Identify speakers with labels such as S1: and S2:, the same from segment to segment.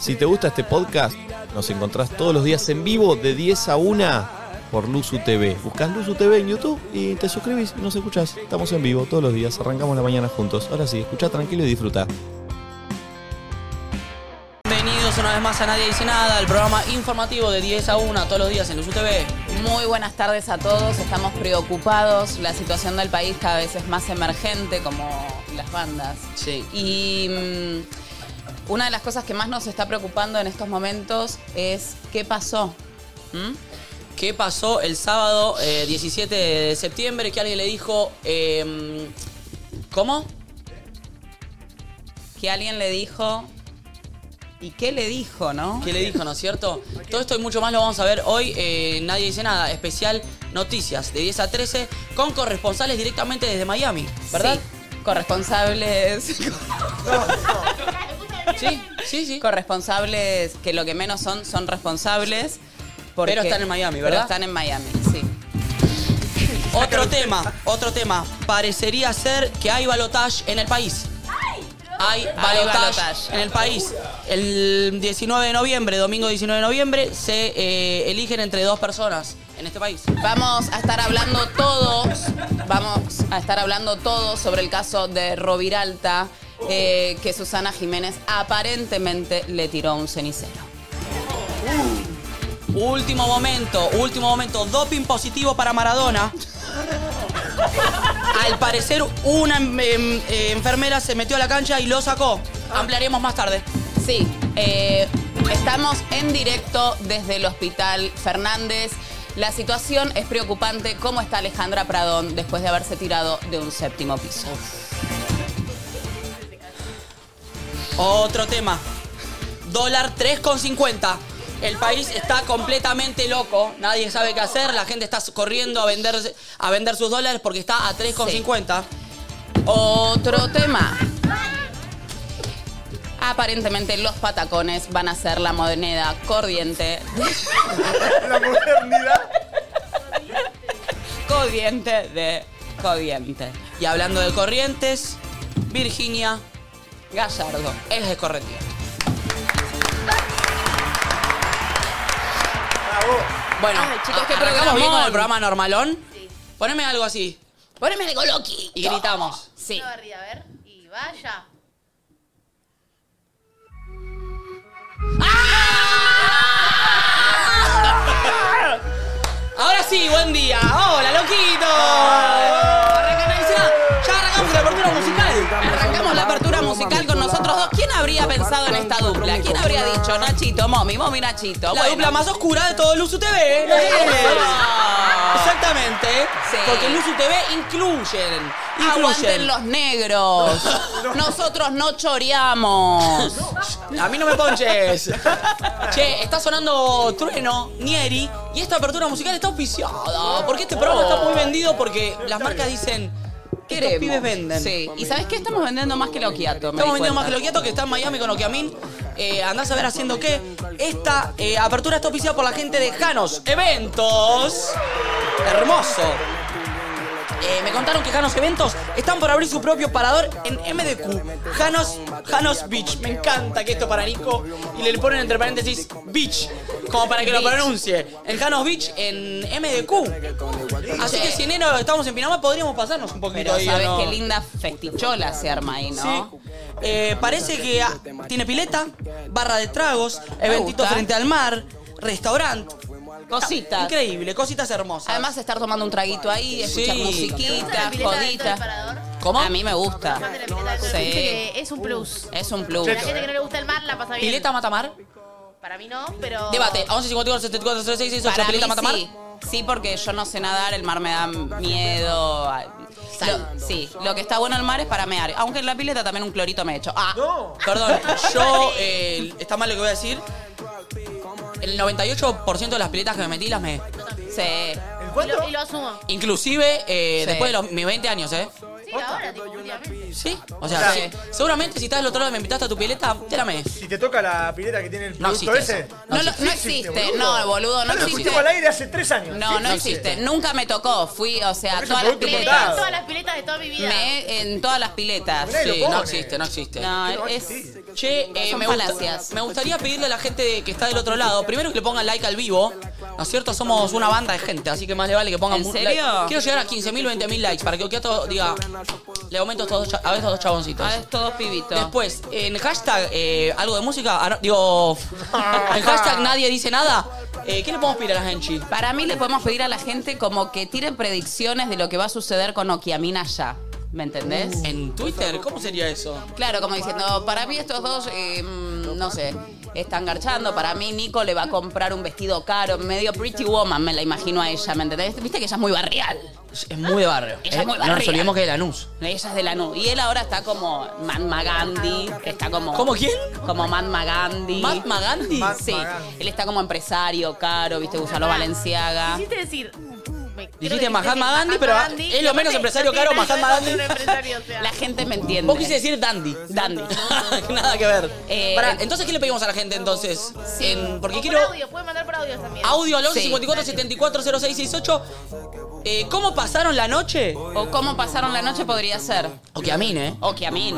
S1: Si te gusta este podcast, nos encontrás todos los días en vivo de 10 a 1 por Luzu TV. Buscás Luzu TV en YouTube y te suscribís y nos escuchás. Estamos en vivo todos los días, arrancamos la mañana juntos. Ahora sí, escucha tranquilo y disfruta.
S2: Bienvenidos una vez más a Nadie Dice Nada, el programa informativo de 10 a 1 todos los días en Luz TV.
S3: Muy buenas tardes a todos, estamos preocupados, la situación del país cada vez es más emergente como las bandas.
S2: Sí.
S3: Y mm, una de las cosas que más nos está preocupando en estos momentos es qué pasó.
S2: ¿Mm? ¿Qué pasó el sábado eh, 17 de septiembre? Que alguien le dijo. eh, ¿Cómo?
S3: Que alguien le dijo... ¿Y qué le dijo, no?
S2: ¿Qué le dijo, no es cierto? Todo esto y mucho más lo vamos a ver hoy. eh, Nadie dice nada. Especial Noticias de 10 a 13 con corresponsales directamente desde Miami, ¿verdad?
S3: Sí. Corresponsables.
S2: Sí, sí, sí.
S3: Corresponsables que lo que menos son, son responsables. porque-
S2: Pero están en Miami,
S3: pero
S2: ¿verdad?
S3: están en Miami, sí.
S2: Otro tema, otro tema. Parecería ser que hay balotage en el país. Hay balotage
S3: balotaje.
S2: en el país. El 19 de noviembre, domingo 19 de noviembre, se eh, eligen entre dos personas en este país.
S3: Vamos a estar hablando todos, vamos a estar hablando todos sobre el caso de Roviralta, eh, que Susana Jiménez aparentemente le tiró un cenicero.
S2: Último momento, último momento. Doping positivo para Maradona. Al parecer, una em, eh, enfermera se metió a la cancha y lo sacó. Ampliaremos más tarde.
S3: Sí, eh, estamos en directo desde el Hospital Fernández. La situación es preocupante. ¿Cómo está Alejandra Pradón después de haberse tirado de un séptimo piso?
S2: Otro tema. Dólar 3,50. El país está completamente loco. Nadie sabe qué hacer. La gente está corriendo a vender, a vender sus dólares porque está a 3,50.
S3: Otro tema. Aparentemente los patacones van a ser la moneda corriente. la modernidad. Corriente de corriente.
S2: Y hablando de corrientes, Virginia
S3: Gallardo.
S2: es de corriente.
S3: Bueno,
S4: Ay, chicos,
S3: qué
S2: ¿Arrancamos bien con
S3: programón.
S2: el programa normalón? Poneme algo así.
S3: Poneme algo loquito.
S2: Y gritamos.
S3: Sí.
S4: Una barrida, a ver. Y vaya.
S2: Ah. Ahora sí, buen día. Hola, loquito. Arrancamos, Ya arrancamos la apertura musical.
S3: Arrancamos la apertura musical con nosotros dos. ¿Quién habría pensado en esta dupla? ¿Quién habría dicho Nachito, Momi, Momi, Nachito?
S2: La
S3: Ah, Bueno.
S2: dupla más oscura de todo Luzu TV. ¿no? Exactamente.
S3: Sí.
S2: Porque Luzu TV incluyen.
S3: Aguanten
S2: incluyen.
S3: los negros. Nosotros no choreamos.
S2: A mí no me ponches. che, está sonando Trueno, Nieri. Y esta apertura musical está auspiciada. Porque este programa está muy vendido porque las marcas dicen. que Estos
S3: Queremos.
S2: pibes venden.
S3: Sí. ¿Y sabes qué? Estamos vendiendo más que lo quiato.
S2: Estamos vendiendo más que lo quieto que está en Miami con Okiamin. Eh, andás a ver haciendo qué. Esta eh, apertura está oficiada por la gente de Janos Eventos. Hermoso. Eh, me contaron que Janos Eventos están por abrir su propio parador en MDQ. Janos, Janos Beach. Me encanta que esto para Nico. Y le ponen entre paréntesis Beach. Como para que lo
S3: Beach.
S2: pronuncie. En Janos Beach, en MDQ. Así que si en enero estamos en Pinamar, podríamos pasarnos un poquito.
S3: Pero
S2: ahí, ¿o
S3: sabes
S2: no?
S3: qué linda festichola se arma ahí, ¿no?
S2: Sí. Eh, parece que ah, tiene pileta, barra de tragos, eventito
S3: gusta.
S2: frente al mar, restaurante.
S3: Cositas.
S2: Increíble, cositas hermosas.
S3: Además estar tomando un traguito ahí, escuchar
S2: Sí.
S4: ¿Te gusta
S3: musiquita,
S4: la pileta dentro del
S3: jodita.
S4: parador?
S3: ¿Cómo? A mí me gusta.
S4: Fan de la pileta dentro del-
S3: Sí. Uh,
S4: Dice que Es un plus.
S3: Es un plus.
S4: La gente que no le gusta el mar la pasa bien.
S2: ¿Pileta Matamar?
S4: Para mí no, pero.
S2: Debate, 11 54 74 36 68,
S3: Para
S2: ¿Pileta
S3: mí
S2: Matamar?
S3: sí. Sí, porque yo no sé nadar, el mar me da miedo. ay, lo- sí, lo que está bueno el mar es para mear. Aunque en la pileta también un clorito me he hecho. Ah,
S2: Perdón, yo. eh, está mal lo que voy a decir. El 98% de las piletas que me metí las me.
S3: sí.
S4: Y lo, y lo asumo.
S2: Inclusive eh,
S3: Sí.
S2: después de los, mis 20 años, ¿eh?
S4: Sí, ahora, tipo, últimamente.
S2: Sí. O sea,
S3: Sí.
S2: sí. seguramente si estás del otro lado y me invitaste a tu pileta, te la me.
S5: Si te toca la pileta que tiene el
S2: No
S5: producto
S2: existe
S5: ese.
S2: eso.
S3: No, lo- no existe. No, boludo, no
S5: Ya lo
S3: existe.
S5: discutimos al aire hace tres años.
S3: No, no existe. Nunca me tocó. Fui, o sea,
S5: Porque es un
S3: todas las
S5: producto
S3: piletas.
S5: importado.
S4: todas las piletas de toda mi vida.
S3: Me he- en todas las piletas.
S5: Nadie lo
S3: sí.
S5: pone.
S2: No existe, no existe.
S3: No,
S5: No eh,
S3: es,
S5: existe.
S2: Che, eh,
S3: Son
S2: me, gusta-
S3: falacias.
S2: me gustaría pedirle a la gente que está del otro lado, primero que le pongan like al vivo, ¿no es cierto? Somos una banda de gente, así que más le vale que pongan...
S3: ¿En
S2: mu-
S3: serio?
S2: like. Quiero llegar a 15.000, 20.000 likes para que Okiato diga, le aumento estos dos cha- a estos dos chaboncitos.
S3: Ah, es todo pibito.
S2: Después, en hashtag eh, algo de música, ah, no, digo, en hashtag nadie dice nada, eh, ¿qué le podemos pedir a la gente?
S3: Para mí le podemos pedir a la gente como que tire predicciones de lo que va a suceder con Okiamina ya. ¿Me entendés?
S5: Uh.
S2: ¿En Twitter? ¿Cómo sería eso?
S3: Claro, como diciendo, para mí estos dos, eh, mm, no sé, están garchando. Para mí Nico le va a comprar un vestido caro, medio pretty woman, me la imagino a ella, ¿me entendés? Viste que ella es muy barrial.
S2: Es es muy de barrio.
S3: Es
S2: ¿eh?
S3: muy
S2: No nos
S3: barrio.
S2: olvidemos que es Lanús.
S3: Ella es de la nube. Y él ahora está como Mahatma Gandhi, está como...
S2: ¿Cómo quién?
S3: Como Mahatma Gandhi.
S2: ¿Mahatma Gandhi?
S3: Sí,
S5: Mahatma Gandhi.
S3: él está como empresario, caro, viste, Gonzalo Valenciaga.
S4: Quisiste decir. uh, me- creo que
S2: Dijiste
S4: quisiste
S2: Mahatma
S4: decir
S2: Gandhi, pero es lo
S4: y aparte
S2: menos empresario
S4: no tiene
S2: caro,
S4: nada que ver
S2: Mahatma
S4: con
S2: Gandhi.
S4: ser un empresario, o sea.
S3: La gente me entiende.
S2: Vos quisiste decir Dandy.
S3: Dandy.
S2: Nada que ver.
S3: Eh,
S2: Pará,
S3: eh,
S2: entonces, ¿qué le pedimos a la gente entonces? En- Em, porque
S4: O
S2: quiero
S4: Por audio, pueden mandar por audio también.
S2: audio al 11
S3: Sí.
S2: 54 74 06 68. Eh, ¿Cómo pasaron la noche?
S3: O cómo pasaron la noche podría ser.
S2: O que a mí, ¿eh?
S3: O que a mí.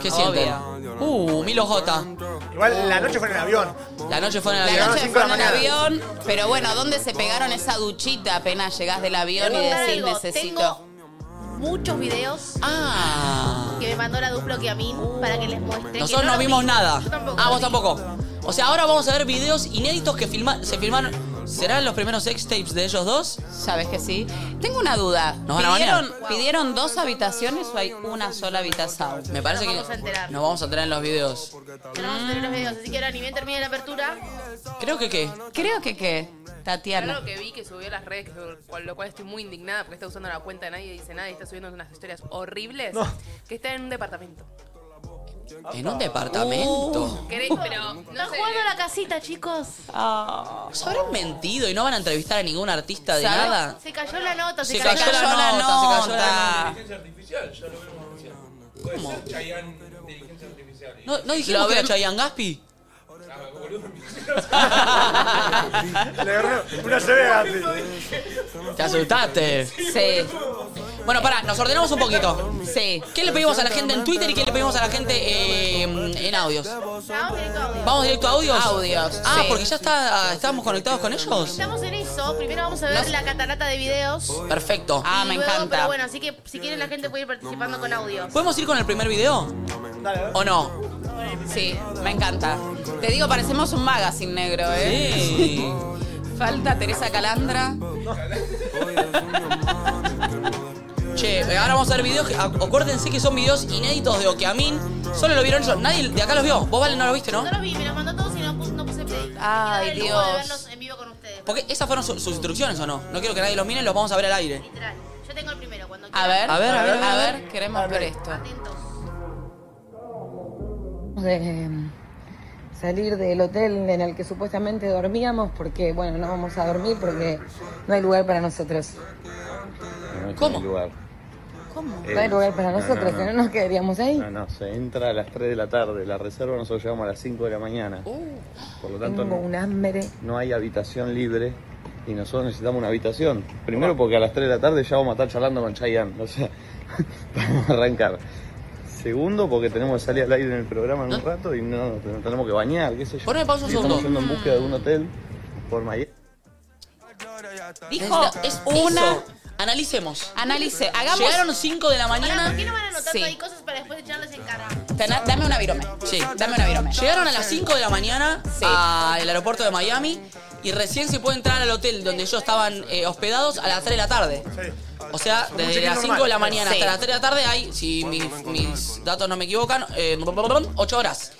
S2: ¿Qué sienten? Uh, Milo J.
S5: Igual la noche fue en el avión.
S2: La noche fue en el
S3: La
S2: avión.
S3: noche
S5: Cinco de
S3: fue
S5: la
S3: en un
S5: mañana.
S3: avión, pero bueno, ¿dónde se pegaron esa duchita apenas llegás del avión y
S4: Voy a contar
S3: decís
S4: algo.
S3: necesito?
S4: Tengo muchos videos
S2: Ah.
S4: que me mandó la duplo que a mí para que les muestre. que
S2: Nosotros no
S4: los
S2: vimos
S4: vi.
S2: nada.
S4: Yo tampoco.
S2: Ah, vos
S4: los vi.
S2: tampoco. O sea, ahora vamos a ver videos inéditos que filma- se filmaron. ¿Serán los primeros sextapes de ellos dos?
S3: ¿Sabes que sí? Tengo una duda.
S2: Nos van a
S3: ¿Pidieron, ¿Pidieron dos habitaciones o hay una sola habitación?
S2: Me parece
S4: Nos
S2: que
S4: vamos a enterar.
S2: nos vamos a tener en los videos.
S4: Pero vamos a tener los videos. Así que ahora ni bien termine la apertura.
S2: Creo que qué.
S3: Creo que qué, Tatiana.
S6: Algo que vi que subió a las redes, que sobre- con lo cual estoy muy indignada porque está usando la cuenta de nadie y dice nada y está subiendo unas historias horribles.
S5: No.
S6: Que está en un departamento.
S2: En un
S3: Uh.
S2: departamento.
S6: Queré- Pero no
S4: Están
S6: sé.
S4: jugando a la casita, chicos.
S2: ¿Se habrán mentido y no van a entrevistar a ningún artista de
S3: ¿Sabes?
S2: nada?
S4: Se cayó la nota, se,
S2: Se
S4: cayó,
S2: cayó la nota, se cayó la
S3: nota.
S2: ¿No, no dijimos
S3: Lo
S2: que era
S3: ven-
S2: Chayanne Gaspi?
S5: Le agarré una severa.
S2: Te asustaste.
S3: Sí,
S2: Bueno, pará, nos ordenamos un poquito.
S3: sí.
S2: ¿Qué le pedimos a la gente en Twitter y qué le pedimos a la gente eh, en audios?
S4: Vamos directo a audio.
S2: ¿Vamos directo a audios?
S3: Audios,
S2: Ah,
S3: sí.
S2: porque ya está, estábamos conectados con ellos.
S4: Estamos en eso. Primero vamos a ver la catarata de videos.
S2: Perfecto.
S3: Ah,
S4: Y
S3: me
S4: luego,
S3: encanta.
S4: Pero bueno, así que si quieren la gente puede ir participando con audio.
S2: ¿Podemos ir con el primer video? ¿O no?
S3: Sí, me encanta. Te digo, parecemos un magazine negro, ¿eh?
S2: Sí.
S3: Falta Teresa Calandra.
S2: Che, eh, ahora vamos a ver videos. que- ac- acuérdense que son videos inéditos de Okeamin. Solo lo vieron ellos. Nadie de acá los vio. Vos, Vale, no lo viste, ¿no?
S4: No los vi, me los mandó todos y no, puse- no puse play.
S3: Ay,
S4: Quiero el lujo de
S3: Dios.
S4: verlos en vivo con ustedes.
S2: Porque esas fueron su- sus instrucciones, ¿o no? No quiero que nadie los mire, los vamos a ver al aire.
S4: Literal. Yo tengo el primero cuando
S3: A
S4: quieran.
S3: ver,
S2: A ver, a ver, a
S3: a
S2: ver.
S3: ver, queremos ver esto.
S4: Atentos.
S7: de em, salir del hotel en el que supuestamente dormíamos porque, bueno, no vamos a dormir porque no hay lugar para nosotros.
S8: No,
S2: ¿Cómo?
S8: No hay lugar.
S3: ¿Cómo?
S8: Eh,
S7: No hay lugar para
S8: no,
S7: nosotros,
S8: no,
S7: si no
S8: no.
S7: nos quedaríamos ahí.
S8: No, no, se entra a las 3 de la tarde, la reserva nosotros llegamos a las 5 de la mañana. Por lo tanto,
S7: Tengo un
S8: no,
S7: hambre.
S8: no hay habitación libre y nosotros necesitamos una habitación. Primero porque a las 3 de la tarde ya vamos a estar charlando con Chayanne, o sea, vamos a arrancar. Segundo porque tenemos que salir al aire en el programa en un rato y no nos nos tenemos que bañar, qué sé yo.
S2: Poneme pausa un
S8: Y estamos
S2: segundo.
S8: yendo en búsqueda de un hotel por Miami.
S3: Dijo,
S2: es
S3: una.
S2: una. Analicemos.
S3: Analice, hagamos.
S2: Llegaron 5 de la
S4: Pará,
S2: mañana.
S4: ¿Por qué no van anotando
S3: Sí.
S4: ahí cosas para después echarles en cara?
S3: Tena- dame una virome.
S2: Sí.
S3: Dame una virome.
S2: Llegaron a las 5 de la mañana
S3: Sí.
S2: al aeropuerto de Miami y recién se puede entrar al hotel donde ellos estaban eh, hospedados a las 3 de la tarde. O sea, desde
S5: check-in
S2: las
S5: normal.
S2: 5 de la mañana
S3: Sí.
S2: hasta las 3 de la tarde hay, si mis, mis datos no me equivocan,
S3: eh,
S2: 8 horas.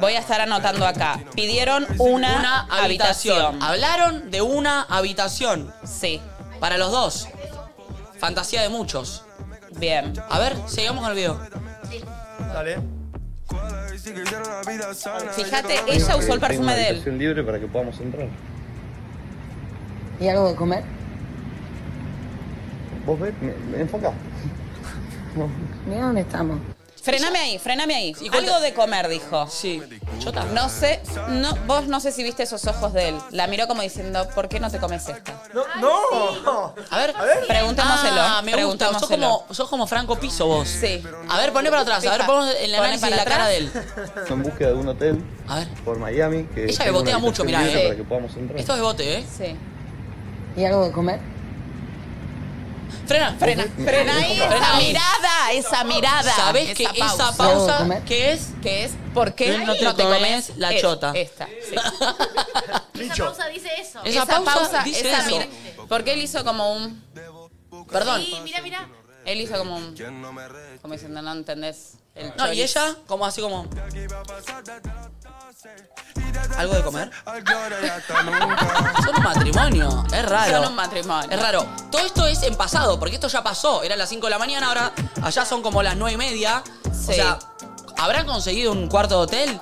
S3: Voy a estar anotando acá. Pidieron una,
S2: Una habitación.
S3: habitación.
S2: Hablaron de una habitación
S3: Sí.
S2: para los dos. Fantasía de muchos.
S3: Bien.
S2: A ver, sigamos con el video.
S5: Dale.
S3: Fíjate, ella usó el
S8: Tengo una
S3: perfume de él.
S8: habitación libre para que podamos entrar.
S7: ¿Y algo de comer?
S8: Vos ves, me, me enfocá.
S7: Mira dónde estamos.
S3: Frename ahí, frename ahí.
S2: Y cuenta-
S3: Algo de comer, dijo.
S2: Sí.
S3: No sé, no, vos no sé si viste esos ojos de él. La miró como diciendo, ¿por qué no te comes esta?
S5: No, no.
S2: A ver,
S5: A ver.
S3: Preguntémoselo,
S2: Ah, me gusta. Sos
S3: preguntémoselo.
S2: como, sos como Franco Piso vos.
S3: Sí.
S2: A ver, poné para atrás. A ver,
S3: Fija.
S2: pon el
S3: Poné
S2: análisis
S3: para
S2: de la cara
S3: atrás.
S2: de él.
S8: en búsqueda de un hotel
S2: A ver.
S8: por Miami. Que
S2: Ella
S8: tenga
S2: bebotea
S8: una
S2: mucho,
S8: habitación
S2: mirá,
S8: libre
S2: eh.
S8: Para que podamos entrar.
S2: Esto es bote, ¿eh?
S3: Sí.
S7: ¿Y algo de comer?
S2: Frena, frena.
S3: Frena ahí
S2: Frena
S3: esa
S2: ahí.
S3: mirada, esa mirada.
S2: ¿Sabés que esa pausa
S7: comer?
S2: qué es?
S3: que es por qué
S2: No te comes la
S3: es-
S2: chota.
S3: Esta. sí.
S4: Esa
S5: Bicho.
S4: pausa dice eso.
S2: Esa pausa dice
S3: esa
S2: eso.
S3: mira- porque él hizo como un Perdón.
S4: Sí, mira, mira.
S3: Él hizo como un como diciendo no entendés el
S2: No, y
S3: chorizo.
S2: ella, como así como. ¿Algo de comer? Son un matrimonio, es raro.
S3: Son un matrimonio.
S2: Es raro. Todo esto es en pasado, porque esto ya pasó. Era las 5 de la mañana, ahora allá son como las 9 y media. O
S3: Sí.
S2: sea, ¿habrán conseguido un cuarto de hotel?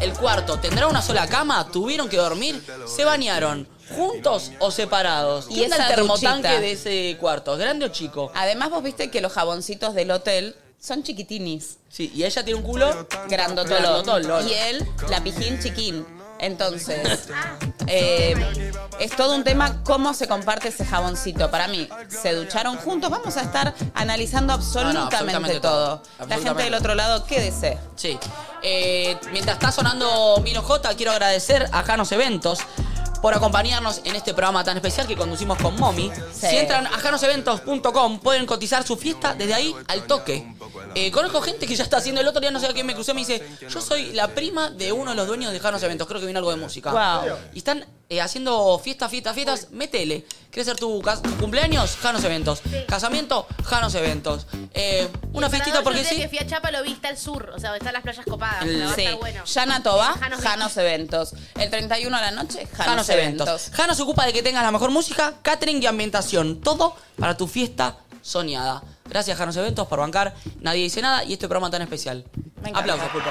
S2: El cuarto, ¿tendrá una sola cama? ¿Tuvieron que dormir? ¿Se bañaron juntos o separados?
S3: Y
S2: ¿Y es el
S3: esa
S2: termotanque
S3: duchita.
S2: de ese cuarto? ¿Grande o chico?
S3: Además vos viste que los jaboncitos del hotel son chiquitinis,
S2: Sí, y ella tiene un culo
S3: grandotolo.
S2: Grandotolo.
S3: Y él, la pijín chiquín. Entonces, eh, es todo un tema cómo se comparte ese jaboncito. Para mí, se ducharon juntos. Vamos a estar analizando absolutamente,
S2: absolutamente todo.
S3: todo. La
S2: Absolutamente.
S3: gente del otro lado, quédese.
S2: Sí. Eh, mientras está sonando Milo J, quiero agradecer a Janos Eventos por acompañarnos en este programa tan especial que conducimos con Momi.
S3: Sí.
S2: Si entran a janoseventos.com pueden cotizar su fiesta desde ahí al toque. Eh, conozco gente que ya está haciendo el otro día, no sé a quién me crucé, me dice, yo soy la prima de uno de los dueños de Janos Eventos, creo que vino algo de música.
S3: Wow.
S2: Y están eh, haciendo fiestas, fiestas, fiestas, métele. ¿Quieres hacer tu, cas- tu cumpleaños? Janos Eventos. Casamiento, Janos Eventos. Eh, una fiestita porque sí.
S4: que fui a Chapa lo vi, está al sur. O sea, donde están las playas copadas. o sea, va a
S3: Sí.
S4: estar bueno.
S3: Yana Toba,
S4: Janos
S3: Janos, Eventos. El 31 a la noche, Janos, Eventos.
S2: Janos Eventos. Janos se ocupa de que tengas la mejor música, catering y ambientación. Todo para tu fiesta soñada. Gracias, Janos Eventos, por bancar. Nadie dice nada y este programa tan especial.
S3: Me encanta.
S2: Aplausos, Pulpo.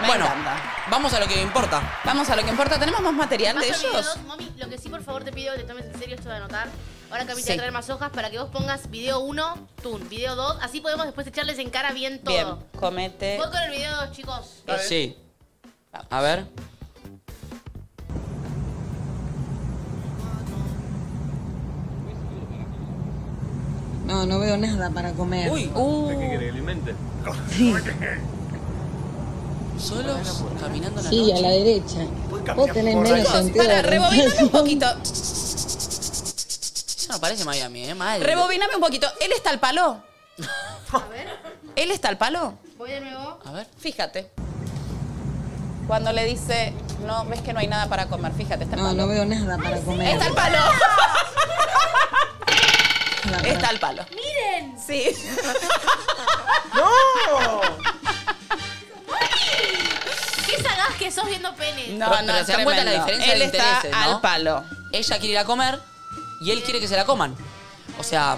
S3: Me
S2: bueno,
S3: encanta.
S2: vamos a lo que importa.
S3: Vamos a lo que importa. ¿Tenemos más material
S4: Más
S3: de
S4: videos,
S3: ellos?
S4: mami, lo que sí, por favor, te pido que te tomes en serio esto de anotar. Ahora Cami te
S3: Sí.
S4: voy a traer más hojas para que vos pongas video 1, tun, video 2. Así podemos después echarles en cara bien todo.
S3: Bien, comete.
S4: Voy con el video 2, chicos.
S2: Eh, Sí. A ver.
S7: No, no veo nada para comer. Uh.
S2: Uy,
S8: ¿Qué quiere que lo invente?
S2: solos caminando en la
S7: Sí, a la
S2: noche.
S7: derecha.
S5: ¿Pueden caminar
S7: Vos tenés
S5: por
S7: menos
S5: ahí?
S7: sentido
S3: Para,
S7: de
S3: rebobiname un
S7: orientación.
S3: poquito.
S2: Eso no parece Miami, ¿eh? Mal.
S3: Rebobiname un poquito. ¿Él está al palo?
S4: A ver,
S3: ¿Él está al palo?
S4: voy de nuevo.
S2: A ver.
S3: Fíjate. Cuando le dice, no, ves que no hay nada para comer. Fíjate, está al
S7: No,
S3: palo.
S7: no veo nada para comer.
S3: Está al palo.
S7: Nada para-
S3: Está al palo.
S4: ¡Miren!
S3: Sí.
S5: ¡No!
S4: ¡Qué sagaz que sos viendo pene!
S3: No,
S2: Pero-
S3: no,
S2: pero
S3: es
S2: se dan cuenta la
S3: tremendo.
S2: diferencia
S3: Él
S2: de
S3: está
S2: intereses, ¿no?
S3: al palo.
S2: ella quiere ir a comer y él quiere que se la coman. O sea,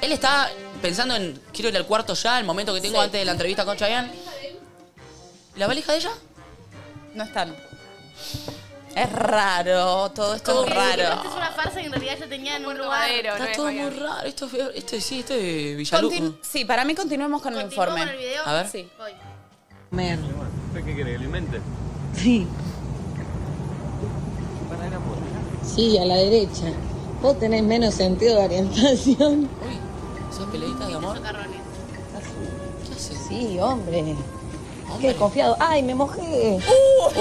S2: él está pensando en quiero ir al cuarto ya, el momento que tengo
S3: Sí.
S2: antes de la entrevista con Chayanne. ¿La valija de ella?
S3: No están. Es raro, todo esto
S4: Como
S3: es
S4: que
S3: raro.
S4: Esto es una farsa que en realidad yo tenía en un
S6: Puerto
S4: lugar.
S6: Madero, no
S2: está
S6: es
S2: todo muy
S6: Miami.
S2: raro. Esto es feo. Este sí, este es Villaluz.
S3: Continu- sí, para mí continuemos con el
S4: Continúo
S3: informe.
S4: con el video.
S2: A ver.
S3: Sí.
S4: Voy.
S7: comer.
S8: ¿Qué quiere que lo invente?
S7: Sí. Sí, a la derecha. Vos tenés menos sentido de orientación.
S2: Uy, esas peleitas de amor.
S4: Socarrones.
S2: ¿Qué hace?
S7: Sí, hombre. Qué confiado. ¡Ay, me mojé!
S3: ¡Oh!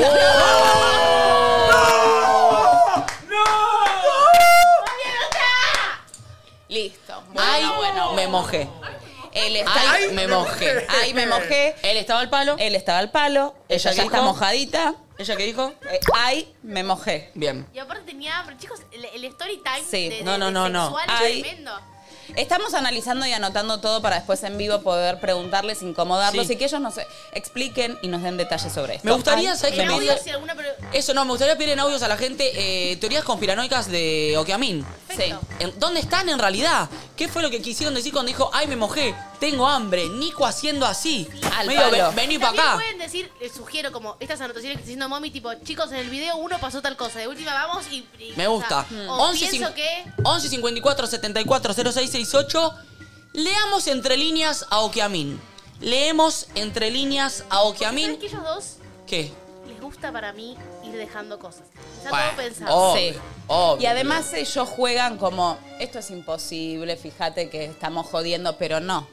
S3: Listo. Bueno,
S2: Ay,
S3: bueno.
S2: me mojé.
S3: Él está
S2: Ay,
S3: ahí.
S2: me mojé.
S3: Ahí me mojé.
S2: Él estaba al palo.
S3: Él estaba al palo.
S2: ¿Ella
S3: Ella ya
S2: dijo?
S3: está mojadita.
S2: ¿Ella qué dijo?
S3: Eh, ay, me mojé.
S2: Bien.
S4: Y aparte tenía, pero chicos, el, el story time
S3: Sí.
S4: de, de-
S2: No, no,
S4: de
S2: no, no.
S4: sexual es
S3: Ay.
S4: tremendo.
S3: Estamos analizando y anotando todo para después en vivo poder preguntarles, incomodarlos
S2: Sí.
S3: y que ellos nos eh, expliquen y nos den detalles sobre esto.
S2: Me gustaría,
S3: Ay,
S2: ¿sabes
S4: En
S2: qué?
S3: me mojé.
S4: audio, si alguna, pero...
S2: Eso no, me gustaría pedir en audios a la gente eh, teorías conspiranoicas de Okeamin.
S3: Sí.
S4: Perfecto.
S2: En- ¿Dónde están en realidad? ¿Qué fue lo que quisieron decir cuando dijo, ay, me mojé, tengo hambre, Nico haciendo así?
S3: Al
S2: Medio,
S3: palo.
S2: "Ven- vení para
S4: También
S2: acá.
S4: pueden decir, les sugiero como estas anotaciones que está diciendo Mommy, tipo, chicos, en el video uno pasó tal cosa, de última vamos y... y-
S2: Me gusta. Mm.
S4: O, sea, o
S2: 11,
S4: pienso
S2: cin-
S4: que...
S2: 11 54 74 0668. Leamos entre líneas a Okeamin. Leemos entre líneas a
S4: ¿Sabes
S2: Okeamin.
S4: que ellos dos
S2: ¿Qué?
S4: les gusta para mí ir dejando cosas. Está
S2: Bueno,
S4: todo pensado.
S2: obvio,
S3: Sí.
S2: obvio.
S3: Y además ellos juegan como, esto es imposible, fíjate que estamos jodiendo, pero no.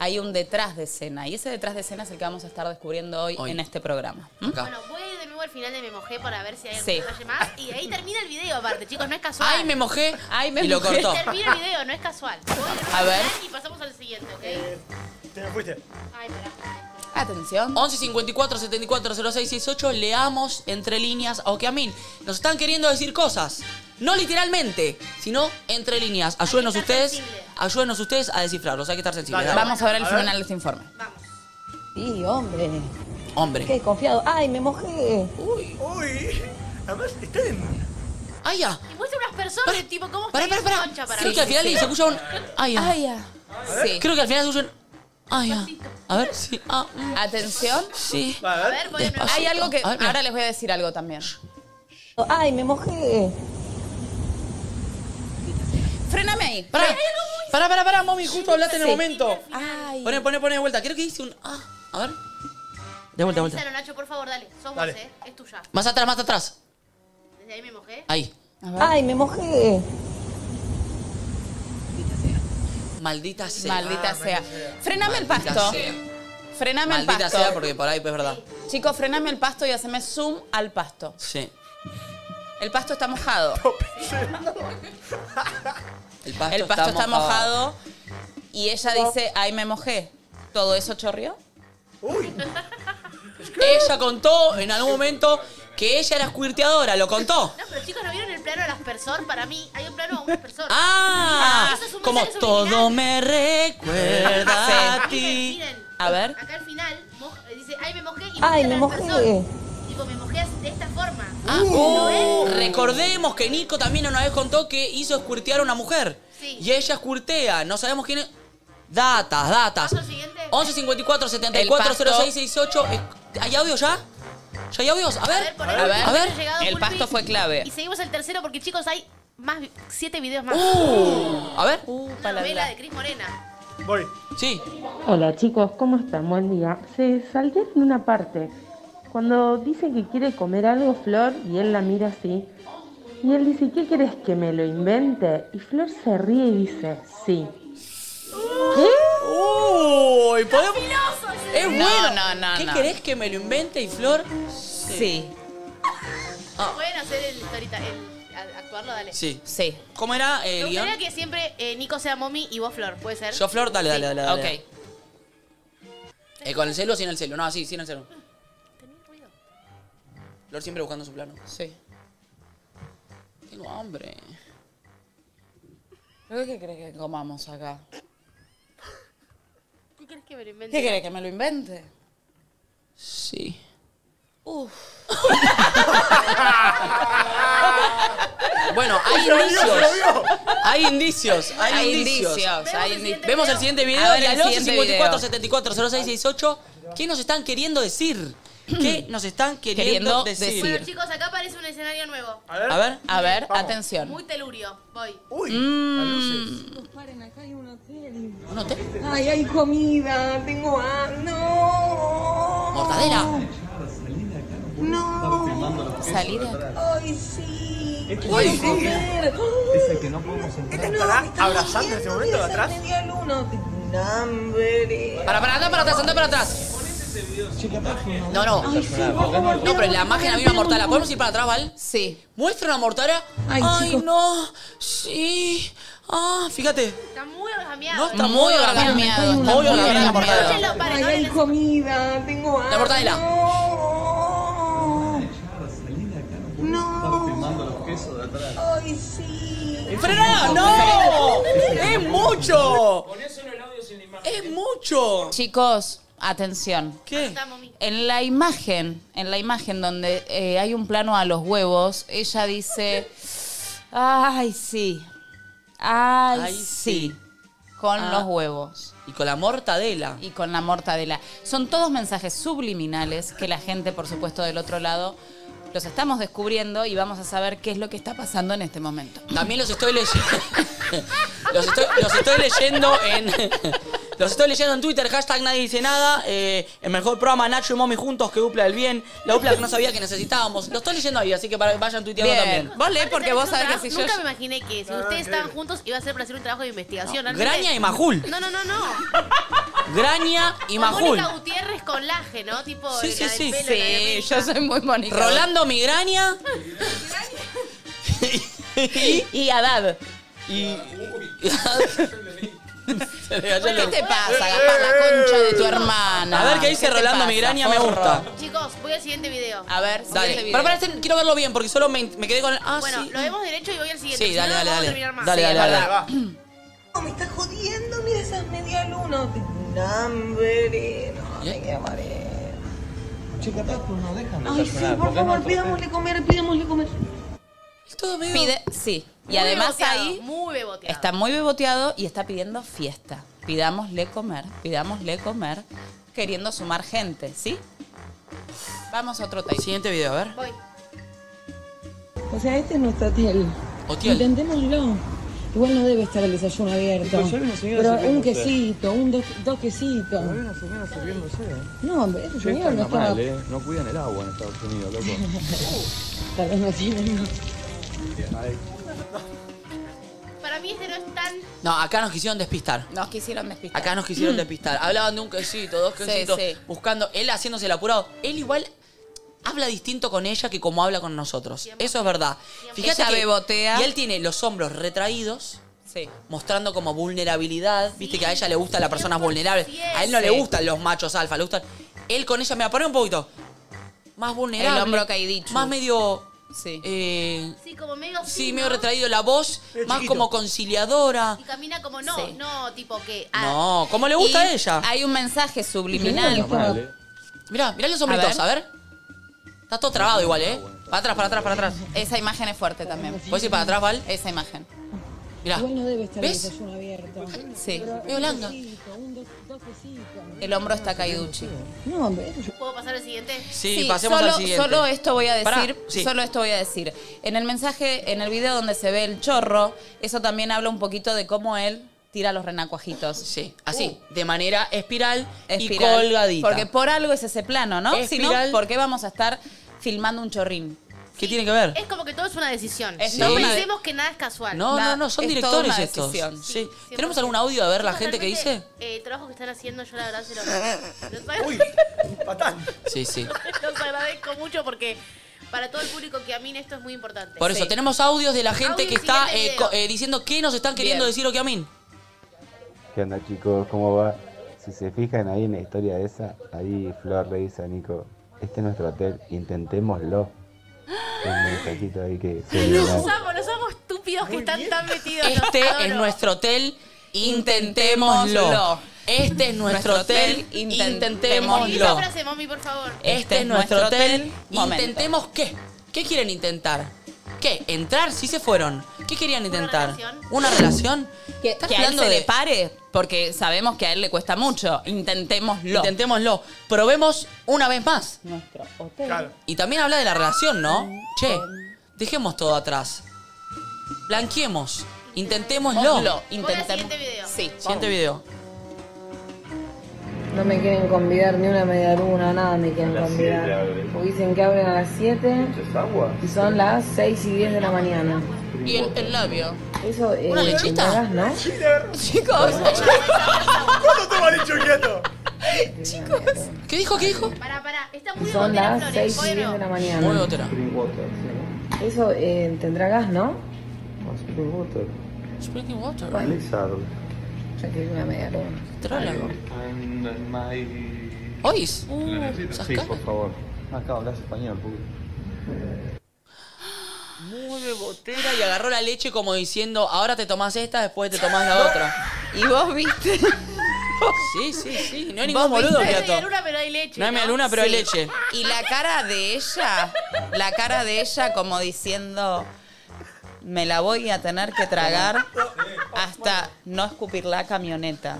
S3: Hay un detrás de escena y ese detrás de escena es el que vamos a estar descubriendo hoy,
S2: Hoy.
S3: en este programa. ¿Mm?
S2: Acá.
S4: Bueno, voy a ir de nuevo al final de Me Mojé para ver si hay
S3: Sí.
S4: algún detalle más. Y ahí termina el video, aparte, chicos, no es casual.
S2: Ay, me mojé.
S3: Ay, me
S2: y lo
S3: mojé.
S2: cortó.
S4: Termina el video, no es casual. Voy de nuevo
S3: A
S4: al
S3: ver.
S4: final Y pasamos al siguiente, ¿ok?
S5: Te me fuiste.
S4: Ay, pará.
S3: Atención.
S2: 11 54 74 06 68 leamos entre líneas a Okeamin. Nos están queriendo decir cosas. No literalmente, sino entre líneas. Ayúdenos
S4: Hay que estar
S2: ustedes,
S4: sensible.
S2: ayúdenos ustedes a descifrarlos. Hay que estar sensibles.
S5: Dale,
S2: dale.
S3: Vamos a ver el
S5: A ver.
S3: final de este informe.
S4: Vamos.
S7: Sí, hombre. Qué
S2: Hombre.
S7: desconfiado. Ay, me mojé.
S5: Uy. Además, está en.
S3: Ah,
S2: ¡Ay, ya!
S4: Y muestra unas personas,
S2: Pará,
S4: tipo, ¿cómo
S2: pará,
S4: está
S2: pará,
S4: bien
S2: pará.
S4: concha para
S2: Creo
S4: mí?
S2: que al final se escucha un. ¡Ay, ya!
S3: Ay, ah. ya. Sí.
S2: Creo que al final se escucha un. ¡Ay, ya! A ver, sí. Ah, mm,
S3: Atención.
S2: sí.
S5: Va,
S4: A ver, voy de nuevo.
S3: Hay algo que...
S2: A ver, mira.
S3: Ahora les voy a decir algo también.
S7: Ay, me mojé.
S3: Frename ahí.
S2: Pará, Ah, pará, pará, pará, mami, justo hablaste en el
S3: Sí.
S2: momento.
S3: Ay.
S2: Poné, poné, poné de vuelta. Creo que hice un. Ah, a ver. De vuelta, de vuelta.
S4: Avísalo, Nacho, por favor, dale. Somos,
S5: Dale.
S4: ¿eh? Es tuya.
S2: Más atrás, más atrás.
S4: Desde ahí me mojé.
S2: Ahí.
S7: Ay, me mojé.
S2: Maldita sea.
S3: Maldita sea. Frename el
S2: ah, Maldita
S3: pasto.
S2: sea.
S3: Frename el
S2: Maldita sea,
S3: pasto.
S2: porque por ahí pues, es verdad.
S3: Chicos, frename el pasto y haceme zoom al pasto.
S2: Sí.
S3: El pasto está mojado.
S2: El pasto,
S3: el pasto está, mojado. y ella dice, ay, me mojé. ¿Todo eso chorrió?
S2: Ella contó en algún momento que ella era squirteadora, lo contó.
S4: No, pero chicos, ¿no vieron el plano de las personas? Para mí, hay un plano a una persona.
S2: Ah,
S4: Eso es un
S2: como
S4: mensaje
S2: todo
S4: subliminal.
S2: me recuerda a ti.
S4: Miren, miren.
S3: A ver.
S4: Acá al final, moj- dice, ay, me mojé y
S7: Ay,
S4: muestran
S7: me
S4: a
S7: mojé.
S4: las personas. Tipo, me mojé de esta forma.
S2: Ah, recordemos que Nico también una vez contó que hizo squirtear a una mujer.
S4: Sí.
S2: Y ella squirtea, no sabemos quién es. Datas, datas.
S4: ¿Paso siguiente?
S2: 11 54 74 06 68. Eh, ¿Hay audio ya? ¿Ya hay audios? A
S4: A
S2: ver.
S4: ver, por ahí
S3: A ver,
S4: hubiese
S2: a ver.
S4: llegado
S3: El
S4: Pulpi.
S3: pasto fue clave.
S4: Y seguimos el tercero porque, chicos, hay más vi- siete videos más.
S2: Uh, a ver.
S4: Una
S3: palabra.
S4: novela de Cris Morena.
S5: Voy.
S2: Sí.
S9: Hola chicos, ¿cómo están? Buen día. Se saltearon una parte. Cuando dicen que quiere comer algo Flor y él la mira así. Y él dice, ¿qué querés que me lo invente? Y Flor se ríe y dice, sí.
S2: Uh. Uy, podemos. Es
S3: No,
S2: bueno.
S3: no, no,
S2: ¿Qué
S3: no.
S2: querés que me lo invente y Flor?
S3: Sí.
S4: Pueden hacer el, ahorita, el a- actuarlo, dale.
S2: Sí.
S3: Sí.
S2: ¿Cómo era eh,
S4: Me
S2: el
S4: gustaría
S2: guión?
S4: que siempre eh, Nico sea mommy y vos Flor, ¿puede ser?
S2: Yo Flor, dale, dale, dale. dale.
S3: Ok.
S2: Eh, ¿Con el celo o sin el celo? No, sí, sin el celo. Flor siempre buscando su plano.
S3: Sí.
S2: Tengo hambre.
S3: ¿Qué crees que comamos acá?
S4: ¿Qué crees que me lo
S3: ¿Qué
S4: invente?
S3: crees que me lo invente?
S2: Sí. Uf. bueno, hay indicios. Hay indicios. Hay,
S3: Hay
S2: indicios.
S3: indicios, hay
S4: el
S3: indicios.
S2: Vemos el siguiente video
S3: A ver
S2: y
S3: el
S2: al 11
S3: siguiente
S2: 54
S3: video.
S2: 74 06 68. ¿Qué nos están queriendo decir? ¿Qué nos están queriendo,
S3: Queriendo
S2: decir?
S4: Bueno,
S3: decir.
S4: chicos, acá aparece un escenario nuevo.
S5: A ver.
S2: A ver.
S3: A ver,
S5: Vamos.
S3: atención.
S4: Muy telurio. Voy.
S5: Uy. Las luces.
S7: Chicos, paren, acá hay un hotel.
S2: ¿Un hotel?
S7: Ay, hay comida. Tengo hambre. No.
S2: Mortadela.
S7: No.
S3: Salí de acá.
S7: Ay, sí.
S8: Es que
S7: Quiero
S8: sí.
S7: comer.
S8: Esa que no podemos entrar.
S5: ¿Estará abrazando en ese momento de atrás?
S7: Media luna. Tengo hambre.
S2: Para, para, anda para atrás, anda para atrás. No, no.
S7: Ay, sí, vos cómo
S2: No,
S7: te
S2: pero la
S7: vas
S2: imagen a mí
S7: comer,
S2: una mortala.
S7: amor.
S2: ¿Podemos ir para atrás, Val?
S3: Sí.
S2: Muestra una mortala. Ay,
S7: Ay, chico.
S2: no. Sí. Ah, fíjate.
S4: Está muy orgameado.
S2: No
S4: ¿eh?
S2: está muy orgasmeado.
S3: Cambiado, está
S2: Muy
S3: muy
S2: orgasmeado la
S3: cambiado.
S2: mortadela.
S4: Escúchenlo, paren,
S7: Ay,
S4: no
S7: hay
S4: les-
S7: comida, tengo hambre.
S2: mortadela.
S7: No. No.
S8: los quesos de atrás.
S7: Ay, sí.
S2: ¡Frená! ¡No! ¡Es mucho! ¡Es mucho!
S3: Chicos, atención.
S2: ¿Qué?
S4: Está mommy.
S3: En la imagen, en la imagen donde eh, hay un plano a los huevos, ella dice, ay sí, ay,
S2: Ay,
S3: sí,
S2: sí.
S3: con
S2: Ah.
S3: los huevos
S2: Y con la mortadela.
S3: y con la mortadela. Son todos mensajes subliminales que la gente, por supuesto, del otro lado, los estamos descubriendo y vamos a saber qué es lo que está pasando en este momento.
S2: También los estoy leyendo. Los estoy, los estoy leyendo en. Los estoy leyendo en Twitter, hashtag nadie dice nada. eh, el mejor programa Nacho y Mommy juntos, que dupla del bien. La dupla que no sabía que necesitábamos. Los estoy leyendo ahí, así que para- vayan tuiteando
S3: Bien.
S2: también.
S3: Vos leés
S4: Aparte,
S3: porque
S4: ¿sabés
S3: vos
S4: que
S3: sabés
S4: nunca-
S3: que si yo...
S4: Nunca me imaginé que si ustedes estaban juntos iba a ser para hacer un trabajo de investigación. realmente-
S2: Graña y Majul.
S4: No, no, no, no.
S2: Graña y
S4: Como
S2: Majul.
S4: Mónica Gutiérrez con laje, ¿no? Tipo,
S2: Sí, sí,
S4: la del
S2: sí.
S4: pelo, la de
S3: Sí,
S4: Mirta.
S3: yo soy muy bonita.
S2: Rolando Migraña y,
S3: y Haddad.
S2: y- Se le cayó el-
S3: ¿Qué te pasa, Gaspar, la concha de tu hermana?
S2: Eh, A ver qué dice
S3: te
S2: Rolando
S3: pasa,
S2: Migraña, me
S3: forro?
S2: gusta.
S4: Chicos, voy al siguiente video.
S3: A ver,
S2: Dale.
S3: siguiente video.
S2: Pero para este quiero verlo bien porque solo me, me quedé con el. Ah,
S4: bueno,
S2: sí.
S4: lo vemos derecho y voy al siguiente.
S2: Sí,
S4: si
S2: dale,
S4: no, no
S2: dale,
S4: vamos a
S2: dale.
S4: terminar más.
S2: Dale,
S3: Sí,
S2: dale,
S3: es
S2: dale.
S3: verdad.
S10: Me estás jodiendo, mira esas medias lunas. Tengo hambre, no, me quiero marear.
S11: Chica, no dejan
S10: Ay, sí, por favor, pidámosle comer, pidámosle comer.
S2: Es todo medio-
S3: Pide, sí. Y
S4: Muy
S3: además
S4: beboteado,
S3: ahí
S4: Muy beboteado.
S3: está muy beboteado y está pidiendo fiesta. Pidámosle comer, pidámosle comer, queriendo sumar gente, ¿sí? Vamos a otro take.
S2: Siguiente video, a ver.
S4: Voy.
S10: O sea, este es nuestro hotel.
S2: Otiel.
S10: Intentémoslo. Igual no debe estar el desayuno
S11: Y
S10: abierto.
S11: pues ya hay una señora
S10: Pero
S11: sirviendo
S10: un
S11: usted.
S10: quesito, un dos, dos quesitos.
S11: Había una señora sirviéndose.
S10: No, hombre, este
S11: Che,
S10: señor no
S11: está
S10: estaba.
S11: mal, ¿eh? No cuidan el agua en Estados Unidos, loco.
S10: Tal vez no tiene. ¿no?
S4: Para mí este no es tan...
S2: No, acá nos quisieron despistar.
S3: Nos quisieron despistar.
S2: Acá nos quisieron despistar. Hablaban de un quesito, dos
S3: Sí,
S2: quesitos,
S3: sí.
S2: buscando. Él haciéndose el apurado. Él igual habla distinto con ella que como habla con nosotros. Eso es verdad. Fíjate
S3: Ella
S2: que
S3: bebotea.
S2: Y él tiene los hombros retraídos.
S3: Sí.
S2: mostrando como vulnerabilidad. Viste que a ella le gusta las personas
S4: 100%.
S2: vulnerables. A él no le
S3: Sí.
S2: gustan los machos alfa, le gustan. Él con ella, me pone un poquito. Más vulnerable.
S3: El hombro caídicho.
S2: Más medio.
S3: Sí.
S2: eh,
S4: Sí, como medio...
S2: sí,
S4: fino,
S2: medio retraído la voz.
S12: Medio
S2: Más
S12: chiquito.
S2: como conciliadora.
S4: Y camina como no,
S3: Sí.
S4: no, tipo que... ah,
S2: No, como le gusta
S3: Y
S2: a ella.
S3: Hay un mensaje
S10: Sí,
S3: subliminal.
S10: no,
S11: Mal, ¿eh?
S2: Mirá, mirá los hombritos, a ver. Está todo trabado igual,
S10: Ah,
S2: ¿eh? Para atrás, para atrás, para atrás.
S3: Esa imagen es fuerte también.
S2: ¿Puedes ir para atrás, Val?
S3: Esa imagen.
S2: Mirá.
S10: Igual no debe estar
S2: ¿Ves?
S10: el desayuno abierto.
S3: Sí.
S2: Medio blanda.
S10: Quesito, un dos, dos quesitos.
S3: El hombro está caiduchi.
S10: No, hombre, este
S4: ¿Puedo pasar al siguiente?
S2: Sí,
S3: Sí,
S2: pasemos
S3: solo,
S2: al siguiente.
S3: solo esto voy a decir.
S2: Pará, sí.
S3: Solo esto voy a decir. En el mensaje, en el video donde se ve el chorro, eso también habla un poquito de cómo él tira los renacuajitos. Uh.
S2: Sí, así, de manera espiral,
S3: Espiral.
S2: y colgadita.
S3: Porque por algo es ese plano, ¿no? Si
S2: Espiral.
S3: no, ¿por qué vamos a estar filmando un chorrín?
S2: ¿Qué tiene que ver?
S4: Es como que todo es una decisión.
S3: Es
S4: No
S2: todo una-
S4: pensemos que nada es casual.
S2: No,
S3: Nada,
S2: no, no, son
S3: es toda
S2: directores
S3: una
S2: estos.
S3: decisión.
S2: Sí.
S4: Sí,
S2: ¿Tenemos
S4: 100%.
S2: algún audio a ver la
S4: Chicos,
S2: gente que dice?
S4: realmente, eh, el trabajo que están haciendo, yo la verdad se los, los,
S12: Uy, patán.
S2: Sí, sí.
S4: los agradezco mucho porque para todo el público que a mí esto es muy importante.
S2: Por eso,
S3: Sí.
S2: tenemos audios de la gente
S4: Audio
S2: que
S4: y
S2: está
S4: siguiente
S2: eh, co-
S4: video.
S2: eh, diciendo qué nos están
S3: Bien.
S2: queriendo decir o qué a mí.
S13: ¿Qué onda chicos? ¿Cómo va? Si se fijan ahí en la historia esa, ahí Flor le dice a Nico, este es nuestro hotel, intentémoslo. Un mensajito ahí que suena.
S4: Los amo, los amo estúpidos que están tan metidos. los
S2: Este
S4: adoro.
S2: es nuestro hotel, intentémoslo.
S3: Intentémoslo.
S2: Este es nuestro hotel,
S4: Escribí esa
S2: intentémoslo.
S4: frase, mami, por favor.
S2: Este es nuestro hotel,
S3: Momento.
S2: intentemos qué. ¿Qué quieren intentar? ¿Qué? ¿Entrar? Sí se fueron. ¿Qué querían intentar?
S4: relación.
S2: ¿Una relación?
S3: Que,
S2: ¿Estás
S3: que a él
S2: hablando
S3: se le
S2: de-
S3: pare, porque sabemos que a él le cuesta mucho. Intentémoslo.
S2: Intentémoslo. Probemos una vez más.
S3: Nuestro hotel.
S12: Claro.
S2: Y también habla de la relación, ¿no? Che, dejemos todo atrás. Blanqueemos. Intentémoslo.
S3: Intentémoslo.
S4: siguiente video.
S3: Sí.
S2: Siguiente video.
S10: No me quieren convidar ni una media luna, nada me quieren
S11: A las siete
S10: convidar.
S11: abren.
S10: Porque dicen que abren a las 7
S11: ¿Es agua?
S10: y son las 6 y 10 de la mañana.
S3: Y el, el labio.
S10: Eso eh,
S2: ¿Una lechita?
S10: me das, ¿no?
S12: Sí, de verdad.
S3: Chicos,
S12: ¿Cuándo toma el inquieto?
S2: ¿Qué dijo? ¿Qué dijo?
S4: Pará, pará. Está muy
S10: Y son
S4: botera,
S10: las
S4: Flores.
S10: 6
S4: Voy
S10: y
S4: de
S10: 10
S4: nuevo.
S10: de la
S2: Muy
S10: mañana.
S2: botera.
S11: Spring water, ¿sí?
S10: Eso eh, tendrá gas, ¿no?
S11: ¿no? Ah, Spring water.
S2: Spreading water.
S11: Blizzard.
S10: Ya quiero una media luna.
S2: Trálago.
S11: And my-
S2: ¿Oís?
S11: Lo necesito. Sí,
S2: ¿Sascala?
S11: por favor. Acá hablas español, porque...
S2: Muy bebotera y agarró la leche como diciendo, ahora te tomás esta, después te tomás la otra.
S3: y vos viste.
S2: Sí, sí, sí. No hay
S3: Vos
S2: ningún boludo
S4: No
S2: que
S4: hay media
S2: ató.
S4: luna, pero hay leche.
S2: No hay media
S4: ¿no?
S2: luna, pero hay
S3: Sí.
S2: leche.
S3: Y la cara de ella, la cara de ella como diciendo, me la voy a tener que tragar hasta no escupir ¿Mm? la camioneta.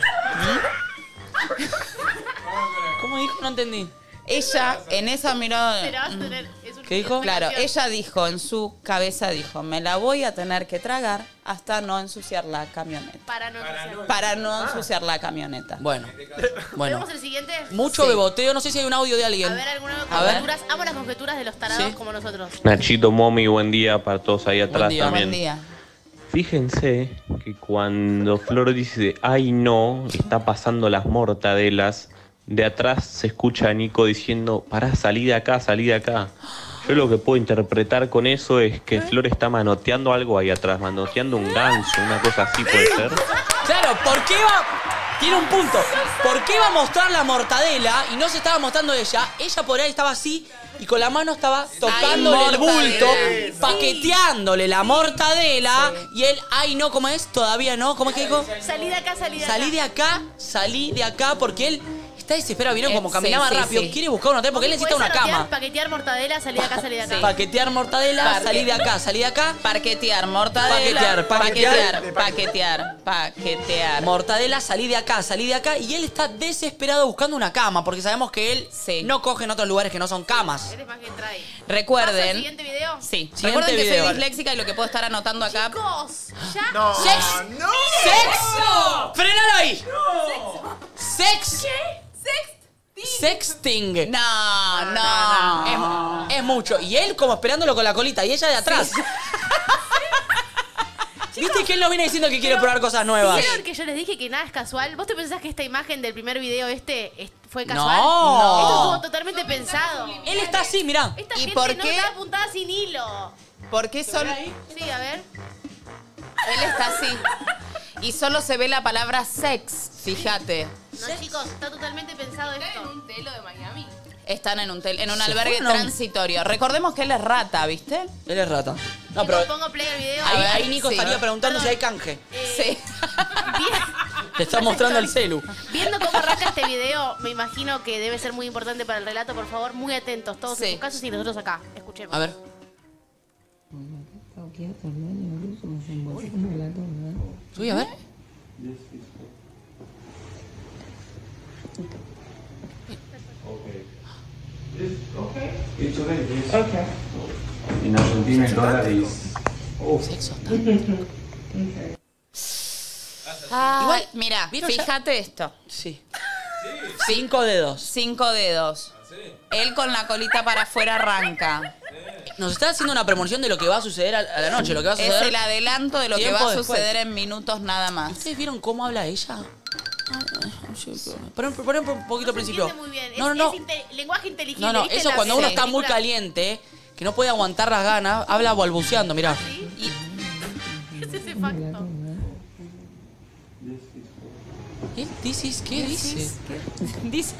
S2: ¿Cómo dijo? No entendí.
S3: Ella en mm, esa mirada.
S4: Te la vas a tener. Es un-
S2: Ah, mm. ¿Qué dijo? eh.
S3: Claro, ella dijo, en su cabeza dijo, me la voy a tener que tragar hasta no ensuciar la camioneta.
S4: Para no ensuciar.
S3: Para
S4: Ah.
S3: no ensuciar la camioneta.
S2: Bueno, bueno.
S4: ¿Tenemos el siguiente?
S2: Mucho
S4: Sí.
S2: beboteo, no sé si hay un audio de alguien.
S4: A ver, alguna
S2: A ver.
S4: conjeturas. Amo las conjeturas de los tarados como nosotros.
S12: Nachito, Momi, buen día para todos ahí atrás también.
S4: día.
S12: Fíjense que cuando Flor dice, ay no, está pasando las mortadelas, de atrás se escucha a Nico diciendo, pará, salí de acá, salí de acá. Yo lo que puedo interpretar con eso es que Flor está manoteando algo ahí atrás, manoteando un ganso, una cosa así puede ser.
S2: Claro, ¿por qué va? Tiene un punto. ¿Por qué va a mostrar la mortadela y no se estaba mostrando ella? Ella por ahí estaba así y con la mano estaba tocándole el bulto,
S3: mortadela.
S2: paqueteándole la mortadela y él, ay no, ¿cómo es? Todavía no, ¿cómo es que dijo?
S4: Salí de acá, salí de acá.
S2: Salí de acá, salí de acá porque él está desesperado. ¿Vieron cómo
S4: Sí,
S2: caminaba
S4: Eh, sí,
S2: rápido?
S4: sí.
S2: Quiere buscar un hotel porque él necesita una
S4: ¿Podés anotear,
S2: cama.
S4: Paquetear mortadela, salí de acá, salí de acá.
S2: Paquetear mortadela,
S3: Parque-
S2: salí de acá, salí de acá.
S3: Parquetear, mortadela.
S2: Paquetear, paquetear.
S3: paquetear, paquetear, paquetear.
S2: Mortadela, salí de acá, salí de acá. Y él está desesperado buscando una cama, porque sabemos que él no coge en otros lugares que no son camas.
S4: Eres más que trae.
S3: Recuerden-
S4: ¿Paso al siguiente video?
S3: Sí.
S2: Siguiente
S3: Recuerden que
S2: video,
S3: soy
S2: vale.
S3: disléxica y lo que puedo estar anotando acá.
S4: Chicos, ya.
S5: No.
S3: Sex-
S5: No.
S2: ¡Sexo! ¡Frenalo ahí!
S4: No.
S2: ¡Sex! Sexting. No, no. Es, es mucho. Y él como esperándolo con la colita y ella de atrás. ¿Viste que él nos viene diciendo que quiere probar cosas nuevas?
S4: ¿Vieron que yo les dije que nada es casual? ¿Vos te pensás que esta imagen del primer video este es- fue
S2: No.
S4: casual?
S2: No.
S4: Esto estuvo totalmente pensado.
S2: Él está así, mirá.
S4: Esta
S3: ¿Y
S4: gente
S3: por
S4: no
S3: qué?
S4: está apuntada sin hilo.
S3: ¿Por qué solo
S4: Sí, a ver.
S3: él está así? Y solo se ve la palabra sex, fíjate.
S4: No, chicos, está totalmente pensado esto. en un telo de Miami?
S3: Están en un tel- en un
S2: Se
S3: albergue
S2: fueron a un-
S3: transitorio. Recordemos que él es rata, ¿viste?
S2: Él es rata. No, pero
S4: Pongo play al video.
S2: ahí,
S3: A ver,
S2: ahí Nico
S3: sí.
S2: estaría preguntando si hay canje.
S4: Eh,
S3: Sí.
S2: Te está mostrando el celu.
S4: Viendo cómo arranca este video, me imagino que debe ser muy importante para el relato. Por favor, muy atentos todos en sus casos y nosotros acá. Escuchemos.
S2: A ver. Uy, a ver.
S14: En Argentina el dólar es...
S3: Igual, mira,
S2: ¿vieron ya?
S3: fíjate esto.
S2: Sí. Cinco dedos.
S3: Cinco dedos. Él con la colita para afuera arranca.
S2: Nos está haciendo una premonición de lo que va a suceder a a la noche, lo que va a
S3: Es
S2: suceder.
S3: el adelanto de lo que va
S2: tiempo
S3: a
S2: después.
S3: suceder en minutos nada más.
S2: ¿Ustedes vieron cómo habla ella? Ponen un poquito al principio.
S4: Muy bien.
S2: No,
S4: es,
S2: no,
S4: es
S2: no.
S4: inte- lenguaje inteligente.
S2: No, no,
S4: ¿viste?
S2: eso
S4: La-
S2: cuando uno
S4: sí.
S2: está muy
S4: película-
S2: caliente, que no puede aguantar las ganas, habla balbuceando, mirá.
S3: ¿Ah,
S4: ¿Qué es ese facto?
S2: ¿Él dices qué dice? Dice.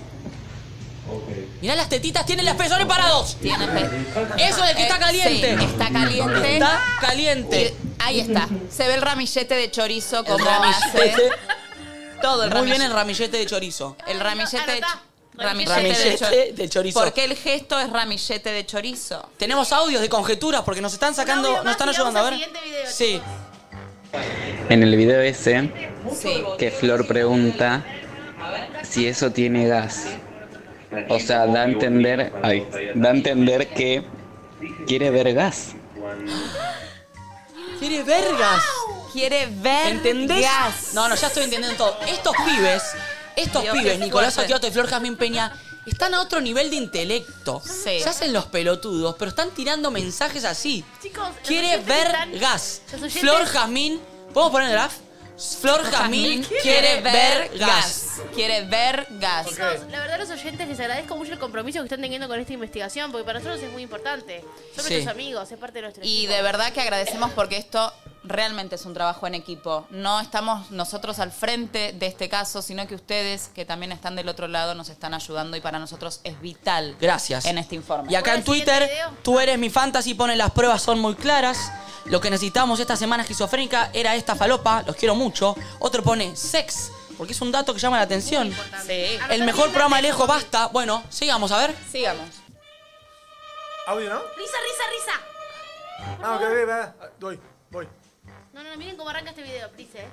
S2: Mirá las tetitas, tienen las pezones parados.
S3: Tiene pe-
S2: Eso es que está
S3: Eh,
S2: caliente. Mm.
S3: sí, está caliente.
S2: Está caliente.
S3: Y- ahí está. Se ve el ramillete de chorizo como
S2: ramillete.
S3: hace. Todo el
S2: Muy bien
S3: ramillete.
S2: el ramillete de chorizo.
S3: El ramillete de,
S4: Anotá.
S3: ramillete de chorizo.
S2: Ramillete de chorizo.
S3: Porque el gesto es ramillete de chorizo.
S2: Tenemos audios de conjeturas porque nos están sacando, nos están ayudando. A ver. Sí.
S15: En el video ese,
S3: Sí.
S15: que Flor pregunta si eso tiene gas. O sea, da a entender, ay, da a entender que quiere ver gas.
S2: Quiere vergas.
S3: Quiere ver
S2: ¿Entendés?
S3: gas.
S2: No, no, ya estoy entendiendo todo. Estos pibes, estos
S3: Dios,
S2: pibes,
S3: qué
S2: Nicolás
S3: fuerte.
S2: Otiato y Flor Jazmín Peña, están a otro nivel de intelecto.
S3: Sí.
S2: Se hacen los pelotudos, pero están tirando mensajes así.
S4: Chicos, los
S2: Quiere
S4: oyentes
S2: ver
S4: están-
S2: gas.
S4: los oyentes-
S2: Flor Jazmín, ¿podemos poner el graf? Flor Jazmín quiere ver gas.
S3: Quiere ver gas.
S4: Chicos, la verdad a los oyentes les agradezco mucho el compromiso que están teniendo con esta investigación, porque para nosotros es muy importante. Son
S3: Sí.
S4: nuestros amigos, es parte de nuestro
S3: Y
S4: equipo.
S3: de verdad que agradecemos porque esto realmente es un trabajo en equipo. No estamos nosotros al frente de este caso, sino que ustedes, que también están del otro lado, nos están ayudando y para nosotros es vital.
S2: Gracias.
S3: En este informe.
S2: Y acá en Twitter, tú eres mi fantasy, pone las pruebas son muy claras. Lo que necesitamos esta semana esquizofrénica era esta falopa, los quiero mucho. Otro pone sex, porque es un dato que llama la atención.
S3: Sí.
S2: El mejor programa lejos basta. Bueno, sigamos, a ver.
S3: Sigamos.
S5: ¿Audio, no?
S4: Risa, risa, risa.
S5: Ah, ok, ok, va. Voy, voy.
S4: No, no, no, miren cómo arranca este video, please, eh.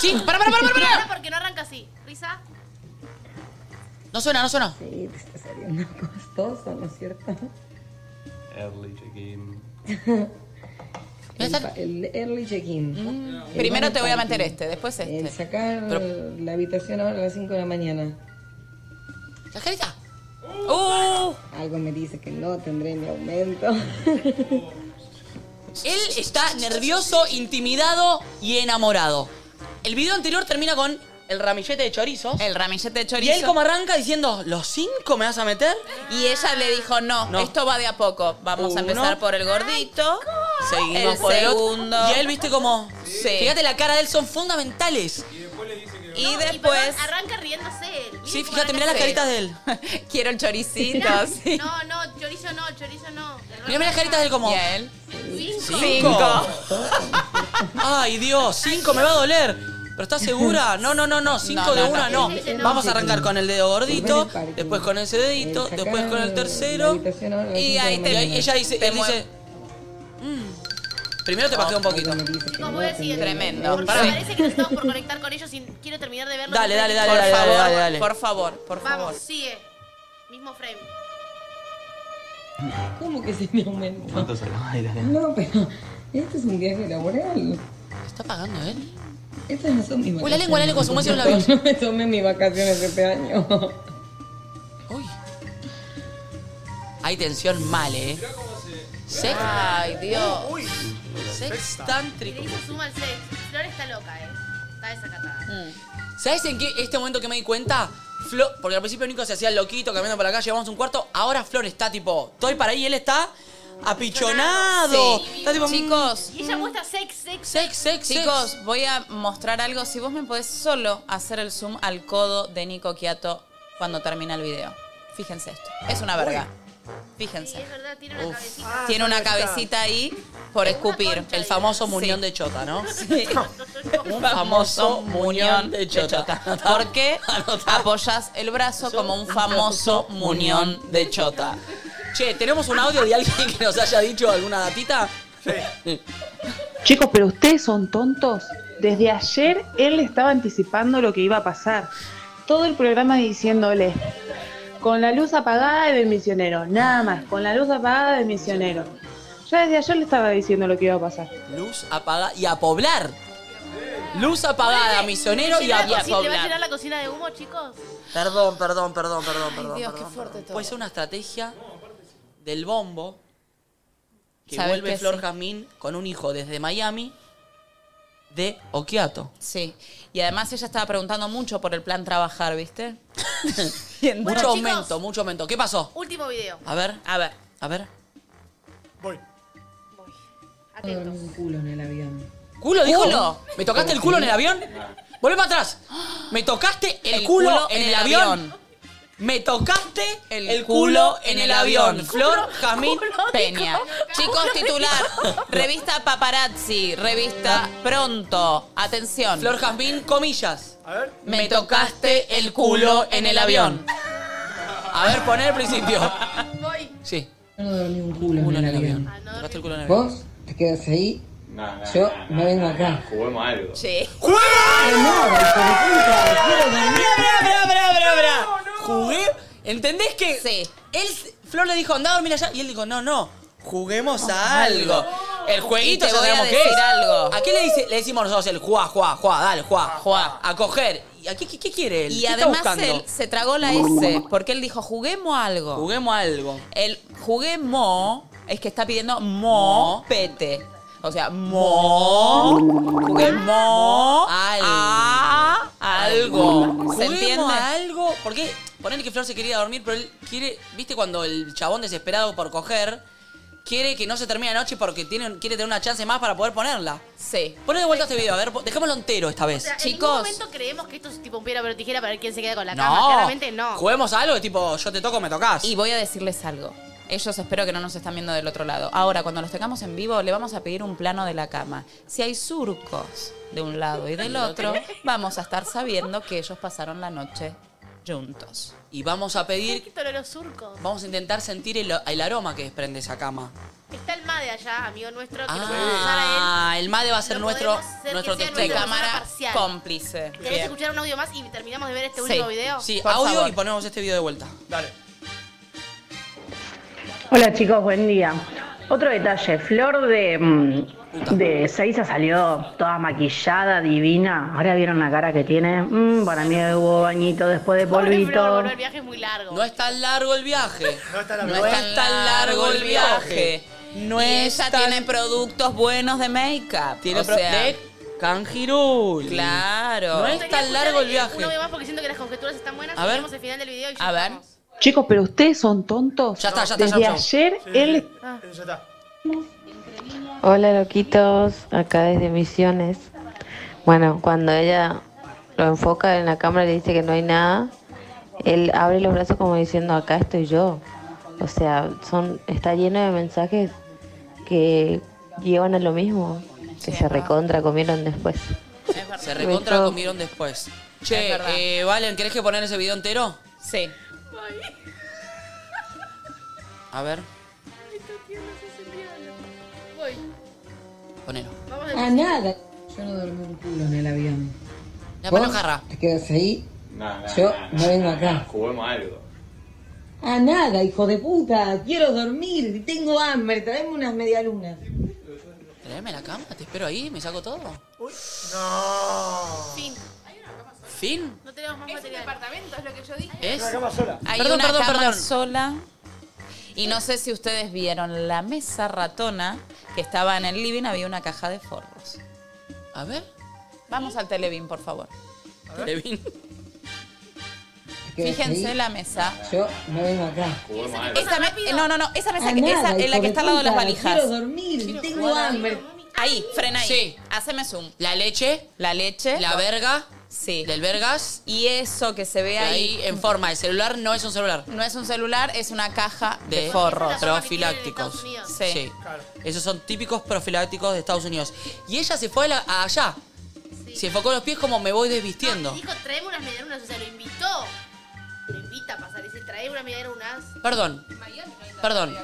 S2: Sí, para, para, para, para, para.
S4: Porque no arranca así. Risa.
S2: No suena, no suena.
S7: Sí, te está saliendo costoso, ¿no es cierto?
S12: Early check-in.
S7: El, pa- el early check-in. El
S3: Mm. Primero
S7: body
S3: te voy a
S7: packing.
S3: meter este, después este.
S7: El sacar la habitación ahora a las 5 de la mañana.
S2: ¡Cajerita!
S3: ¡Uh!
S7: Algo me dice que no tendré ni aumento.
S2: Él está nervioso, intimidado y enamorado. El video anterior termina con el ramillete de chorizos.
S3: El ramillete de
S2: Y
S3: chorizo.
S2: él como arranca diciendo, ¿los cinco me vas a meter?
S3: Y ella le dijo, no,
S2: No.
S3: esto va de a poco. Vamos a
S2: Uno.
S3: empezar por el gordito.
S2: Seguimos
S3: el
S2: por el otro.
S3: segundo.
S2: Y él, viste, como... Fíjate, la cara de él son fundamentales.
S3: Y
S4: No,
S3: después...
S4: perdón, arranca riéndose él.
S2: Sí, fíjate, mirá las caritas de él.
S3: Quiero el choricito, sí.
S4: No, no, chorizo no, chorizo no.
S2: Mirá, mirá las caritas de él como...
S3: ¿Y a él?
S4: Cinco.
S2: Cinco. Ay, Dios, cinco me va a doler. ¿Pero estás segura? No, no, no, no, cinco
S3: No,
S2: de
S3: no,
S2: una
S3: no.
S2: no.
S3: Ese no.
S2: Vamos a arrancar con el dedo
S3: El
S2: gordito,
S3: body parking.
S2: después con ese dedito,
S3: El sacar
S2: después con el
S3: la
S2: tercero.
S3: habitación ahora a las
S2: Y
S3: cinco de
S2: ahí
S3: la
S2: te-
S3: mañana.
S2: ella dice,
S3: Te
S2: él
S3: mueve.
S2: dice, Mm. primero te bajé un poquito.
S4: Chicos, voy a decir.
S3: Tremendo.
S4: Porque
S2: Pará.
S4: parece que nos estamos por conectar con ellos y quiero terminar de verlo.
S2: Dale, dale, dale,
S3: por
S2: dale,
S3: favor,
S2: dale, dale, dale.
S3: Por favor, por
S4: Vamos,
S3: favor.
S4: sigue. Mismo frame.
S7: ¿Cómo que se me aumenta?
S12: ¿Cuánto sacás?
S7: No, pero este es un viaje laboral.
S2: ¿Está pagando él?
S7: Estas no son mis vacaciones.
S2: Uy, la lengua, la lengua, se mueve hacia un lado.
S7: No me tomé mis vacaciones este año.
S2: Hay tensión mal, ¿eh? Sex.
S3: Ay, Dios.
S2: Sex
S4: Y le
S2: tántrico.
S4: hizo suma al seis. Flor está loca, eh. Está desacatada.
S2: ¿Sabes en qué este momento que me di cuenta? Flo- porque al principio Nico se hacía el loquito caminando por la calle, vamos a un cuarto. Ahora Flor está tipo, estoy para ahí, él está apichonado.
S3: Sí.
S2: Está tipo, mm,
S3: Chicos,
S4: Y ella muestra sex, sex.
S2: sex, sex, sex.
S3: Chicos, voy a mostrar algo. Si vos me podés solo hacer el zoom al codo de Nico Quiato cuando termina el video. Fíjense esto. Es una verga.
S4: Sí,
S3: Fíjense. Ah,
S4: es verdad, tiene una cabecita.
S3: Tiene una
S4: cabeza.
S3: cabecita ahí por escupir.
S2: el famoso muñón de chota, ¿no?
S3: El
S2: famoso muñón de chota.
S3: ¿Por qué apoyás el brazo como un famoso muñón?
S2: de chota. Che, ¿tenemos un audio de alguien que nos haya dicho alguna datita?
S9: Chicos, pero ustedes son tontos. Desde ayer él estaba anticipando lo que iba a pasar. Todo el programa diciéndole, con la luz apagada del misionero, nada más, con la luz apagada del misionero. Ya desde ayer le estaba diciendo lo que iba a pasar.
S2: Luz apagada y a poblar. Luz apagada, misionero y
S4: ¿Le va
S2: a,
S4: a
S2: y a
S4: cocin- ¿Le va a
S2: poblar.
S4: llenar la cocina de humo, chicos?
S2: Perdón, perdón, perdón, perdón, perdón.
S3: Dios, qué
S2: perdón,
S3: fuerte
S2: perdón.
S3: todo.
S2: Puede ser una estrategia del bombo que
S3: ¿Sabes
S2: vuelve
S3: que
S2: Flor
S3: sí?
S2: Jazmín con un hijo desde Miami de Okiato.
S3: Sí. Y además ella estaba preguntando mucho por el plan trabajar, ¿viste? Y en-
S2: mucho
S4: chicos.
S2: aumento, mucho aumento. ¿Qué pasó?
S4: Último video.
S2: A ver,
S3: A ver.
S2: a ver.
S7: Voy a dormir un culo en el avión.
S2: ¿Culo dijo?
S3: ¿Culo?
S2: ¿Me tocaste el culo en el avión? Volvé para atrás. ¿Me tocaste el, culo, en el avión? ¿Me tocaste el, culo en el avión? Flor Jazmín
S3: Peña. Chicos, titular. Revista Paparazzi. Revista Pronto. Atención.
S2: Ah. Flor Jazmín, comillas.
S5: A ver.
S2: Me tocaste el culo en el avión. A ver, poné el principio.
S4: Voy.
S2: Sí.
S7: Yo no dormí un culo, en el avión.
S2: Me tocaste el culo en el avión.
S7: Vos te quedas ahí,
S12: No, no,
S7: yo
S12: no,
S7: me vengo acá.
S12: Juguemos algo.
S3: Sí.
S7: ¡Qué nada, hijo de puta! ¡Quiero dormir!
S2: Pará, pará, pará, pará, pará. Jugué. ¿Entendés que?
S3: Sí.
S2: Él, Flor le dijo, andá a dormir allá. Y él dijo, no, no. Juguemos a algo. El jueguito
S3: Ah, Y te
S2: ya
S3: voy a
S2: sabemos qué
S3: decir
S2: es.
S3: algo. Ah,
S2: ¿A qué le, dice- le decimos nosotros el juá, juá, juá, dale, juá,
S3: Juá.
S2: A coger. ¿Y a qué, qué- qué quiere él?
S3: Y
S2: ¿Qué
S3: además
S2: está buscando?
S3: él se tragó la S porque él dijo, juguemos algo.
S2: Juguemos a algo.
S3: El juguemos es que está pidiendo mo, pete. O sea, mo, juguemos a algo. ¿Se entiende?
S2: Juguemos a algo. Porque ponele que Flor se quería dormir, pero él quiere. ¿Viste cuando el chabón desesperado por coger quiere que no se termine la noche porque tiene, quiere tener una chance más para poder ponerla?
S3: Sí.
S2: Poné de vuelta este video, a ver, po- dejémoslo entero esta
S4: O
S2: vez.
S4: sea,
S3: Chicos.
S4: En ningún momento creemos que esto es tipo un piedra, pero tijera para ver quién se queda con la cama.
S2: No,
S4: Claramente no.
S2: juguemos a algo de tipo, yo te toco, me tocas.
S3: Y voy a decirles algo. Ellos espero que no nos están viendo del otro lado. Ahora, cuando los tengamos en vivo, le vamos a pedir un plano de la cama. Si hay surcos de un lado y del otro, vamos a estar sabiendo que ellos pasaron la noche juntos.
S2: Y vamos a
S4: ¿Qué
S2: pedir,
S4: quito los surcos?
S2: vamos a intentar sentir el, el aroma que desprende esa cama.
S4: Está el mar. MADE de allá, amigo nuestro, que lo podemos usar a
S2: Ah, el MADE va a ser
S4: Lo
S2: nuestro,
S4: podemos hacer
S2: nuestro
S4: que sea
S2: testigo.
S4: nuestra cámara parcial.
S3: cómplice.
S4: él. ¿Querés escuchar un audio más y terminamos de ver este
S2: Sí,
S4: último video?
S2: sí audio y ponemos este video de vuelta. Dale.
S16: Hola chicos, buen día. Otro detalle, Flor de, mm, de Seiza salió toda maquillada, divina. Ahora vieron la cara que tiene. Mm, para mí hubo bañito después de polvito.
S4: el viaje es muy largo.
S2: No es tan largo el viaje. No es tan
S3: No es tan largo el viaje. No
S2: Y
S3: es ella tiene productos buenos de make-up.
S2: Tiene
S3: o
S2: pro-
S3: sea,
S2: de Canjirul.
S3: Claro.
S2: No
S4: Me
S2: es
S4: gustaría
S2: tan largo
S4: escuchar,
S2: el
S4: eh, Un
S2: viaje.
S4: audio más porque siento que las conjeturas están buenas.
S2: A ver.
S4: Tenemos el final del video y ya
S2: A ver.
S10: Chicos, pero ustedes son tontos.
S2: Ya está, ya está,
S10: Desde
S2: ya está.
S10: ayer él.
S4: Ah.
S17: Hola loquitos, acá desde Misiones. Bueno, cuando ella lo enfoca en la cámara y le dice que no hay nada, él abre los brazos como diciendo, acá estoy yo. O sea, son está lleno de mensajes que llevan a lo mismo, que se recontra comieron después.
S2: Se recontra
S17: Beso.
S2: comieron después. Che, eh, Valen, ¿querés que poner ese video entero?
S3: Sí.
S2: A ver,
S4: Voy.
S2: ponelo.
S4: Vamos
S7: A nada. Yo no dormí un culo en el avión.
S2: La
S7: Vos
S2: panojarra.
S7: Te quedas ahí.
S12: No, no,
S7: Yo
S12: no,
S7: no vengo acá.
S12: Juguemos algo.
S7: A nada, hijo de puta. Quiero dormir. Tengo hambre. Traeme unas medialunas.
S2: Traeme la cama, te espero ahí, me saco todo.
S4: No. Fin.
S2: ¿Fin?
S4: No tenemos más material. Es un departamento, es lo que yo dije.
S2: ¿Es?
S3: Hay
S2: Perdón,
S3: una
S2: perdón,
S3: cama
S2: perdón.
S3: sola. Y no sé si ustedes vieron la mesa ratona que estaba en el living, había una caja de forros.
S2: A ver.
S3: Vamos al Televín, por favor.
S2: Televín.
S7: quedas
S3: Fíjense
S7: ahí.
S3: la mesa.
S7: Yo no vengo acá.
S3: Esa me- no, no, no, esa mesa
S7: A
S3: que,
S7: Ah, nada,
S3: esa es la
S7: hijo
S3: que
S7: de
S3: está al lado de las
S7: puta,
S3: valijas.
S7: quiero dormir, tengo hambre.
S3: Ahí, frena ahí.
S2: Sí.
S3: Haceme zoom.
S2: La leche.
S3: La leche.
S2: La verga.
S3: Sí.
S2: Del vergas.
S3: Y eso que se ve ahí.
S2: Ahí en forma. El celular no es un celular.
S3: No es un celular, es una caja de,
S2: De
S3: forros.
S2: profilácticos.
S3: Sí.
S2: Sí. Esos son típicos profilácticos de Estados Unidos. Y ella se fue a la- a allá. Se enfocó en los pies como me voy desvistiendo.
S4: Dijo, traeme unas medialunas, o sea, lo invitó. Lo invita a pasar, dice, traeme unas medialunas.
S2: Perdón. Perdón.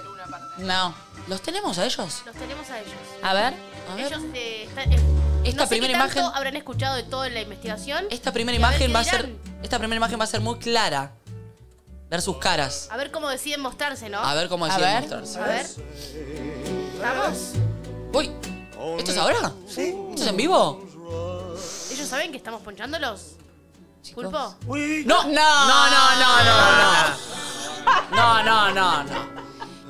S3: No.
S2: ¿Los tenemos a ellos?
S4: Los tenemos a ellos.
S3: A ver.
S4: Ellos eh, están. eh,
S2: Esta
S4: no sé
S2: primera
S4: qué tanto
S2: imagen-
S4: habrán escuchado de todo en la investigación.
S2: Esta primera
S4: Y a ver
S2: imagen
S4: qué
S2: va a ser.
S4: dirán.
S2: Esta primera imagen va a ser muy clara. Ver sus caras.
S4: A ver cómo deciden mostrarse, ¿no?
S2: A ver cómo deciden mostrarse.
S4: A ver. ¿Vamos?
S2: Uy, ¿esto es ahora? Sí. ¿Esto es en vivo?
S4: ¿Ellos saben que estamos ponchándolos? ¿Pulpo?
S2: No, no, no, no, no, no, no. No, no, no, no.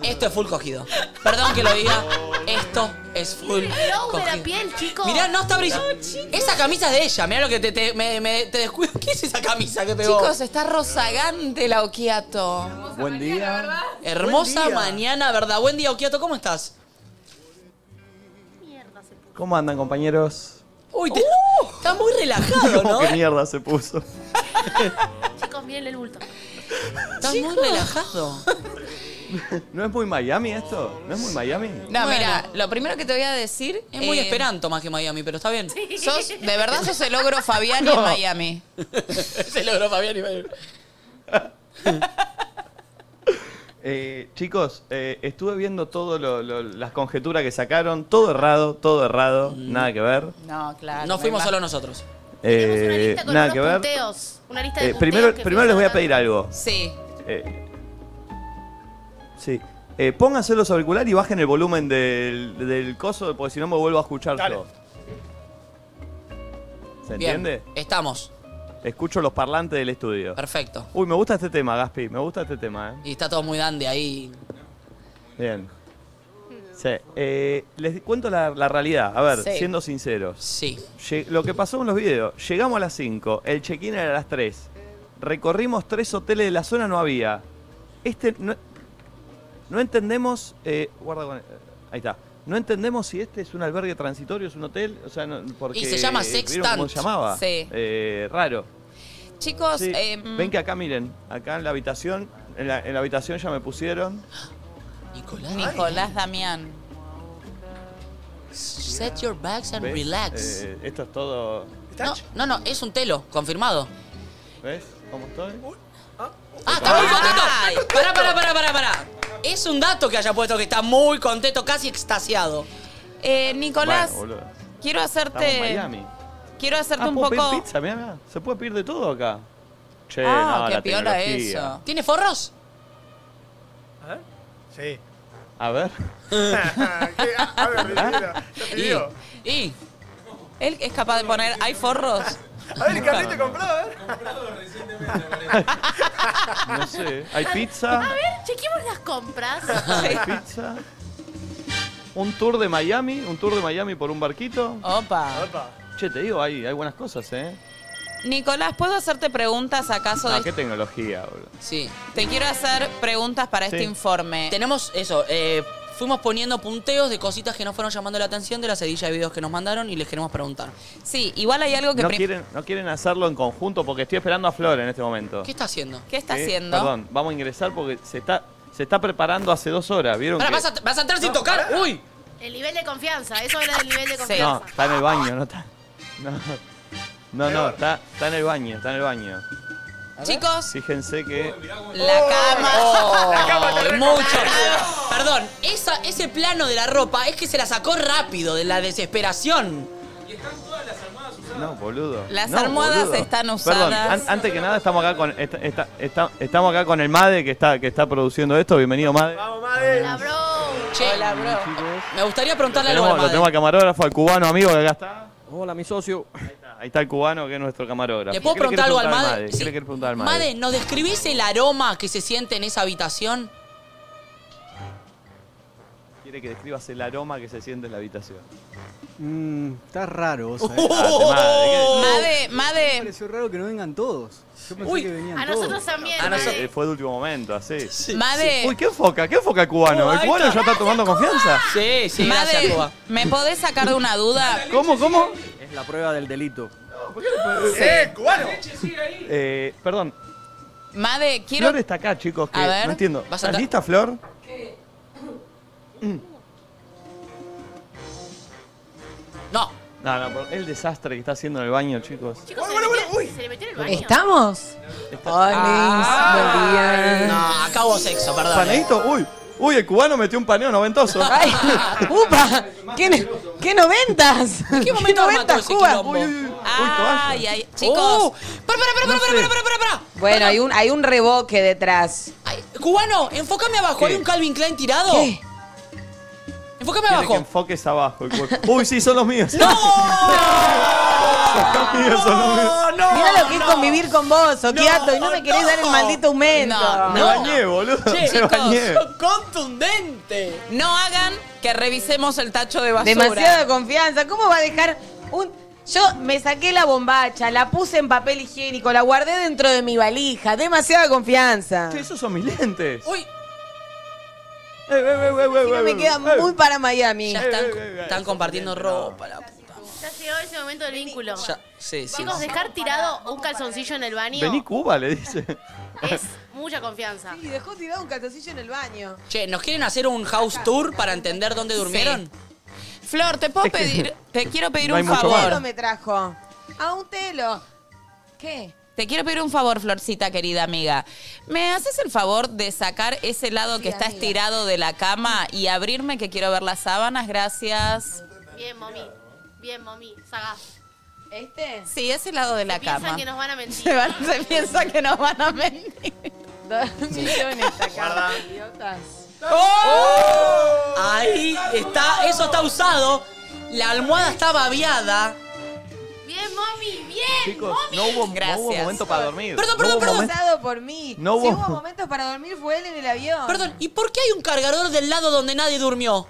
S2: Esto es full cogido. Perdón que lo diga. Esto es full
S4: El glow de la
S2: cogido.
S4: piel, chicos.
S2: Mirá, no está brillando. esa camisa es de ella. Mirá lo que te, te- me, me- te descuido. ¿Qué es esa camisa que tengo?
S3: Chicos, está rozagante la Okiato.
S2: Buen día. Hermosa
S3: Buen día.
S2: mañana, ¿verdad? Buen día, Okiato. ¿Cómo estás?
S11: ¿Cómo andan, compañeros?
S2: Uy, te- está muy relajado,
S11: ¿Cómo
S2: ¿no?
S11: que mierda se puso?
S4: Chicos, miren el bulto.
S2: Estás muy relajado.
S11: ¿No es muy Miami esto? ¿No es muy Miami?
S3: No, mira, lo primero que te voy a decir
S2: Es muy
S3: eh,
S2: esperanto más que Miami, pero está bien.
S3: Sos, de verdad sos el ogro Fabián
S2: No.
S3: en Miami.
S2: Se logró Fabián y Miami.
S11: Eh, chicos, eh, estuve viendo todas las conjeturas que sacaron. Todo errado, todo errado. Nada que ver.
S3: No, claro.
S2: No
S3: me
S2: fuimos
S3: imag-
S2: solo nosotros.
S11: Eh,
S4: Con
S11: nada
S4: unos
S11: que ver.
S4: punteos, Una lista de
S11: Eh,
S4: punteos
S11: primero
S4: que
S11: primero les voy a pedir algo.
S3: Sí.
S11: Eh, sí. Eh, pónganse los auriculares y bajen el volumen del, del coso, porque si no me vuelvo a escuchar yo. ¿Se
S2: Bien,
S11: entiende?
S2: Estamos.
S11: Escucho los parlantes del estudio.
S2: Perfecto.
S11: Uy, me gusta este tema, Gaspi. Me gusta este tema,
S2: Y está todo muy dandy ahí.
S11: ¿eh? Bien. Sí. eh, les cuento la, la realidad. A ver,
S2: Sí.
S11: siendo sinceros.
S2: Sí.
S11: Lo que pasó en los videos. Llegamos a las 5. El check-in era a las 3. Recorrimos tres hoteles de la zona, no había. Este. No, no entendemos. eh, guarda con. eh, Ahí está. No entendemos si este es un albergue transitorio, es un hotel. O sea, no- porque.
S2: Y se llama
S11: ¿vieron
S2: Sextant.
S11: ¿Cómo se llamaba?
S3: Sí.
S11: Eh, raro.
S3: Chicos,
S11: Sí.
S3: eh,
S2: Mm.
S11: Ven que acá, miren, acá en la habitación, en la, en la habitación ya me pusieron.
S3: Nicolás Damián.
S2: Set your bags and
S11: ¿ves?
S2: relax.
S11: Eh, esto es todo.
S2: No, no, no, es un telo, confirmado.
S11: ¿Ves cómo estoy?
S2: ¡Ah, está muy contento! Pará, pará, pará, pará, pará. Es un dato que haya puesto que está muy contento, casi extasiado.
S3: Eh, Nicolás,
S11: Bueno, boludo.
S3: quiero
S11: Estamos en
S3: hacerte.
S11: Miami.
S3: Quiero hacerte
S11: Ah,
S3: un
S11: ¿puedo pedir
S3: poco.
S11: pizza? Mirá, mirá. Se puede pedir de todo acá. Che,
S3: Ah,
S11: no,
S3: qué
S11: la
S3: piola
S11: tecnología.
S3: eso. ¿Tiene forros?
S5: Sí.
S11: A ver.
S5: te digo.
S3: ¿Y? ¿Y? ¿Él es capaz de poner. ¿Hay forros?
S5: A ver, el carrito compró, a ver.
S11: No sé. ¿Hay pizza?
S4: A ver, chequemos las compras.
S11: ¿Hay pizza? ¿Un tour de Miami? ¿Un tour de Miami por un barquito?
S3: Opa.
S11: Che, te digo, hay, hay buenas cosas, ¿eh?
S3: Nicolás, ¿puedo hacerte preguntas acaso
S11: Ah,
S3: de
S11: qué tecnología, boludo.
S2: Sí.
S3: Te quiero hacer preguntas para este
S2: Sí.
S3: informe.
S2: Tenemos eso, eh, fuimos poniendo punteos de cositas que nos fueron llamando la atención de la sedilla de videos que nos mandaron y les queremos preguntar.
S3: Sí, igual hay algo que...
S11: No
S3: prim-
S11: quieren, no quieren hacerlo en conjunto porque estoy esperando a Flor en este momento.
S2: ¿Qué está haciendo?
S3: ¿Qué está
S11: Sí,
S3: haciendo?
S11: Perdón, vamos a ingresar porque se está, se está preparando hace dos horas. ¿Vieron
S2: Pará,
S11: que-
S2: vas a, vas a entrar sin tocar. ¡Uy!
S4: El nivel de confianza, eso habla del nivel de confianza.
S11: No, está en el baño, no está. No, no, no, está, está en el baño, está en el baño.
S3: Chicos,
S11: Fíjense que.
S3: la cama...
S2: Oh. La cama está re- Perdón, esa, ese plano de la ropa es que se la sacó rápido, de la desesperación.
S11: No, boludo.
S3: Las
S11: No,
S3: almohadas
S11: boludo.
S3: están
S11: Perdón,
S3: usadas.
S11: an- antes que nada estamos acá con esta- esta- esta- estamos acá con el Made que está que está produciendo esto. Bienvenido Made.
S4: Hola, bro.
S2: Che, Me gustaría preguntarle algo
S11: Tenemos-
S2: al
S11: lo
S2: madre.
S11: tenemos al camarógrafo, al cubano amigo que acá está.
S18: Hola, mi socio.
S11: Ahí está el cubano que es nuestro camarógrafo.
S2: ¿Le puedo
S11: ¿Qué querés
S2: preguntar algo al
S11: preguntar
S2: Made?
S11: ¿Qué le querés preguntar al Made?
S2: Madre, ¿nos describís el aroma que se siente en esa habitación?
S11: Quiere que describas el aroma que se siente en la habitación.
S18: Mm, está raro, vos
S16: eh.
S2: Oh.
S18: sabés.
S3: Made,
S11: Date, Made, ¿qué-
S3: Made.
S18: Oh. pareció raro que no vengan todos. Yo pensé que venían
S4: A
S18: todos.
S4: nosotros también.
S11: Ah, no,
S4: Made.
S11: eh, Fue de último momento, así.
S3: Made.
S11: Uy, ¿qué enfoca? ¿Qué enfoca el cubano?
S2: Oh,
S11: ¿El
S2: ahí
S11: cubano
S2: está.
S11: ya está tomando confianza?
S2: Sí, sí,
S3: Made, ¿me podés sacar de una duda?
S11: ¿Cómo, cómo?
S18: Es la prueba del delito.
S5: ¡Eh, cubano!
S11: Eh, perdón,
S3: Made, quiero...
S11: Flor está acá, chicos, que
S3: A ver,
S11: no entiendo.
S3: vas a
S11: ¿Estás
S3: ta-
S11: lista, Flor?
S2: No.
S11: No, no, por el desastre que está haciendo en el baño, chicos.
S4: Chicos, se, le metió, se le metió en el baño.
S10: ¿Estamos? Ah. Hola, buen día.
S2: No, acá hubo sexo, perdón. eh.
S11: ¿Paneíto? Uy, uy, el cubano metió un paneo noventoso.
S10: Ay, ¡Upa! ¿Qué, no- qué noventas?
S2: ¿En qué momento arma todo
S10: noventas,
S2: ese Uh.
S10: Cuba?
S2: quilombo?
S3: Ay, ay, chicos.
S10: Oh,
S2: ¡Para, para, para, para, para, para, para, para!
S10: Bueno, hay un, hay un reboque detrás.
S2: Cubano, enfócame abajo.
S11: ¿Qué?
S2: ¿Hay un Calvin Klein tirado?
S10: ¿Qué?
S2: Enfócame
S11: Tiene que
S2: abajo.
S11: enfoques abajo el cuerpo. Uy, sí, son los míos.
S2: ¡No!
S11: Son los míos, son los míos.
S10: Mira lo que es convivir con vos, Okiato, y no me querés dar el maldito aumento.
S3: No,
S11: Me
S3: no.
S11: bañé, boludo.
S3: Che,
S11: Me
S3: chicos,
S11: bañé.
S2: ¡Contundente!
S3: No hagan que revisemos el tacho de basura.
S10: Demasiada confianza. ¿Cómo va a dejar un.? Yo me saqué la bombacha, la puse en papel higiénico, la guardé dentro de mi valija. Demasiada confianza.
S11: Che, esos son mis lentes.
S2: Uy.
S11: Eh, eh, eh, eh, eh,
S10: Si no, me
S11: eh,
S10: queda
S11: eh.
S10: muy para Miami.
S2: Ya están, están compartiendo ropa. la-
S11: eh,
S4: Ya llegó ese momento del vínculo.
S2: Ya, sí, sí.
S4: Chicos, dejar tirado un calzoncillo en el baño
S11: Vení Cuba, le dice.
S4: es mucha confianza.
S10: Y dejó tirado un calzoncillo en el baño.
S2: Che, ¿nos quieren hacer un house tour para entender dónde durmieron?
S3: Flor, te puedo
S2: Es que-
S3: pedir, te quiero pedir
S2: No hay
S3: un
S2: mucho
S3: favor.
S10: Telo me trajo. A un telo. ¿Qué?
S3: Te quiero pedir un favor, Florcita, querida amiga. ¿Me haces el favor de sacar ese lado que está estirado de la cama y abrirme que quiero ver las sábanas? Gracias.
S4: Bien, mami. Bien, mami. Sagaz.
S10: ¿Este?
S3: Sí, ese lado de la
S4: Piensan
S3: cama.
S4: que nos van a mentir.
S3: Se, van- se piensa que nos van a mentir.
S10: Dos millones acá. Idiotas.
S2: ¡Oh! Ahí está, eso está usado. La almohada está babeada.
S4: Bien, mami. Bien.
S11: Chicos, no hubo, no hubo momento para dormir.
S2: Perdón,
S11: No
S2: perdón,
S11: hubo
S2: perdón.
S11: momento-
S10: Pasado por mí.
S11: No
S10: si
S11: hubo-
S10: hubo momentos para dormir fue él en el avión.
S2: Perdón, ¿y por qué hay un cargador del lado donde nadie durmió?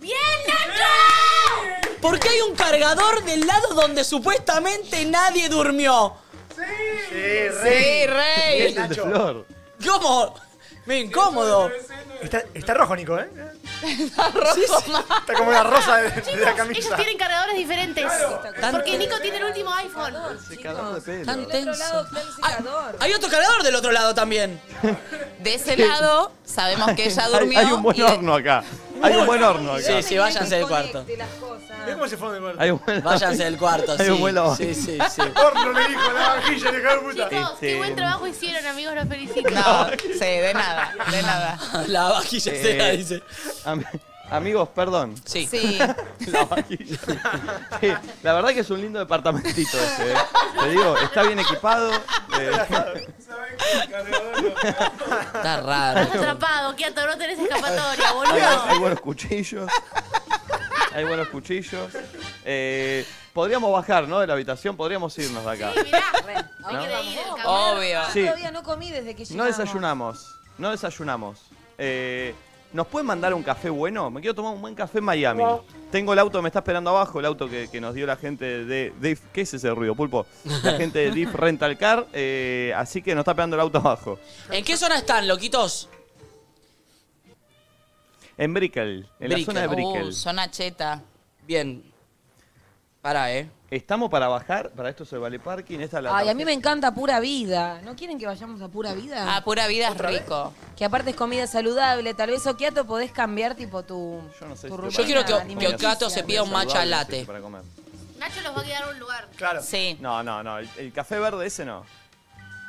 S4: Bien, Nacho.
S2: ¿Por qué hay un cargador del lado donde supuestamente nadie durmió?
S5: Sí,
S2: Sí, rey.
S5: Bien, Nacho.
S11: Flor.
S2: ¿Cómo? Me incómodo.
S5: Está, está rojo, Nico, ¿eh?
S2: Sí, sí.
S5: Está como una rosa de, de la
S4: Chicos, ellos
S5: camisa.
S4: tienen cargadores diferentes.
S2: Tan-
S4: Porque Nico tiene el último iPhone.
S2: Tan tenso.
S10: Ay,
S2: Hay otro cargador del otro lado también.
S3: De ese lado, sabemos que ella durmió.
S11: Hay, hay un buen
S3: y de-
S11: horno acá. Hay un buen horno acá.
S2: Sí, sí, váyanse del cuarto.
S5: Mirá cómo se fue del cuarto.
S11: Hay un buen-
S2: Váyanse del cuarto,
S11: Hay un
S2: sí,
S11: buen lavabo.
S2: sí, sí, sí.
S5: Horno le dijo la vajilla, le cago puta.
S4: Chicos, qué
S11: Este,
S4: buen trabajo hicieron, amigos, los felicito.
S3: No, sí, de nada, de nada.
S2: La vajilla
S11: Eh,
S2: se la dice.
S11: am- amigos, perdón.
S2: Sí.
S3: Sí.
S11: La vajilla. Sí, la verdad que es un lindo departamentito este. eh. Te digo, está bien equipado. eh.
S2: Está
S4: Estás atrapado, quieto, no tenés escapatoria,
S11: Hay,
S4: boludo.
S11: hay buenos cuchillos. Hay buenos cuchillos. Eh, podríamos bajar, ¿no? De la habitación, podríamos irnos de acá. ¿no?
S3: Obvio.
S11: Sí.
S10: Todavía no comí desde que
S11: No
S10: llegamos.
S11: desayunamos. No desayunamos. Eh, ¿Nos pueden mandar un café bueno? Me quiero tomar un buen café en Miami.
S10: No.
S11: Tengo el auto, me está esperando abajo, el auto que, que nos dio la gente de Dave. ¿Qué es ese ruido, pulpo? La gente de Deep Rental Car. eh, así que nos está esperando el auto abajo.
S2: ¿En qué zona están, loquitos?
S11: En Brickell, en la zona de Brickell.
S3: Uh, zona cheta.
S2: Oh, Bien. Pará, ¿eh?
S11: Estamos para bajar, para esto es el vale parking, esta es la
S10: Ay, a mí me encanta pura vida. ¿No quieren que vayamos a pura vida?
S3: Ah, pura vida es rico.
S10: Que aparte es comida saludable. Tal vez, Okiato, podés cambiar tipo tu, Yo no sé tu
S2: Yo quiero que- que Okiato se pida un
S11: Saludable,
S2: matcha
S11: sí,
S2: latte.
S11: para comer.
S4: Nacho nos va a quedar un lugar.
S11: Claro.
S3: Sí.
S11: No, no, no. El, el café verde ese no.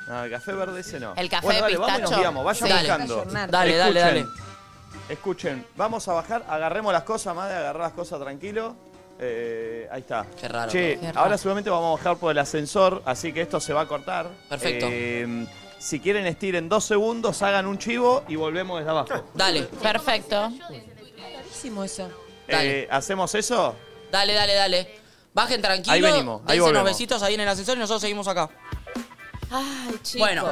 S11: No, el café verde ese no.
S3: El café
S11: bueno,
S3: de
S11: dale, vamos y nos
S3: pistacho.
S11: guiamos, vayan
S3: Sí. Dale.
S11: buscando.
S2: Dale, dale, dale.
S11: Escuchen, vamos a bajar, agarremos las cosas, más de agarrar las cosas tranquilo. Eh, ahí está. Qué
S2: raro.
S11: Che,
S2: Qué raro.
S11: ahora seguramente vamos a bajar por el ascensor, así que esto se va a cortar.
S2: Perfecto.
S11: Eh, si quieren estiren dos segundos, hagan un chivo y volvemos desde abajo.
S2: Dale.
S3: Perfecto.
S10: Clarísimo eso.
S2: Dale.
S11: Eh, ¿Hacemos eso?
S2: Dale, dale, dale. Bajen tranquilo.
S11: Ahí venimos, ahí
S2: dense unos
S11: volvemos.
S2: besitos ahí en el ascensor y nosotros seguimos acá.
S3: Ay, chicos.
S2: Bueno,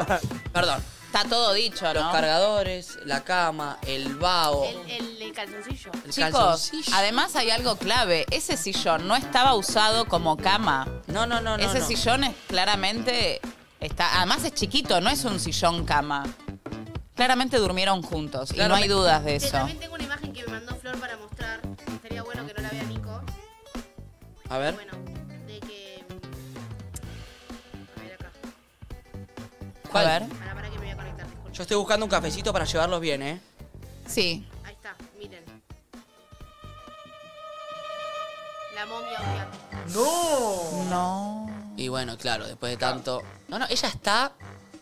S2: perdón.
S3: Está todo dicho,
S2: Los
S3: ¿no?
S2: cargadores, la cama, el vaho.
S4: El, el, el calzoncillo.
S2: El
S3: Chicos,
S2: calzoncillo.
S3: además hay algo clave. Ese sillón no estaba usado como cama.
S2: No, no, no, no.
S3: Ese
S2: no.
S3: sillón es claramente está, además es chiquito, no es un sillón cama. Claramente durmieron juntos y no hay
S4: Claramente.
S3: dudas de
S4: Che,
S3: eso.
S4: También tengo una imagen que me mandó Flor para mostrar. Sería bueno que no la vea Nico.
S2: A ver.
S4: De que. A ver acá.
S2: ¿Cuál? A ver.
S4: Para, para que me voy a conectar.
S2: Yo estoy buscando un cafecito para llevarlos bien, ¿eh?
S3: Sí.
S4: Ahí está, miren. La momia obviamente.
S5: ¡No!
S3: No.
S2: Y bueno, claro, después de tanto.
S3: No, no, ella está.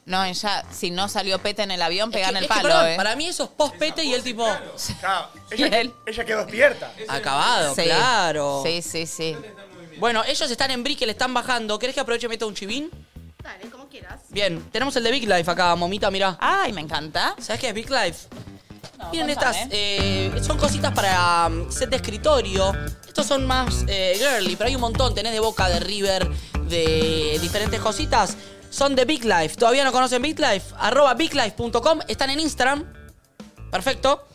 S3: No, ella, si no salió peta en el avión,
S2: Es
S3: pega
S2: que-
S3: en el
S2: es que,
S3: palo,
S2: perdón,
S3: ¿eh?
S2: Para mí eso es post-pete y el tipo.
S5: Ella, ella quedó despierta.
S2: Acabado,
S3: Sí.
S2: claro.
S3: Sí, sí, sí.
S2: Bueno, ellos están en Brick, le están bajando. ¿Querés que aproveche y meta un chivín?
S4: Dale, como quieras.
S2: Bien, tenemos el de Big Life acá, momita, mirá.
S3: Ay, me encanta.
S2: ¿Sabes qué es Big Life? Miren
S3: contame.
S2: estas, eh, son cositas para um, set de escritorio. Estos son más eh, girly, pero hay un montón. Tenés de Boca, de River, de diferentes cositas. Son de Big Life. ¿Todavía no conocen Big Life? Arroba biglife.com. Están en Instagram. Perfecto.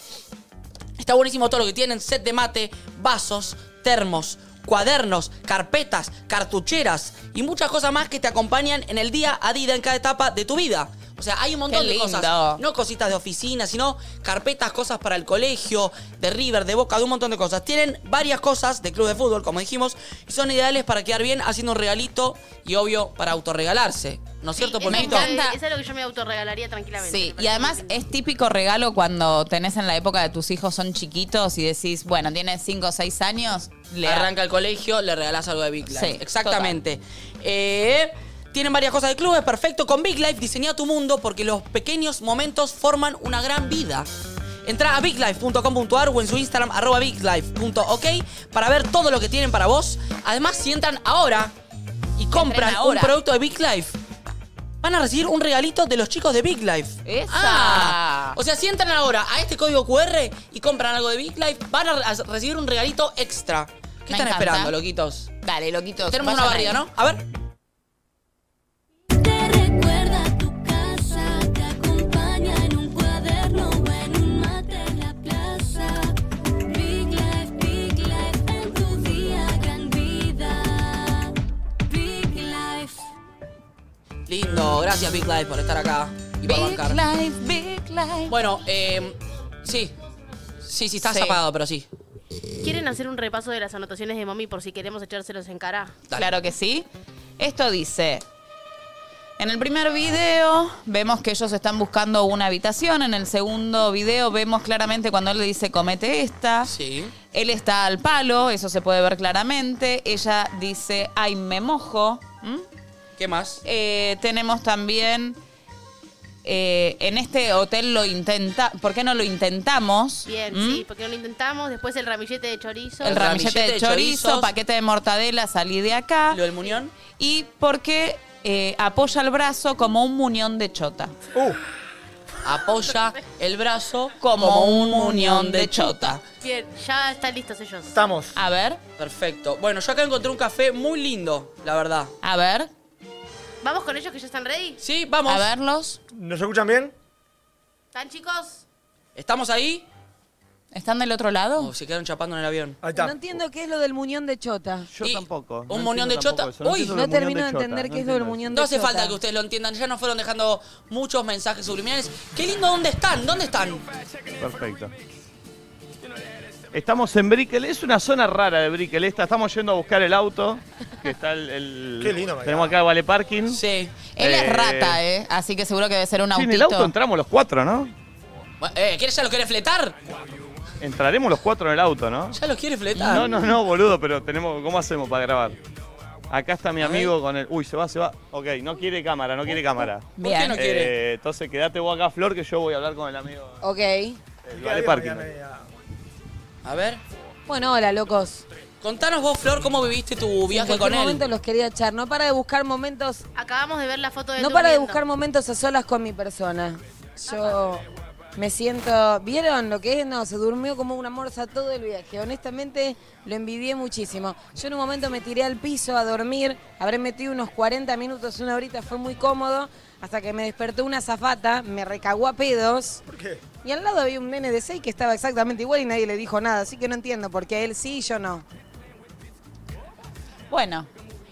S2: Está buenísimo todo lo que tienen. Set de mate, vasos, termos, cuadernos, carpetas, cartucheras y muchas cosas más que te acompañan en el día a día, en cada etapa de tu vida. O sea, hay un montón
S3: Qué
S2: de
S3: lindo.
S2: cosas. No cositas de oficina, sino carpetas, cosas para el colegio, de River, de Boca, de un montón de cosas. Tienen varias cosas de club de fútbol, como dijimos, y son ideales para quedar bien haciendo un regalito y obvio para autorregalarse. ¿No es cierto,
S4: Eso es
S2: Polvito?
S4: lo que- Eso es lo que yo me autorregalaría tranquilamente.
S3: Sí,
S4: Me
S3: y además es típico regalo cuando tenés en la época de tus hijos son chiquitos y decís, bueno, tiene 5 o 6 años, le
S2: arranca el colegio, le regalás algo de Big Life.
S3: Ah. Sí,
S2: Exactamente. Eh, tienen varias cosas de clubes, perfecto. Con Big Life diseñá tu mundo porque los pequeños momentos forman una gran vida. Entra a biglife.com.ar o en su Instagram arroba biglife.ok para ver todo lo que tienen para vos. Además, si entran ahora y compran
S3: ahora.
S2: un producto de Big Life, van a recibir un regalito de los chicos de Big Life.
S3: ¡Esa!
S2: Ah, o sea, si entran ahora a este código QR y compran algo de Big Life, van a re- a recibir un regalito extra. ¿Qué
S3: Me
S2: están
S3: encanta.
S2: esperando, loquitos?
S3: Dale, loquitos.
S2: Tenemos una
S3: vayan
S2: barrida,
S3: ahí.
S2: ¿no? A ver.
S19: casa te acompaña en un cuaderno o en un mate en la plaza. Big life, big life, en tu día gran vida. Big life.
S2: Lindo, gracias Big Life por estar acá y por
S3: Big
S2: bancar.
S3: life, big life.
S2: Bueno, eh, sí. Sí, sí, está
S3: Sí.
S2: zapado, pero sí.
S4: ¿Quieren hacer un repaso de las anotaciones de Mami por si queremos echárselos en cara?
S2: Dale.
S3: Claro que sí. Esto dice, En el primer video vemos que ellos están buscando una habitación. En el segundo video vemos claramente cuando él le dice comete esta. Él está al palo, eso se puede ver claramente. Ella dice ay me mojo. Eh,
S2: ¿Qué más?
S3: tenemos también eh, en este hotel lo intenta. ¿Por qué no lo intentamos?
S4: Bien,
S3: ¿Mm?
S4: sí, porque no lo intentamos. Después el ramillete de chorizo.
S3: El ramillete de chorizo,
S4: chorizos.
S3: paquete de mortadela, salí de acá. ¿Lo
S2: del muñón?
S3: Y porque eh, apoya el brazo como un muñón de chota.
S2: Apoya el brazo
S3: como, un muñón de chota.
S4: Bien, ya están listos ellos.
S2: Estamos.
S3: A ver.
S2: Perfecto. Bueno, yo acá encontré un café muy lindo, la verdad.
S3: A ver.
S4: ¿Vamos con ellos que ya están ready?
S2: Sí, vamos.
S3: A verlos.
S2: ¿Nos escuchan bien?
S4: ¿Están chicos?
S2: ¿Estamos ahí? Oh,
S3: ¿Están del otro lado?
S2: se quedaron chapando en el avión. Ahí
S10: No entiendo qué es lo del muñón de chota.
S11: Yo tampoco.
S2: un muñón de chota. Uy,
S10: no, termino de entender qué es lo del muñón de
S2: No
S10: chota.
S2: hace falta que ustedes lo entiendan. Ya nos fueron dejando muchos mensajes subliminales. Qué lindo, ¿dónde están? ¿Dónde están?
S11: Perfecto. Estamos en Brickell, es una zona rara de Brickell esta, estamos yendo a buscar el auto, que está el... el-
S3: Qué lindo,
S11: Tenemos acá Vale Parking.
S2: Sí.
S3: Él es rata, ¿eh? Así que seguro que debe ser un
S11: Sí,
S3: autito.
S11: en el auto entramos los cuatro, ¿no?
S2: Bueno, Eh, ¿quieres ya lo quiere fletar?
S11: Entraremos los cuatro en el auto, ¿no?
S2: Ya lo quiere
S3: Ah.
S2: fletar.
S11: No, no, no, boludo, pero tenemos, ¿cómo hacemos para grabar? Acá está mi amigo con el... Uy, se va, se va. Ok, no quiere cámara, no quiere cámara.
S10: ¿Por qué no
S11: Eh,
S10: quiere?
S11: entonces quédate vos acá, Flor, que yo voy a hablar con el amigo.
S10: Ok.
S11: el Vale Parking.
S2: A ver.
S10: Bueno, hola, locos.
S2: Contanos vos, Flor, cómo viviste tu viaje
S10: en
S2: con
S10: cualquier
S2: él.
S10: momento los quería echar. No para de buscar momentos.
S4: Acabamos de ver la foto de
S10: No
S4: tú
S10: para de
S4: viendo.
S10: buscar momentos a solas con mi persona. Yo me siento. ¿Vieron lo que es? No, se durmió como una morsa todo el viaje. Honestamente, lo envidié muchísimo. Yo en un momento me tiré al piso a dormir. Habré metido unos 40 minutos, una horita. Fue muy cómodo. Hasta que me despertó una zafata, me recagó a pedos.
S5: ¿Por qué?
S10: Y al lado había un nene de 6 que estaba exactamente igual y nadie le dijo nada. Así que no entiendo por qué a él sí y yo no.
S3: Bueno,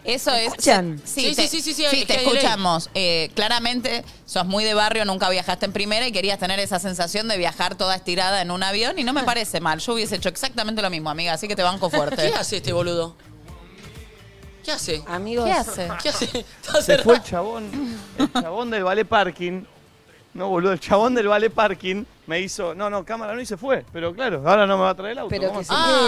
S3: eso es.
S10: escuchan?
S3: Sí,
S10: Sí, sí,
S3: te-
S10: sí, sí,
S3: sí,
S10: es
S3: te
S10: que hay delay.
S3: escuchamos. Eh, claramente, sos muy de barrio, nunca viajaste en primera y querías tener esa sensación de viajar toda estirada en un avión y no me parece mal. Yo hubiese hecho exactamente lo mismo, amiga, así que te banco fuerte.
S2: ¿Qué hace este boludo? ¿Qué hace?
S10: Amigos.
S3: ¿Qué hace?
S2: ¿Qué hace?
S11: Se fue el chabón, el chabón del Vale Parking. No, boludo, el chabón del Vale Parking me hizo, no, no, cámara no y se fue. Pero claro, ahora no me va a traer el auto.
S10: Pero
S11: ¿cómo
S10: que se
S11: hacemos?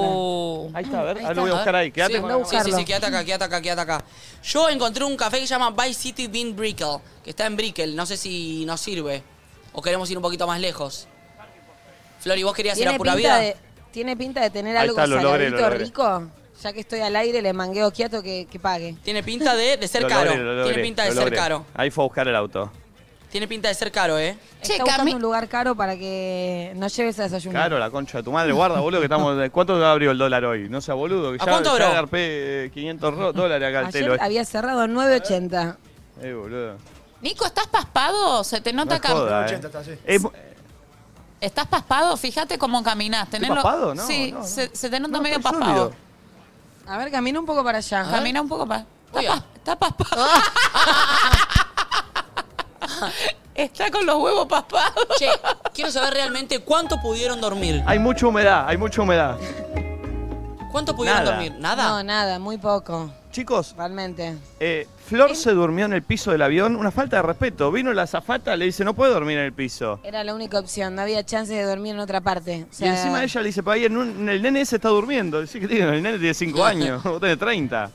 S10: quede,
S11: Ahí está, a ver, ahora lo voy a buscar ahí. Quédate
S2: sí,
S11: con la
S2: sí, sí, sí, quédate acá, quédate acá, quédate acá. Yo encontré un café que se llama By City Bean Brickell, que está en Brickell. No sé si nos sirve o queremos ir un poquito más lejos. Flori, ¿vos querías ir a
S10: ¿Tiene
S2: pura
S10: pinta, de,
S2: vida?
S10: ¿Tiene pinta de tener
S2: Ahí
S10: algo
S2: está, lo logré,
S10: saladito
S2: lo logré.
S10: rico? Ya que estoy al aire, le mangueo quieto que, que pague.
S2: Tiene pinta de, de ser
S11: Lo
S2: caro.
S11: logré, lo logré,
S2: Tiene pinta de
S11: lo
S2: ser
S11: logré.
S2: caro.
S11: Ahí fue a buscar el auto.
S2: Tiene pinta de ser caro, ¿eh?
S10: Está buscando un lugar caro para que no lleves a desayunar.
S11: Caro, la concha de tu madre, guarda, boludo, que estamos. ¿Cuánto abrió el dólar hoy? No sea boludo, que
S2: ¿A
S11: ya,
S2: cuánto
S11: ya
S2: abrió?
S11: agarpé, eh, 500 ro- dólares acá al
S10: Ayer
S11: telo. eh.
S10: había cerrado a 9.80.
S11: Eh, boludo.
S3: Nico, ¿estás paspado? Se te nota
S11: No
S3: acá.
S11: joda, eh. Es-
S3: ¿Estás paspado? Fíjate cómo caminás. tenés lo-
S11: paspado? No,
S3: sí,
S11: no, no.
S3: Se, se te nota
S10: No,
S3: medio
S10: estoy
S3: paspado.
S10: sólido. A ver, camina un poco para allá.
S3: Camina un poco para. Está paspado. Está con los huevos paspados.
S2: Che, quiero saber realmente cuánto pudieron dormir.
S11: hay mucha humedad, hay mucha humedad.
S2: ¿Cuánto pudieron
S11: Nada.
S2: dormir? ¿Nada?
S10: No, nada, muy poco.
S11: Chicos.
S10: Realmente.
S11: Eh, Flor se durmió en el piso del avión, una falta de respeto. Vino la azafata, le dice, no puede dormir en el piso.
S10: Era la única opción, no había chance de dormir en otra parte. O sea,
S11: y encima ella le dice, pa, ahí en un- en el nene ese está durmiendo. Dice que tiene, el nene tiene 5 años, vos tenés 30.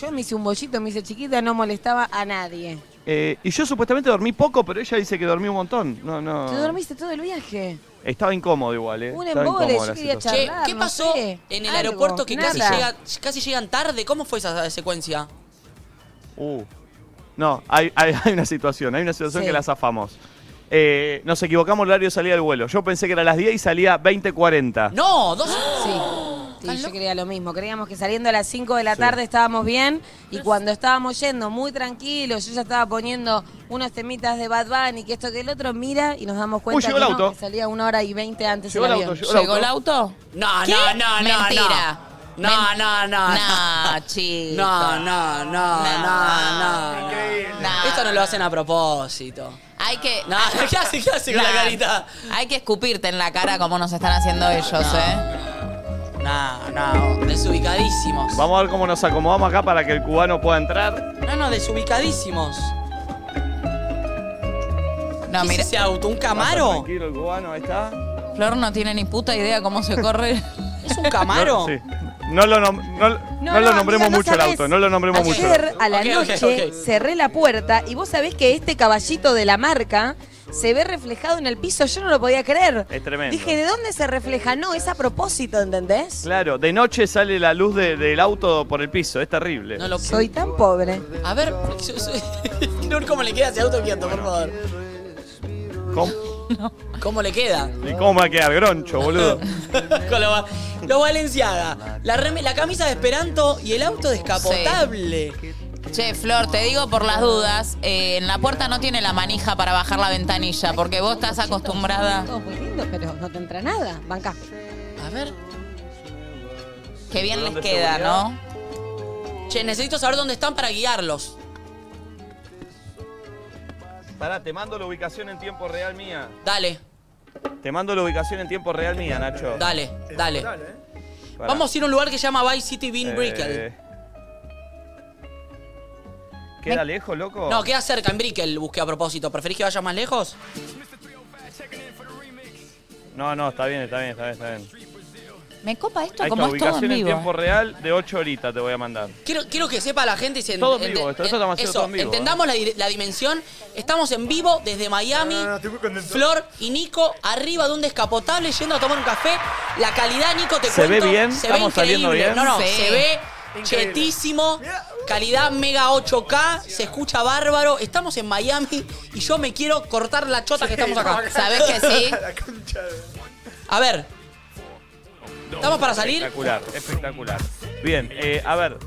S10: Yo me hice un bollito, me hice chiquita, no molestaba a nadie.
S11: Eh, y yo supuestamente dormí poco, pero ella dice que dormí un montón. No, no.
S2: Ah.
S10: ¿Tú dormiste todo el viaje?
S11: Estaba incómodo igual, ¿eh?
S10: Un
S11: Estaba
S10: embole,
S11: incómodo
S10: yo
S11: la
S10: quería
S11: situación.
S2: Che,
S10: charlar,
S2: ¿qué
S10: no
S2: pasó
S10: sé,
S2: en el
S10: algo,
S2: aeropuerto que casi,
S10: nada.
S2: llega- casi llegan tarde? ¿Cómo fue esa secuencia?
S11: Uh. No, hay, hay- hay una situación, hay una situación
S2: Sí.
S11: que la zafamos. Eh, nos equivocamos el horario de salida del vuelo. Yo pensé que era a las 10 y salía 20.40.
S2: No, dos.
S10: Sí. Sí, yo creía lo mismo. Creíamos que saliendo a las 5 de la tarde estábamos bien y cuando estábamos yendo muy tranquilos, yo ya estaba poniendo unos temitas de Bad Bunny, que esto que el otro, mira y nos damos cuenta
S2: Uy, llegó
S10: que,
S2: el
S10: no,
S2: auto.
S10: que salía una hora y 20 antes
S2: Llegó
S10: el
S2: el auto,
S10: avión.
S2: llegó el ¿Llegó el auto? No,
S10: ¿Qué?
S2: no, no, no,
S10: Mentira.
S2: no. No, no, Ah, no. No,
S3: chico.
S2: No, no, no, no, no. Esto no lo hacen a propósito.
S3: Hay que.
S2: No, ¿qué hace? ¿Qué hace con la
S3: Nah.
S2: carita?
S3: Hay que escupirte en la cara como nos están haciendo ellos, ¿eh?
S2: No, No, no, desubicadísimos.
S11: Vamos a ver cómo nos acomodamos acá para que el cubano pueda entrar.
S2: No, no, desubicadísimos. No, mira. ese auto? ¿Un
S11: Pasa
S2: Camaro?
S11: Tranquilo, el cubano, ahí está.
S3: Flor no tiene ni puta idea cómo se corre.
S2: ¿Es un Camaro?
S11: No, sí. No lo, nom- no, no lo
S10: amiga,
S11: nombremos
S10: no
S11: mucho el
S10: sabés.
S11: auto, no lo nombremos mucho. el
S10: Ayer
S11: auto.
S10: a la
S2: Ok, ok,
S10: noche
S2: ok.
S10: cerré la puerta y vos sabés que este caballito de la marca se ve reflejado en el piso. Yo no lo podía creer.
S11: Es tremendo.
S10: Dije, ¿de dónde se refleja? No, es a propósito, ¿entendés?
S11: Claro, de noche sale la luz de- del auto por el piso, es terrible.
S10: Soy tan pobre.
S2: A ver, yo- yo- Nur, ¿cómo le queda ese auto quieto, por favor?
S11: ¿Cómo?
S2: ¿Cómo le queda?
S11: ¿Y cómo va a quedar groncho, boludo?
S2: Con lo, va- lo Valenciaga. La, reme- la camisa de Esperanto y el auto descapotable.
S3: Che, Flor, te digo por las dudas, eh, en la puerta no tiene la manija para bajar la ventanilla, porque vos estás acostumbrada.
S10: Todo muy lindo, pero no te entra nada. Banca.
S2: A ver.
S3: Qué bien les queda, ¿no?
S2: Che, necesito saber dónde están para guiarlos.
S11: Pará, te mando la ubicación en tiempo real mía.
S2: Dale,
S11: Te mando la ubicación en tiempo real mía, Nacho.
S2: dale, dale.
S11: ¿eh? Pará.
S2: Vamos a ir a un lugar que se llama Vice City Bean
S11: Eh,
S2: Brickell.
S11: ¿Queda lejos, loco?
S2: No, queda cerca, en Brickell busqué a propósito. ¿Preferís que vaya más lejos?
S11: No, no, está bien, está bien, está bien, está bien.
S3: Me copa esto
S11: Ahí
S3: como
S11: está,
S3: es todo en
S11: ubicación en
S3: vivo.
S2: eh.
S11: tiempo real de 8 horitas te voy a mandar.
S2: Quiero, quiero que sepa la gente y se ent-
S11: Todo en
S2: ente-
S11: vivo, esto- esto estamos haciendo
S2: eso,
S11: todo en vivo, ¿eh?
S2: Entendamos la, di- la dimensión. Estamos en vivo desde Miami. Flor y Nico arriba de un descapotable yendo a tomar un café. La calidad, Nico, te
S11: ¿Se ve
S2: cuento,
S11: bien?
S2: Se ve
S11: ¿Estamos
S2: increíble.
S11: saliendo bien?
S2: No, no,
S11: Sí.
S2: se ve chetísimo. Calidad mega 8K, se escucha bárbaro. Estamos en Miami y yo me quiero cortar la chota que estamos acá.
S3: ¿Sabés que sí?
S2: A ver. ¿Estamos para salir?
S11: Espectacular, espectacular. Bien, eh, a ver.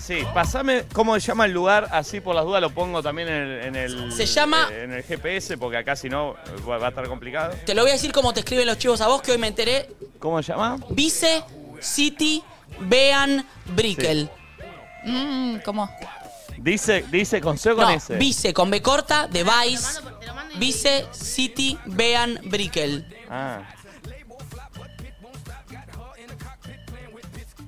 S11: Sí, pasame cómo se llama el lugar, así por las dudas lo pongo también en el, en el-
S2: Se llama-
S11: eh, en el GPS, porque acá si no eh, va va a estar complicado.
S2: Te lo voy a decir como te escriben los chivos a vos, que hoy me enteré.
S11: ¿Cómo se llama?
S2: Vice City Bean Brickel.
S3: Mm, ¿Cómo?
S11: Dice, dice con C o con
S2: No,
S11: S.
S2: Vice con B corta de Vice. Vice City Bean Brickel.
S11: Ah.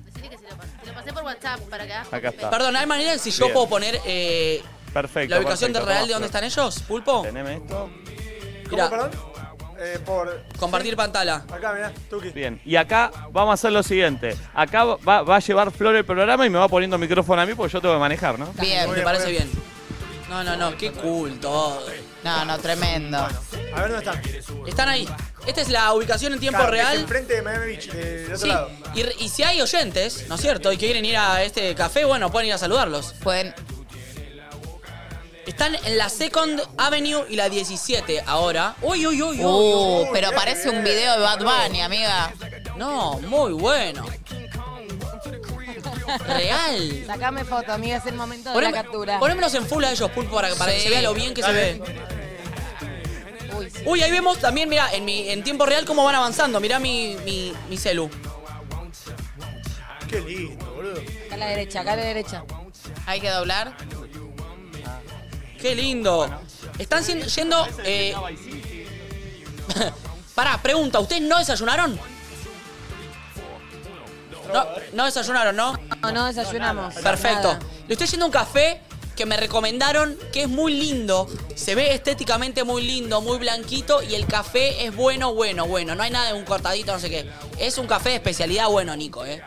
S4: Decirle que se lo pasé. Te lo pasé por WhatsApp para que hagas
S11: Acá está.
S2: Perdón, ¿hay manera de si yo
S11: Bien.
S2: puedo poner eh,
S11: Perfecto.
S2: la ubicación
S11: perfecto,
S2: de real
S11: toma,
S2: de dónde
S11: Flor.
S2: están ellos? ¿Pulpo?
S11: Teneme esto.
S2: Mirá.
S5: Eh, por...
S2: Compartir pantalla.
S5: Acá, mirá, Tuki.
S11: Bien, y acá vamos a hacer lo siguiente. Acá va, va a llevar Flor el programa y me va poniendo micrófono a mí porque yo tengo que manejar, ¿no?
S2: Bien, me parece bien. No, no, no, qué cool todo.
S3: No, no, tremendo.
S5: A ver dónde están.
S2: Están ahí. Esta es la ubicación en tiempo
S5: Claro, que es
S2: real.
S5: Enfrente de Miami Beach, de- del otro
S2: Sí,
S5: lado.
S2: y, re- y si hay oyentes, ¿no es cierto? Y que quieren ir a este café, bueno, pueden ir a saludarlos.
S3: Pueden.
S2: Están en la Second Avenue y la 17 ahora. Uy, uy, uy, uy.
S3: Uh,
S2: uy.
S3: pero parece un video de Bad Bunny, amiga.
S2: No, muy bueno. Real.
S10: Sacame foto, amiga, es el momento de
S2: Ponéme-
S10: la captura.
S2: Ponémelos en full a ellos, Pulpo, para, para que
S10: Sí.
S2: se vea lo bien que
S10: Dale.
S2: se ve. Uy, ahí vemos también, mira, en, mi, en tiempo real cómo van avanzando. Mirá mi, mi, mi celu.
S5: Qué lindo, boludo.
S10: Acá a la derecha, acá a la derecha.
S3: Hay que doblar.
S2: Qué lindo. Están siendo- yendo... Eh... Pará, pregunta, ¿ustedes no desayunaron? No, no desayunaron, ¿no?
S10: No, no desayunamos.
S2: Perfecto.
S10: Nada.
S2: Le estoy yendo a un café que me recomendaron, que es muy lindo. Se ve estéticamente muy lindo, muy blanquito. Y el café es bueno, bueno, bueno. No hay nada de un cortadito, no sé qué. Es un café de especialidad bueno, Nico, ¿eh?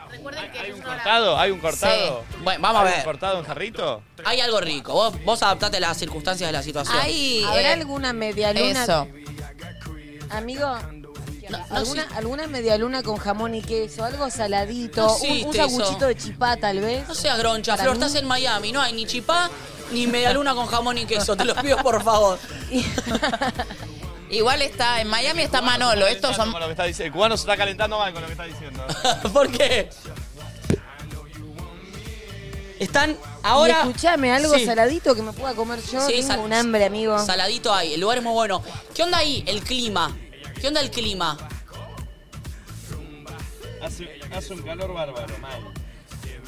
S11: ¿Cortado? ¿Hay un cortado?
S2: Sí. Bueno, vamos a
S11: ¿Hay un
S2: ver.
S11: cortado en jarrito?
S2: Hay algo rico. Vos, vos adaptate a las circunstancias de la situación.
S3: Hay,
S10: ¿Habrá
S3: eh,
S10: alguna media luna?
S3: Eso.
S10: Amigo, ¿alguna, alguna media luna con jamón y queso? Algo saladito,
S2: No
S10: un, un
S2: existe
S10: saguchito
S2: eso.
S10: de chipá tal vez.
S2: No seas groncha,
S10: Para
S2: Flor.
S10: mí.
S2: Estás en Miami. No hay ni chipá ni medialuna con jamón y queso. Te los pido, por favor.
S3: Igual está, en Miami está Manolo. Estos son.
S11: Con lo que está diciendo. El cubano se está calentando mal con lo que está diciendo.
S2: ¿Por qué? Están ahora...
S10: Y escuchame, algo
S2: Sí.
S10: saladito que me pueda comer yo.
S2: Sí,
S10: tengo
S2: sal-
S10: un hambre, amigo.
S2: Saladito ahí, el lugar es muy bueno. ¿Qué onda ahí? El clima. ¿Qué onda el clima?
S11: Hace, hace un calor bárbaro, mal.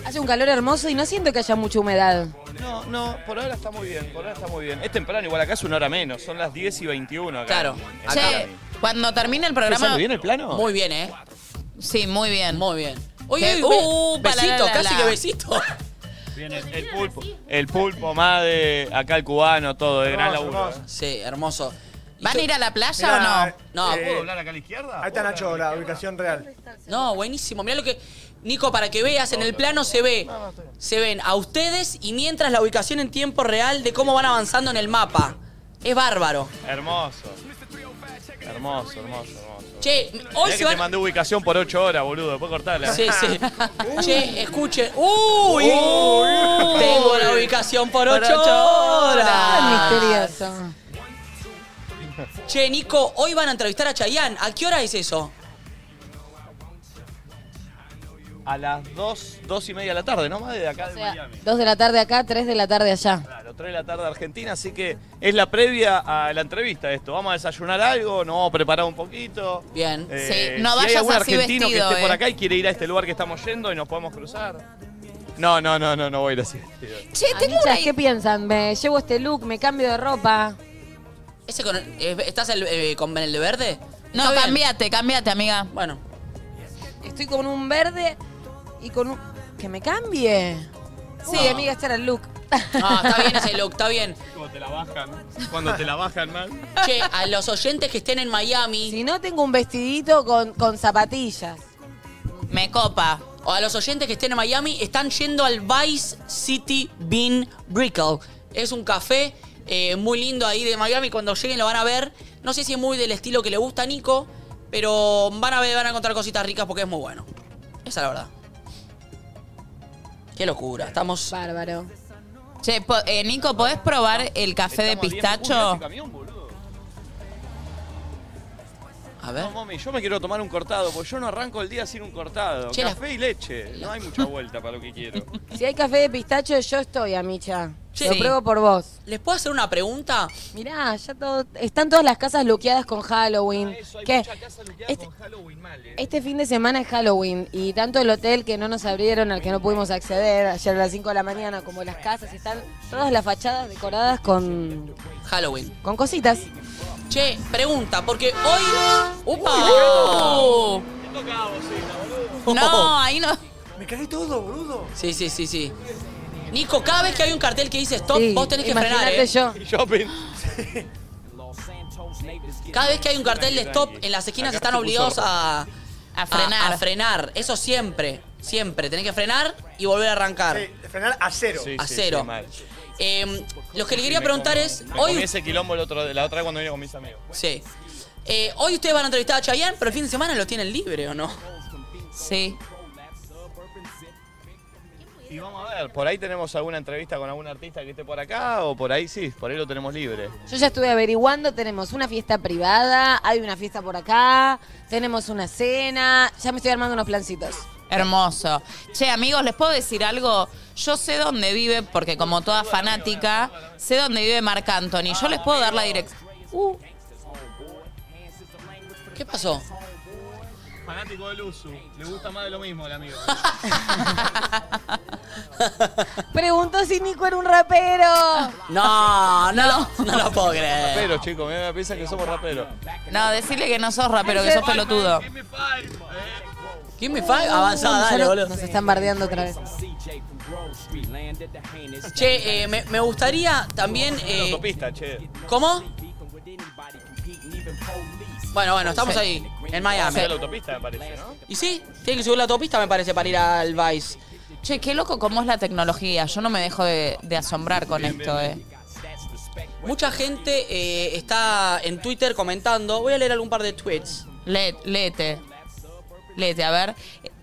S10: Hace un calor hermoso y no siento que haya mucha humedad.
S11: No, no, por ahora está muy bien, por ahora está muy bien. Es temprano, igual acá es una hora menos, son las 10 y 21 acá.
S3: Claro.
S11: En
S3: Che,
S11: Miami.
S3: cuando termine el
S11: ¿Está
S3: programa.
S11: saliendo bien el plano?
S2: Muy bien, ¿eh?
S3: Sí, muy bien.
S2: Muy bien. Oye,
S3: Be-
S2: oye, be-
S3: uh, pa, la, la,
S2: besito,
S3: la,
S2: casi
S3: la.
S2: que besito.
S11: Viene el pulpo. El pulpo, madre, acá el cubano, todo, de gran laburo.
S2: Sí, hermoso.
S3: ¿Van a ir a la playa
S2: Mirá,
S3: o no? No.
S2: eh, ¿Puedo doblar
S16: acá a la izquierda?
S15: Ahí está Nacho, la ubicación real.
S2: No, buenísimo. Mirá lo que. Nico, para que veas, en el plano se ve. Se ven a ustedes y mientras la ubicación en tiempo real de cómo van avanzando en el mapa. Es bárbaro.
S11: Hermoso. ¿eh? Hermoso, hermoso, hermoso.
S2: Che,
S11: Mirá
S2: hoy se
S11: que te
S2: van.
S11: mandé ubicación por 8 horas, boludo. Puedes cortarla.
S2: Sí, sí. che, escuchen. ¡Uy! Tengo la ubicación por
S3: Por
S2: 8
S3: ocho
S2: horas.
S3: horas.
S10: Misterioso.
S2: Che, Nico, hoy van a entrevistar a Chayanne. ¿A qué hora es eso?
S11: A las 2, 2 y media de la tarde, ¿no? Más de acá de Miami.
S10: Dos de la tarde acá, tres de la tarde allá.
S11: A las 3 de la tarde de Argentina, así que es la previa a la entrevista esto. Vamos a desayunar algo, nos vamos a preparar un poquito. Eh,
S2: Bien.
S11: si
S3: no
S11: hay
S3: vayas
S11: algún
S3: así
S11: argentino
S3: vestido,
S11: que esté por
S3: eh.
S11: acá y quiere ir a este lugar que estamos yendo y nos podemos cruzar. No, no, no, no, no voy a ir así. vestido.
S10: Che, tengo ¿Qué piensan? ¿Me llevo este look? ¿Me cambio de ropa?
S2: ¿Ese con el- eh, ¿Estás el- eh, con el de verde?
S3: No, cambiate, cambiate, amiga.
S2: Bueno.
S10: Estoy con un verde y con un... ¿Que me cambie? Sí,
S2: No.
S10: amiga, este era el look.
S2: Ah, está bien ese look, está bien.
S11: Cuando te la bajan, cuando te la bajan mal.
S2: Che, a los oyentes que estén en Miami.
S10: Si no, tengo un vestidito con, con zapatillas.
S3: Me copa.
S2: O a los oyentes que estén en Miami, están yendo al Vice City Bean Brickle. Es un café eh, muy lindo ahí de Miami. Cuando lleguen lo van a ver. No sé si es muy del estilo que le gusta a Nico, pero van a ver, van a encontrar cositas ricas porque es muy bueno. Esa es la verdad. Qué locura. Estamos.
S10: Bárbaro.
S3: Che, po- eh, Nico, ¿podés probar el café de pistacho?
S2: A ver.
S11: No, mami, yo me quiero tomar un cortado, porque yo no arranco el día sin un cortado.
S10: Che, la-
S11: Café y leche. No hay mucha vuelta para lo que quiero.
S10: Si hay café de pistacho, yo estoy, Amicha.
S2: Sí.
S10: Lo pruebo por vos.
S2: ¿Les puedo hacer una pregunta?
S10: Mirá, ya todo, están todas las casas luqueadas con Halloween. ¿Qué? este, este fin de semana es Halloween y tanto el hotel que no nos abrieron, al que no pudimos acceder ayer a las 5 de la mañana, como las casas, están todas las fachadas decoradas con,
S2: Halloween.
S10: con cositas.
S2: Che, pregunta, porque hoy. Uh.
S3: Oh.
S2: ¡Upa!
S3: No, ahí no.
S15: Me cagué todo, boludo.
S2: Sí, sí, sí, sí. Nico, cada vez que hay un cartel que dice stop,
S10: Sí,
S2: vos tenés que frenar.
S10: imagínate
S2: ¿eh?
S10: yo.
S11: Shopping.
S2: Cada vez que hay un cartel de stop, en las esquinas están obligados a, a
S3: frenar.
S2: A, frenar. Eso siempre. Siempre. Tenés que frenar y volver a arrancar.
S15: Frenar a cero.
S2: a cero. Eh, lo que le quería preguntar es. Hoy,
S11: ese quilombo el otro, la otra vez cuando vine con mis amigos.
S2: Sí. eh, hoy ustedes van a entrevistar a Chayanne, pero el fin de semana lo tienen libre, ¿o no?
S3: Sí.
S11: Y vamos a ver, por ahí tenemos alguna entrevista con algún artista que esté por acá, o por ahí sí, por ahí lo tenemos libre.
S10: Yo ya estuve averiguando, tenemos una fiesta privada, hay una fiesta por acá, tenemos una cena, ya me estoy armando unos plancitos.
S3: Hermoso. Che, amigos, ¿les puedo decir algo? Yo sé dónde vive, porque como toda fanática, sé dónde vive Marc Anthony. Yo les puedo dar la Uh. dirección.
S2: ¿Qué pasó?
S11: Fanático del Usu, le gusta más de lo mismo el amigo.
S10: Preguntó si Nico era un rapero.
S2: Ah, No, no, no lo puedo creer.
S11: Raperos, chicos, me me piensan que somos raperos.
S3: No, decirle que no sos rapero, Ah, que sos pelotudo.
S2: ¿Quién me fa? Avanzada,
S10: Ya
S2: dale,
S10: nos-
S2: boludo.
S10: Nos están bardeando otra vez.
S2: Che, eh, me, me gustaría también. eh,
S11: Autopista, che.
S2: ¿Cómo? Bueno, bueno, estamos ahí, en Miami.
S11: Hacia la autopista, me parece, ¿no?
S2: Y sí, tiene que subir la autopista, me parece, para ir al Vice.
S3: Che, qué loco cómo es la tecnología. Yo no me dejo de, de asombrar con esto, eh.
S2: Mucha gente eh, está en Twitter comentando. Voy a leer algún par de tweets.
S3: Le- Léete. Léete, a ver.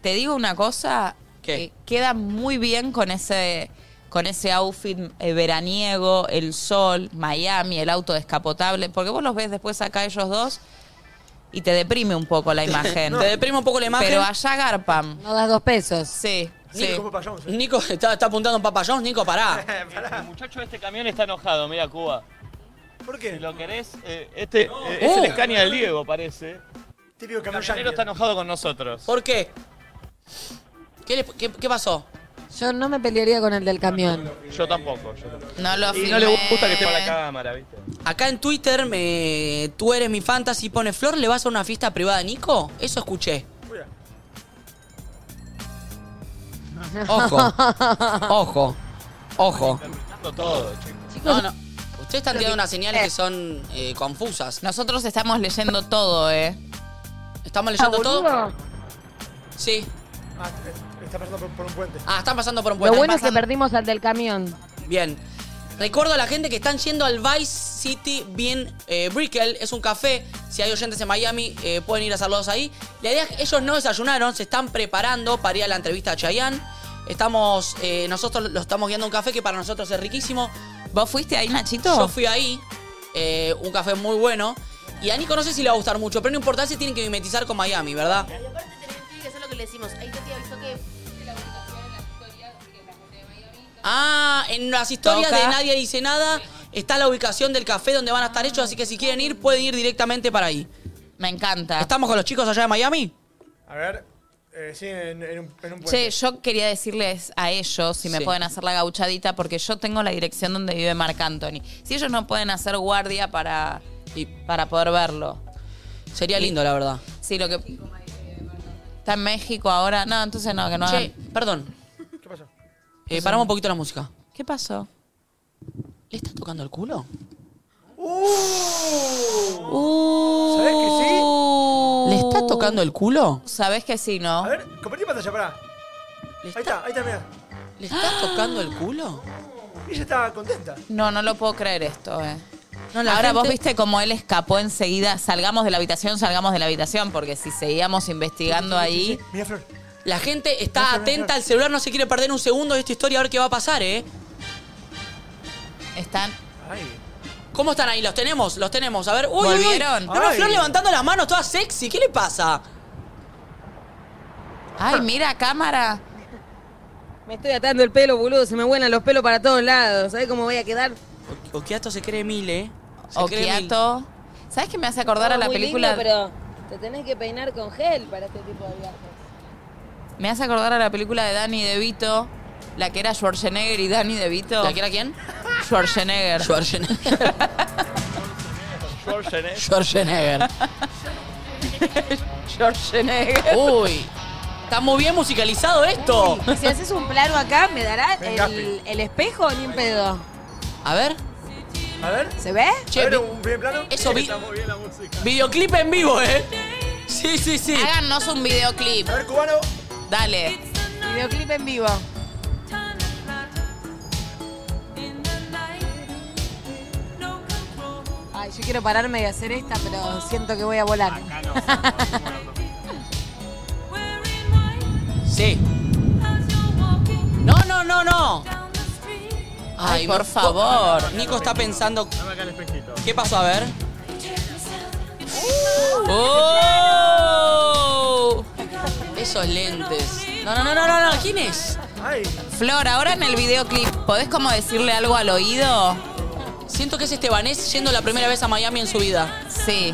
S3: Te digo una cosa. que queda muy bien con ese, con ese outfit eh, veraniego, el sol, Miami, el auto descapotable. Porque vos los ves después acá ellos dos y te deprime un poco la imagen.
S2: Te deprime un poco la imagen.
S3: Pero allá garpan.
S10: No das dos pesos.
S3: Sí, sí.
S2: Nico está, está apuntando en Papa John's. Nico, pará.
S11: El muchacho de este camión está enojado, mira Cuba. ¿Por qué? Si lo querés, eh, este eh, es
S2: Oh.
S11: el Scania del Diego, parece.
S15: Típico
S11: El camionero está enojado con nosotros.
S2: ¿Por qué? ¿Qué, le- qué- qué pasó?
S10: Yo no me pelearía con el del camión.
S11: Yo tampoco, yo tampoco.
S3: No lo
S11: Y no le
S3: filmé.
S11: gusta que esté para la cámara, ¿viste?
S2: Acá en Twitter, me, tú eres mi fantasy, pone Flor, ¿le vas a una fiesta privada a Nico? Eso escuché. Ojo. Ojo. Ojo.
S1: Todo, che.
S2: No, no. Ustedes están tirando unas señales que son eh, confusas.
S3: Nosotros estamos leyendo todo, ¿eh?
S2: ¿Estamos leyendo todo? Sí.
S5: Ah, está pasando por, por un puente.
S2: Ah, están pasando por un
S10: Lo
S2: puente.
S10: bueno es que
S2: Pasan-
S10: perdimos al del camión.
S2: Bien. Recuerdo a la gente que están yendo al Vice City Bien eh, Brickell. Es un café. Si hay oyentes en Miami, eh, pueden ir a saludos ahí. La idea es que ellos no desayunaron, se están preparando para ir a la entrevista a Chayanne. Estamos, eh, nosotros lo estamos guiando a un café que para nosotros es riquísimo.
S3: ¿Vos fuiste ahí, Nachito?
S2: Yo fui ahí. eh, un café muy bueno. Y a Nico no sé si le va a gustar mucho, pero no importa, se tienen que mimetizar con Miami, ¿verdad?
S4: Tiene que hacer lo que le decimos. Ahí Tati avisó que
S2: Ah, en las historias
S3: Toca.
S2: de Nadie Dice Nada está la ubicación del café donde van a estar hechos, así que si quieren ir, pueden ir directamente para ahí.
S3: Me encanta.
S2: ¿Estamos con los chicos allá de Miami?
S5: A ver, eh, sí, en, en un, en un
S3: Che,
S5: puente.
S3: yo quería decirles a ellos si me
S2: Sí.
S3: pueden hacer la gauchadita porque yo tengo la dirección donde vive Marc Anthony. Si ellos no pueden hacer guardia para, para poder verlo.
S2: Sería lindo, la verdad.
S3: Sí, lo que... Está en México ahora. No, entonces no, que no
S2: Che,
S3: hagan-
S2: perdón. Eh, paramos un poquito la música.
S3: ¿Qué pasó?
S2: ¿Le estás tocando el culo? Uh.
S5: ¿Sabés que sí?
S2: ¿Le está tocando el culo?
S3: Sabes que sí, ¿no?
S5: A ver, compartí pantalla, pará. Ahí está, ahí está, mirá.
S2: ¿Le estás tocando el culo?
S5: Ella está contenta.
S3: No, no lo puedo creer esto, eh.
S2: No, la
S3: Ahora
S2: gente-
S3: vos viste cómo él escapó enseguida. Salgamos de la habitación, salgamos de la habitación, porque si seguíamos investigando ahí.
S5: Mira, Flor.
S2: La gente está atenta al celular, no se quiere perder un segundo de esta historia, a ver qué va a pasar, ¿eh?
S3: Están.
S2: ¿Cómo están ahí? ¿Los tenemos? Los tenemos. A ver, uy, uy, uy.
S3: Volvieron.
S2: Tenemos a Flor
S3: Ay.
S2: levantando las manos, toda sexy. ¿Qué le pasa?
S3: Ay, mira, cámara.
S10: Me estoy atando el pelo, boludo. Se me vuelan los pelos para todos lados. ¿Sabes cómo voy a quedar?
S2: Okiato se cree mil, ¿eh? Se cree mil.
S3: Okiato. ¿Sabes que me hace acordar
S10: Todo
S3: a la
S10: muy
S3: película?
S10: lindo, pero te tenés que peinar con gel para este tipo de viajes.
S3: Me hace acordar a la película de Danny DeVito, la que era Schwarzenegger y Danny DeVito.
S2: ¿La que era quién?
S3: Schwarzenegger.
S2: Schwarzenegger. Schwarzenegger.
S3: Schwarzenegger.
S2: Uy. Está muy bien musicalizado esto.
S10: Y Si haces un plano acá, ¿me dará
S2: Me
S10: el,
S2: engafe.
S10: el espejo ni en pedo?
S2: A ver.
S5: A ver.
S10: ¿Se ve?
S2: Che, vi- Eso vi- Videoclip en vivo, ¿eh? Sí, sí, sí.
S3: Háganos un videoclip. A ver,
S5: cubano.
S3: Dale.
S10: Videoclip en vivo. Ay, yo quiero pararme y hacer esta, pero siento que voy a volar.
S2: Sí. No, no, no, no.
S3: Ay, por favor.
S2: Nico está pensando. ¿Qué pasó? A ver. ¡Oh! Esos lentes. No, no, no, no, no, no. ¿Quién es?
S3: Flor, ahora en el videoclip, ¿podés como decirle algo al oído?
S2: Siento que es Estebanés yendo la primera vez a Miami en su vida.
S3: Sí.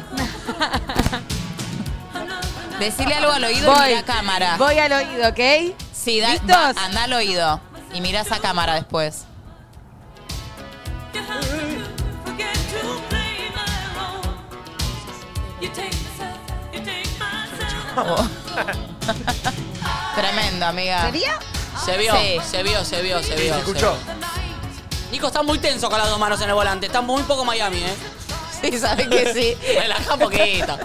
S3: Decirle algo al oído
S10: Voy.
S3: y mira a cámara.
S10: Voy al oído, ¿ok?
S3: Sí, da,
S10: ¿Listos?
S3: va- anda al oído y mira esa cámara después. Oh. Tremendo, amiga.
S10: ¿Sería?
S2: Se vio,
S3: Sí.
S2: se vio, se vio, se vio.
S3: se escuchó.
S2: vio. Nico está muy tenso con las dos manos en el volante. Está muy poco Miami, ¿eh?
S3: Sí, sabes que sí.
S2: Relaja un poquito.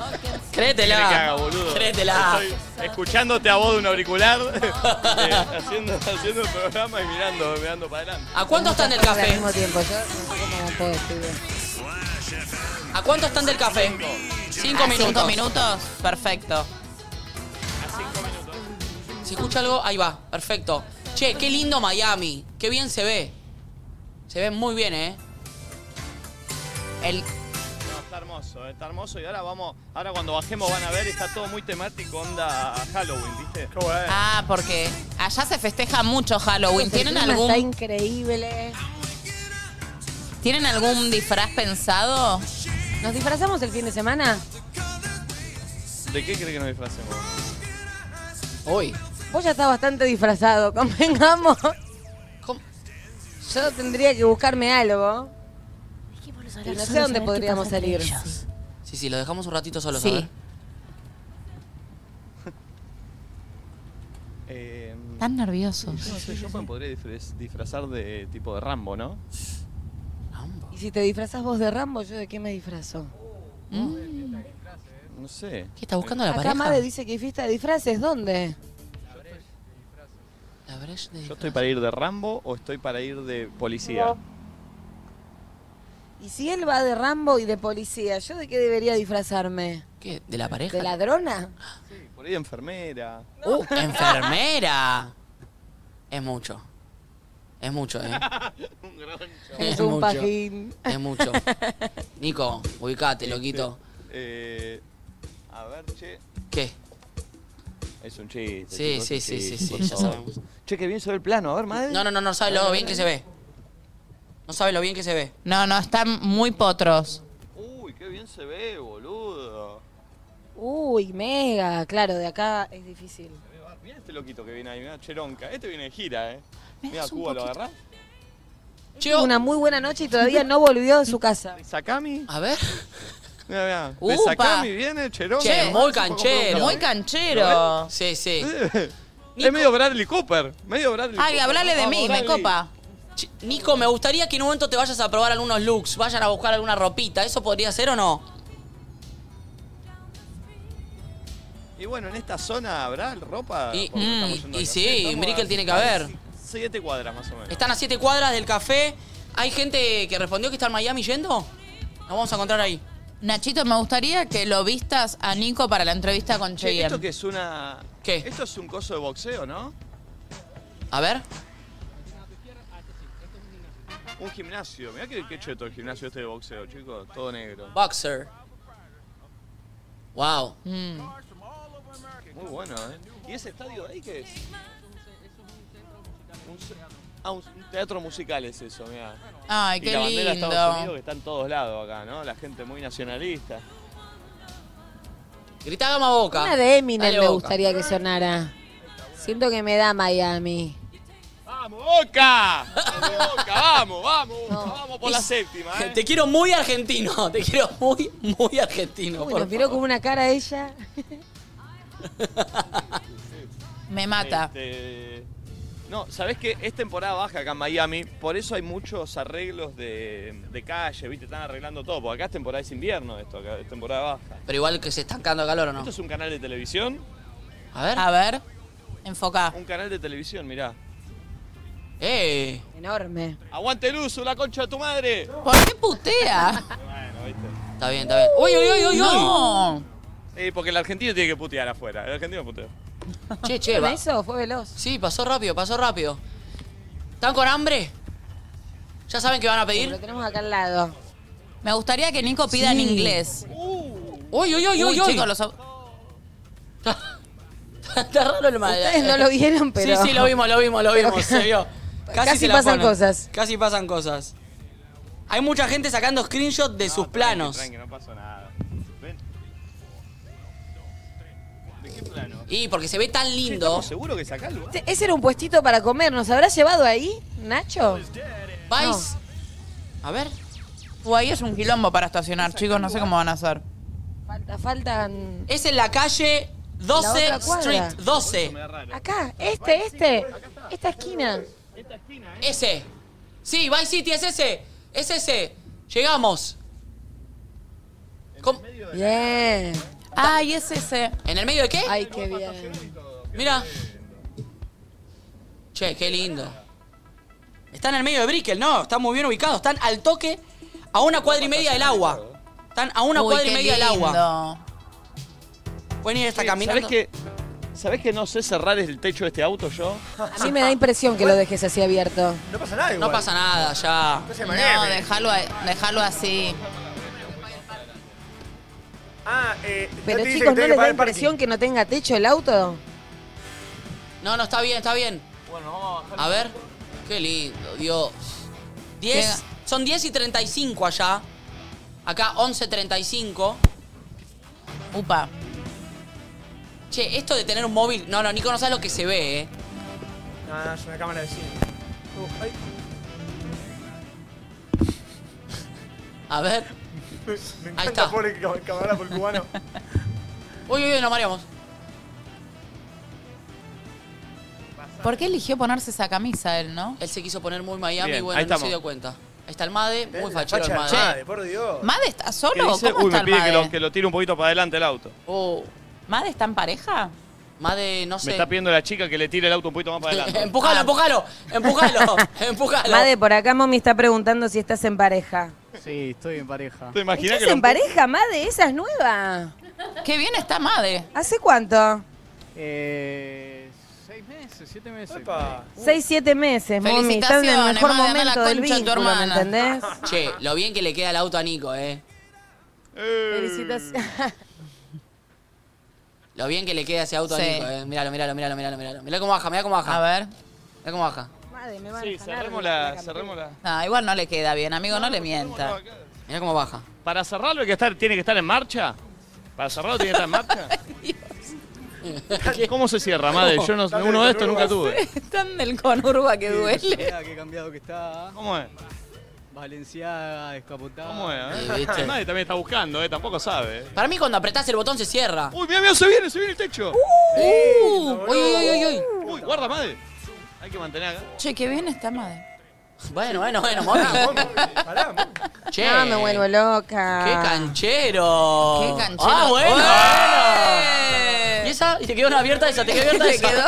S2: Créetela.
S20: ¿Qué quiere que haga, boludo?
S2: Créetela.
S20: Estoy escuchándote a vos de un auricular, eh, haciendo, haciendo el programa y mirando, mirando para adelante.
S2: ¿A cuánto están del
S10: Al
S2: café?
S10: mismo tiempo, yo no sé cómo puedo escribir.
S2: ¿A cuánto están del café? Cinco
S3: Ah,
S2: minutos.
S3: Cinco minutos, perfecto.
S2: Si escucha algo, ahí va. Perfecto. Che, qué lindo Miami. Qué bien se ve. Se ve muy bien, ¿eh?
S3: El...
S20: No, está hermoso, eh, está hermoso y ahora vamos, ahora cuando bajemos van a ver, está todo muy temático, onda Halloween, ¿viste?
S3: Ah, porque allá se festeja mucho Halloween. ¿Tienen
S10: El clima Está
S3: algún,
S10: increíble.
S3: ¿Tienen algún disfraz pensado?
S10: ¿Nos disfrazamos el fin de semana?
S20: ¿De qué crees que nos disfracemos?
S2: Hoy.
S10: Vos ya estás bastante disfrazado, convengamos. Yo tendría que buscarme algo. Y no sé
S4: solo
S10: dónde
S4: saber qué
S10: podríamos
S4: pasa entre
S10: salir.
S4: ellos.
S2: Sí, sí, lo dejamos un ratito solo,
S10: Sí.
S2: a ver.
S11: Eh,
S3: Tan nervioso.
S11: yo no sé, yo me podría disfraz- disfrazar de tipo de Rambo, ¿no?
S10: Y si te disfrazas vos de Rambo, ¿yo de qué me disfrazo?
S11: No sé.
S2: ¿Qué está buscando ¿Mm?
S20: Eh,
S2: la
S10: Acá
S2: pareja?
S10: Made dice que hay fiesta de disfraces. ¿Dónde?
S2: La Breche de-
S11: ¿Yo estoy para ir de Rambo o estoy para ir de policía?
S10: Y si él va de Rambo y de policía, ¿yo de qué debería disfrazarme?
S2: ¿Qué? ¿De la pareja?
S10: ¿De ladrona?
S11: Por ahí de enfermera.
S2: ¡Uh! ¡Enfermera! Es mucho. Es mucho, ¿eh?
S10: Es
S2: Es
S10: un
S2: mucho.
S10: pajín.
S2: Es mucho. Nico, ubicate, loquito.
S11: Este, Eh, a ver, che.
S2: ¿Qué?
S11: Es un chiste.
S2: Sí,
S11: chicos,
S2: sí, sí,
S11: es un
S2: sí,
S11: chiste,
S2: sí,
S11: por
S2: ya
S11: favor.
S2: sabemos.
S11: Che, que bien se ve el plano. A ver, madre.
S2: No, no, no, no sabe lo bien que se ve. No sabe lo bien que se ve.
S3: No, no, están muy potros.
S11: Uy, qué bien se ve, boludo.
S10: Uy, mega. Ah, Claro, de acá es difícil.
S11: Mira este loquito que viene ahí, mira Cheronca. Este viene de gira, eh.
S10: Me
S11: Mira,
S10: das un
S11: Cuba, ¿lo
S10: poquito.
S11: agarrás?
S2: oh.
S10: Tuvo Una muy buena noche y todavía no volvió de su casa.
S11: ¿Sacami?
S2: A ver.
S11: Mira, mira.
S10: Upa.
S11: De Sacami viene Cheronca.
S2: Che, muy
S11: canchero.
S3: Muy canchero.
S2: Sí, sí.
S11: Es medio Bradley Cooper. Medio Bradley
S3: Ay,
S11: Cooper.
S3: hablale de
S11: Vamos,
S3: mí, me
S11: Bradley.
S3: copa.
S2: Ch- Nico, me gustaría que en un momento te vayas a probar algunos looks, vayan a buscar alguna ropita. ¿Eso podría ser o no?
S11: Y bueno, en esta zona habrá ropa.
S2: Y,
S11: Porque estamos
S2: mm,
S11: yendo
S2: y
S11: al
S2: sí,
S11: café.
S2: y
S11: Estamos
S2: Brickell
S11: a
S2: tiene que haber.
S11: Siete cuadras más o menos.
S2: Están a siete cuadras del café. Hay gente que respondió que está en Miami yendo. Nos vamos a encontrar ahí.
S3: Nachito, me gustaría que lo vistas a Nico para la entrevista con
S11: Che,
S3: Cheyenne.
S11: esto que es una. ¿Qué? Esto es un coso de boxeo, ¿no?
S2: A ver.
S11: Un gimnasio. Mirá qué, qué cheto el gimnasio este de boxeo, chicos. Todo negro.
S2: Boxer. Wow.
S11: Mm. Muy bueno, ¿eh? ¿Y ese estadio de ahí qué es? Un ce- Ah, un un teatro musical es eso, mira.
S3: Ay, qué
S11: y la bandera de
S3: lindo.
S11: Estados Unidos que está en todos lados acá, ¿no? La gente muy nacionalista.
S2: Gritá gama boca.
S10: Una de Eminem
S2: Dale,
S10: me
S2: Boca.
S10: gustaría que sonara. Siento que me da Miami.
S11: ¡Vamos, Boca! ¡Vamos, Boca! ¡Vamos, vamos! ¡Vamos por la séptima, eh!
S2: Te quiero muy argentino. Te quiero muy, muy argentino.
S10: Uy,
S2: por
S10: lo miró con una cara ella.
S3: Me mata.
S11: Este, No, sabés que es temporada baja acá en Miami, por eso hay muchos arreglos de, de calle, ¿viste? Están arreglando todo, porque acá es temporada, es invierno esto, acá es temporada baja.
S2: Pero igual que se está estancando calor o no.
S11: Esto es un canal de televisión,
S2: A ver.
S3: A ver. Enfoca.
S11: un canal de televisión, mirá.
S2: ¡Eh!
S10: Enorme.
S11: ¡Aguante el uso, la concha de tu madre!
S3: ¿Por qué putea?
S2: Está bien, está bien. ¡Uy, uy, uy, uy!
S3: No.
S11: Eh, porque el argentino tiene que putear afuera, el argentino putea.
S2: uy. Che, che, va.
S10: eso fue veloz.
S2: Sí, pasó rápido, pasó rápido. ¿Están con hambre? ¿Ya saben qué van a pedir?
S10: Lo tenemos acá al lado.
S3: Me gustaría que Nico pida en
S2: Sí.
S3: inglés.
S2: Uy, uy, uy, uy, uy.
S3: chicos, los-
S2: Está raro el madre.
S10: Ustedes no lo vieron, pero-
S2: Sí, sí, lo vimos, lo vimos, lo
S10: Pero
S2: vimos,
S10: ca-
S2: se vio.
S10: casi
S2: se la
S10: pasan
S2: ponen.
S10: cosas.
S2: Casi pasan cosas. Hay mucha gente sacando screenshots de sus planos.
S11: Tranqui, no pasó nada. Ven. ¿De qué plano?
S2: Y porque se ve tan lindo.
S11: ¿Estamos seguros que sacá ¿eh? el
S10: Este- Ese era un puestito para comer. ¿Nos habrá llevado ahí, Nacho?
S2: ¿Vais? A ver. Uh,
S3: O ahí es un quilombo para estacionar, chicos. No sé cómo van a hacer.
S10: Falta, faltan.
S2: Es en la calle 12
S10: La otra cuadra.
S2: Street 12.
S10: Acá, este, este. Esta esquina.
S2: Ese. Sí, Vice City es ese. Es ese. Llegamos. ¿Cómo?
S10: Bien.
S3: Ay, es ese.
S2: ¿En el medio de qué?
S10: Ay, qué bien.
S2: Mira. Che, qué lindo. Está en el medio de Brickell, no, está muy bien ubicado. Están al toque a una cuadra y media del agua. Están a una
S3: Uy,
S2: cuadra y
S3: qué
S2: media del agua.
S3: lindo.
S2: Pueden ir hasta
S11: ¿Sabés
S2: caminando.
S11: que, ¿Sabés que no sé cerrar el techo de este auto yo?
S10: A mí me da impresión que lo dejes así abierto.
S11: No pasa nada
S2: No pasa nada, ya.
S3: No, déjalo, ahí- déjalo así.
S5: Ah, eh, ya
S10: Pero
S5: te dice que
S10: chicos, ¿no
S5: tenés
S10: les
S5: pagar
S10: da
S5: el parking.
S10: impresión que no tenga techo el auto?
S2: No, no, está bien, está bien.
S11: Bueno, vamos
S2: A ver. Qué lindo, Dios. 10, son 10 y 35 allá. Acá 11.35.
S3: Upa.
S2: Che, esto de tener un móvil. No, no, Nico no sabe lo que se ve, eh.
S5: No, no, Ah, es una cámara de cine. Uh, ay,
S2: A ver.
S5: me, me encanta
S2: está.
S5: pobre ca- camarógrafo el cubano.
S2: Uy, uy, uy, nos mareamos.
S3: ¿Por qué eligió ponerse esa camisa él, no?
S2: Él se quiso poner muy Miami
S3: Bien,
S2: y bueno,
S3: ahí
S2: no se
S3: estamos.
S2: dio cuenta. Ahí está el Made, muy
S3: la
S2: fachero el
S3: facha
S2: Made.
S3: del Made,
S2: por Dios.
S3: ¿Made está
S11: ¿Qué
S3: solo?
S11: dice?
S3: ¿Cómo
S11: Uy,
S3: está
S11: me
S3: el
S11: pide que
S3: Made?
S11: lo, que lo tire un poquito para adelante el auto.
S2: Oh.
S3: ¿Made está en pareja?
S2: Made, no sé.
S11: Me está pidiendo la chica que le tire el auto un poquito más para adelante.
S2: empujalo, empujalo, empujalo,
S3: Ah.
S2: empujalo.
S10: Madre, por acá Momi está preguntando si estás en pareja.
S18: Sí, estoy en pareja.
S11: ¿Te imaginas
S10: ¿Estás en pareja, Madre? Esa es nueva.
S3: Qué bien está Made.
S10: ¿Hace cuánto?
S18: Eh, seis meses, siete meses.
S10: Seis, siete meses, Momi. Estás en el mejor
S2: Madre, anda a la
S10: momento del
S2: concha de tu
S10: vínculo, ¿me
S2: hermana.
S10: entendés?
S2: Che, lo bien que le queda el auto a Nico, eh.
S11: Eh.
S10: Felicitaciones.
S2: Lo bien que le queda ese auto
S10: Sí.
S2: a Nico, eh. Míralo, míralo, míralo, míralo, míralo. Mirá cómo baja, mirá cómo baja. A
S3: ver.
S2: Mirá cómo baja.
S10: Madre, me
S11: Sí, cerremos la, cerremos la.
S3: No, igual no le queda bien, amigo, no le mienta.
S2: Mirá cómo baja.
S11: Para cerrarlo hay que estar, tiene que estar en marcha. Para cerrarlo tiene que estar en marcha. ¿Cómo se cierra, madre? Yo no,
S18: Dale,
S11: uno de estos
S18: pero
S11: nunca
S18: no
S11: tuve.
S3: Tan del conurba que
S18: Qué
S3: duele.
S18: Valenciaga, Qué cambiado que está.
S11: ¿Cómo es?
S18: Valenciaga, descapotada.
S11: ¿Cómo es?
S2: Sí,
S11: eh?
S2: viste.
S11: Nadie también está buscando, eh, tampoco sabe. eh.
S2: Para mí cuando apretás el botón se cierra.
S11: Uy, mira, mira, se viene, se viene el techo.
S2: Uh, uy, uy, uy, uy, uy.
S11: Uy, guarda, madre. Hay que mantener acá.
S3: Che, qué bien está Made.
S2: Bueno, bueno, bueno, mami.
S3: Ah,
S2: Che.
S10: No, me vuelvo loca.
S2: Qué canchero.
S10: Qué canchero.
S2: Ah, bueno.
S10: Bueno.
S2: ¿Y esa? ¿Y te quedó una abierta esa? ¿Te quedó abierta
S10: Te
S2: esa?
S10: quedó.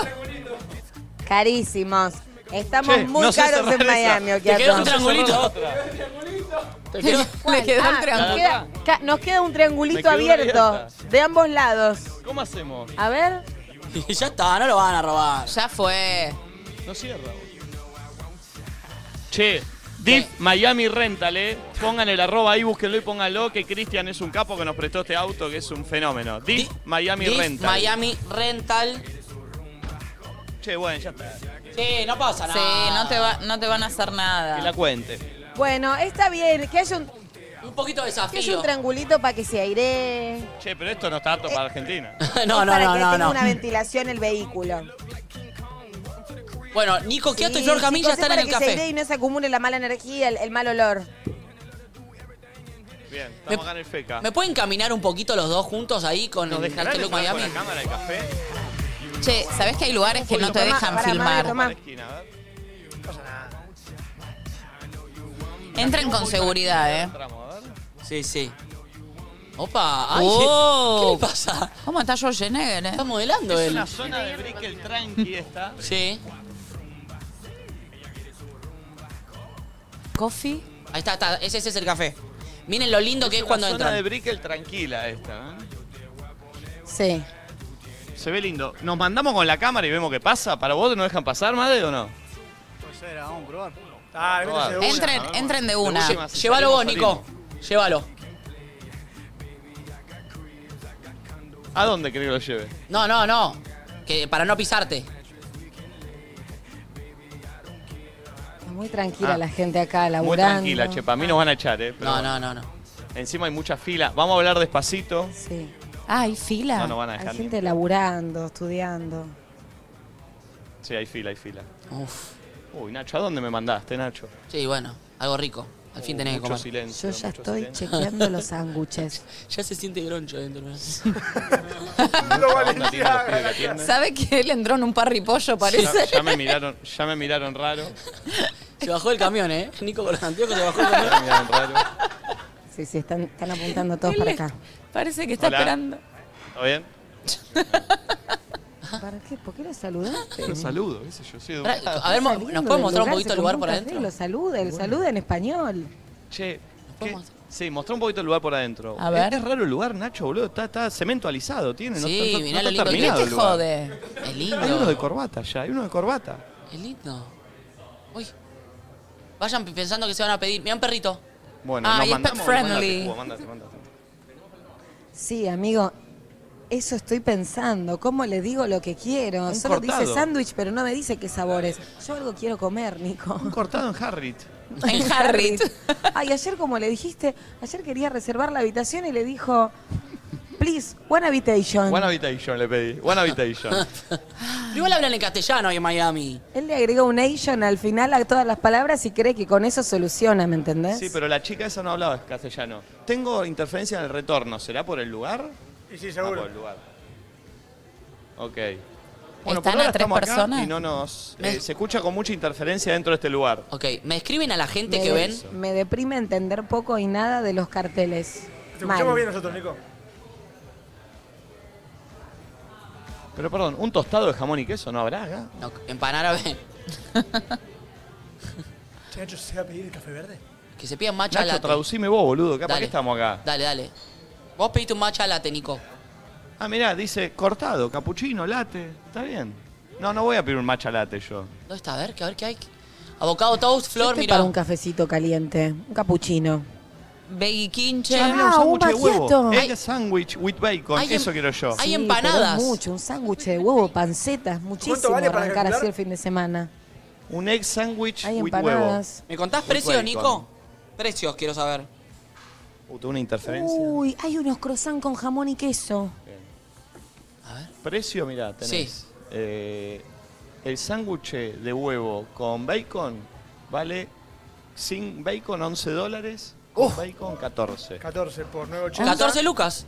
S10: Carísimos. Estamos
S2: Che,
S10: muy
S2: no sé
S10: caros
S2: cerrar
S10: en
S2: esa.
S10: Miami,
S2: Te
S10: Okiato.
S2: quedó un triangulito.
S10: Te
S2: quedó-
S10: ¿Cuál?
S2: le quedó el
S10: Ah,
S2: triangulito.
S10: nos queda- ca- Nos queda un triangulito
S11: Me quedó
S10: abierto
S11: abierta.
S10: de ambos lados.
S11: ¿Cómo hacemos?
S10: A ver.
S2: ya está, no lo van a robar.
S3: Ya fue.
S11: No cierra. Che, Div Miami Rental, eh. Pongan el arroba ahí, búsquenlo y pónganlo, que Cristian es un capo que nos prestó este auto, que es un fenómeno. Div Miami
S2: This
S11: Rental.
S2: Miami Rental.
S11: Che, bueno, ya está.
S2: Sí, no pasa nada.
S3: Sí, no te, va, no te van a hacer nada.
S2: Ah.
S11: Que la cuente.
S10: Bueno, está bien. Que haya un,
S2: Un poquito de
S10: que haya un
S2: desafío.
S10: triangulito para que se aire.
S11: Che, pero esto no está apto para Argentina.
S2: no,
S10: Es
S2: no,
S10: para
S2: no,
S10: que
S2: no,
S10: tenga
S2: no.
S10: una ventilación el vehículo.
S2: Bueno, Nico Quiato y
S10: Sí,
S2: Flor Camilla
S10: chicos, es
S2: están en
S10: para
S2: el
S10: que se airee
S2: café.
S10: y no se acumule la mala energía, el, el mal olor.
S11: Bien, estamos acá en el FECA.
S2: ¿Me pueden caminar un poquito los dos juntos ahí con
S11: ¿Nos
S2: el
S11: dejarán
S2: Este Look
S11: entrar con
S2: Miami?
S11: la cámara de café?
S3: Che, ¿sabés que hay lugares que no te
S10: Tomá,
S3: dejan
S10: pará,
S3: filmar?
S10: madre, tomá.
S3: Entren con seguridad, ¿eh?
S2: Sí, sí. Opa, ay,
S3: Oh.
S2: ¿qué le pasa?
S3: ¿Cómo está Schwarzenegger, eh?
S2: Está modelando
S11: Es
S2: él.
S11: una zona de Brickell tranqui esta.
S2: Sí.
S3: Coffee.
S2: Ahí está, está. Ese, ese es el café. Miren lo lindo que es, cuando
S11: Una zona
S2: entran.
S11: de Brickell tranquila esta. ¿eh?
S10: Sí.
S11: Se ve lindo. Nos mandamos con la cámara y vemos qué pasa. ¿Para vos no dejan pasar, madre, o no?
S18: Puede ser, vamos a probar.
S11: Ah,
S18: métase
S3: de Entren- una, ¿no? entren de una.
S2: Lle- Llévalo vos, Nico. Llévalo.
S11: ¿A dónde crees que lo lleve?
S2: No, no, no. Que para no pisarte.
S10: Está muy tranquila
S11: Ah.
S10: la gente acá laburando.
S11: Muy tranquila, che. Para mí nos van a echar, ¿eh?
S2: No, no, no,
S11: Encima hay mucha fila. Vamos a hablar despacito.
S10: Sí.
S3: Ay, fila.
S11: No nos van a
S10: Hay
S11: dejar.
S10: gente laburando, estudiando.
S11: Sí, hay fila, hay fila. Uy, Nacho, ¿a dónde me mandaste, Nacho?
S2: Sí, bueno. Algo rico. Al fin
S11: Uh,
S2: tenés que
S11: mucho
S2: comer.
S11: silencio,
S10: Yo ya estoy chequeando los sándwiches.
S2: Ya se siente groncho dentro.
S3: ¿Sabe que él entró en un parripollo,
S11: Ya,
S3: parece?
S11: ya me miraron, ya me miraron raro.
S2: Se bajó el camión, ¿eh? Nico con los anteojos se bajó el
S11: Ya me
S2: camión.
S11: miraron raro.
S10: Sí, sí, están, están apuntando todos para acá.
S3: Parece que está
S11: Hola.
S3: esperando.
S11: ¿Está bien?
S10: Ah, ¿Para qué? ¿Por qué lo saludaste?
S11: Los saludo, qué sé yo. soy
S2: Pará,
S11: educado.
S2: a ver, mo-
S10: Saliendo
S2: ¿nos puede
S10: del
S2: mostrar un
S10: lugar,
S2: poquito
S10: se
S2: el lugar
S10: compra
S2: por
S10: un
S2: adentro?
S10: café, Lo saluda, el saluda en español.
S11: Che, ¿qué? Sí, mostrá un poquito el lugar por adentro.
S10: A ver.
S11: Es, es raro el lugar, Nacho, boludo. Está, está cementualizado, tiene. no
S2: Sí,
S11: está- no,
S2: mirá
S11: está
S2: lo lindo.
S11: terminado el lugar.
S2: Es
S11: Hay uno de
S2: lindo.
S11: corbata ya, hay uno de corbata.
S2: Es lindo. Uy. Vayan pensando que se van a pedir. Mirá un perrito.
S11: Bueno,
S2: Ah,
S11: nos
S2: y es pet
S11: mandamos.
S2: friendly.
S11: Mandate, Cuba, mandate, mandate.
S10: Sí, amigo, eso estoy pensando. ¿Cómo le digo lo que quiero?
S11: Un
S10: Solo dice
S11: cortado.
S10: sándwich, pero no me dice qué sabores. Yo algo quiero comer, Nico.
S11: Un cortado en Harrit.
S3: En Harrit.
S10: Ay, ayer como le dijiste, ayer quería reservar la habitación y le dijo, please, one habitation.
S11: One Habitation le pedí. One Habitation.
S2: Pero Igual hablan en castellano ahí en Miami.
S10: Él le agregó un nation al final a todas las palabras y cree que con eso soluciona, ¿me entendés?
S11: Sí, pero la chica esa no hablaba castellano. Tengo interferencia en el retorno. ¿Será por el lugar?
S5: Y sí,
S11: Ah, por
S5: seguro.
S11: el lugar. Ok.
S3: Están
S11: por ahora
S3: a tres
S11: estamos acá
S3: personas.
S11: Y no nos. eh, se escucha con mucha interferencia dentro de este lugar.
S2: Ok, me escriben a la gente
S10: me, me deprime entender poco y nada de los carteles.
S5: Te
S10: Mal.
S5: escuchamos bien nosotros, Nico.
S11: Pero perdón, ¿un tostado de jamón y queso no habrá acá?
S2: No, empan árabe.
S5: Che, Nacho, ¿se va a pedir el café verde?
S2: Que se pidan matcha
S11: Nacho,
S2: latte.
S11: traducime vos, boludo. ¿Para
S2: Dale.
S11: qué estamos acá?
S2: Dale, dale. Vos pediste un matcha latte, Nico.
S11: Ah, mirá, dice cortado, capuchino, late. Está bien. No, no voy a pedir un matcha latte yo.
S2: ¿Dónde está? A ver, que a ver qué hay. Avocado toast, flor,
S10: Yo estoy Este
S2: mirá.
S10: para un cafecito caliente, un capuchino.
S2: Veggie quinche.
S10: Ah, Ah, un un
S11: Sándwich de huevo.
S10: macchiato.
S11: Egg sandwich with bacon.
S10: hay em-
S11: Eso quiero yo.
S10: Sí, pero es mucho, un sándwich de huevo, pancetas, muchísimo
S11: vale para
S10: arrancar
S11: calcular?
S10: así el fin de semana.
S11: Un egg sandwich
S10: Hay
S11: with
S10: empanadas.
S11: huevo.
S2: ¿Me contás
S11: With
S2: precios,
S11: bacon.
S2: Nico? Precios, quiero saber.
S11: Uh, tuve una interferencia.
S10: Uy, hay unos croissants con jamón y queso.
S2: Uh.
S11: Precio, mirá, tenés. eh, el sándwich de huevo con bacon vale sin bacon 11 dólares, con bacon 14.
S5: 14 por 9.80.
S2: 14 lucas.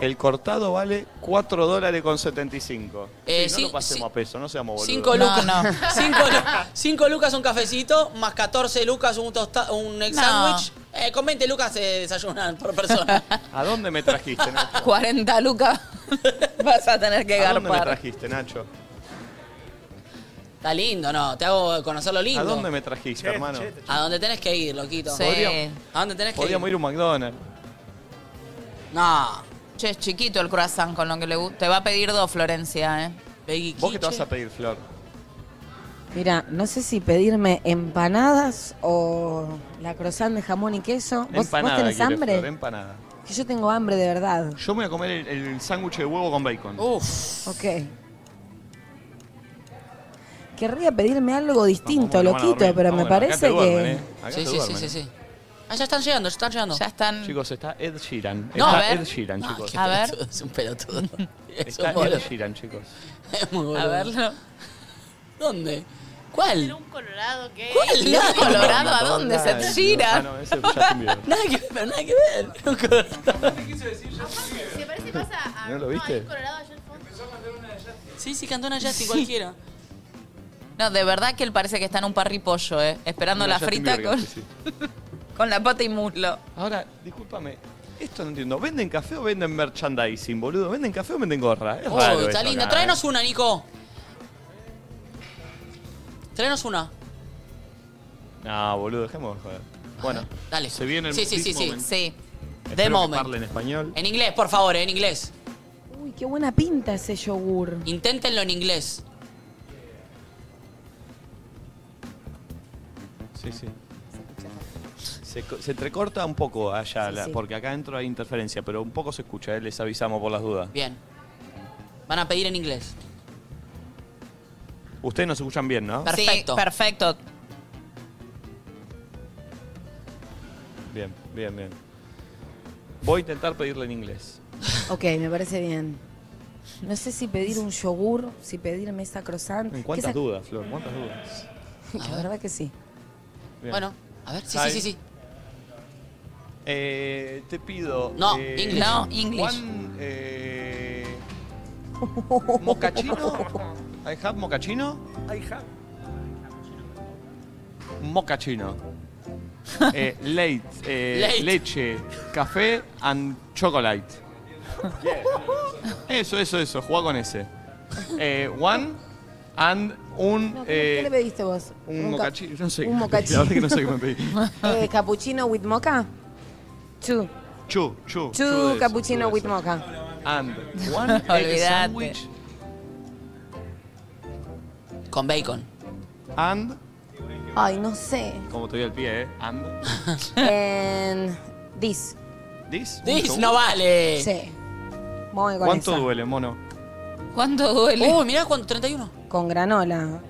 S11: El cortado vale 4 dólares con 75.
S2: Eh,
S11: Sí,
S2: sí,
S11: no lo pasemos a peso, no seamos boludos.
S2: 5 lucas. 5 lucas un cafecito, más 14 lucas un, tosta- un egg
S3: No.
S2: sandwich. Eh, con 20 lucas se desayunan por persona.
S11: ¿A dónde me trajiste, Nacho?
S3: 40 lucas vas a tener que
S11: ¿A dónde me
S3: garpar.
S11: trajiste, Nacho?
S2: Está lindo, ¿no? Te hago conocer lo lindo.
S11: ¿A dónde me trajiste, hermano?
S2: A donde tenés que ir, loquito.
S3: Sí. Podríamos-
S2: ¿A dónde tenés que
S11: Podríamos ir a un McDonald's.
S2: No.
S3: Che, es chiquito el croissant con lo que le gusta. Te va a pedir dos, Florencia, ¿eh?
S11: ¿Vos qué te vas a pedir, Flor?
S10: Mira, no sé si pedirme empanadas o la croissant de jamón y queso. ¿Vos, vos
S11: Empanada
S10: tenés
S11: quiere,
S10: hambre?
S11: Flor, empanada.
S10: Que yo tengo hambre de verdad.
S11: Yo me voy a comer el, el sándwich de huevo con bacon.
S2: Uh, Uf.
S10: Ok. Querría pedirme algo distinto,
S11: Vamos, vamos,
S10: loquito,
S11: vamos,
S10: pero me
S11: vamos, acá
S10: parece
S11: te duermen,
S10: que...
S11: ¿eh? Acá
S2: Sí,
S11: te
S2: sí, sí,
S11: duermen.
S2: sí, sí. Ah, ya están llegando, ya están llegando.
S3: Ya están.
S11: Chicos, está Ed Sheeran.
S2: No,
S11: está
S2: a ver. Ah,
S11: Ed Sheeran, chicos.
S2: A ver. Es un pelotudo. Es
S11: Está
S2: un boludo.
S11: Ed Sheeran, chicos.
S2: Es muy boludo.
S3: A verlo.
S2: ¿Dónde? ¿Cuál?
S4: Un colorado que...
S2: ¿Cuál? Nada que ver.
S3: colorado? ¿A dónde?
S2: Nada,
S3: Se
S2: no.
S3: gira.
S2: Ah, no, ese ya es un video. Nada que ver, pero nada que ver. Un colorado.
S4: Se parece más a... a-
S11: ¿No lo
S4: hay
S11: viste?
S4: un colorado allá al fondo.
S2: Sí, sí, cantó una Justin
S3: Sí.
S2: cualquiera.
S3: No, de verdad que él parece que está en un parripollo, ¿eh? Esperando
S11: Una
S3: la
S11: Justin
S3: frita
S11: Bieber,
S3: con,
S11: sí, sí.
S3: con la pata y muslo.
S11: Ahora, discúlpame. Esto no entiendo. ¿Venden café o venden merchandising, boludo? ¿Venden café o venden gorra? Es
S2: Oh,
S11: raro
S2: está
S11: esto
S2: lindo.
S11: acá,
S2: Tráenos
S11: ¿eh?
S2: una, Nico. Tráenos una.
S11: No, boludo, dejemos de joder. Bueno,
S2: Dale.
S11: se viene el
S2: Sí, sí, sí,
S11: This
S2: sí.
S11: Moment.
S3: Sí.
S11: Espero
S2: The
S11: que
S2: moment.
S11: parle en español.
S2: En inglés, por favor, en inglés.
S10: Uy, qué buena pinta ese yogur.
S2: Inténtenlo en inglés.
S11: Sí, sí. Se, co- se entrecorta un poco allá, la-
S2: sí.
S11: porque acá adentro hay interferencia, pero un poco se escucha, ¿eh? les avisamos por las dudas.
S2: Bien. Van a pedir en inglés.
S11: Ustedes nos escuchan bien, ¿no?
S2: Perfecto.
S3: Sí, perfecto.
S11: Bien, bien, bien. Voy a intentar pedirle en inglés.
S10: Ok, me parece bien. No sé si pedir un yogur, si pedirme esa croissant.
S11: ¿En
S10: que
S11: cuántas
S10: esa-
S11: dudas, Flor? ¿Cuántas dudas?
S10: La verdad que sí.
S11: Bien.
S2: Bueno, a ver. Sí,
S11: Hi.
S2: sí, sí, sí.
S11: Eh, te pido.
S2: No,
S11: eh,
S2: English. No, English.
S11: One, eh, mocachino. I have mocachino.
S5: Ay, ja.
S11: Mocachino. Eh, late, eh,
S5: Late.
S11: leche, café and chocolate. Eso, eso, eso. Juega con ese. Eh, one and un.
S10: No, ¿Qué le
S11: eh,
S10: pediste vos?
S11: un
S10: ca-
S11: mocachino. No sé.
S10: Un
S11: La
S10: mocachino.
S11: verdad que no sé qué me pedí.
S10: Eh, ¿Cappuccino with mocha? Two.
S11: Chu, chu. chu de
S10: Two
S11: eso,
S10: cappuccino
S11: chu de
S10: with
S11: eso.
S10: mocha.
S11: And one egg
S3: Olvidate.
S11: sandwich
S2: Con bacon.
S11: and.
S10: Ay, no sé.
S11: Como te doy el pie, ¿eh? And.
S10: And this.
S11: This.
S2: This no vale.
S10: Sí. Voy con
S11: ¿Cuánto
S10: esa.
S11: duele, mono?
S3: ¿Cuánto duele?
S2: Uy, Oh, mirá cuánto, 31.
S10: Con granola.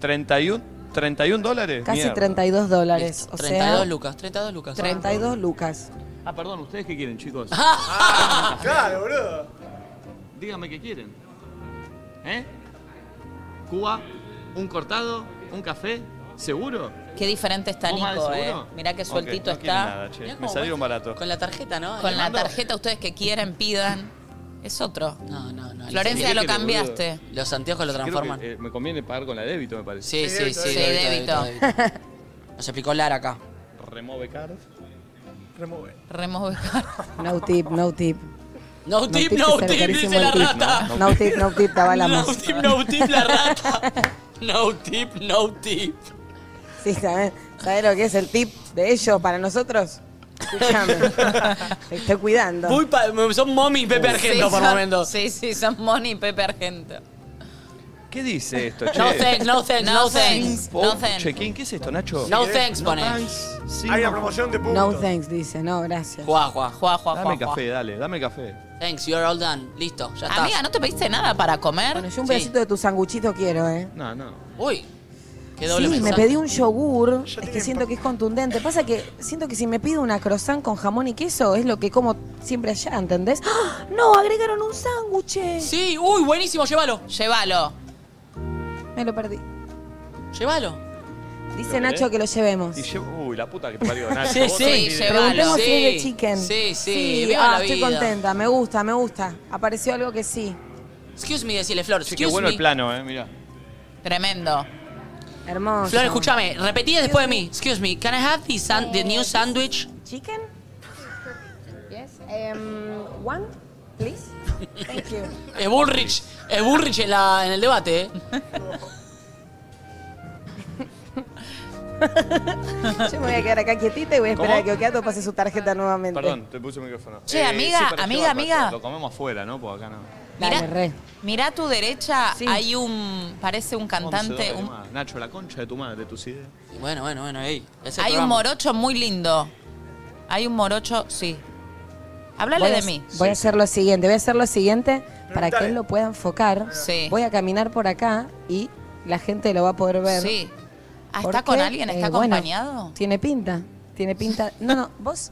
S11: 31, 31 dólares.
S10: Casi
S11: Mierda.
S10: 32 dólares. o sea,
S2: 32 lucas, 32 lucas.
S10: 32 lucas.
S11: Ah, perdón, ¿ustedes qué quieren, chicos? Ah,
S5: Claro, boludo.
S11: Díganme qué quieren. ¿Eh? Cuba, un cortado, un café, ¿seguro?
S3: Qué diferente está
S11: ¿Vos más de
S3: Nico, ¿eh?
S11: seguro?
S3: Mirá qué
S11: Ok,
S3: sueltito
S11: no quieren
S3: está.
S11: nada, che.
S2: Mirá
S11: Me
S2: cómo
S11: salieron barato.
S2: Con la tarjeta, ¿no?
S3: Con la
S2: Mando.
S3: tarjeta, ustedes que quieran, pidan. Es otro.
S2: No, no, no.
S3: Florencia, lo cambiaste.
S2: Los anteojos lo
S11: Creo
S2: transforman.
S11: que, eh, me conviene pagar con la débito, me parece.
S2: Sí, sí, sí. débito, débito. Nos explicó Lara acá.
S11: Remove card.
S16: Remove.
S3: Remove
S10: No tip, no tip.
S2: No tip, no
S10: que sale
S2: tip,
S10: carísimo
S2: dice
S10: el
S2: la
S10: tip.
S2: rata.
S10: No, no tip, no tip, te avalamos.
S2: No tip, no tip, la rata. No tip, no tip.
S10: Sí, ¿sabes? ¿Sabes lo que es el tip de ellos para nosotros? Escuchame. Te estoy cuidando.
S2: Muy pa- son mommy y Pepe Argento por
S3: son-
S2: momentos.
S3: Sí, sí, son Moni y Pepe Argento.
S11: ¿Qué dice esto, che?
S2: No thanks, no thanks, no thanks.
S11: Pop,
S2: No thanks.
S11: Check-in, ¿qué es esto, Nacho?
S2: No thanks, pone.
S11: Hay una promoción de
S10: No thanks, dice. No, gracias.
S2: Juá, juá, juá, juá,
S11: Dame café, dale, dame café.
S2: Thanks, you're all done. Listo, ya está.
S3: Amiga, ¿no te pediste nada para comer?
S10: Bueno, yo un pedacito de tu sanguchito quiero, ¿eh?
S11: No, no.
S2: Uy. Qué
S10: Sí,
S2: doble
S10: me
S2: mensaje.
S10: pedí un yogur. Es que siento que es contundente. Pasa que siento que si me pido una croissant con jamón y queso, es lo que como siempre allá, ¿entendés? ¡Ah! No, agregaron un sándwich.
S2: Sí, uy, buenísimo, llévalo.
S3: Llévalo.
S10: Me lo perdí.
S2: Llévalo.
S10: Dice Nacho que lo llevemos.
S11: Y llevo- uy, la puta que te parió, Nacho.
S2: Sí,
S11: vos
S2: sí,
S11: tenés idea.
S10: Preguntemos si es de chicken.
S2: Sí, sí,
S10: sí
S2: viva
S10: ah,
S2: la
S10: estoy
S2: vida.
S10: contenta. Me gusta, me gusta. Apareció algo que sí.
S2: Excuse me, decirle Flor.
S11: Che,
S2: Excuse
S11: qué bueno
S2: me.
S11: el plano, eh, mirá.
S3: Tremendo.
S10: Hermoso.
S2: Flor, escúchame, repetí después de mí. Excuse me, can I have the, san- the
S10: Eh.
S2: new sandwich?
S10: Chicken? Yes. Um, one, please. Thank you.
S2: Es Eh, Bullrich, es Bullrich en, la, en el debate, ¿eh?
S10: Yo me voy a quedar acá quietita y voy a esperar
S11: ¿Cómo?
S10: a que Okiato pase su tarjeta nuevamente.
S2: Eh,
S11: Perdón, te puse el micrófono. Eh,
S3: Che, amiga,
S11: para
S3: amiga,
S11: llevar,
S3: amiga.
S11: Lo comemos afuera, ¿no? Porque acá no.
S3: Mirá, mirá a tu derecha, hay un. Parece un cantante.
S11: 11
S3: un-
S11: dólares más. Nacho, la concha de tu madre, de tus ideas.
S2: Bueno, bueno, bueno, ey. ese
S3: hay un
S2: programa.
S3: morocho muy lindo. Hay un morocho, sí. Háblale
S10: voy a,
S3: de mí.
S10: Voy a hacer lo siguiente, voy a hacer lo siguiente para que
S3: Preguntale.
S10: él lo pueda enfocar. Voy a caminar por acá y la gente lo va a poder ver.
S3: Sí. Ah,
S10: ¿Por
S3: ¿está con
S10: qué?
S3: alguien? ¿Está
S10: Eh, bueno,
S3: acompañado?
S10: tiene pinta, tiene pinta. No, no, vos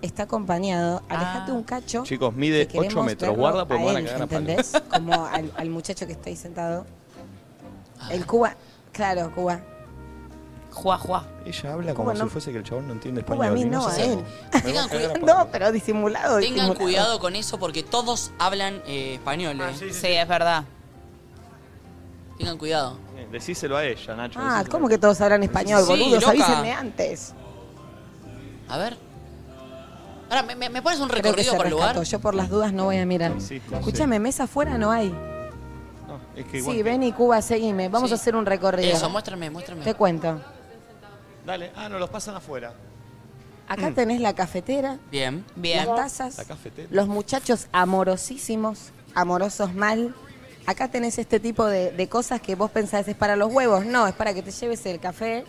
S10: está acompañado,
S3: Ah.
S10: alejate un cacho.
S11: Chicos, mide
S10: que
S11: 8
S10: queremos
S11: metros.
S10: verlo
S11: Guarda porque
S10: a
S11: me van a
S10: él,
S11: cagar a palo.
S10: ¿Entendés? Como al, al muchacho que está ahí sentado. El Cuba, claro, Cuba.
S3: Ah. Juá, juá.
S11: Ella habla
S10: ¿Cómo
S11: como si
S10: no?
S11: fuese que el chabón no entiende
S10: Cuba, a
S11: español.
S10: mí no, a
S11: sé
S10: él.
S11: Me va a cagar a palo.
S10: No, pero disimulado.
S2: Tengan
S10: disimulado.
S2: cuidado con eso porque todos hablan eh, español,
S11: Ah,
S2: ¿eh?
S3: sí, es verdad.
S2: Tengan cuidado.
S11: Eh, Decíselo a ella, Nacho.
S10: Ah,
S11: decíselo.
S10: ¿cómo que todos hablan español,
S2: Pues Sí,
S10: boludos?
S2: loca.
S10: Avísenme antes.
S2: A ver. Ahora, ¿me, me, me pones un
S10: Creo que
S2: recorrido
S10: se
S2: por el lugar?
S10: rescató. Yo por las dudas no voy a mirar.
S11: Insisto,
S10: Escúchame, mesa afuera no hay.
S11: No, es que igual.
S10: Sí, ven y Cuba, seguime. Vamos a hacer un recorrido.
S2: Eso, muéstrame, muéstrame.
S10: Te cuento.
S11: Dale, ah, no, los pasan afuera.
S10: Acá
S11: Mm.
S10: tenés la cafetera,
S2: Bien.
S10: Bien. las tazas,
S11: La cafetera.
S10: los muchachos amorosísimos, amorosos mal. Acá tenés este tipo de, de cosas que vos pensás es para los huevos. No, es para que te lleves el café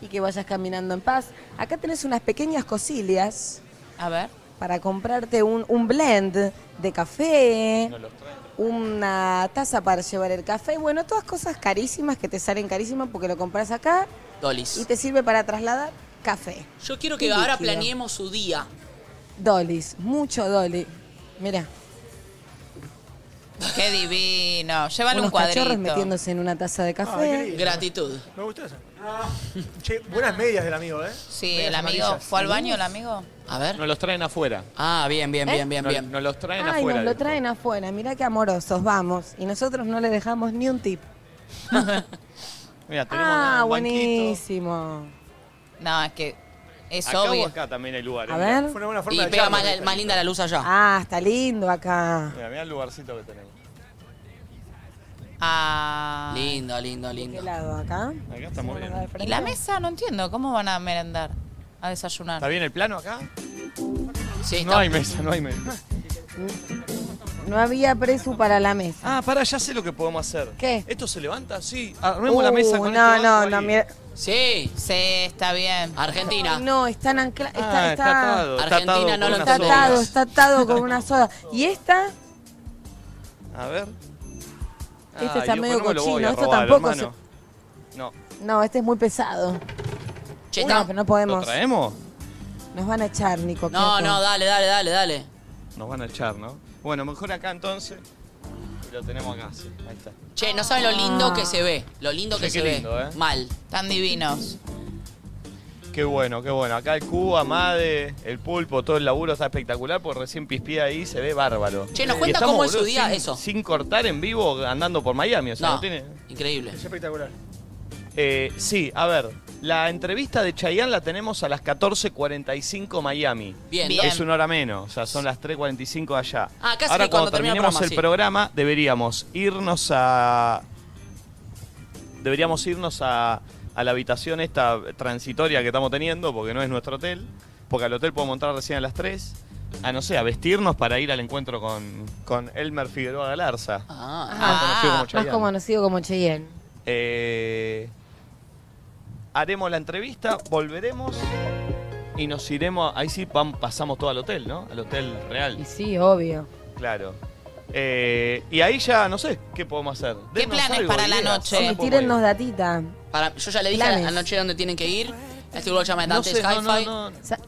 S10: y que vayas caminando en paz. Acá tenés unas pequeñas cosillas
S3: A ver.
S10: para comprarte un, un blend de café,
S11: Nos los traen.
S10: una taza para llevar el café. Bueno, todas cosas carísimas que te salen carísimas porque lo compras acá y
S2: Dolis.
S10: te sirve para trasladar café.
S2: Yo quiero que
S10: Qué
S2: ahora
S10: líquido.
S2: planeemos su día.
S10: Dolis, mucho Dolly. Mira,
S3: Qué divino. Llévale un
S10: unos cachorros
S3: cuadrito.
S10: metiéndose en una taza de café.
S2: Gratitud.
S16: Me gustó eso. Che, buenas medias del amigo, ¿eh?
S3: Sí, el amigo. ¿Fue al baño el amigo?
S2: A ver.
S11: Nos los traen afuera.
S2: Ah, bien, bien,
S10: ¿Eh?
S2: bien, bien,
S11: Nos-
S2: bien.
S11: Nos los traen
S10: Ay,
S11: afuera.
S10: nos lo traen afuera. Mira qué amorosos, vamos. Y nosotros no le dejamos ni un tip.
S11: Mira, tenemos
S10: Ah,
S11: un banquito.
S10: buenísimo.
S3: No, es que es
S11: acá o
S3: obvio.
S11: acá también hay lugares.
S10: A
S11: mirá.
S10: ver.
S11: Fue una buena forma
S2: ¿eh? Y
S11: de
S2: pega
S11: charla,
S2: más,
S11: ¿viste?
S2: más linda la luz allá.
S10: Ah, está lindo
S2: Ah.
S10: acá.
S11: Mira, mirá el lugarcito que tenemos.
S3: Ah.
S2: Lindo, lindo,
S10: ¿De qué
S2: lindo.
S10: lado acá?
S11: Acá está muy bien.
S3: ¿Y la mesa? No entiendo. ¿Cómo van a merendar? A desayunar.
S11: ¿Está bien el plano acá?
S2: Sí,
S11: No hay mesa, no hay mesa.
S10: No había preso para la mesa.
S11: Ah, para, ya sé lo que podemos hacer.
S10: ¿Qué?
S11: ¿Esto se levanta? Sí, armemos la
S10: Uh,
S11: mesa con
S10: No,
S11: este banco
S10: no,
S11: ahí.
S10: no, mira.
S2: Sí.
S3: Sí, está bien.
S2: Argentina.
S10: No, están ancla-
S11: Ah,
S10: Está,
S11: está
S10: está-
S11: atado, está
S2: Argentina
S11: atado
S2: no
S11: con
S2: lo
S11: unas
S10: está
S11: sogas.
S10: atado, está atado con una soda. Y esta,
S11: A ver.
S10: Este
S11: Ay,
S10: está
S11: Dios,
S10: medio
S11: no me lo voy
S10: cochino,
S11: a
S10: esto
S11: robar,
S10: tampoco
S11: hermano. No.
S10: no, este es muy pesado.
S2: Che,
S10: No,
S2: está-
S10: pero no podemos.
S11: ¿Lo traemos?
S10: Nos van a echar, Nico.
S2: No,
S10: quieto.
S2: no, dale, dale, dale, dale.
S11: Nos van a echar, ¿no? Bueno, mejor acá entonces. Y Lo tenemos acá, sí. Ahí está.
S2: Che, no
S3: Ah.
S2: saben lo lindo que se ve. Lo lindo
S11: Che,
S2: que
S11: qué
S2: se ve.
S11: lindo, ¿eh?
S2: Mal.
S3: Tan divinos.
S11: Qué bueno, qué bueno. Acá el Cuba, Made, el pulpo, todo el laburo está espectacular porque recién pispía ahí, se ve bárbaro.
S2: Che, nos
S11: Y
S2: cuenta
S11: estamos,
S2: cómo es su
S11: boludo,
S2: día
S11: sin-
S2: eso.
S11: Sin cortar en vivo andando por Miami, o sea, no,
S2: No,
S11: tiene.
S2: Increíble.
S5: Es espectacular.
S11: Eh, sí, a ver, la entrevista de Chayanne la tenemos a las 14.45 Miami.
S2: Bien.
S11: Es
S2: Bien.
S11: una hora menos, o sea, son las 3.45 allá.
S2: Ah, casi
S11: Ahora
S2: que cuando termina el
S11: terminemos
S2: programa,
S11: el
S2: sí.
S11: programa deberíamos irnos a... Deberíamos irnos a, a la habitación esta transitoria que estamos teniendo, porque no es nuestro hotel, porque al hotel podemos entrar recién a las 3. A no sé, a vestirnos para ir al encuentro con, con Elmer Figueroa Galarza.
S2: Ah.
S11: más conocido como
S10: Ah, más
S11: Chayanne.
S10: como conocido como Cheyenne.
S11: Eh, haremos la entrevista, volveremos y nos iremos. Ahí sí pam- pasamos todo al hotel, ¿no? Al hotel real.
S10: Sí, obvio.
S11: Claro. Eh, y ahí ya no sé qué podemos hacer.
S2: ¿Qué planes para la noche?
S10: Y tírennos datita.
S2: Para, yo ya le dije
S10: Planes.
S2: anoche dónde tienen que ir. Este grupo se llama
S11: No
S2: Dante's
S11: sé, no,
S2: Hi-Fi.
S10: Sa-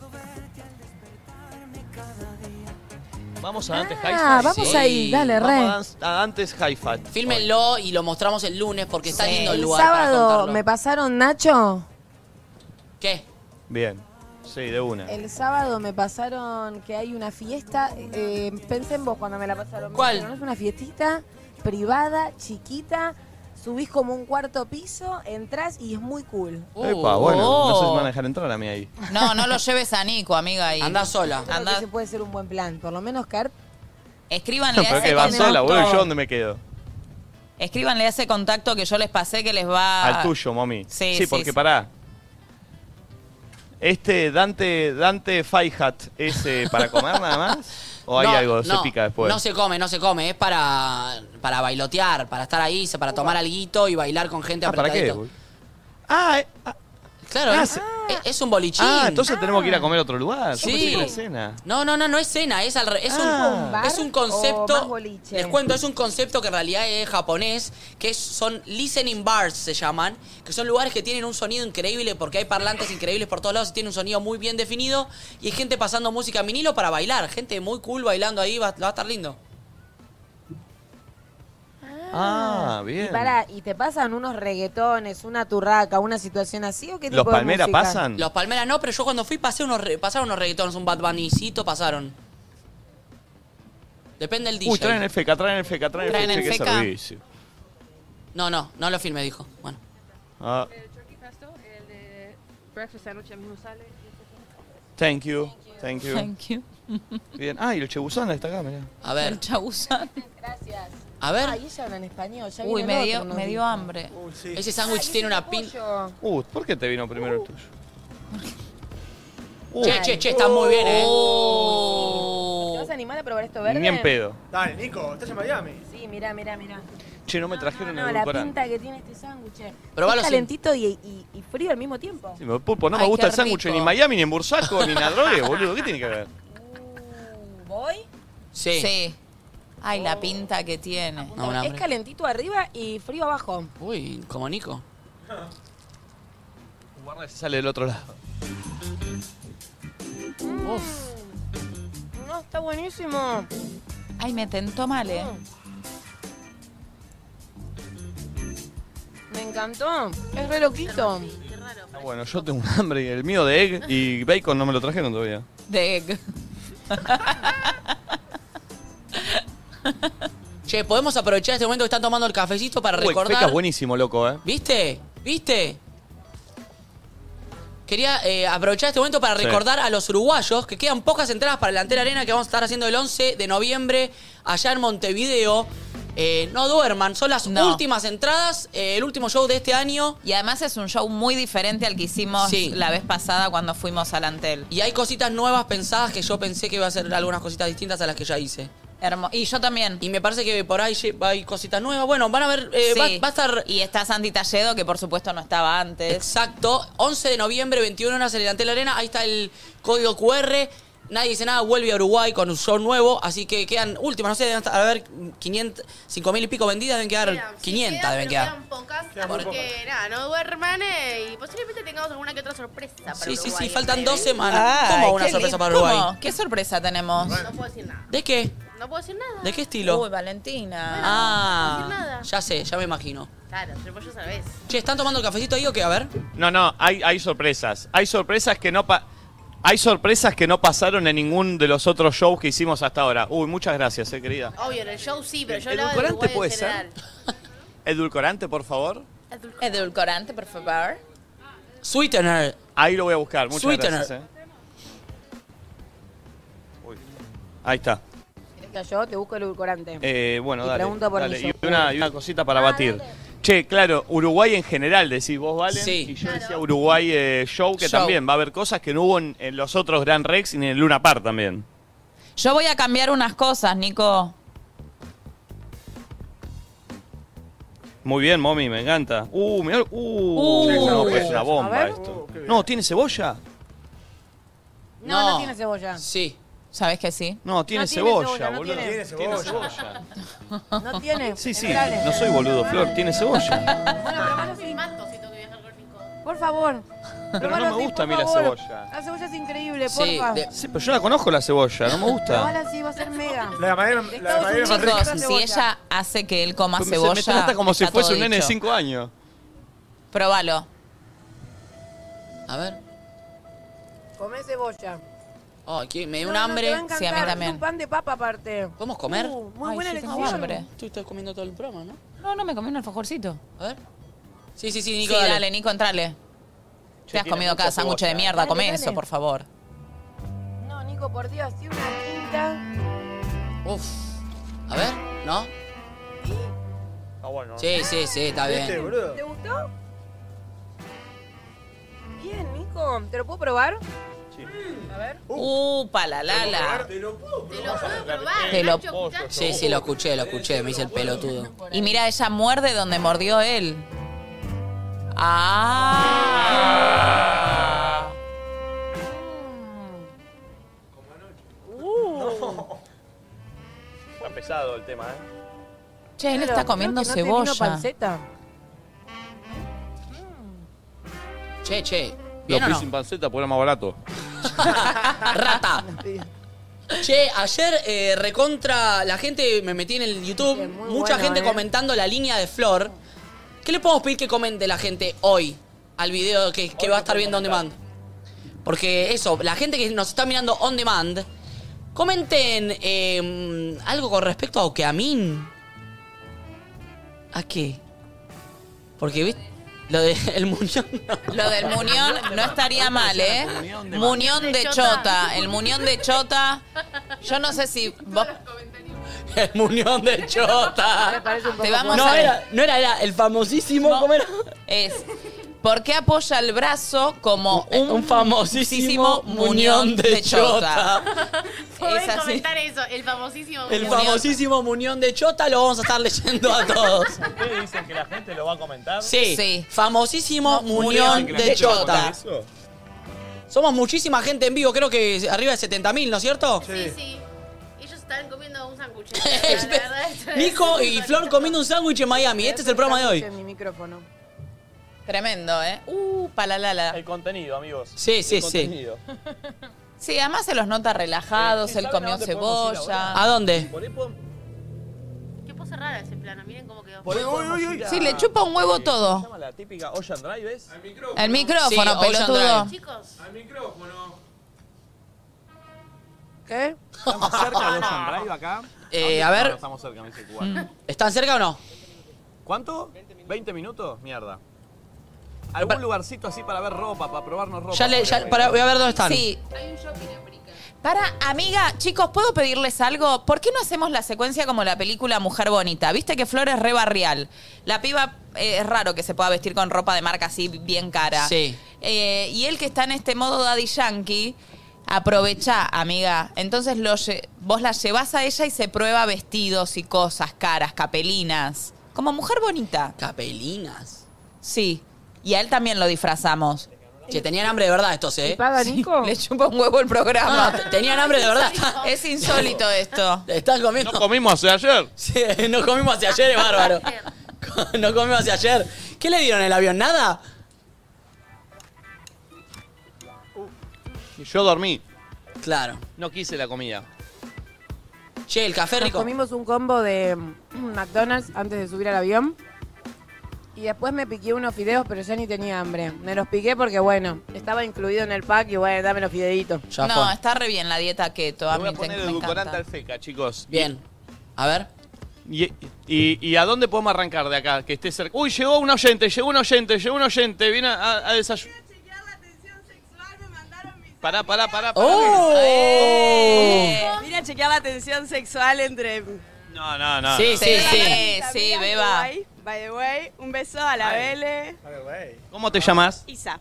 S11: Vamos a Dantes Hi-Fi.
S10: Ah, vamos ahí, dale,
S11: Vamos
S10: re.
S11: a Dan- a Dantes Hi-Fi.
S2: Fílmenlo y lo mostramos el lunes porque está lindo el
S10: El
S2: lugar. para
S10: sábado
S2: contarlo.
S10: me pasaron, Nacho.
S2: ¿Qué?
S11: Bien. Sí, de una.
S2: Eh,
S10: El sábado me pasaron que hay una fiesta. eh, pensé en vos cuando me la pasaron. Me
S2: ¿Cuál?
S10: dijeron, Es una fiestita privada, chiquita. Subís como un cuarto piso, entrás y es muy cool.
S2: Uh,
S11: Epa, bueno, no sé si me
S3: Oh.
S11: van a dejar entrar a mí ahí.
S3: No, no lo lleves a Nico, amiga. Y...
S2: Andá sola.
S10: Creo que ese puede ser un buen plan. Por lo menos caer
S3: Escríbanle a
S11: Pero
S3: ese
S11: que va sola,
S3: contacto.
S11: boludo, ¿yo dónde me quedo?
S3: Escríbanle a ese contacto que yo les pasé que les
S2: Ah.
S3: va.
S11: Al tuyo, mami.
S3: Sí, sí,
S11: porque
S3: sí.
S11: pará. Este Dante Dante Faihat es eh, para comer nada más o hay
S2: No,
S11: algo
S2: no,
S11: se pica después.
S2: No se come, no se come. Es para, para bailotear, para estar ahí, para tomar alguito y bailar con gente
S11: Ah, ¿para qué?
S2: apretadito.
S11: Ah,
S2: Claro,
S11: Ah,
S2: es,
S11: se-
S2: es- es un bolichín.
S11: Ah, entonces tenemos que ir a comer a otro lugar. Yo
S2: Sí.
S11: pensé que era cena.
S2: No, no, no, no es cena, es, al re- es,
S10: Ah.
S2: un, es un
S10: ¿Un bar o más
S2: concepto.
S10: boliche?
S2: Les cuento, es un concepto que en realidad es japonés, que es- son listening bars, se llaman, que son lugares que tienen un sonido increíble porque hay parlantes increíbles por todos lados y tienen un sonido muy bien definido y hay gente pasando música en vinilo para bailar, gente muy cool bailando ahí, va, va a estar lindo.
S11: Ah, bien.
S10: Y pará, ¿y te pasan unos reggaetones, una turraca, una situación así o qué tipo de música?
S2: Los palmeras no, pero yo cuando fui pasé unos re- pasaron unos reggaetones, un Bad Bunnycito pasaron. Depende del DJ.
S11: Uy, traen el feca, traen el feca, traen el
S2: Traen
S11: feca.
S2: el
S11: Che, qué
S2: feca.
S11: servicio.
S2: No, no, no lo filmé, dijo. Bueno.
S11: Ah,
S6: El de breakfast sandwich ya mismo sale.
S11: thank you. Thank you.
S3: Thank you.
S11: Bien. Ah, y el chebuzán está acá, mirá.
S2: A ver.
S3: El chabuzán.
S10: Gracias.
S2: A ver.
S10: Ahí ella habla en español. Ya
S3: Uy,
S10: viene
S3: me
S10: el
S3: dio,
S10: otro, nos
S3: me dio
S10: dijo.
S3: hambre.
S2: Ese sándwich tiene una pinta.
S11: Uh, ¿por qué te vino primero el tuyo?
S2: Che, che, che, está muy bien, eh.
S10: ¿Te vas a animar a probar esto verde?
S11: Ni en pedo.
S5: Dale, Nico, estás en Miami.
S10: Sí, mirá, mirá, mirá. Ah,
S11: Che, no me trajeron
S10: No,
S11: el
S10: la
S11: edulcorante.
S10: pinta que tiene este sándwich.
S11: Probalo
S10: Es
S11: sin-
S10: calentito y, y- y frío al mismo tiempo.
S11: Sí, pero, Pulpo, no me
S10: Ay,
S11: gusta
S10: qué
S11: el sándwich ni
S10: rico.
S11: en Miami, ni en Bursaco, ni en Adrogues, boludo. ¿Qué tiene que ver?
S10: ¿Voy?
S2: Sí.
S3: Ay, la pinta que tiene.
S2: No, un
S10: es
S2: hambre.
S10: calentito arriba y frío abajo.
S2: Uy, como Nico.
S11: Guarda, se sale del otro lado.
S10: Mm. No, está buenísimo. Mm.
S3: Ay, me tentó mal, eh.
S10: Me encantó. Es re loquito.
S11: Ah, bueno, yo tengo un hambre. y El mío de egg y bacon no me lo trajeron todavía.
S3: De egg.
S2: Che, podemos aprovechar este momento que están tomando el cafecito para
S11: Uy, feca
S2: recordar.
S11: es buenísimo, loco, ¿eh?
S2: ¿Viste? ¿Viste? Quería eh, aprovechar este momento para
S11: Sí.
S2: recordar a los uruguayos que quedan pocas entradas para la Antera Arena que vamos a estar haciendo el 11 de noviembre allá en Montevideo. Eh, no duerman, son las
S3: No.
S2: últimas entradas, eh, el último show de este año.
S3: Y además es un show muy diferente al que hicimos
S2: Sí.
S3: la vez pasada cuando fuimos al Antel.
S2: Y hay cositas nuevas pensadas que yo pensé que iba a ser algunas cositas distintas a las que ya hice.
S3: Hermo- Y yo también.
S2: Y me parece que por ahí lle- hay cositas nuevas. Bueno, van a ver, eh,
S3: Sí.
S2: va- va a estar
S3: Y está Santi Talledo, que por supuesto no estaba antes.
S2: Exacto. 11 de noviembre, 21 horas en el Antel Arena. Ahí está el código QR. Nadie dice nada, vuelve a Uruguay con un show nuevo. Así que quedan últimas, no sé, deben estar, a ver, 500, 5 mil y pico vendidas, deben quedar 500,
S4: quedan,
S2: deben
S4: pero
S2: quedar.
S4: quedan pocas, así que nada, no duerman eh, y posiblemente tengamos alguna que otra sorpresa para
S2: Sí, sí,
S4: Uruguay
S2: sí,
S4: en
S2: faltan
S4: breve.
S2: dos semanas. ¿Cómo una
S3: qué
S2: sorpresa
S3: lindo.
S2: para Uruguay?
S3: ¿Cómo? ¿Qué sorpresa tenemos?
S4: No puedo decir nada.
S2: ¿De qué?
S4: No puedo decir nada.
S2: ¿De qué estilo?
S3: Uy, Valentina.
S2: ah,
S4: no puedo decir nada.
S2: ya sé, ya me imagino.
S4: Claro, pero vos ya sabés.
S2: Che, ¿están tomando el cafecito ahí o qué? A ver.
S11: No, no, hay, hay sorpresas. Hay sorpresas que no pa- hay sorpresas que no pasaron en ningún de los otros shows que hicimos hasta ahora. Uy, muchas gracias, eh, querida.
S4: Obvio, en el show sí, pero yo
S11: ¿El
S4: hablaba de
S11: edulcorante
S4: Uruguay
S11: puede
S4: en
S11: ser?
S4: general.
S11: Edulcorante, por favor.
S3: Edulcorante, por favor.
S2: Sweetener.
S11: Ahí lo voy a buscar, muchas
S2: Sweetener.
S11: gracias. eh. Uy. Ahí está.
S10: Yo te busco el edulcorante.
S11: Eh, bueno,
S10: Y
S11: dale.
S10: pregunto por
S11: dale.
S10: mi
S11: Y,
S10: yogur.
S11: una, y una cosita para batir. Che, claro, Uruguay en general, decís vos, Valen.
S2: Sí.
S11: Y yo decía Uruguay eh, Show, que
S3: Show.
S11: también va a haber cosas que no hubo en, en los otros Gran Rex ni en el Luna Park también.
S3: Yo voy a cambiar unas cosas, Nico.
S11: Muy bien, mommy, me encanta. Uh, mirá, uh,
S3: Uh.
S11: no, pero es una
S10: A
S11: bomba
S10: ver.
S11: esto. No, ¿tiene cebolla?
S10: No, no,
S3: No.
S10: tiene cebolla.
S2: Sí.
S3: ¿Sabes que sí?
S11: No, tiene, cebolla, boludo. cebolla.
S10: No tiene.
S11: Sí, sí,
S10: Dale.
S11: no soy boludo, Flor, tiene cebolla.
S10: Bueno, probalo sin mato si tengo que viajar con Nico. Por favor.
S11: Pero no
S10: Probalo
S11: me
S10: así,
S11: gusta
S10: por
S11: a mí la
S10: favor.
S11: cebolla.
S10: La cebolla es increíble,
S2: Sí,
S10: porfa.
S2: de-
S11: Sí, pero yo la conozco la cebolla, no me gusta.
S10: Probala así, va a ser mega.
S5: La de madera,
S10: De
S5: la de
S10: Estados
S5: madera
S10: Unidos.
S5: más rica.
S3: Chicos,
S10: Rica
S3: si
S10: cebolla.
S3: ella hace que él coma
S11: Pero
S3: cebolla.
S11: Pues me trata como si
S3: está
S11: fuese
S3: todo
S11: un nene de
S3: dicho.
S11: 5 años.
S3: Probalo.
S2: A ver.
S10: Comé cebolla.
S2: Ay, que me dio
S10: No,
S2: un
S10: no,
S2: hambre.
S10: te va encantar,
S3: Sí, a mí
S10: es
S3: también.
S10: un pan de papa
S3: Eh,
S10: aparte.
S2: ¿Podemos comer?
S10: Uh, muy buena
S3: yo tengo
S10: elección.
S3: hambre.
S2: Tú estás comiendo todo el programa, ¿no?
S3: No, no, me comí un alfajorcito.
S2: A ver. Sí, sí, sí,
S3: Sí,
S2: Nico.
S3: dale,
S2: dale.
S3: Nico, entrale. Te has
S2: tiene
S3: comido
S2: mucha
S3: cada sándwich de
S2: cebolla.
S3: mierda,
S10: Dale,
S3: come
S10: dale.
S3: eso, por favor.
S10: No, Nico, por Dios, tiene una pinta.
S2: Uf. A ver, ¿no?
S11: Está bueno.
S2: Sí, sí, sí, está
S5: ¿Viste,
S2: bien.
S5: boludo?
S10: ¿Te gustó? Bien, Nico. ¿Te lo puedo probar? Mm,
S3: Uh, palalala.
S4: Te lo puedo probar.
S3: Te lo-
S4: Ah, Nacho, escuchá.
S2: Sí, sí, lo escuché, lo escuché. Me hice el pelotudo.
S3: Y mira, ella muerde donde mordió él. Ah.
S4: Uh.
S11: Está pesado el tema, ¿eh?
S3: Che, él está
S10: Claro,
S3: comiendo
S10: creo que no te vino
S3: cebolla.
S10: panceta.
S2: Che, che.
S11: Lo
S2: ¿Bien o
S11: fui
S2: no?
S11: sin panceta porque era más barato.
S2: Rata. Che, ayer eh, recontra la gente me metí en el YouTube, mucha
S10: bueno,
S2: gente
S10: eh.
S2: comentando la línea de Flor. ¿Qué le podemos pedir que comente la gente hoy al video que, que va a estar viendo on demand? Porque eso, la gente que nos está mirando on demand, comenten eh, algo con respecto a Okeamin. ¿A qué? Porque, ¿viste? Lo del el muñón. no.
S3: Lo del muñón no estaría mal, ¿eh? Muñón de chota. El muñón de chota. Yo no sé si. vos-
S2: El muñón de Chota.
S3: Te vamos
S2: No
S3: a.
S2: era, no era, era el famosísimo. ¿cómo era?
S3: Es. ¿Por qué apoya el brazo como un,
S2: Un famosísimo muñón de chota.
S4: Podés
S3: Es así.
S4: comentar eso, el famosísimo.
S2: El
S4: Muñoz.
S2: famosísimo muñón de chota lo vamos a estar leyendo a todos.
S20: ¿Ustedes dicen que la gente lo va a comentar?
S2: Sí.
S3: Sí.
S2: Famosísimo muñón de chota. Somos muchísima gente en vivo, creo que arriba de 70.000, ¿no es cierto?
S4: Sí, sí. Ellos estaban comiendo un sándwich.
S2: Es-
S3: Este,
S4: La verdad, esto es-
S2: Nico y Flor comiendo un sándwich en Miami. Este es el programa de hoy.
S10: En mi micrófono.
S3: Tremendo, ¿eh? Uh, palalala.
S20: El contenido, amigos.
S2: Sí, sí,
S20: El
S2: sí.
S20: contenido.
S3: Sí, además se los nota relajados,
S20: Sí,
S3: él
S20: ¿saben a
S3: comió
S20: dónde podemos ir
S3: cebolla.
S2: ¿A dónde?
S20: Por ahí podemos-
S4: Qué cosa rara ese plano, miren cómo quedó.
S20: por ahí podemos ir a-
S3: Sí, le chupa un huevo
S20: eh, ¿Cómo se
S3: todo.
S20: llama la típica Ocean Drive? ¿ves?
S3: El micrófono,
S2: Sí, Ocean
S3: pelotudo.
S2: Drive.
S4: Chicos,
S10: ¿Qué?
S20: ¿Estamos cerca de Ocean Drive acá?
S2: Eh,
S20: ¿Dónde
S2: a ver.
S20: estamos? Estamos cerca, me dice cubano.
S2: ¿Están cerca o no?
S20: ¿Cuánto? ¿20 minutos? Mierda. ¿Algún lugarcito así para ver ropa, para probarnos ropa?
S2: Ya le, ya- pará, voy a ver dónde están.
S3: Sí. Para, amiga, chicos, ¿puedo pedirles algo? ¿Por qué no hacemos la secuencia como la película Mujer Bonita? Viste que Flor es re barrial. La piba eh, es raro que se pueda vestir con ropa de marca así bien cara.
S2: Sí.
S3: Eh, y él que está en este modo daddy yankee, aprovechá, amiga. Entonces lo lle- vos la llevás a ella y se prueba vestidos y cosas caras, capelinas. Como mujer bonita.
S2: Capelinas.
S3: Sí. Y a él también lo disfrazamos.
S2: Que tenían hambre de verdad estos, ¿eh?
S10: ¿Paga Nico?
S3: Le chupa un huevo el
S2: No,
S3: programa.
S2: no, te- tenían hambre de verdad.
S3: Es insólito esto.
S2: Están comiendo.
S11: No comimos hace ayer.
S2: Sí, no comimos hacia ayer, es bárbaro. No comimos hacia ayer. ¿Qué le dieron en el avión? ¿Nada?
S11: Y yo dormí.
S2: Claro.
S11: No quise la comida.
S2: Che, el café
S10: Nos
S2: rico.
S10: comimos un combo de mm, McDonald's antes de subir al avión. Y después me piqué unos fideos, pero ya ni tenía hambre. Me los piqué porque, bueno, estaba incluido en el pack y, bueno, dame los fideitos.
S3: no, está re bien la dieta keto. A
S10: Le voy
S3: mí
S10: a
S3: te-
S10: poner
S3: me
S11: edulcorante
S3: encanta.
S11: al feca, chicos.
S2: Bien. A ver.
S11: ¿Y, y, y a dónde podemos arrancar de acá? Que esté cerca. Uy, llegó un oyente, llegó un oyente, llegó un oyente. Viene a, a desayunar. Pará, pará, pará. pará.
S2: Oh.
S21: Vine a chequear Eh, la tensión sexual entre.
S11: No, no, no.
S21: Sí,
S11: no.
S21: sí, sí.
S3: Eh, sí, beba.
S21: Uruguay. By the way, un beso a la
S11: Ay.
S21: Bele.
S11: ¿Cómo te llamas?
S21: Isa.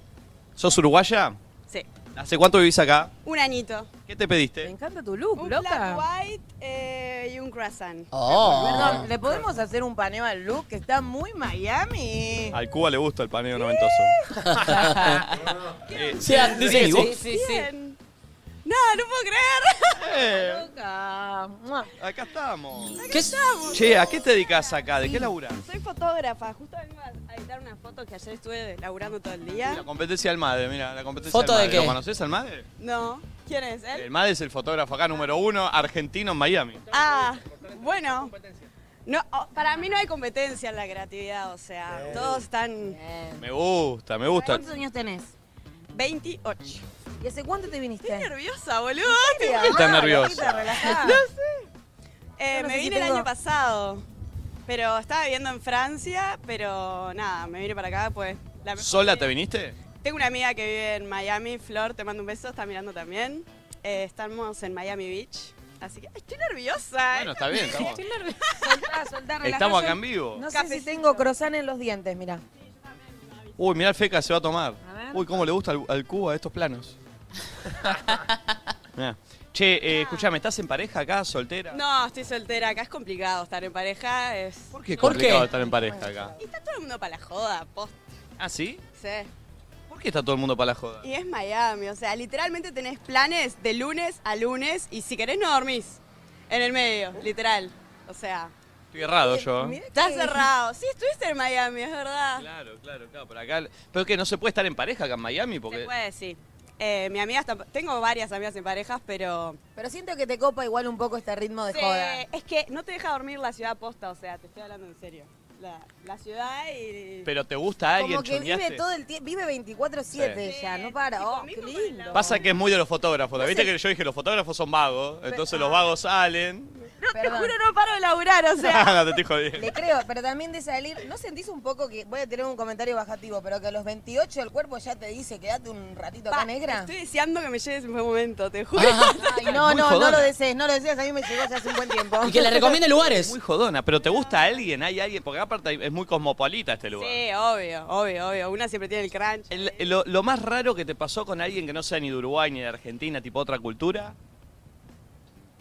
S11: ¿Sos uruguaya?
S21: Sí.
S11: ¿Hace cuánto vivís acá?
S21: Un añito.
S11: ¿Qué te pediste?
S10: encanta tu look,
S21: un
S10: loca.
S21: Black white eh, y un croissant.
S11: Oh.
S10: Perdón, ¿le podemos hacer un paneo al look que está muy Miami?
S11: Al Cuba le gusta el paneo noventoso. Eh,
S2: Sí, ah, dice que
S11: ¿y vos?
S2: sí. Sí,
S21: Bien. No, no puedo creer.
S10: Loca.
S11: Eh, Acá estamos.
S21: ¿Qué estamos?
S11: Che, ¿a qué te dedicas acá? ¿De qué laburás?
S21: Soy fotógrafa. Justo vengo a editar unas fotos que ayer estuve laburando todo el día.
S11: La competencia del MADE, mira, la competencia
S2: ¿Foto
S11: del
S2: de
S11: MADE.
S2: qué?
S11: ¿Lo conoces al MADE?
S21: No. ¿Quién es él?
S11: El MADE es el fotógrafo acá número uno argentino en Miami.
S21: Ah, bueno. No, oh, para mí no hay competencia en la creatividad, o sea, todos están...
S11: Me gusta, me gusta.
S21: años tenés? 28. ¿Y hace cuánto te viniste? Estoy nerviosa, boludo.
S11: ¿En serio? Estás nerviosa.
S21: No sé. Eh,
S10: Yo no
S21: me
S10: sé si
S21: vine el
S10: tengo-
S21: año pasado, pero estaba viviendo en Francia, pero nada, me vine para acá, pues... la mejor
S11: ¿Sola te viniste?
S21: tengo una amiga que vive en Miami, Flor, te mando un beso, está mirando también. Eh, estamos en Miami Beach, así que ay, estoy nerviosa.
S11: Bueno, está bien, estamos.
S21: Estoy
S10: nerviosa. Soltá, soltá, relajá.
S11: Estamos acá en vivo.
S10: No sé si tengo croissant en los dientes, mira.
S11: Uy, mirá el feca, se va a tomar.
S10: ver.
S11: Uy, cómo le gusta al, al Cuba estos planos. Mirá. Che, eh, escuchame, ¿estás en pareja acá, soltera?
S21: No, estoy soltera, acá es complicado estar en pareja. Es...
S11: ¿Por qué es complicado estar en pareja acá?
S21: Y está todo el mundo para la joda, post.
S11: ¿Ah, sí?
S21: sí.
S11: ¿Por qué está todo el mundo para la joda?
S21: Y es Miami, o sea, literalmente tenés planes de lunes a lunes y si querés no dormís en el medio, literal. O sea,
S11: Estoy errado yo. ¿eh?
S21: está cerrado. Sí, estuviste en Miami, es verdad.
S11: Claro, claro, claro, por acá. Pero es que no se puede estar en pareja acá en Miami porque.
S21: Se puede, Pues sí. Eh, mi amiga está- tengo varias amigas en parejas, pero
S10: Pero siento que te copa igual un poco este ritmo de
S21: Sí,
S10: joda.
S21: es que no te deja dormir la ciudad posta, o sea, te estoy hablando en serio. La, la ciudad y...
S11: Pero te gusta alguien,
S10: Como que
S11: choneaste.
S10: vive todo el tiempo, vive 24-7 ya, no para. Oh, qué lindo.
S11: Pasa que es muy de los fotógrafos.
S10: No sé. Pues,
S11: Viste
S10: ah.
S11: que yo dije los fotógrafos son vagos, entonces los vagos salen.
S10: No,
S21: Te juro, no paro de laburar, o sea...
S11: no, te estoy jodiendo.
S10: Le creo, pero también de salir, ¿no sentís un poco que voy a tener un comentario bajativo, pero que a los 28 el cuerpo ya te dice, quédate un ratito acá
S21: Pa,
S10: negra?
S21: Estoy deseando que me llegues en buen momento, te juro.
S10: Ay, no, no, no
S11: jodona.
S10: lo desees, no lo desees, a mí me llegó ya hace un buen tiempo.
S11: Muy jodona, pero te gusta alguien, hay alguien, porque aparte hay- es muy cosmopolita este lugar.
S21: Sí, obvio, obvio, obvio. Una siempre tiene el crunch.
S11: Eh, Lo, lo más raro que te pasó con alguien que no sea ni de Uruguay ni de Argentina, tipo otra cultura,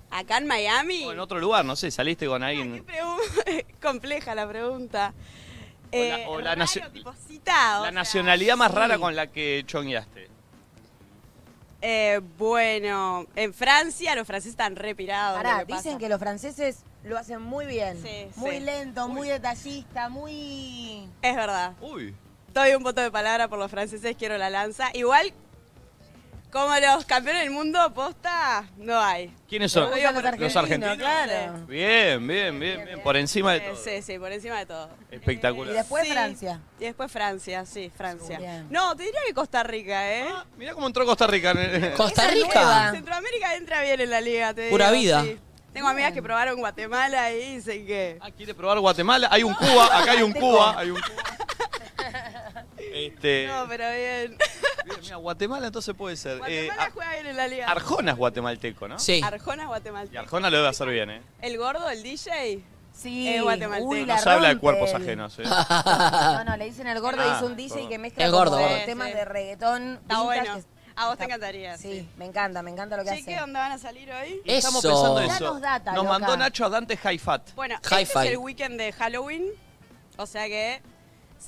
S21: Acá en Miami...
S11: o en otro lugar, no sé, saliste con alguien.
S21: Pregun- Compleja la pregunta. Eh,
S11: o la
S21: raro,
S11: nacio-
S21: tipo cita, o
S11: La
S21: sea,
S11: nacionalidad más
S21: sí.
S11: rara con la que chongueaste.
S21: Eh, bueno, en Francia los franceses están repirados.
S10: Pará, dicen que los franceses lo hacen muy bien. muy
S21: sí.
S10: lento, muy detallista, muy...
S21: Es verdad.
S11: Uy.
S21: Doy un voto de palabra por los franceses, quiero la lanza. Igual, como los campeones del mundo, posta, no hay.
S11: ¿Quiénes son?
S21: Lo digo
S11: Los
S21: por-
S11: argentinos,
S21: claro.
S11: Bien, bien, bien, bien. Por encima de
S21: Eh,
S11: todo.
S21: Sí, sí, por encima de todo.
S11: Espectacular.
S10: después Francia.
S21: Y después Francia, sí, Francia.
S11: Bien.
S21: No, te diría que Costa Rica, ¿eh?
S11: Ah, Mirá cómo entró Costa Rica. en-
S2: Costa Rica.
S21: Centroamérica entra bien en la liga, te
S11: Pura
S21: digo,
S11: vida.
S21: sí. Tengo amigas que probaron Guatemala y dicen que...
S11: Ah, Quiere probar Guatemala. Hay un Cuba, acá hay un Cuba, hay un Cuba. Este,
S21: No, pero bien.
S11: mira, Guatemala entonces puede ser. Eh,
S21: Guatemala juega bien en la liga.
S11: Arjona es guatemalteco, ¿no?
S21: Arjona
S11: Y
S21: guatemalteco.
S11: Arjona lo debe hacer bien, ¿eh?
S21: El gordo, el DJ.
S10: Sí.
S21: Es guatemalteco.
S10: Uy,
S11: No
S10: la
S11: se habla de
S10: rompe
S11: cuerpos
S10: el-
S11: ajenos, ¿eh?
S10: No, no, le dicen el gordo,
S11: Ah,
S10: hizo un DJ
S11: gordo.
S10: que mezcla
S11: El gordo,
S10: como
S11: gordo.
S10: temas
S21: Sí.
S10: de reggaetón.
S21: Está
S10: vintage,
S21: bueno. A vos te encantaría.
S10: Sí, me encanta, me encanta lo que
S21: Che,
S10: hace.
S21: ¿qué onda van a salir hoy?
S11: Y Estamos pensando eso.
S10: Danos data,
S11: Nos
S10: loca.
S11: mandó Nacho a Dante Hi-Fat.
S21: Bueno,
S11: Hi-Fi.
S21: este es el weekend de Halloween. O sea que.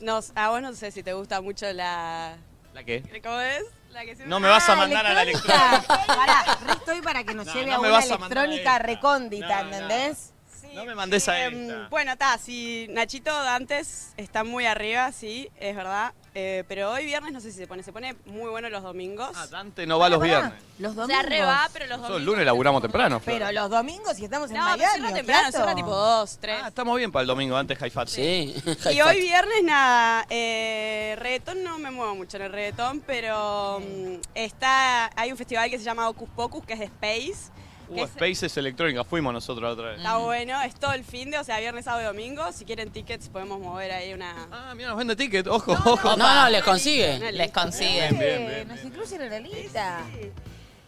S21: Nos, a vos no sé si te gusta mucho la.
S11: ¿La qué?
S21: ¿Cómo es? La que siempre-
S11: No me vas a mandar a la electrónica.
S10: Ah, Pará, re estoy para que nos
S11: No,
S10: lleve
S11: no
S10: a
S11: me
S10: una
S11: vas a mandar a
S10: electrónica recóndita, ¿entendés?
S21: Sí,
S11: No me mandes a
S21: Em,
S11: esta.
S21: bueno, está, si Nachito antes está muy arriba, sí, es verdad. Eh, pero hoy viernes no sé si se pone, se pone muy bueno los domingos. Ah,
S11: Dante no va los viernes.
S10: Los
S21: domingos. Se re va, pero los
S11: Nosotros
S21: domingos.
S11: el lunes laburamos temprano. Flor.
S10: Pero los domingos si estamos en
S21: No,
S10: Miami.
S21: pero cierra temprano,
S10: Flato.
S21: cierra tipo 2, 3.
S11: Ah, estamos bien para el domingo antes High Fat.
S2: Sí.
S21: y hoy viernes nada, eh, reggaetón no me muevo mucho en el reggaetón, pero mm, está, hay un festival que se llama Ocus Pocus, que es de Space. que
S11: Uh, Mm.
S21: es-
S11: Spaces Electrónica, fuimos nosotros la otra vez.
S21: Está bueno, es todo el fin de, o sea, viernes, sábado y domingo. Si quieren tickets podemos mover ahí una...
S11: Ah, mira, nos vende ticket, ojo, ojo.
S2: No, no, les consigue.
S21: Les
S2: consigue.
S11: Bien, bien, bien.
S10: Nos incluyen en la lista.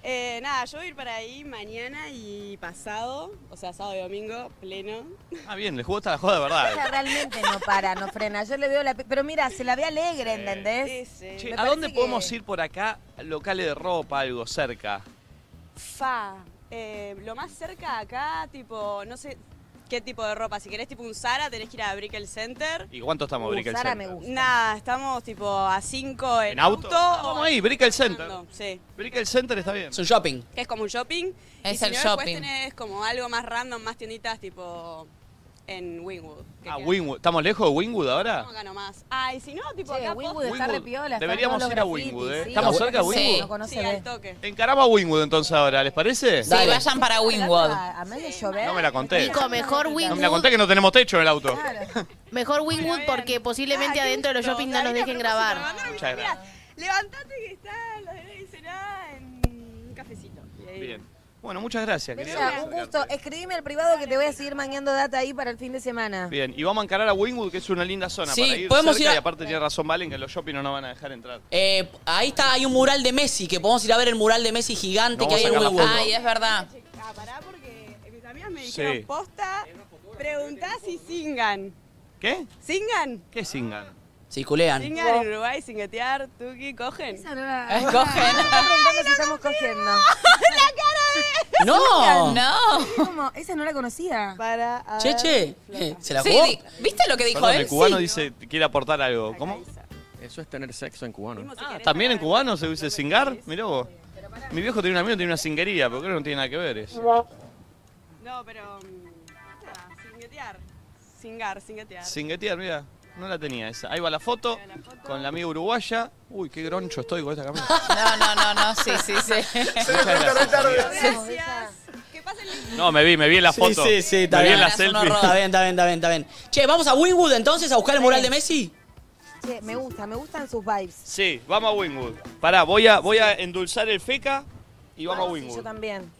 S21: Eh, nada, yo voy a ir para ahí mañana y pasado, o sea, sábado y domingo, pleno.
S11: Ah, bien, les gusta la joda de
S10: Ella
S11: verdad. Eh,
S10: realmente no para, no frena. Yo le veo la... pi- Pero mira, se la ve alegre, ¿entendés?
S11: Che, ¿A dónde podemos ir por acá? Locales de ropa, algo cerca.
S21: Fa, eh, lo más cerca acá, tipo, no sé qué tipo de ropa. Si querés tipo un Zara, tenés que ir a Brickell Center.
S11: ¿Y cuánto estamos,
S21: Uh,
S11: Brickell Center?
S21: Nada, estamos tipo a 5 en,
S11: ¿En auto? Ah, Vamos ahí, Brickell Center.
S21: No, sí.
S11: Brickell Center está bien. Es
S2: un shopping.
S21: Que es como un shopping.
S3: Es
S21: y si
S3: el
S21: no, Después
S3: shopping.
S21: tenés como algo más random, más tienditas tipo en Wingwood.
S11: Ah, Wingwood. ¿Estamos lejos de Wingwood ahora?
S21: Acá nomás. Ah, y si no, tipo acá.
S10: Wingwood está
S21: posta.
S10: re piola, está
S11: Deberíamos
S10: todos
S11: ir
S10: los
S11: a Wingwood,
S10: grafitis,
S11: ¿eh?
S10: sí.
S11: ¿Estamos cerca de Wingwood?
S10: No conoce
S21: Sí,
S10: de-
S21: al toque.
S11: Encaramos a Wingwood entonces ahora, ¿les parece?
S10: Sí, Dale.
S3: vayan para Wingwood.
S10: Ah, A menos de llover.
S11: No me la conté.
S4: Nico, mejor
S11: No me la
S4: Wingwood.
S11: conté que no tenemos techo en el auto.
S4: Mejor Wingwood porque
S10: Ah,
S4: posiblemente adentro de los shopping no nos dejen grabar.
S11: Muchas gracias.
S21: Levantate que está los de la Será en un cafecito. Y ahí-
S11: Bien. Bueno, muchas gracias. querida.
S10: Bella, un gusto. Escribime al privado que te voy a seguir mangueando data ahí para el fin de semana.
S11: Bien, y vamos a encarar a Wingwood, que es una linda zona
S2: Sí,
S11: para ir
S2: podemos
S11: cerca,
S2: ir a-
S11: y aparte tiene razón Valen que los shopping no nos van a dejar entrar.
S2: Eh, ahí está, hay un mural de Messi, que podemos ir a ver el mural de Messi gigante
S11: No,
S2: que hay en
S11: vamos a sacar
S2: Wingwood.
S11: la foto.
S3: Ay, es verdad.
S21: Ah, pará porque mis amigas me
S11: Sí.
S21: dijeron posta. Preguntá si singan.
S11: ¿Qué?
S21: ¿Singan?
S11: ¿Qué singan?
S2: Sí, culean.
S21: Singan en Uruguay, singetear, tuki, cogen.
S10: Eh,
S2: cogen.
S10: Están preguntando si estamos cogiendo.
S2: ¡No!
S10: ¿Cómo? Esa no la conocía.
S21: Para.
S2: Che, che. eh, ¿Se la
S3: Sí,
S2: jugó?
S3: di- ¿viste lo que dijo
S11: Perdón,
S3: él?
S11: el cubano
S3: Sí.
S11: dice, quiere aportar algo. ¿Cómo?
S18: Eso es tener sexo en cubano.
S11: Ah, ¿También en cubano se dice singar? Mirá vos. Mi viejo tiene un amigo que tiene una singuería, pero creo que no tiene nada que ver eso.
S21: No, pero. mm, nada, Singetear. Singar, singetear.
S11: Singuetear, mira. No la tenía esa. Ahí va la foto con la amiga uruguaya. Uy, qué groncho estoy con esta camisa.
S3: No, no, no, no, sí, sí, sí.
S11: Muchas gracias, amiga.
S21: Gracias. Que pasen
S11: No, me vi, me vi en la
S2: Sí,
S11: foto.
S2: sí, sí, está
S11: Me vi
S2: bien.
S11: en la
S2: Es un
S11: selfie.
S2: horror. Está bien, está bien, está bien, está bien. Che, vamos a Wingwood entonces a buscar el mural de Messi.
S10: Che, me gusta, me gustan sus vibes.
S11: Sí, vamos a Wingwood. Pará, voy a, voy a endulzar el feca y vamos a
S10: Sí,
S11: Wingwood.
S10: yo también.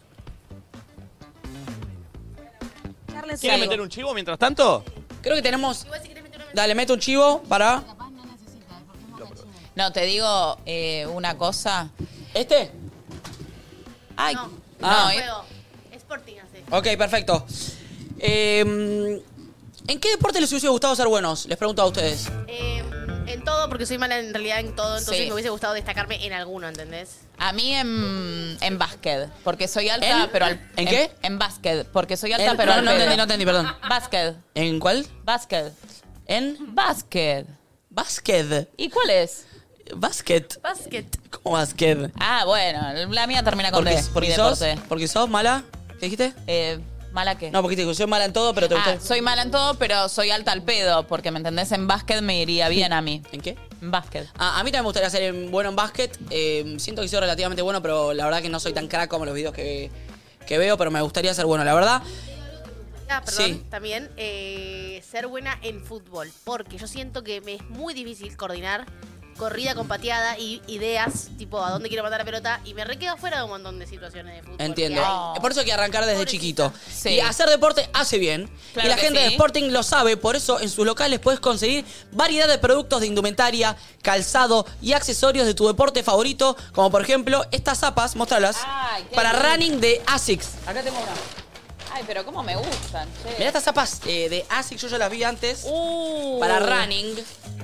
S10: Charles,
S11: ¿Quiere meter un chivo mientras tanto?
S2: Creo que tenemos. Dale, mete un chivo para.
S3: No, te digo eh, una cosa.
S2: ¿Este? Ah.
S3: Ay,
S4: No,
S3: no,
S4: no,
S3: eh,
S4: juego. Sporting hace.
S2: Ok, perfecto. Eh, ¿En qué deporte les hubiese gustado ser buenos? Les pregunto a ustedes.
S4: Eh, en todo, porque soy mala en realidad en todo, entonces
S3: Sí.
S4: me hubiese gustado destacarme en alguno, ¿entendés?
S3: a mí en, en básquet, porque soy alta,
S2: ¿En?
S3: pero al,
S2: ¿En qué?
S3: En básquet, porque soy alta,
S2: En-
S3: pero
S2: no,
S3: al
S2: no
S3: pedo.
S2: entendí, no entendí, perdón.
S3: Básquet,
S2: ¿En cuál?
S3: básquet,
S2: ¿En?
S3: básquet.
S2: Básquet.
S3: ¿Y cuál es?
S2: Básquet.
S4: Básquet.
S2: ¿Cómo básquet?
S3: Ah, bueno, la mía termina con
S2: Porque,
S3: D, mi
S2: porque, sos,
S3: deporte.
S2: porque sos mala. ¿Qué dijiste?
S3: Eh, ¿Mala qué?
S2: No, porque te digo, soy mala en todo, pero te
S3: Ah,
S2: gustó.
S3: soy mala en todo, pero soy alta al pedo, porque me entendés, en básquet me iría bien a mí.
S2: ¿En qué?
S3: En básquet.
S2: A, a mí también me gustaría ser eh, bueno en básquet. Eh, siento que soy relativamente bueno, pero la verdad que no soy tan crack como los videos que, que veo, pero me gustaría ser bueno, la verdad.
S4: Ah, perdón,
S2: Sí.
S4: también eh, ser buena en fútbol, porque yo siento que me es muy difícil coordinar corrida con pateada y ideas, tipo a dónde quiero mandar la pelota, y me requedo fuera de un montón de situaciones de fútbol.
S2: Entiendo.
S4: que hay.
S2: Eh, Por eso hay que arrancar desde chiquito.
S3: Sí.
S2: Y hacer deporte hace bien.
S3: Claro
S2: y la
S3: que
S2: gente de
S3: sí.
S2: Sporting lo sabe, por eso en sus locales puedes conseguir variedad de productos de indumentaria, calzado y accesorios de tu deporte favorito, como por ejemplo estas zapas, mostralas,
S3: Ay, Ah, qué
S2: para
S3: lindo.
S2: running de ASICS.
S3: Acá tengo una. Ay, pero cómo me gustan, che.
S2: Mirá estas zapas eh, de ASICS, yo ya las vi antes,
S3: Uh.
S2: para running,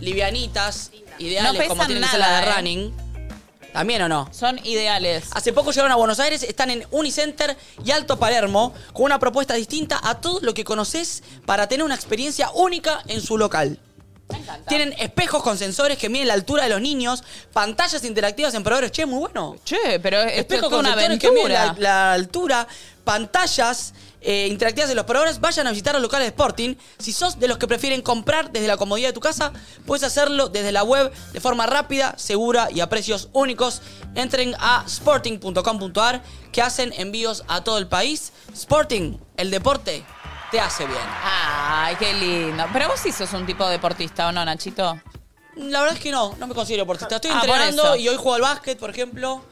S2: livianitas,
S3: No
S2: ideales
S3: pesan
S2: como tienen que ser
S3: nada,
S2: las de
S3: eh.
S2: running. ¿También o no?
S3: Son ideales.
S2: Hace poco llegaron a Buenos Aires, están en Unicenter y Alto Palermo, con una propuesta distinta a todo lo que conoces para tener una experiencia única en su local. Tienen espejos con sensores que miden la altura de los niños, pantallas interactivas en proveedores. Che, muy bueno.
S3: Che, pero esto es
S2: Espejos
S3: toda
S2: con
S3: una
S2: sensores que miden
S3: aventura.
S2: la, la altura, pantallas eh, interactivas de los programas, vayan a visitar los locales de Sporting. Si sos de los que prefieren comprar desde la comodidad de tu casa, puedes hacerlo desde la web de forma rápida, segura y a precios únicos. Entren a sporting.com.ar que hacen envíos a todo el país. Sporting, el deporte te hace bien.
S3: Ah. Ay, qué lindo. Pero vos sí sos un tipo deportista, ¿o no, Nachito?
S2: La verdad es que no, no me considero deportista. Estoy
S3: Ah, por
S2: entrenando
S3: eso.
S2: y hoy juego al básquet, por ejemplo,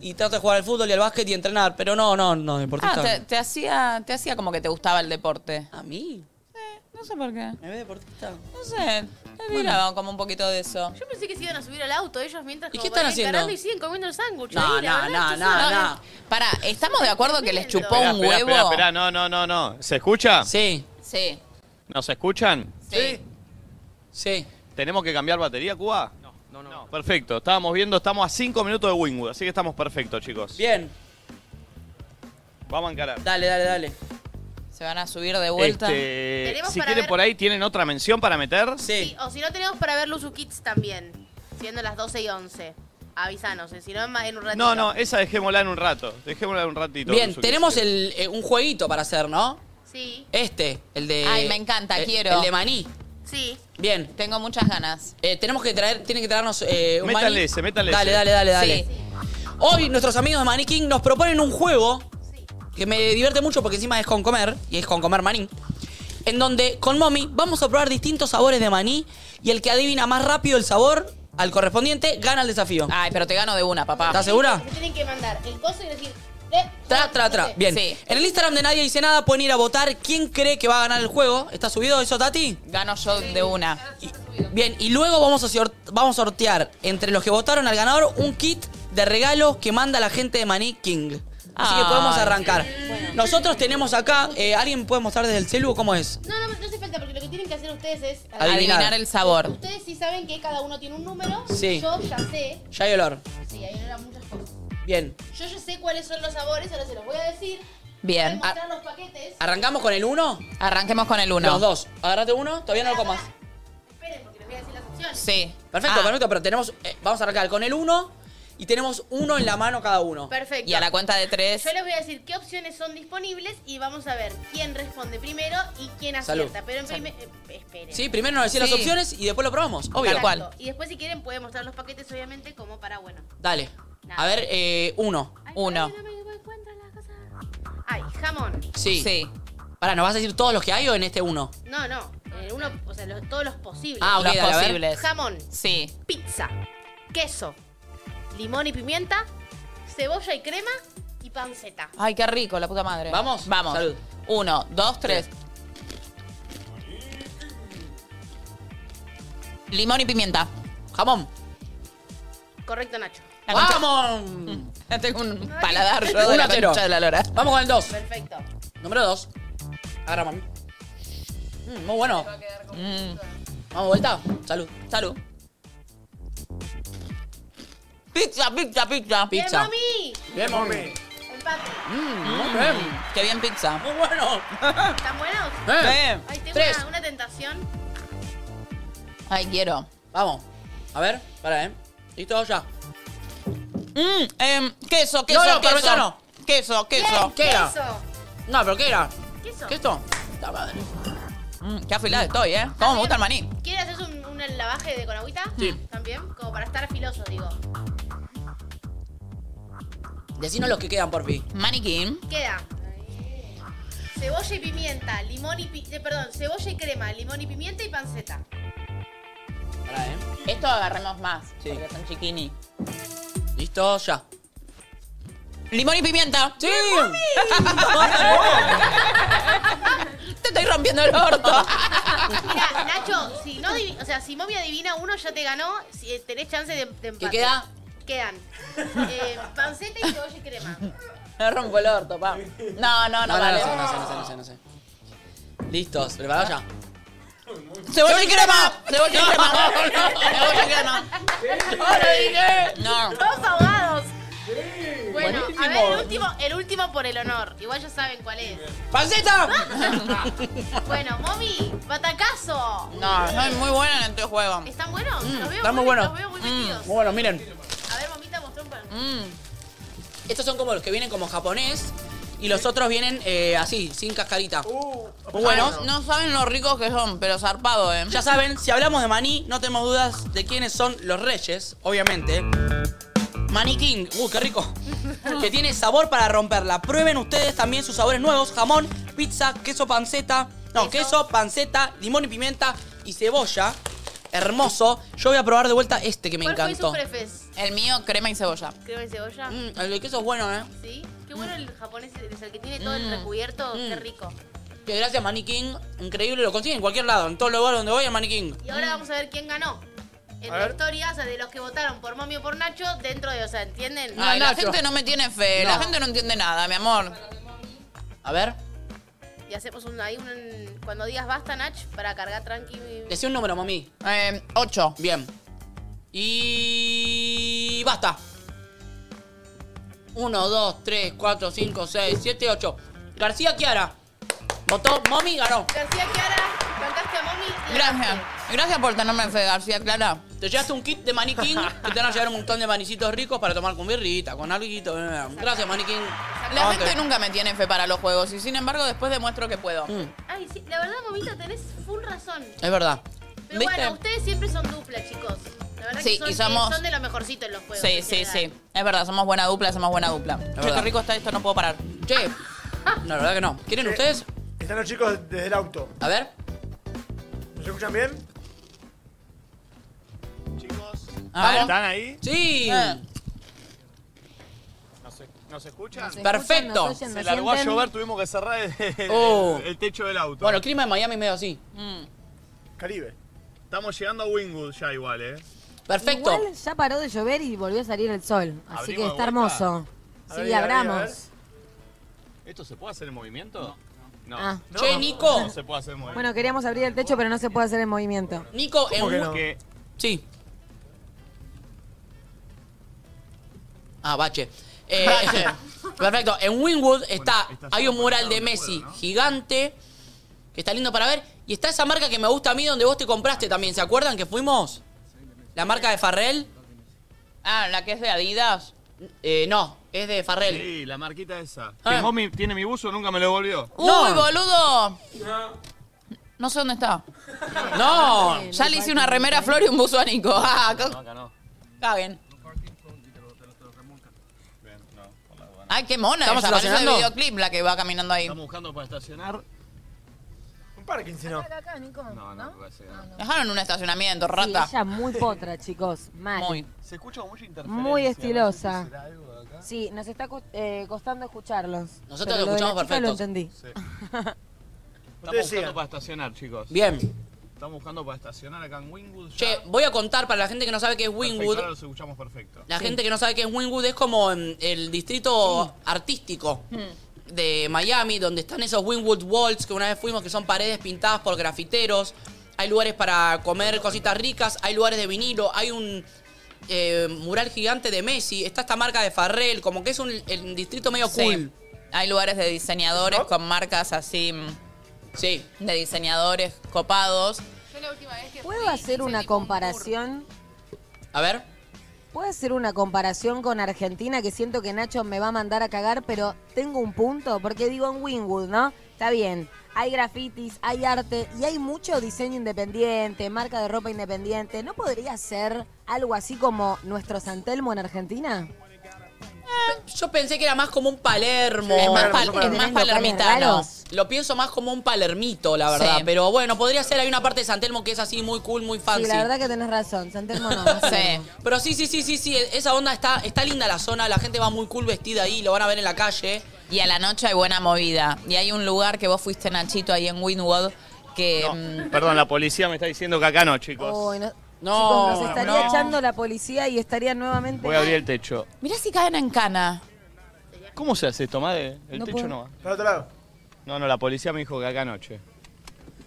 S2: y trato de jugar al fútbol y al básquet y entrenar, pero no, no, no, deportista.
S3: Ah,
S2: no.
S3: te, te hacía, te hacía como que te gustaba el deporte.
S2: ¿A mí?
S3: no sé por qué.
S2: ¿Me ves deportista?
S3: No sé, me miraba como un poquito de eso.
S4: Yo pensé que se iban a subir al auto ellos mientras
S3: ¿Y
S4: como
S3: qué están
S4: para ir
S3: haciendo?
S4: encarando y siguen comiendo el sándwich.
S2: No,
S4: ahí, la
S2: no,
S4: verdad,
S2: no,
S4: yo
S2: no,
S4: soy-
S2: no.
S3: Pará, ¿estamos de acuerdo que les chupó
S11: Esperá,
S3: un
S11: esperá,
S3: huevo?
S11: esperá, esperá. no, no, no, no. ¿Se escucha?
S2: Sí.
S3: Sí,
S11: ¿Nos escuchan?
S3: sí.
S2: Sí.
S11: ¿Tenemos que cambiar batería, Cuba? No, no, no. Perfecto, estábamos viendo, estamos a 5 minutos de Wingwood, así que estamos perfectos, chicos.
S2: Bien.
S11: Vamos a encarar.
S2: Dale, dale, dale.
S3: Se van a subir de vuelta.
S11: Este,
S4: Tenemos
S11: si
S4: para
S11: quieren
S4: ver-
S11: por ahí, ¿tienen otra mención para meter?
S2: Sí.
S4: O si no, tenemos para ver Luzu Kids también, siendo las 12 y 11. Avisanos, eh, si no, en ma- en un ratito.
S11: No, no, esa dejémosla en un rato. Dejémosla en un ratito.
S2: Bien,
S11: Suzuki.
S2: tenemos el, eh, un jueguito para hacer, ¿no?
S4: Sí.
S2: Este, el de.
S3: Ay, me encanta,
S2: el-
S3: quiero.
S2: Eh, El de maní.
S4: Sí.
S2: Bien.
S3: Tengo muchas ganas.
S2: Eh, tenemos que traer, tienen que traernos eh, un
S11: Métale
S2: maní.
S11: ese, métale
S2: Dale,
S11: ese.
S2: dale, dale, dale.
S3: Sí.
S2: Hoy nuestros amigos de Maní King nos proponen un juego que me divierte mucho porque encima es con comer, y es con comer maní. En donde con Mommy vamos a probar distintos sabores de maní y el que adivina más rápido el sabor al correspondiente gana el desafío.
S3: Ay, pero te gano de una, papá.
S2: ¿Estás segura?
S4: Me tienen que mandar el coso y decir. eh,
S2: Tra, tra, tra. Bien.
S3: Sí.
S2: En el Instagram de Nadie Dice Nada pueden ir a votar quién cree que va a ganar el juego. ¿Está subido eso, Tati?
S3: Gano yo de una.
S2: Bien, y luego vamos a, sor- vamos a sortear entre los que votaron al ganador un kit de regalo que manda la gente de Maní King. Así que podemos
S3: Ay.
S2: arrancar. Nosotros tenemos acá, eh, ¿alguien puede mostrar desde el celu cómo es?
S4: No, no, no hace falta, porque lo que tienen que hacer ustedes es.
S2: Adivinar. Adivinar el sabor.
S4: Ustedes sí saben que cada uno tiene un número.
S2: Sí.
S4: Yo ya sé.
S2: Ya hay olor.
S4: Sí, ahí no eran muchas cosas.
S2: Bien.
S4: Yo ya sé cuáles son los sabores, ahora se los voy a decir.
S3: Bien.
S2: Ah.
S4: Voy a mostrar los paquetes.
S2: ¿Arrancamos con el 1?
S3: Arranquemos con el uno.
S2: Los dos. Agarrate uno, todavía no lo comas.
S4: Esperen, porque les voy a decir las opciones.
S3: Sí.
S2: Perfecto,
S3: Ah.
S2: perfecto, pero tenemos. eh, vamos a arrancar con el 1 y tenemos uno en la mano cada uno.
S4: Perfecto.
S3: Y a la cuenta de tres.
S4: Yo les voy a decir qué opciones son disponibles y vamos a ver quién responde primero y quién
S2: Salud.
S4: acierta. Pero en primer. eh, esperen.
S2: Sí, primero nos decís
S4: Sí.
S2: las opciones y después lo probamos. Obvio.
S4: Exacto. Y después, si quieren, pueden mostrar los paquetes, obviamente, como para bueno.
S2: Dale. A ver, eh, uno.
S3: Uno.
S4: Ay, jamón.
S2: Sí. Pará, ¿nos vas a decir todos los que hay o en este uno?
S4: No, no. eh, uno, o sea, los- todos los posibles.
S2: Ah, ok, Los dale, a ver. posibles.
S4: Jamón,
S3: Sí.
S4: pizza, queso, limón y pimienta, cebolla y crema y panceta.
S3: Ay, qué rico, la puta madre.
S2: ¿Vamos?
S3: Vamos.
S2: Salud.
S3: Uno, dos, tres. Limón y pimienta.
S2: Jamón.
S4: Correcto, Nacho.
S3: La concha-
S2: ¡Jamón!
S3: Ya Tengo un paladar yo de
S2: Un
S3: la
S2: atero.
S3: concha de la lora.
S2: Vamos con el dos.
S4: Perfecto.
S2: Número dos. Agarra, mami. Mm, muy bueno. Vamos, vuelta. Salud. Salud.
S3: Pizza, pizza, pizza.
S2: Pizza.
S4: ¡Bien, mami!
S2: Bien, mami.
S4: Empate.
S2: Mm, muy bien.
S3: Qué bien pizza.
S2: Muy bueno.
S4: ¿Están buenos?
S2: Eh.
S4: Ay, tengo
S2: Tres.
S4: Una, una tentación.
S3: Ay, quiero.
S2: Vamos. A ver, para, ¿eh? Listo, ya.
S3: Mm, em, queso, queso,
S2: No, no,
S3: queso.
S2: parmesano.
S3: Queso, queso.
S2: ¿Qué era?
S4: Queso.
S2: No, pero ¿qué era?
S4: Queso.
S2: ¿Qué esto? La madre.
S3: Mm, qué afilada estoy, ¿eh? ¿Cómo me gusta el maní?
S4: ¿Quieres hacer un, un lavaje de con agüita?
S2: Sí.
S3: Mm.
S4: También, como para estar filoso, digo.
S2: Decinos los que quedan, por fin.
S3: Maniquín.
S4: Queda. Cebolla y pimienta, limón y pi- eh, perdón, cebolla y crema, limón y pimienta y panceta.
S2: Pará, ¿eh?
S3: Esto agarremos más, porque son chiquini.
S2: Listo, ya.
S3: Limón y pimienta.
S2: ¡Sí!
S3: Te estoy rompiendo el orto.
S4: Mira, Nacho, si no adivi- o sea, si Mommy adivina uno ya te ganó, si eh, tenés chance de, de empate.
S2: ¿Qué queda?
S4: Quedan. eh, panceta y cebolla y crema.
S3: Me rompo el orto, pa. No, no, no,
S2: No, no,
S3: vale.
S2: no sé, no sé, no sé, no sé, no sé. Listos, preparados ya.
S3: ¡Cebolla y crema! ¡Cebolla y crema!
S2: ¡Cebolla
S3: y crema! No.
S4: Todos ahogados. Bueno, a
S2: Buenísimo.
S4: ver, el último, el último por el honor. Igual ya saben cuál es.
S2: ¡Panceta!
S4: Bueno, Mommy, batacazo.
S3: No, soy muy buena en este juego.
S4: ¿Están buenos? los veo
S2: Mm, están muy buenos.
S4: Los veo muy metidos.
S2: Muy bueno, miren.
S4: A ver, mamita, mostró un pan.
S2: Estos son como los que vienen como japonés, y los otros vienen eh, así, sin cascarita. Muy
S3: bueno.
S2: buenos.
S3: No saben lo ricos que son, pero zarpado, ¿eh?
S2: Ya saben, si hablamos de maní, no tenemos dudas de quiénes son los reyes, obviamente. Maní King, uh, qué rico. Que tiene sabor para romperla. Prueben ustedes también sus sabores nuevos: jamón, pizza, queso panceta. No, queso, panceta, limón y pimienta y cebolla. Hermoso. Yo voy a probar de vuelta este que me
S4: ¿Cuál fue
S2: encantó. Mm,
S4: su prefes?
S3: El mío, crema y cebolla.
S4: ¿Crema y cebolla?
S2: El de queso es bueno, ¿eh?
S4: Sí. Qué bueno el japonés, es el que tiene todo
S2: Mm.
S4: el recubierto. Qué rico.
S2: Que gracias, Maní King. Increíble, lo consiguen en cualquier lado. En todo lugar donde voy, a Maní King.
S4: Y ahora vamos a ver quién ganó. En
S2: A
S4: la
S2: ver.
S4: historia, o sea, de los que votaron por Mommy o por Nacho, dentro de, o sea, ¿entienden?
S3: Ay, la gente no me tiene fe, la
S4: No.
S3: gente no entiende nada, mi amor.
S2: A ver,
S4: Y hacemos un, ahí un, cuando digas basta, Nach, para cargar tranqui.
S2: decí un número, mami.
S3: Eh, ocho.
S2: Bien. Y basta. 1, 2, 3, 4, 5, 6, 7, 8. García Kiara. Votó Mommy, ganó.
S4: García Kiara, cantaste a Mommy. y
S3: Gracias. Gracias por tenerme fe, García Clara.
S2: Te llevaste un kit de maniquín que te van a llevar un montón de manicitos ricos para tomar con birrita, con alguito. eh. Gracias, maniquín.
S3: La
S2: Aguante.
S3: gente nunca me tiene fe para los juegos y sin embargo después demuestro que puedo.
S2: Mm,
S4: Ay, sí, la verdad, Momita, tenés full razón.
S2: es verdad.
S4: Pero
S3: ¿Viste?
S4: bueno, ustedes siempre son dupla, chicos. La verdad
S3: Sí,
S4: que son,
S3: y somos-
S4: son de lo mejorcito en los juegos.
S3: Sí,
S4: en
S3: sí,
S4: general.
S3: sí. Es verdad, somos buena dupla, somos buena dupla. Che, qué
S2: verdad.
S3: rico está esto, no puedo parar. Che,
S2: La verdad que no. ¿Quieren
S5: Sí.
S2: ustedes?
S5: Están los chicos desde el auto.
S2: A ver.
S5: ¿Nos escuchan bien?
S2: A ver.
S5: ¿Están ahí?
S2: Sí.
S5: Eh. ¿Nos, nos escuchan?
S2: Nos escuchan, Perfecto. nos oyen,
S11: Se
S2: nos
S11: largó a
S2: sienten.
S11: llover, tuvimos que cerrar el, el-
S2: Oh.
S11: el techo del auto.
S2: Bueno, el clima de Miami es medio así.
S11: Caribe. Estamos llegando a Wingwood ya igual, ¿eh?
S2: Perfecto.
S10: Igual ya paró de llover y volvió a salir el sol. Así que
S11: ¿Abrimos
S10: está
S11: de vuelta?
S10: hermoso.
S11: A
S10: Sí,
S11: ver, a ver, a ver.
S10: abramos.
S11: ¿Esto se puede hacer en movimiento? No.
S10: Ah.
S2: Che, Nico.
S11: No se puede hacer en movimiento.
S10: Bueno, queríamos abrir el techo, pero no se puede hacer el movimiento.
S2: Nico,
S11: ¿Cómo
S2: en
S11: que
S2: Wi-
S11: no? Que-
S2: Sí. Ah, bache. Eh, perfecto. En Wynwood está, hay un mural de Messi gigante que está lindo para ver. Y está esa marca que me gusta a mí donde vos te compraste también. ¿Se acuerdan que fuimos? La marca de Farrell.
S3: Ah, la que es de Adidas.
S2: Eh, no, es de Farrell.
S11: Sí, la marquita esa.
S2: Ah.
S11: Que Mommy tiene mi buzo, nunca me lo devolvió.
S3: Uy, boludo. No sé dónde está.
S2: No.
S3: Ya le hice una remera a Flor y un buzo a Nico. Ah, ca- caguen. Ay, qué mona
S5: ¿Estamos
S3: ella. Parece de
S5: estacionando?
S3: videoclip la que va caminando ahí.
S11: Estamos buscando para estacionar.
S5: Un parking, si no.
S11: No, no, puede ser.
S10: Ah,
S3: Dejaron un estacionamiento,
S10: Sí,
S3: rata.
S10: ella muy potra, chicos. Mal.
S3: Muy.
S11: Se escucha mucha interferencia.
S10: Muy estilosa. Sí, nos está cos- eh, costando escucharlos.
S11: Nosotros
S10: Pero
S11: lo
S10: de la
S11: escuchamos
S10: chica Lo
S11: perfectos.
S10: entendí.
S11: Estamos buscando para estacionar, chicos.
S2: Bien.
S11: Estamos buscando para estacionar acá en Wingwood.
S2: Che, voy a contar para la gente que no sabe qué es
S11: Perfecto,
S2: Wynwood.
S11: ahora los escuchamos perfecto.
S2: La gente que no sabe qué es Wynwood es como mm, el distrito artístico
S10: Hmm.
S2: de Miami, donde están esos Wynwood Walls que una vez fuimos, que son paredes pintadas por grafiteros. Hay lugares para comer cositas ricas, hay lugares de vinilo, hay un eh, mural gigante de Messi, está esta marca de Farrell, como que es un el distrito medio
S3: Sí.
S2: cool.
S3: Hay lugares de diseñadores con marcas así. mm,
S2: Sí.
S3: De diseñadores copados.
S10: ¿Puedo hacer una comparación?
S2: A ver.
S10: ¿Puedo hacer una comparación con Argentina que siento que Nacho me va a mandar a cagar, pero tengo un punto? Porque digo en Wynwood, ¿no? Está bien. Hay grafitis, hay arte y hay mucho diseño independiente, marca de ropa independiente. ¿No podría ser algo así como nuestro San Telmo en Argentina?
S2: Eh, Yo pensé que era más como un Palermo.
S3: Es más pal- es más palermitano.
S2: Lo pienso más como un palermito, la verdad.
S3: Sí.
S2: Pero bueno, podría ser. Hay una parte de San Telmo que es así muy cool, muy fancy.
S10: Sí, la verdad que tenés razón. San Telmo no. más
S2: Sí. Pero sí, sí, sí, sí, sí. Esa onda está, está linda la zona. La gente va muy cool vestida ahí. Lo van a ver en la calle.
S3: Y a la noche hay buena movida. Y hay un lugar que vos fuiste, Nachito, ahí en Winwood, que... mm,
S11: Perdón, la policía me está diciendo que acá no, chicos.
S10: Uy, no-
S3: No,
S10: chicos, nos estaría
S3: no.
S10: echando la policía y estaría nuevamente.
S11: Voy a abrir el techo.
S3: Mirá si caen en cana.
S11: ¿Cómo se hace esto, madre? El
S10: No
S11: techo
S10: puedo.
S11: no va. Para otro lado. No, no, la policía me dijo que acá anoche.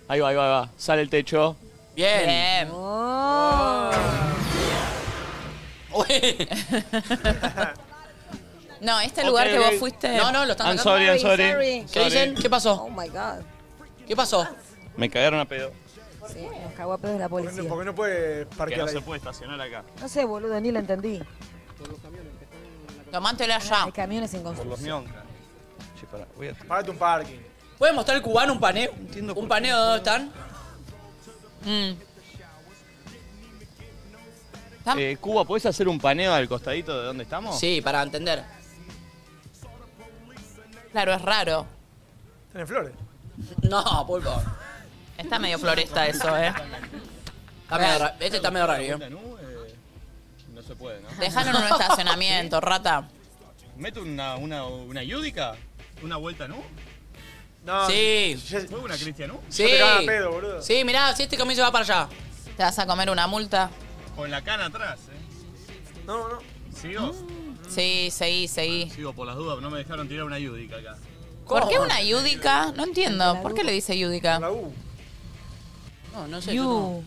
S11: Ahí va, ahí va, ahí va. Sale el techo.
S2: Bien.
S3: Oh.
S11: eh.
S3: No, este
S2: Ok,
S3: lugar que
S2: ok.
S3: vos fuiste...
S2: No, no, lo están
S11: I'm
S2: sacando.
S11: sorry, I'm sorry.
S2: ¿Qué
S11: Sorry.
S2: dicen? ¿Qué pasó?
S10: Oh my God.
S2: ¿Qué pasó?
S11: Me cagaron a pedo.
S10: Sí, nos cagó a pedos la policía.
S5: Porque no puede
S11: Que no
S5: parquear
S11: se
S5: ahí.
S11: puede estacionar acá.
S10: No sé, boludo, ni lo entendí.
S3: Tomátela ya.
S10: Hay camiones sin construcción.
S11: Los mioncas. Che, pará, voy a-
S5: Pagate un parking.
S2: ¿Puede mostrar el cubano un paneo? ¿Un paneo de dónde están?
S11: Eh, Cuba, ¿puedes hacer un paneo al costadito de dónde estamos?
S2: Sí, para entender.
S3: Claro, es raro.
S5: Tiene flores.
S2: No, por favor.
S3: Está medio floresta eso, ¿eh?
S2: Está medio ra- este está medio raro.
S11: eh, No se puede, ¿no?
S3: Déjalo en un estacionamiento, rata.
S11: ¿Mete una, una, una yúdica? ¿Una vuelta, no?
S5: No.
S2: Sí.
S11: ¿Fue una Cristian, no?
S2: Ah, Sí. Sí, mirá, si este camión se va para allá.
S3: Te vas a comer una multa.
S11: Con la cana atrás, ¿eh? No, no. ¿Sigo?
S2: Mm.
S3: Sí, seguí, seguí.
S11: Sigo por las dudas, no me dejaron tirar una yúdica acá.
S3: ¿Por qué una yúdica? No entiendo. ¿Por qué le dice yúdica?
S2: No, no
S3: sé, yo Yu.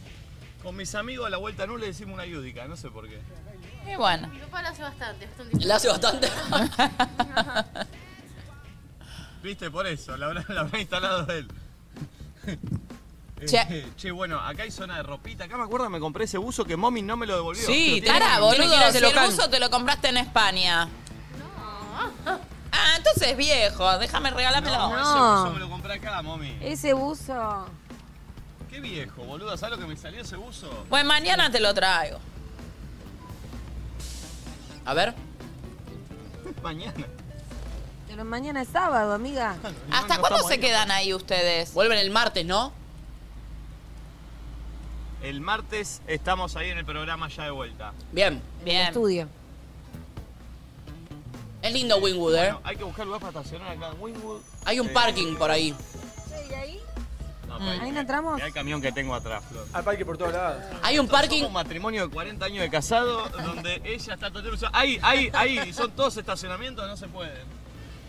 S11: Con mis amigos a la vuelta no le decimos una yúdica, no sé por qué.
S3: Y bueno.
S4: Mi papá lo hace bastante. bastante
S2: ¿La hace bastante?
S11: Viste, por eso, la habrá, la habrá instalado él. Eh,
S3: Che.
S11: che, bueno, acá hay zona de ropita. Acá me acuerdo me compré ese buzo que mommy no me lo devolvió.
S3: Sí,
S11: Lo tiene-
S3: cara, boludo.
S2: ir a ese
S3: Si el
S2: local.
S3: buzo te lo compraste en España. Ah, entonces es viejo. Déjame regalármelo.
S11: No, ese buzo me lo compré acá, mommy.
S10: Ese buzo.
S11: Qué viejo, boludo. ¿Sabes lo que me salió ese buzo?
S3: Bueno, mañana te lo traigo.
S2: A ver.
S11: Mañana.
S10: Pero mañana es sábado, amiga.
S3: ¿Hasta cuándo se quedan ahí ustedes?
S2: Vuelven el martes, ¿no?
S11: El martes estamos ahí en el programa ya de vuelta.
S2: Bien.
S3: Bien.
S10: Estudio.
S2: Es lindo Wingwood, ¿eh?
S11: Bueno, hay que buscar lugar para estacionar acá en Wynwood.
S2: Hay un
S11: Eh,
S2: parking por ahí.
S10: ¿Y ahí?
S11: No,
S10: Mm.
S11: pará,
S10: ¿Ahí no entramos?
S11: mirá el camión que tengo atrás, Flor.
S5: Hay parque por todos lados.
S2: Hay un parking.
S11: un matrimonio de 40 años de casado donde ella está totalmente. Ahí, ahí, ahí. Son todos estacionamientos, no se pueden.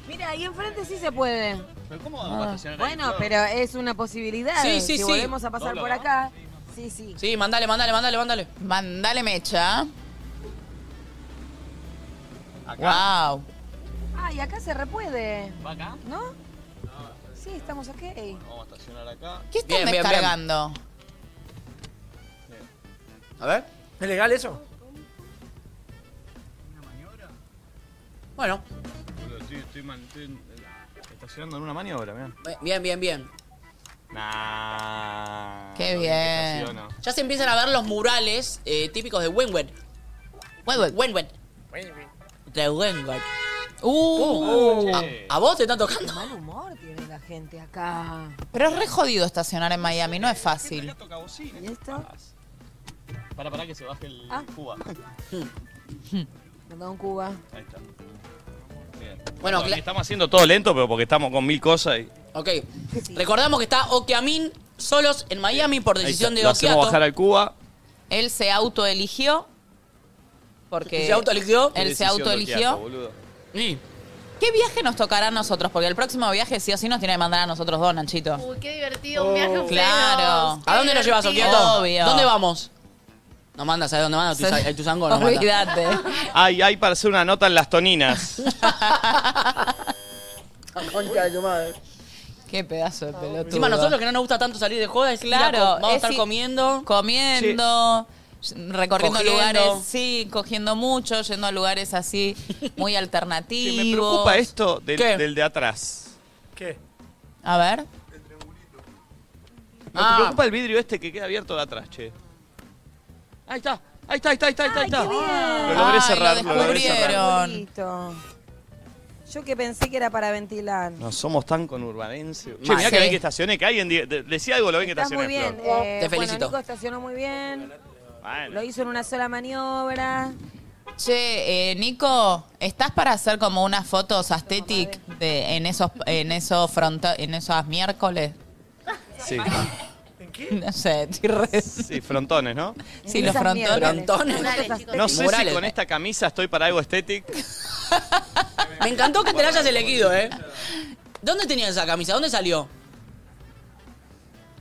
S10: Mira, ahí enfrente sí se puede.
S11: Pero ¿cómo vamos a estacionar ahí,
S10: Bueno,
S11: Flor?
S10: pero es una posibilidad.
S2: Sí, sí,
S10: si
S2: sí.
S10: volvemos a pasar
S2: ¿No lo
S10: por
S2: vamos?
S10: acá. Sí, sí.
S2: Sí, mandale, mandale, mandale, mandale.
S3: Mandale mecha.
S11: Acá.
S3: Wow.
S10: Ay, acá se repuede.
S11: ¿Va acá?
S10: ¿No? Sí, estamos ok.
S11: Vamos a estacionar acá.
S3: ¿Qué están descargando?
S11: A ver.
S5: ¿Es legal eso?
S2: Bueno,
S11: Boludo, estoy, estoy man- estoy, eh, estacionando en una maniobra, mirá.
S2: bien, bien, bien.
S11: Nah.
S2: Qué
S11: lo
S2: bien.
S11: que estaciono.
S2: Ya se empiezan a ver los murales eh, típicos de Wingwood. Wingwood. Wingwood. De Wingwood. Uh, a, a vos te está tocando.
S10: Mal humor tiene la gente acá.
S3: Pero es re jodido estacionar en Miami, no es fácil.
S10: ¿Y esto?
S11: Para, para que se baje el
S10: Ah.
S11: Cuba.
S10: Perdón, Cuba.
S11: Ahí está. Bien.
S2: Bueno,
S11: Perdón,
S2: cla-
S11: estamos haciendo todo lento, pero porque estamos con mil cosas y.
S2: Ok. Recordamos que está Okeamin solos en Miami por decisión de Okiato.
S11: al Cuba.
S3: Él se autoeligió. Porque
S2: ¿Se autoeligió?
S3: Él se autoeligió. ¿Qué viaje nos tocará a nosotros? Porque el próximo viaje sí o sí nos tiene que mandar a nosotros dos, Nachito.
S4: Uy, qué divertido un viaje a ustedes
S3: Claro.
S4: dos.
S2: ¿A dónde nos llevas, Okiato?
S3: Obvio.
S2: ¿Dónde vamos? No manda, ¿sabes dónde manda? El Tuzan- El Tuzango nos manda.
S11: Ay, hay para hacer una nota en las toninas.
S2: Concha de tu madre.
S3: Qué pedazo de pelotudo.
S2: Encima nosotros que no nos gusta tanto salir de joda, es ir a
S3: Claro,
S2: co- vamos a
S3: es
S2: estar
S3: i-
S2: comiendo.
S3: Comiendo, recorriendo
S2: Cogiendo.
S3: lugares, sí, cogiendo mucho, yendo a lugares así muy
S11: Che,
S3: alternativos.
S11: me preocupa esto del, del de atrás.
S5: ¿Qué?
S3: A ver.
S11: Me
S2: Ah.
S11: preocupa el vidrio este que queda abierto de atrás, che. Ahí está, ahí está, ahí está, ahí está, ahí está. Ah, Lo logré
S10: Ay,
S11: cerrar,
S10: lo
S11: lo, logré cerrar.
S3: descubrieron.
S10: Listo. Yo que pensé que era para ventilar.
S11: No somos tan Ah, conurbanenses. Che,
S10: Mal.
S11: mirá que
S10: Sí.
S11: bien que estacioné, que alguien diga- de- decía algo lo bien que
S10: Está
S11: estacioné,
S10: muy bien.
S11: Flor.
S10: eh, Bueno, Nico estacionó muy bien.
S11: Bueno.
S10: Lo hizo en una sola maniobra.
S3: Che, eh, Nico, ¿estás para hacer como unas fotos aesthetic de, en esos en esos fronto- en esos miércoles?
S11: Sí.
S3: No sé, estoy re-
S11: Sí, frontones, ¿no?
S3: Sí, los frontones.
S2: Frontones.
S11: No sé si
S2: Murales.
S11: con esta camisa estoy para algo estético.
S2: Me encantó que te la hayas elegido, ¿eh? ¿Dónde tenías esa camisa? ¿Dónde salió?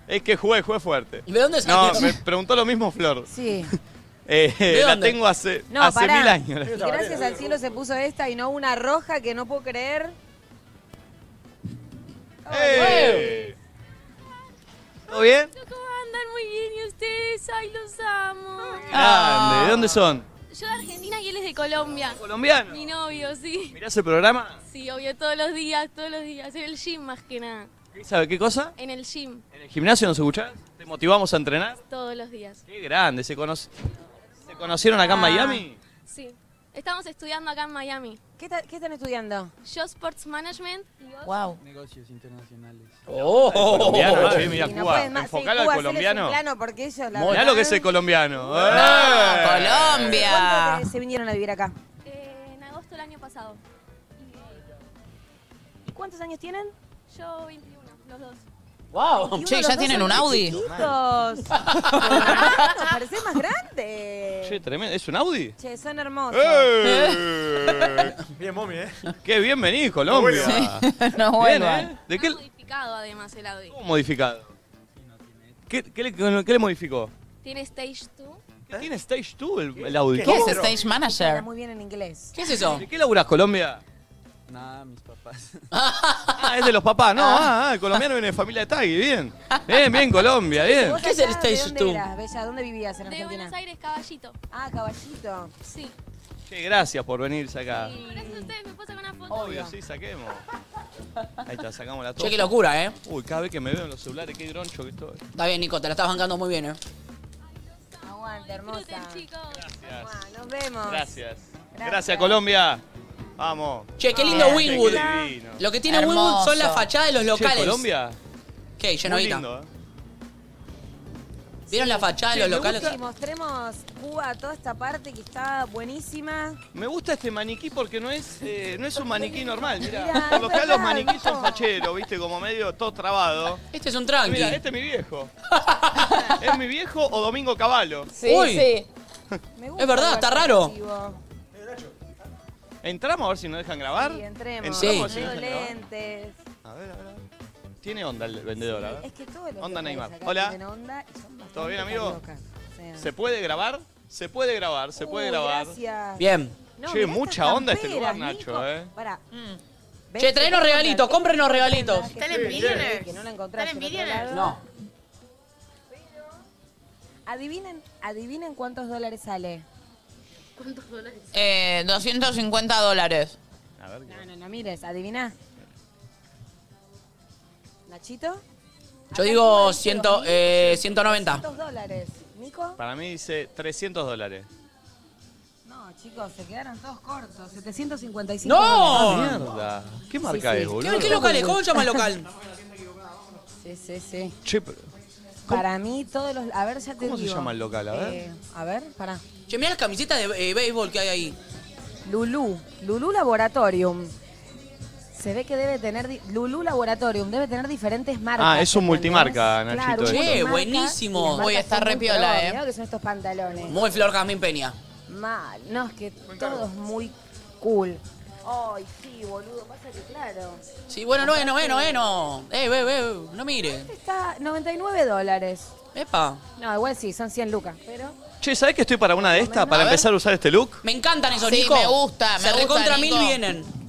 S11: Es que jugué, jugué fuerte.
S2: ¿De dónde salió?
S11: No, me preguntó lo mismo Flor.
S10: Sí.
S11: Eh,
S2: ¿De
S11: la
S2: dónde?
S11: tengo hace,
S10: No,
S11: hace
S10: pará.
S11: mil años.
S10: Y gracias al cielo se puso esta y no una roja que no puedo creer.
S11: ¡Eh! ¿Todo bien?
S19: Andan muy bien y ustedes, ay, los amo.
S11: Grande. ¿De dónde son?
S19: Yo de Argentina y él es de
S22: Colombia.
S11: ¿Colombiano?
S22: Mi novio, sí.
S11: ¿Mirás el programa?
S22: Sí, obvio, todos los días, todos los días. En el gym más que nada.
S11: ¿Y ¿Sabe qué cosa?
S22: En el gym,
S11: ¿En el gimnasio nos escuchás? ¿Te motivamos a entrenar?
S22: todos los días.
S11: Qué grande, ¿se, cono- ¿se conocieron acá en
S22: Ah.
S11: Miami?
S22: Sí. Estamos estudiando acá en Miami. ¿Qué, están estudiando? Yo Sports Management. y vos-
S18: Negocios internacionales.
S11: Oh. El colombiano, che, mira,
S18: Y
S11: Cuba. Enfocalo al colombiano.
S10: Plano porque ellos, la
S11: Mirá
S10: verdad,
S11: lo que es el colombiano.
S3: Ah,
S11: ¡Eh!
S10: ¿cuándo te- se vinieron a vivir acá?
S22: En agosto del año pasado.
S10: ¿Y cuántos años tienen?
S22: Yo 21, los dos.
S2: ¡Wow! Che, ¿ya tienen un Audi?
S10: Chicos. Nos parecés más grande.
S11: Che, tremendo. ¿Es un Audi?
S10: Che, son hermosos.
S11: ¡Eh!
S5: Bien, momia, ¿eh?
S11: ¡Qué bien venís, Colombia!
S3: No
S11: Bien,
S3: vuelvan.
S11: ¿eh? ¿De qué
S22: Modificado además el Audi.
S11: modificado? ¿Qué, qué le, qué le modificó?
S22: Tiene Stage 2.
S11: ¿Qué tiene Stage 2 el, el Audi?
S3: ¿Qué es
S11: ¿Cómo?
S3: Stage Manager?
S10: Muy bien en inglés.
S3: ¿Qué es eso?
S11: ¿De qué laburás, Colombia?
S18: Nada, mis papás.
S11: Ah, es de los papás, no. Ah, ah, el colombiano viene de familia de Tagui, bien. Bien, bien, Colombia, bien.
S10: ¿Vos allá ¿De dónde eras, Bella? ¿Dónde vivías en
S22: De
S10: Argentina?
S22: Buenos Aires, Caballito.
S10: Ah, Caballito.
S22: Sí.
S11: Che, gracias por venirse acá.
S22: Gracias a ustedes, me puedo sacar una foto.
S11: Obvio, sí, saquemos. Ahí está, sacamos la
S2: Che, qué locura, ¿eh?
S11: Uy, cada vez que me veo en los celulares, qué groncho que estoy.
S2: Está bien, Nico, te la estás bancando muy bien, ¿eh?
S10: Aguante, hermosa.
S11: Gracias.
S10: Nos vemos.
S11: Gracias. Gracias, Colombia. Vamos.
S2: Che, qué lindo Winwood.
S11: qué divino.
S2: Lo que tiene Winwood son las fachadas de los
S11: Che,
S2: locales.
S11: Colombia.
S2: ¿Qué?
S11: Muy
S2: Llenovita.
S11: lindo, ¿eh?
S2: ¿Vieron la fachada de los locales?
S10: Y mostremos Cuba, toda esta parte que está buenísima.
S11: Me gusta este maniquí porque no es, eh, no es un maniquí normal. Mira,
S10: Mirá,
S11: por lo
S10: es
S11: general los
S10: verdad,
S11: maniquís son facheros, viste, como medio todo trabado.
S2: Este es un tranqui.
S11: Mira, este es mi viejo. ¿Es mi viejo o Domingo Caballo?
S2: Es verdad, está raro.
S11: Entramos a ver si nos dejan grabar.
S10: Sí, entremos.
S11: Entramos
S10: Tengo
S11: a ver si nos dejan grabar.
S10: lentes.
S11: A ver, a ver, a ver. Tiene onda el vendedor, ¿eh? a ver.
S10: Es que todos los
S11: Onda
S10: locales
S11: Neymar.
S10: acá
S11: Hola.
S10: tienen onda y son bastante
S11: ¿Todo bien, amigo?
S10: carioca. O sea,
S11: ¿Se puede grabar? Se puede grabar, se puede
S10: Uy,
S11: grabar.
S10: gracias.
S2: Bien.
S10: No,
S11: che,
S10: mirá
S11: mucha
S10: estas
S11: onda este lugar,
S10: camperas,
S11: Nacho,
S10: Nico.
S11: eh.
S10: Pará. ¿Ves?
S2: Mm. Che, traenos regalitos, cómprenos regalitos.
S4: ¿Está en Millionaires?
S10: Que no la
S4: ¿Está
S10: encontraste
S4: en
S10: en otro
S4: Millionaires?
S10: lado. Adivinen, adivinen cuántos dólares sale.
S4: ¿Cuántos dólares?
S3: Eh, 250 dólares.
S10: No, no, no mires, adivina. Nachito,
S2: Yo digo ciento, eh, 190.
S10: ¿cuántos dólares? Nico.
S11: Para mí dice 300 dólares.
S10: No, chicos, se quedaron todos cortos. 755.
S2: ¡No!
S10: dólares.
S2: Ah,
S11: Mierda. ¿Qué marca
S10: sí.
S11: es, boludo?
S2: ¿Qué, qué locales? ¿Cómo se llama el local?
S10: Sí, sí, sí.
S11: Che, pero-
S10: Para mí, todos los. A ver, ya te
S11: ¿Cómo se
S10: digo.
S11: llama el local? A ver.
S10: Eh, a ver, pará.
S2: Che, mirá las camisetas de eh, béisbol que hay ahí.
S10: Lulú. Lulú Laboratorium. Se ve que debe tener. di- Lulú Laboratorium debe tener diferentes marcas.
S11: Ah, es un multimarca,
S10: ¿entendés? Claro,
S11: Nachito, esto. Che,
S10: un multimarca,
S2: buenísimo.
S10: y las marcas
S2: Voy a estar
S10: son
S2: re
S10: muy
S2: piola,
S10: pro,
S2: eh.
S10: mirá lo que son estos pantalones.
S2: Muy Flor Jazmín Peña.
S10: Mal. No, es que todo es muy cool. Ay, sí, boludo. Pasa que, claro.
S2: Sí, bueno, no, eh, no, eh, no, eh, no. Eh, ve, ve, no mire.
S10: Está 99 dólares.
S2: Epa.
S10: No, igual sí, son 100 lucas. Pero.
S11: Che, ¿sabés que estoy para una de estas? Para
S2: A ver.
S11: empezar a usar este look.
S2: Me encantan esos,
S3: Sí,
S2: Nico.
S3: me gusta, me
S2: Se
S3: gusta,
S2: recontra mil
S3: Nico.
S2: vienen.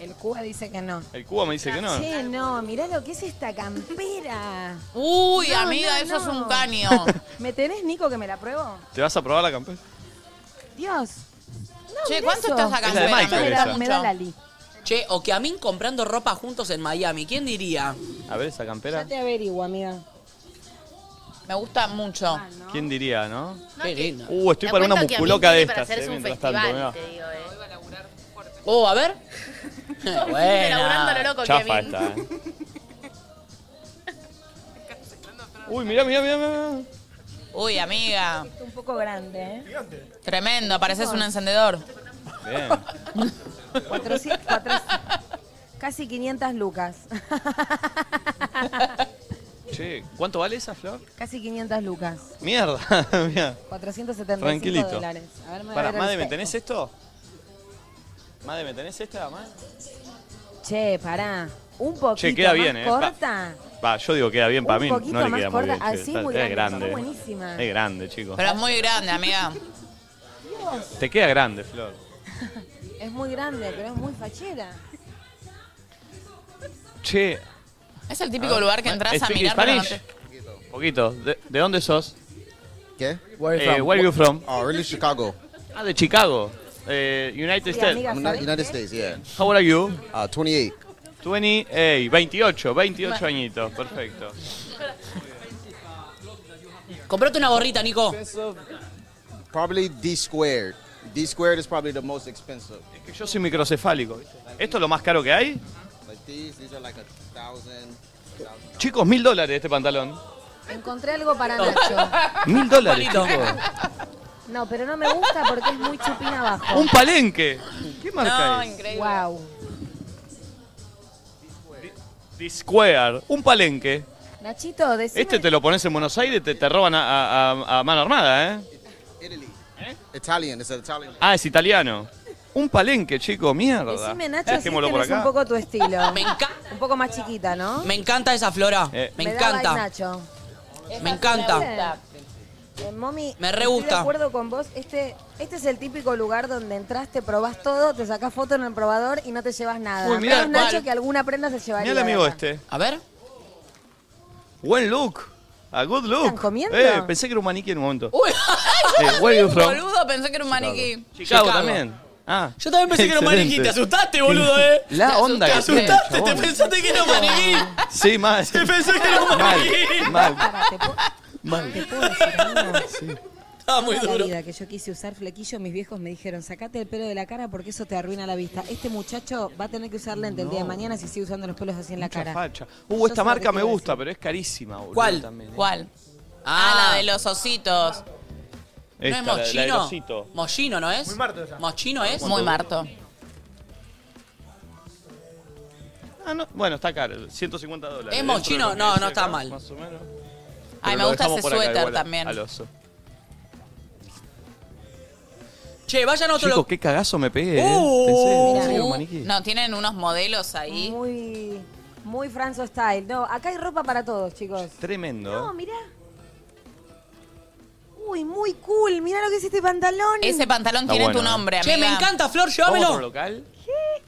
S10: El Cuba dice que no.
S11: El Cuba me dice que no.
S10: Che, no, mirá lo que es esta campera.
S3: Uy, amiga, eso es un caño.
S10: ¿Me tenés, Nico, que me la pruebo?
S11: ¿Te vas a probar la campera?
S10: Dios. No,
S3: Che,
S10: mirá
S3: ¿cuánto
S10: eso.
S3: estás acá?
S11: Es la de Michael
S10: Me
S11: esa.
S10: da, me da la li.
S2: Che, o que a mí comprando ropa juntos en Miami. ¿Quién diría?
S11: A ver esa campera.
S10: Ya te averiguo, amiga.
S3: Me gusta mucho.
S11: ¿Quién diría, no?
S2: Qué lindo.
S11: Uh, estoy para una musculoca de estas, eh, mientras tanto. mirá.
S2: eh. Oh, a ver.
S4: laburando a
S2: Buena.
S4: lo loco,
S11: Chafa
S4: Kevin.
S11: esta, eh. Uy, mirá, mirá, mirá, mirá.
S3: Uy, amiga.
S10: Está un poco grande, ¿eh?
S3: Tremendo, pareces un encendedor.
S11: Bien.
S10: 400, 400, casi 500 lucas.
S11: Che, ¿cuánto vale esa flor?
S10: casi 500 lucas.
S11: Mierda, mirá.
S10: 475
S11: Tranquilito.
S10: dólares. A ver, me voy a
S11: Para,
S10: ver el
S11: Made, ¿me
S10: espejo.
S11: tenés esto? Made, ¿me tenés esta, Made?
S10: Che, pará. Un poquito
S11: Che, queda
S10: más
S11: bien, eh.
S10: corta.
S11: Va, yo digo queda bien para
S10: Un
S11: mí,
S10: poquito
S11: no le
S10: más
S11: queda muy bien.
S10: corta,
S11: che.
S10: así
S11: Está-
S10: muy
S11: es
S10: grande,
S11: grande.
S10: está buenísima.
S11: Es grande, chicos.
S3: Pero es muy grande, amiga.
S11: Te queda grande, Flor.
S10: Es muy grande, pero es muy fachera.
S11: Che. Ah,
S3: Es el típico lugar que entras a
S11: Speak
S3: mirar. pero no
S11: Spanish? Poquito. ¿De, de dónde sos?
S8: ¿Qué?
S11: Where you Eh, from? where you from?
S8: Oh, really Chicago.
S11: Ah, de Chicago. Eh, United
S8: Sí,
S11: States.
S8: amiga, Uni- United States, yeah.
S11: How old are you?
S8: Uh, 28.
S11: 28, 28, 28 añitos, perfecto.
S2: Comprate una gorrita, Nico.
S8: Probably D squared. D squared is probably the most expensive.
S11: Yo soy microcefálico. ¿viste? ¿Esto es lo más caro que hay?
S8: Like these, these are like a thousand.
S11: Chicos, mil dólares este pantalón.
S10: Encontré algo para Nacho.
S11: Mil dólares,
S10: Palito.
S11: chicos.
S10: No, pero no me gusta porque es muy chupín abajo.
S11: Un palenque. ¿Qué marca
S10: No,
S11: es?
S10: increíble. Wow.
S11: The Square. Un palenque.
S10: Nachito, decime.
S11: Este te lo pones en Buenos Aires, te, te roban a, a- a- a mano armada, ¿eh?
S8: Italian, it's an Italian.
S11: Ah, es italiano. Un palenque, chico, mierda.
S10: Decime, Nacho, si este
S11: Dejémoslo
S10: no
S11: por
S10: es un
S11: acá.
S10: poco tu estilo. Me encanta. Un poco más chiquita, ¿no?
S2: Me encanta esa flora.
S11: Eh.
S2: Me
S10: da
S2: encanta.
S10: like, Nacho.
S2: Me encanta.
S10: Eh, Mami,
S2: Me re
S10: estoy
S2: gusta.
S10: de acuerdo con vos. Este, este es el típico lugar donde entraste, probás todo, te sacás foto en el probador y no te llevas nada.
S11: Uy, mirá,
S10: Menos Nacho
S11: mal.
S10: que alguna prenda se llevaría.
S11: Mira el amigo este.
S2: A ver.
S11: Buen look. A good look.
S10: ¿Están comiendo?
S11: Eh, pensé que era un maniquí en un momento.
S2: Uh,
S3: Uy,
S11: Eh, where you from?
S3: boludo, pensé que era un maniquí.
S11: Chicago, también. Ah.
S2: Yo también pensé que era un maniquí. Te asustaste, boludo, eh.
S11: La
S2: Te
S11: onda que
S2: Te
S11: tiene el
S2: asustaste, te
S11: chabón.
S2: pensaste que era un maniquí.
S11: Sí, mal.
S2: Te pensé que era un
S11: Mal,
S2: maniquí.
S11: mal.
S10: Mal. ¿Te puedo decir algo?
S2: Estaba muy
S10: Toda la
S2: duro.
S10: vida que yo quise usar flequillo, mis viejos me dijeron, sacate el pelo de la cara porque eso te arruina la vista. Este muchacho va a tener que usar lente el día de mañana si sigue usando los pelos así en la
S11: Mucha
S10: cara.
S11: facha.
S10: Yo sé
S11: Uh, esta
S10: lo
S11: marca
S10: que
S11: me
S10: quiero
S11: gusta, pero es carísima, boludo.
S2: ¿Cuál?
S11: también, eh.
S3: ¿Cuál?
S2: Ah.
S3: Ah, la de los ositos.
S11: Esta,
S2: ¿No
S11: la-
S2: es
S11: la del
S2: mochino?
S11: osito.
S2: mochino, ¿no es? Muy marto ¿Mochino es?
S3: Muy marto.
S11: Ah, no. Bueno, está caro, 150 dólares.
S2: ¿Es
S11: Dentro de
S2: mochino?
S11: lo que
S2: No,
S11: dice
S2: no está
S11: acá,
S2: mal.
S11: Más o menos.
S3: Ay,
S11: Pero
S3: me
S11: lo
S3: gusta
S11: dejamos
S3: ese
S11: por acá,
S3: suéter
S11: igual,
S3: también.
S11: al oso.
S2: Che, vayan a otro
S11: Chicos,
S2: lo-
S11: qué cagazo me pegué, eh.
S2: Uh.
S11: Pensé,
S2: Mirá.
S11: pensé que era un
S2: Uh.
S11: maniquí.
S3: No, tienen unos modelos eh. ahí.
S10: Muy, muy Franzo Style. No, acá hay ropa para todos, chicos.
S11: Tremendo.
S10: No, mirá. Uy, muy cool. Mirá lo que es este pantalón.
S3: Ese pantalón
S11: Está tiene bueno, tu ¿eh? nombre,
S2: Che, me encanta, Flor, llévamelo.
S11: ¿Vamos por local?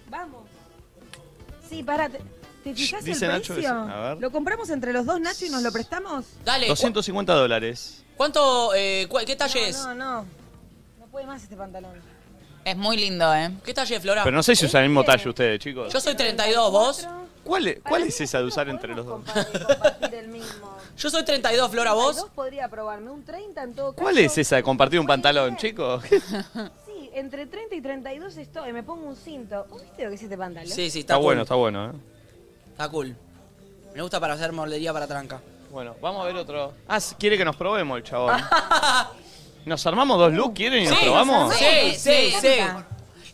S10: Vamos. Oh. Sí, pará. ¿Te, te fijas el
S11: dice Nacho
S10: precio?
S11: que sí. A ver.
S10: ¿Lo compramos entre los dos, Nacho, y nos lo prestamos?
S2: Dale.
S11: 250 dólares.
S2: ¿Cuánto, eh, cua- qué talle es?
S10: No, no. No puede más este pantalón.
S3: Es muy lindo, ¿eh?
S2: ¿Qué talle, Flora?
S11: Pero no sé si usan el mismo talle ustedes, chicos.
S2: Yo soy 32, ¿vos?
S11: ¿Cuál, es- cuál es esa de usar entre los dos?
S2: Yo soy 32, Flora, ¿vos?
S10: Dos podría probarme. Un 30 en todo caso.
S11: ¿Cuál es esa de compartir un pantalón, chicos?
S10: Sí, entre 30 y 32 estoy. Me pongo un cinto. ¿Vos ¿Viste lo que es este pantalón?
S2: Sí, sí, está,
S11: Está
S2: cool.
S11: bueno, está bueno, eh.
S2: Está cool. Me gusta para hacer mordería para tranca.
S11: Bueno, vamos a ver otro. Ah, sí, quiere que nos probemos el chabón. ¿Nos armamos dos looks? ¿Quieren y nos
S2: Sí,
S11: probamos?
S2: Sí, sí, sí.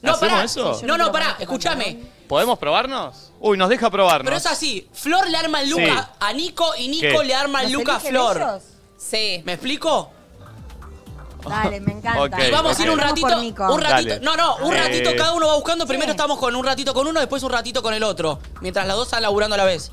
S2: No,
S11: ¿Hacemos
S2: pará.
S11: eso?
S2: No, no, pará, escúchame.
S11: ¿Podemos probarnos? Uy, nos deja probarnos.
S2: Pero es así, Flor le arma el look
S11: Sí.
S2: a- a Nico y Nico
S11: ¿Qué?
S2: le arma el
S10: ¿Nos
S2: look a
S10: eligen
S2: Flor.
S10: ellos?
S3: Sí.
S2: ¿Me explico?
S10: Dale, me encanta.
S2: Ok, y vamos a ir un
S10: Vamos por
S2: ratito,
S10: Nico.
S2: un ratito,
S10: Dale.
S2: no, no, un
S10: Eh.
S2: ratito cada uno va buscando, primero estamos con un ratito con uno, después un ratito con el otro, mientras las dos están laburando a la vez.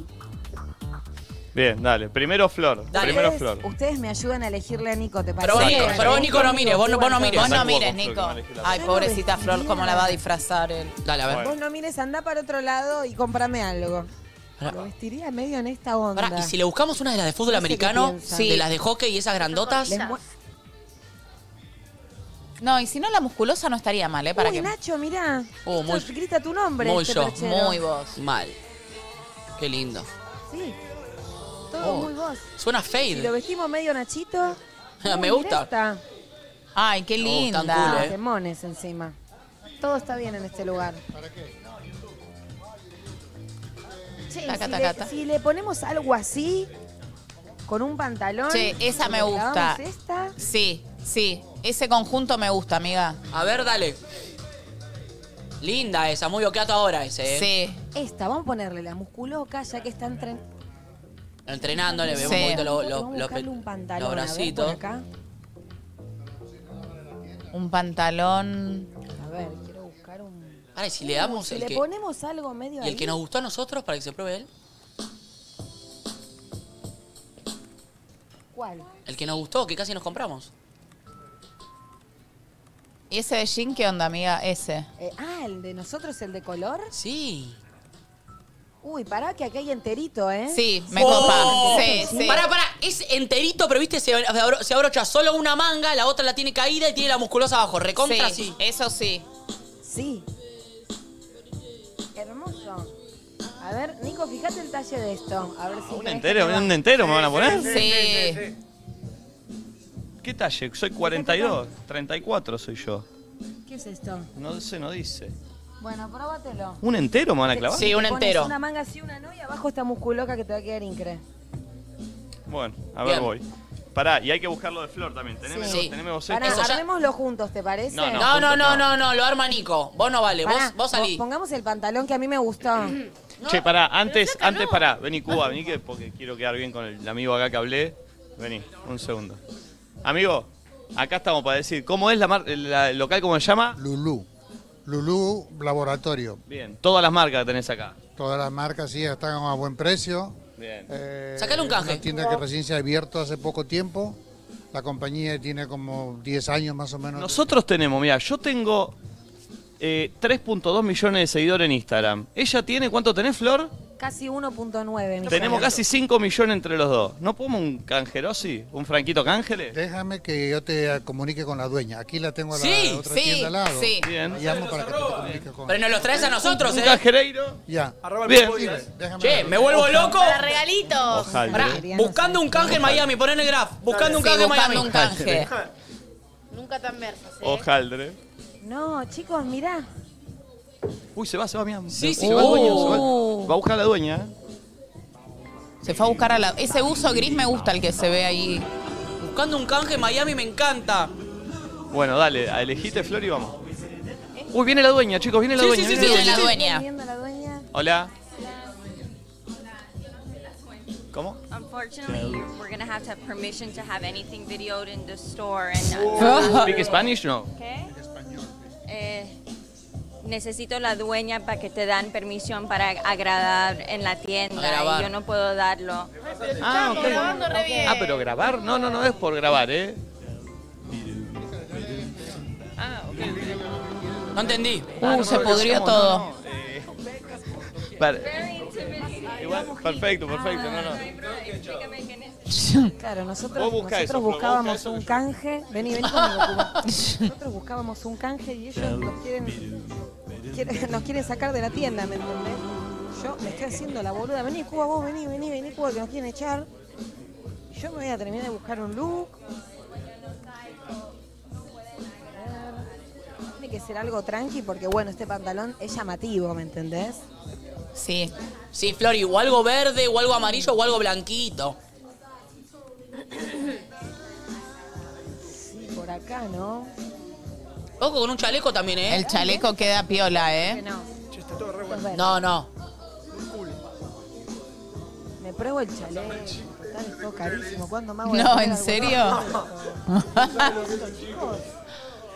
S11: Bien, dale. Primero Flor.
S10: Dale.
S11: Primero Flor.
S10: Ustedes- Ustedes me me ayudan a elegirle a Nico, ¿te parece?
S3: Pero vos,
S11: Sí,
S3: Nico,
S11: sí.
S3: pero vos, Nico, no mires, vos no, vos no
S11: Exacto.
S3: mires. Vos no
S11: Exacto.
S3: mires,
S11: Creo que
S3: Nico.
S11: me elegí la
S3: Ay,
S10: voz.
S3: pobrecita Flor, cómo la va a disfrazar él.
S2: Dale, a ver.
S10: Vos no mires, andá para otro lado y comprame algo.
S2: Pará.
S10: Lo vestiría medio en esta onda.
S2: Pará, y si le buscamos una de las de fútbol
S10: No sé qué
S2: americano,
S10: piensan.
S2: de
S10: Sí.
S2: las de hockey y esas grandotas.
S10: Les mu-
S3: No, y si no, la musculosa no estaría mal, ¿eh? Para
S10: Uy,
S3: que...
S10: Nacho, mirá.
S2: Oh,
S10: Esto
S2: muy-
S10: grita tu nombre.
S2: Muy
S10: este
S2: yo,
S10: perchero.
S2: muy vos. Mal. Qué lindo.
S10: Sí. Todo
S2: Oh.
S10: muy vos.
S2: Suena
S10: Y lo
S2: fade.
S10: vestimos medio Nachito.
S2: Me
S10: Uy, mirá
S2: gusta.
S10: esta.
S3: Ay, qué
S2: Oh,
S3: linda.
S2: tan cool, eh.
S10: Temones encima. Todo está bien en este lugar. ¿Para qué? Che, y
S3: Taca,
S10: si,
S3: taca,
S10: le,
S3: taca.
S10: si le ponemos algo así, con un pantalón.
S3: Che, esa
S10: y
S3: me
S10: le
S3: gusta.
S10: clavamos Esta,
S3: Sí, sí. Ese conjunto me gusta, amiga.
S2: A ver, dale. Linda esa, muy ocato ahora ese, eh.
S3: Sí.
S10: esta, vamos a ponerle la musculoca, ya que está entre...
S2: Entrenándole, vemos
S10: Sí.
S2: un poquito lo- lo-
S10: Vamos a
S2: lo-
S10: buscarle un pantalón,
S2: los
S10: a ver, por
S2: bracitos.
S10: acá.
S3: Un pantalón.
S10: A ver, quiero buscar un...
S2: Ahora, ¿y si le damos
S10: si
S2: el
S10: le
S2: que-
S10: ponemos algo medio
S2: Y el que
S10: ahí?
S2: nos gustó a nosotros para que se pruebe él.
S10: ¿Cuál?
S2: El que nos gustó, que casi nos compramos.
S3: ¿Y ese de jean qué onda, amiga? Ese.
S10: Eh, ah, el de nosotros, el de color.
S2: Sí.
S10: Uy, pará que acá hay enterito, ¿eh?
S3: Sí,
S2: me
S3: copa. Sí, sí.
S2: Oh, Pará, pará, es enterito, pero viste, se, abro- se abrocha solo una manga, la otra la tiene caída y tiene la musculosa abajo. Recontra,
S3: Sí,
S2: sí.
S3: Eso sí.
S10: Sí. Hermoso. A ver, Nico, fíjate el talle de esto. A ver si.
S11: ¿Un entero? ¿Un entero me van a poner?
S10: Sí.
S11: ¿Qué talle? Soy 42, 34 soy yo.
S10: ¿Qué es esto?
S11: No se no dice.
S10: Bueno, probátelo.
S11: ¿Un entero me van a clavar?
S10: Te pones Una manga así, una no, y abajo esta musculoca que te va a quedar incre.
S11: Bueno, a ver,
S2: Bien.
S11: voy. Pará, y hay que buscarlo de flor también. Teneme,
S2: Sí.
S11: teneme boceto.
S10: Pará, armémoslo juntos, ¿te parece?
S11: No,
S2: No, no, no, no, no, lo arma Nico. Vos no vale,
S10: Pará,
S2: vos, vos salí.
S10: Pongamos el pantalón que a mí me gustó.
S11: Che, pará, antes, antes pará. Vení, Cuba, vení que porque quiero quedar bien con el amigo acá que hablé. Vení, un segundo. Amigo, acá estamos para decir, ¿cómo es la, mar- la- el local, cómo se llama?
S14: Lulú. Lulú Laboratorio.
S11: Bien, todas las marcas que tenés acá.
S14: Todas las marcas sí están a buen precio.
S11: Bien.
S14: Eh,
S11: Sacale un canje.
S14: Una tienda que recién se ha abierto hace poco tiempo. La compañía tiene como 10 años más o menos.
S11: Nosotros tenemos, mira, yo tengo eh, 3.2 millones de seguidores en Instagram. Ella tiene, ¿cuánto tenés, Flor?
S10: Casi 1.9.
S11: Tenemos casi 5 millones entre los dos. ¿No podemos un canjerosi? ¿Un franquito cángeles?
S14: Déjame que yo te comunique con la dueña. Aquí la tengo a la
S11: Sí,
S14: otra
S11: sí,
S14: tienda al lado.
S11: sí. Bien.
S14: La llamo para que te comuniques con
S2: Pero nos los traes a nosotros,
S11: Un
S2: ¿eh?
S11: canjereiro.
S14: Ya.
S11: Bien.
S2: Che, me vuelvo loco.
S4: Para regalitos.
S11: Ojalá.
S2: Pará, buscando un canje en Miami, poné en el graph. Buscando un
S10: Sí,
S2: canje en Miami.
S10: buscando un canje.
S4: Nunca tan versas, ¿eh?
S11: Oh. Ojaldre.
S10: No, chicos, mirá.
S11: Uy, se va, se va, mi amor.
S3: Sí, sí.
S11: se va, el dueño,
S3: Uh.
S11: se va el- va a buscar a la dueña. ¿eh?
S3: Se fue a buscar a la. Ese uso gris me gusta el que se ve ahí.
S2: Buscando un canje en Miami me encanta.
S11: Bueno, dale, elegiste Flor y vamos. Uy, viene la dueña, chicos, viene la
S2: Sí,
S11: dueña.
S2: sí, sí,
S11: viene
S2: sí,
S11: la
S2: sí,
S11: dueña.
S10: Viendo la dueña.
S11: Hola. ¿Cómo?
S23: Unfortunately, we're gonna have to have permission to have anything videoed in the store. And
S11: Speak Spanish? No.
S23: ¿Qué? Eh, necesito la dueña para que te dan permisión para agradar en la tienda.
S11: Grabar.
S23: Y yo no puedo darlo.
S11: Ah, ok. Ah, pero grabar. No, no, no es por grabar, ¿eh?
S2: No entendí.
S11: Ah,
S3: Uh, se pudrió todo.
S11: Vale. Igual, perfecto, perfecto. No, no.
S10: Claro, nosotros,
S11: Vos
S10: nosotros
S11: buscá eso, Flor, vos
S10: buscábamos
S11: buscá eso,
S10: un canje. Vení, vení conmigo, Cuba. Nosotros buscábamos un canje y ellos nos quieren, quieren- nos quieren sacar de la tienda, ¿me entendés? Yo me estoy haciendo la boluda. Vení, Cuba, vos vení, vení, vení, Cuba, que nos quieren echar. Yo me voy a terminar de buscar un look. A ver. Tiene que ser algo tranqui porque, bueno, este pantalón es llamativo, ¿me entendés?
S2: Sí. Sí, Flori, o algo verde, o algo amarillo, o algo blanquito.
S10: Sí, por acá, ¿no?
S2: Ojo con un chaleco también, ¿eh?
S3: El chaleco queda piola, ¿eh?
S10: No.
S2: No, no.
S10: Me pruebo el chaleco. Total, es todo carísimo. ¿Cuándo más voy a
S3: No,
S10: tener
S3: ¿en
S10: algodón?
S3: serio?
S10: Chicos,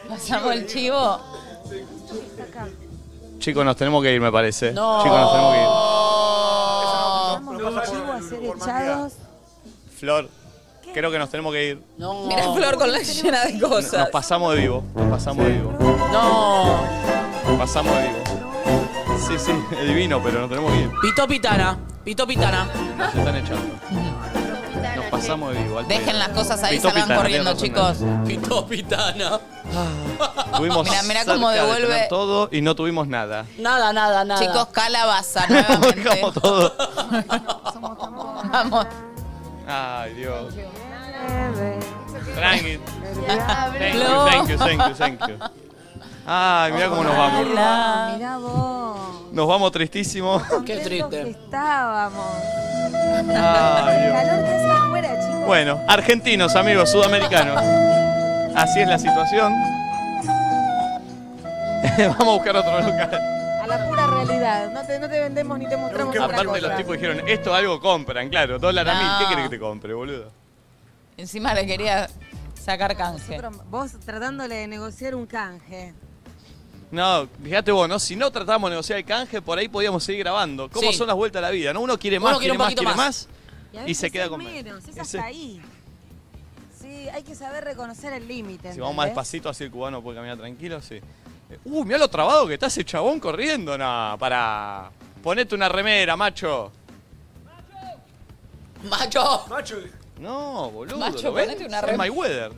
S3: Pasamos el chivo.
S11: Chicos, nos tenemos que ir, me parece.
S10: No.
S11: Chicos, nos tenemos que Oh.
S10: vamos con chivo a ser echados.
S11: ir. Flor, creo que nos tenemos que ir.
S2: No.
S3: Mira Flor con la llena de
S11: Nos
S3: cosas.
S11: pasamos de vivo. Nos pasamos de vivo.
S2: No.
S11: Nos pasamos de vivo. Sí, sí, es divino, pero nos tenemos que ir.
S2: Pito Pitana. Pito Pitana.
S11: Nos están echando. Nos pasamos de vivo. al pedo.
S3: Dejen las cosas ahí,
S11: Pitó
S3: salgan
S11: pitana, Ah.
S3: corriendo,
S11: tenés razón,
S3: chicos.
S2: Pitó pitana.
S11: Tuvimos
S3: Mirá, mirá cómo
S11: cerca de
S3: devuelve.
S11: tener todo y no tuvimos nada.
S2: Nada, nada, nada.
S3: Chicos, calabaza nuevamente.
S11: Como todo.
S3: Vamos.
S11: Ay, Dios. Tranqui. Thank you,
S3: Flor.
S11: thank you, thank you, thank you. Ay, mirá cómo nos vamos.
S10: Ah, Mirá vos.
S11: Nos vamos tristísimos.
S2: Qué
S10: que estábamos.
S11: Ay, Dios.
S10: Calor que hace afuera, chicos.
S11: Bueno, argentinos, amigos, sudamericanos. Así es la situación. Vamos a buscar otro local.
S10: A la pura realidad. No te, no te vendemos ni te mostramos otra
S11: Aparte los
S10: cosa.
S11: tipos dijeron, esto algo compran, claro, dólar a mil,
S3: No.
S11: ¿qué querés que te compre, boludo?
S3: Encima le quería sacar canje.
S10: Nosotros- Vos tratándole de negociar un canje.
S11: No, fíjate vos, ¿no? si no tratábamos de negociar el canje, por ahí podíamos seguir grabando. ¿Cómo
S10: Sí.
S11: son las vueltas a la vida? ¿no? Uno quiere
S2: Uno
S11: más,
S2: quiere un
S11: quiere más,
S2: poquito
S11: quiere
S2: más.
S11: más.
S10: Y, a
S11: Y
S10: veces
S11: se queda
S10: es
S11: con menos.
S10: menos. Es
S11: Ese-
S10: hasta ahí. Sí, hay que saber reconocer el límite.
S11: Si vamos más
S10: ¿entendés?
S11: despacito, así el cubano puede caminar tranquilo, sí. Eh, Uh, mirá lo trabado que está ese chabón corriendo. No, para. Ponete una remera, macho.
S2: ¡Macho!
S24: ¡Macho!
S11: No, boludo.
S2: Macho,
S11: ¿lo ves?
S2: ponete una
S11: Es
S2: rem-
S11: Mayweather.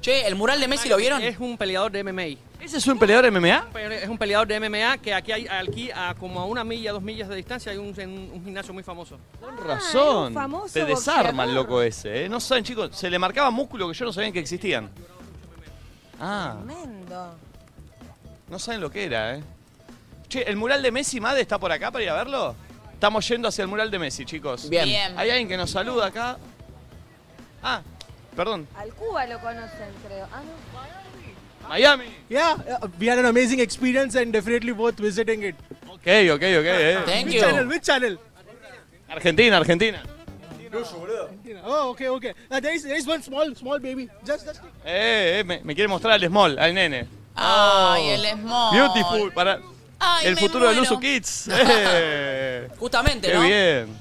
S2: Che, el mural de Messi, ¿lo vieron?
S15: Es un peleador de MMA.
S11: ¿Ese es un peleador MMA?
S15: Pero Ah, Es un peleador de MMA que aquí, hay, aquí a como a una milla, dos millas de distancia hay un, en un gimnasio muy famoso.
S11: Con razón.
S15: famoso
S11: Te desarma el loco ese, ¿eh? No saben, chicos. Se le marcaba músculo que yo no sabía que existían. Ah,
S10: Tremendo.
S11: no saben lo que era, ¿eh? Che, ¿el mural de Messi, Made, está por acá para ir a verlo? Estamos yendo hacia el mural de Messi, chicos.
S2: Bien. Bien.
S11: Hay alguien que nos saluda acá. Ah, perdón.
S25: Al Cuba lo conocen, creo. Ah, no.
S11: Miami.
S16: Yeah, uh, we had an amazing experience and definitely worth visiting it.
S11: Ok, ok, ok. eh.
S16: which channel? Which channel?
S11: Argentina, Argentina.
S16: Oh, okay, okay. Uh, there is there is one small small baby. Just just.
S11: Eh, eh, me, me quiere mostrar al small, al nene. Oh.
S3: Ay, el small.
S11: Beautiful. Para
S3: Ay,
S11: el
S3: me
S11: futuro de
S3: muero.
S11: Luzu Kids. Eh.
S2: Justamente,
S11: Qué
S2: ¿no?
S11: bien.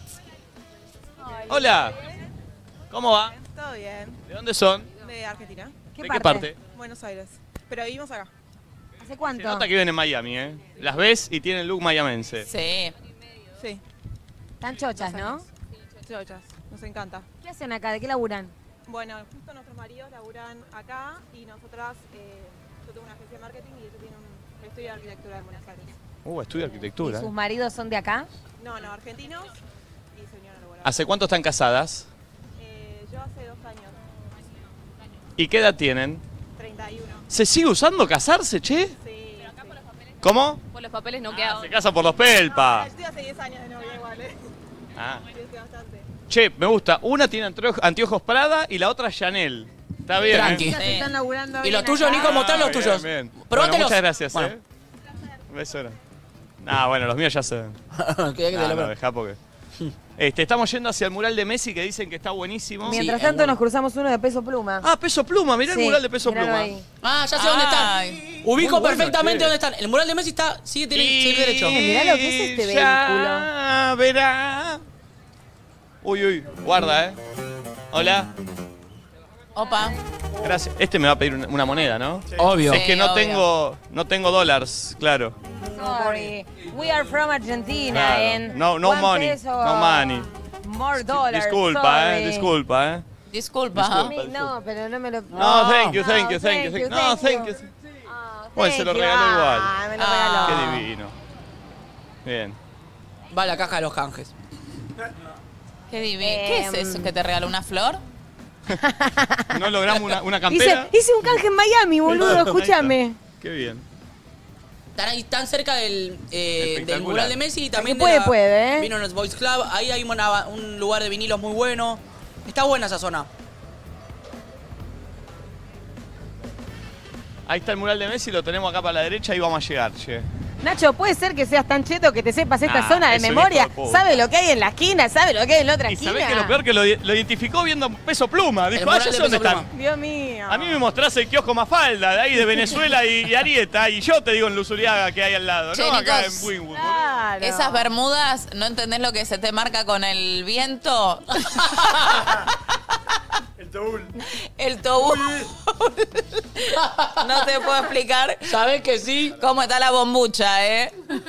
S11: Hola. ¿Cómo va?
S21: Todo bien.
S11: ¿De dónde son?
S21: De Argentina.
S11: ¿De qué parte?
S21: Buenos Aires. Pero vivimos acá.
S25: ¿Hace
S11: Se
S25: cuánto?
S11: nota que viven en Miami, ¿eh? Las ves y tienen look mayamense.
S3: Sí.
S21: Sí.
S10: Están chochas, ¿no?
S21: Chochas. Nos encanta.
S10: ¿Qué hacen acá? ¿De qué laburan?
S21: Bueno, justo nuestros maridos laburan acá y nosotras, eh, yo tengo una agencia de marketing y ellos tienen un estudio de arquitectura de Buenos Aires.
S11: Uh, estudia arquitectura.
S10: ¿Sus maridos son de acá?
S21: No, no, argentinos y se unieron a laburar.
S11: ¿Hace cuánto están casadas?
S21: Eh, yo hace dos años,
S11: ¿Y qué edad tienen?
S21: 31.
S11: ¿Se sigue usando casarse, che? ¿Cómo?
S26: Por los papeles no queda.
S11: Ah, Se casa por los pelpa.
S21: Estoy hace 10 años de novia igual, ¿eh?
S11: Ah.
S21: Sí, hace bastante.
S11: Che, me gusta. Una tiene anteoj- anteojos Prada y la otra Chanel. Está bien.
S2: Tranqui.
S11: ¿eh?
S2: Sí.
S21: Están laburando
S2: ¿Y los
S21: bien
S2: tuyos,
S21: acá.
S2: Nico? ¿Cómo están los
S11: Ah, bien,
S2: tuyos?
S11: bien. Bueno,
S2: Probátelos.
S11: muchas gracias,
S2: Bueno.
S11: ¿eh? Beso enorme. Ah, bueno, los míos ya se ven. Ah,
S2: que
S11: No,
S2: te lo-
S11: no, dejá porque... Este, estamos yendo hacia el mural de Messi que dicen que está buenísimo.
S10: Mientras tanto nos cruzamos uno de peso pluma.
S11: Ah, peso pluma, mirá el mural de Peso Pluma.
S2: Ah, ya sé dónde están. Ubico
S11: Muy bueno,
S2: perfectamente
S11: che.
S2: dónde están. El mural de Messi está, sigue, tiene, sigue derecho.
S11: Mirá lo que es este ya Ah, verá. Uy, uy, guarda, ¿eh? Hola.
S3: Opa.
S11: Gracias. Este me va a pedir una, una moneda, ¿no?
S2: Obvio.
S11: Es que
S2: Sí,
S11: no
S2: obvio.
S11: tengo no tengo dólares, claro.
S10: Sorry. We are from Argentina
S11: Claro.
S10: and
S11: No, no
S10: one
S11: money.
S10: peso,
S11: No money.
S10: More dollars.
S11: Disculpa,
S10: sorry.
S11: eh. Disculpa, eh.
S3: Disculpa.
S10: A
S11: Disculpa,
S10: mí
S11: disculpa.
S10: No, pero no me lo.
S11: No, thank you, thank you, thank you, thank you. No, thank you. Bueno, se lo
S10: Ah, you.
S11: regaló igual.
S10: Ah, me lo
S2: regaló.
S11: Qué divino. Bien.
S2: Va a la caja de los canjes.
S3: Qué divino. ¿Qué
S10: Em.
S3: es eso que te regaló una flor?
S11: No logramos una, una
S10: Hice,
S11: campera.
S10: hice un canje en Miami, boludo, escúchame.
S11: Qué bien.
S2: Están ahí tan cerca del, eh, del
S11: Espectacular.
S2: mural de Messi y también
S10: que puede,
S2: de la
S10: puede, ¿eh?
S2: Vino en el Boys Club. Ahí hay una- un lugar de vinilos muy bueno. Está buena esa zona.
S11: Ahí está el mural de Messi, lo tenemos acá para la derecha y vamos a llegar, che.
S10: Nacho, puede ser que seas tan cheto que te sepas esta
S11: Nah,
S10: zona de
S11: Ah, es un
S10: memoria.
S11: hijo de puta.
S10: Sabe lo que hay en la esquina, sabe lo que hay en la otra
S11: Y
S10: esquina.
S11: sabés que lo peor que lo, lo identificó viendo peso pluma.
S10: El
S11: Dijo, ah,
S10: mural
S11: ya
S10: de
S11: sé dónde
S10: Peso
S11: están.
S10: Pluma. Dios mío.
S11: A mí me mostrás el kiosco Mafalda, de ahí de Venezuela y, y Arieta, y yo te digo en Luzuriaga que hay al lado,
S3: Che,
S11: ¿no? Acá en
S3: Nicos.
S11: Winwood.
S3: Esas bermudas, ¿no entendés lo que se te marca con el viento?
S24: El Toul.
S3: El tobú. No te puedo explicar.
S2: ¿Sabes que sí?
S3: ¿Cómo está la bombucha, eh?
S24: Como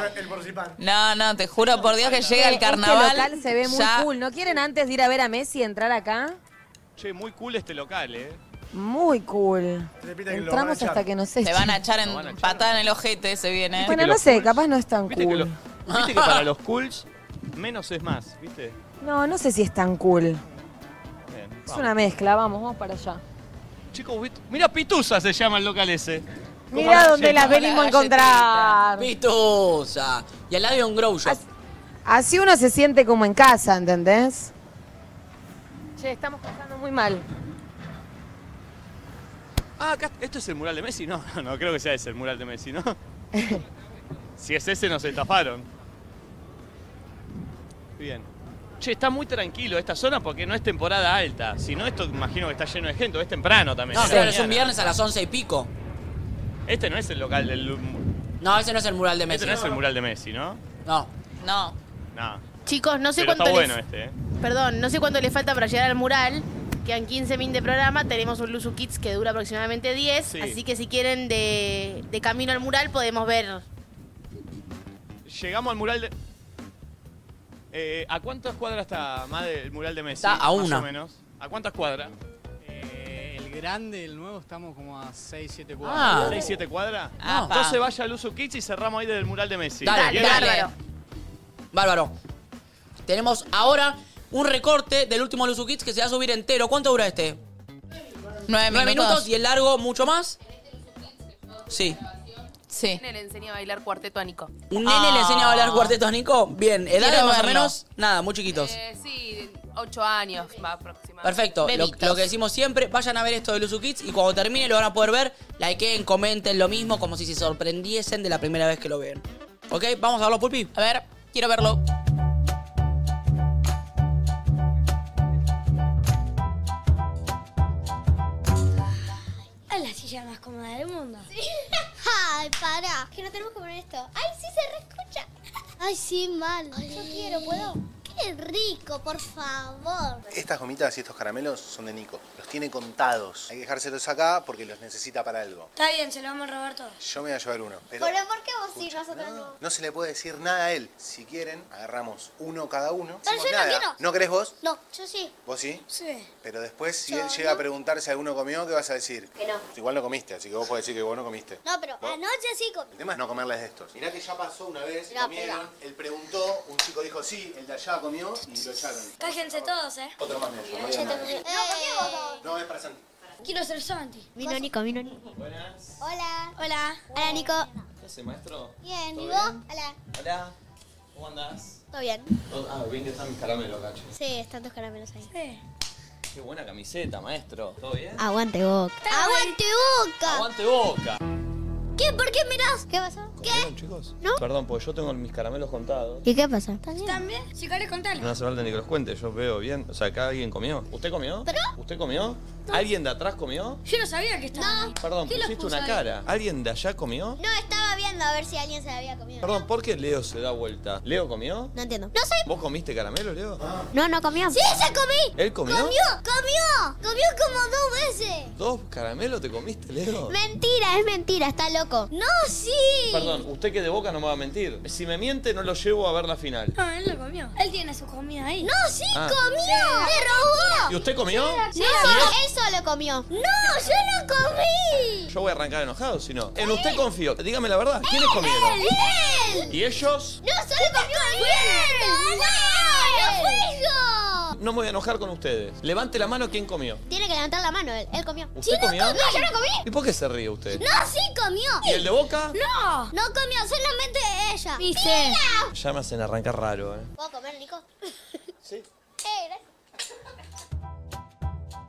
S24: el, el porcipán.
S3: No, no, te juro por Dios que llega el
S10: Este
S3: carnaval.
S10: local se ve muy
S3: ya-
S10: cool. ¿No quieren antes de ir a ver a Messi entrar acá?
S11: Che, muy cool este local, ¿eh?
S10: Muy cool.
S11: Repita que lo van a
S10: Entramos
S11: echar.
S10: hasta que nos
S3: Te
S10: echen.
S3: van a echar en patada en el ojete, se viene. eh.
S11: Este
S10: Bueno, no sé, capaz no es tan
S11: Viste que,
S10: cool.
S11: lo- viste que para los cools, menos es más, ¿viste?
S10: No, no sé si es tan cool.
S11: Bien,
S10: Es
S11: vamos.
S10: una mezcla, vamos, vamos para allá.
S11: Chicos, ¿viste? mira Pitusa se llama el local ese.
S10: Mira dónde las venimos a encontrar.
S2: Pitusa. Y al lado hay un grow shop.
S10: Así uno se siente como en casa, ¿entendés? Che, estamos pasando muy mal.
S11: Ah, acá, ¿esto es el mural de Messi? No, no creo que sea ese el mural de Messi, ¿no? si es ese, nos estafaron. Bien. Che, está muy tranquilo esta zona porque no es temporada alta. Si no, esto imagino que está lleno de gente. o Es temprano también.
S2: No,
S11: es la
S2: claro, es un
S11: mañana.
S2: viernes a las once y pico.
S11: Este no es el local del...
S2: No, ese no es el mural de Messi.
S11: Este no es el mural de Messi, ¿no?
S2: No.
S3: No.
S11: No.
S4: Chicos, no sé
S11: Pero
S4: cuánto
S11: está
S4: les-
S11: bueno este, ¿eh?
S4: Perdón, no sé cuánto le falta para llegar al mural. Quedan 15 min de programa, tenemos un Luzu Kids que dura aproximadamente 10,
S11: Sí.
S4: así que si quieren de, de camino al mural podemos ver
S27: Llegamos al mural de. Eh, ¿A cuántas cuadras está más el mural de Messi?
S2: Está a una.
S27: Más o menos. ¿A cuántas cuadras?
S28: Eh, El grande, el nuevo, estamos como a 6, 7 cuadras.
S27: Ah. ¿Seis, siete cuadras?
S28: Ah, pa.
S27: Entonces vaya a Luzu Kids y cerramos ahí desde el mural de Messi.
S2: Dale,
S27: ¿Quieren?
S2: dale. Bárbaro. Tenemos ahora un recorte del último Luzu Kids que se va a subir entero. ¿Cuánto dura este?
S3: Nueve
S2: Nueve
S3: minutos.
S2: minutos y el largo mucho más. Sí.
S3: Sí.
S4: Nene le enseña a bailar cuarteto a Nico.
S2: ¿Un nene le enseña a bailar cuarteto a Nico? Bien. ¿Edades
S4: Quiero
S2: más o
S4: verlo.
S2: menos? Nada, muy chiquitos.
S4: Eh, sí, 8 años va aproximadamente.
S2: Perfecto, lo, lo que decimos siempre, vayan a ver esto de Luzu Kids y cuando termine lo van a poder ver, likeen, comenten lo mismo, como si se sorprendiesen de la primera vez que lo ven. ¿Ok? Vamos a verlo, Pulpi. A ver, quiero verlo.
S12: Es la silla más cómoda del mundo. Ay, para. Que no tenemos que poner esto. Ay, sí se reescucha. Ay, sí, mal. Yo quiero, ¿puedo? Qué rico, por favor.
S16: Estas gomitas y estos caramelos son de Nico. Los tiene contados. Hay que dejárselos acá porque los necesita para algo.
S12: Está bien, se lo vamos a robar todo.
S16: Yo me voy a llevar uno. Pero
S12: ¿Pero por qué vos sí, nosotros no?
S16: no se le puede decir nada a él. Si quieren, agarramos uno cada uno.
S12: Pero
S16: Decimos
S12: yo no
S16: nada.
S12: quiero.
S16: ¿No querés vos?
S12: No, yo sí.
S16: ¿Vos sí?
S12: Sí.
S16: Pero después, si
S12: Yo
S16: él llega a preguntar si alguno comió, ¿qué vas a decir?
S12: Que no.
S16: Igual no comiste, así que vos podés decir que vos no comiste.
S12: No, pero
S16: ¿Vos?
S12: anoche sí comí.
S16: El tema es no comerles de estos. Mirá que ya pasó una vez,
S12: Mirá,
S16: comieron, él preguntó, un chico dijo sí, el de allá comió y lo echaron.
S12: Cállense todos, ¿eh?
S16: Otro más me no
S12: Yo
S16: había nada.
S12: también. No, ¿por qué vos no?
S16: No, es para Santi.
S12: Quiero ser Santi.
S16: Vino Nico,
S12: vino Nico. Hola. Hola. Hola, Nico.
S11: ¿Qué hace, maestro?
S12: Bien,
S11: ¿Todo
S12: ¿y
S11: bien?
S12: vos? Hola.
S11: Hola, ¿cómo andás?
S12: ¿Todo bien?
S11: Todo- Ah, bien que están mis caramelos, cacho.
S12: Sí, están tus caramelos ahí. Sí.
S11: Qué buena camiseta, maestro. ¿Todo bien?
S12: Aguante boca. ¡Aguante boca!
S11: ¡Aguante boca!
S12: ¿Qué? ¿Por qué mirás? ¿Qué pasó?
S11: ¿Comieron, chicos?
S12: ¿No?
S11: Perdón, pues yo tengo mis caramelos contados.
S12: ¿Y qué pasó? ¿También? Si querés contarle.
S11: No hace falta ni que los cuente, yo veo bien. O sea, acá alguien comió. ¿Usted comió?
S12: ¿Pero?
S11: ¿Usted comió? ¿Alguien de atrás comió?
S12: Yo no sabía que estaba. No.
S11: Perdón, pusiste una cara. ¿Alguien de allá comió?
S12: No, estaba viendo a ver si alguien se la había comido.
S11: Perdón, ¿por qué Leo se da vuelta? ¿Leo comió?
S12: No entiendo. No sé.
S11: ¿Vos comiste caramelo, Leo?
S12: No, no comió. ¡Sí, se comí!
S11: ¿Él comió?
S12: ¡Comió! ¡Comió! ¡Comió como dos veces!
S11: ¿Dos caramelos te comiste, Leo?
S12: Mentira, es mentira, está loco. ¡No, sí!
S11: Perdón, usted que de boca no me va a mentir. Si me miente, no lo llevo a ver la final.
S12: No, Ah, él lo comió. Él tiene su comida ahí. ¡No, sí,
S11: Ah.
S12: comió! ¡Le robó!
S11: ¿Y usted comió?
S12: Sí, solo- él solo comió. ¡No, yo no comí!
S11: Yo voy a arrancar enojado, si no. En usted confío. Dígame la verdad, ¿quiénes comieron?
S12: ¡Él! ¡Él!
S11: ¿Y ellos?
S12: ¡No, solo comió él! ¡No, no fue yo!
S11: No me voy a enojar con ustedes. Levante la mano quién comió.
S12: Tiene que levantar la mano él. Él comió.
S11: ¿Usted
S12: Sí, no
S11: comió?
S12: No, yo no comí.
S11: ¿Y por qué se ríe usted?
S12: No, sí comió.
S11: ¿Y el de boca?
S12: No. No comió, solamente ella. ¡Pila!
S11: Ya me hacen arrancar raro, eh.
S12: ¿Puedo comer, Nico? Eh, Sí.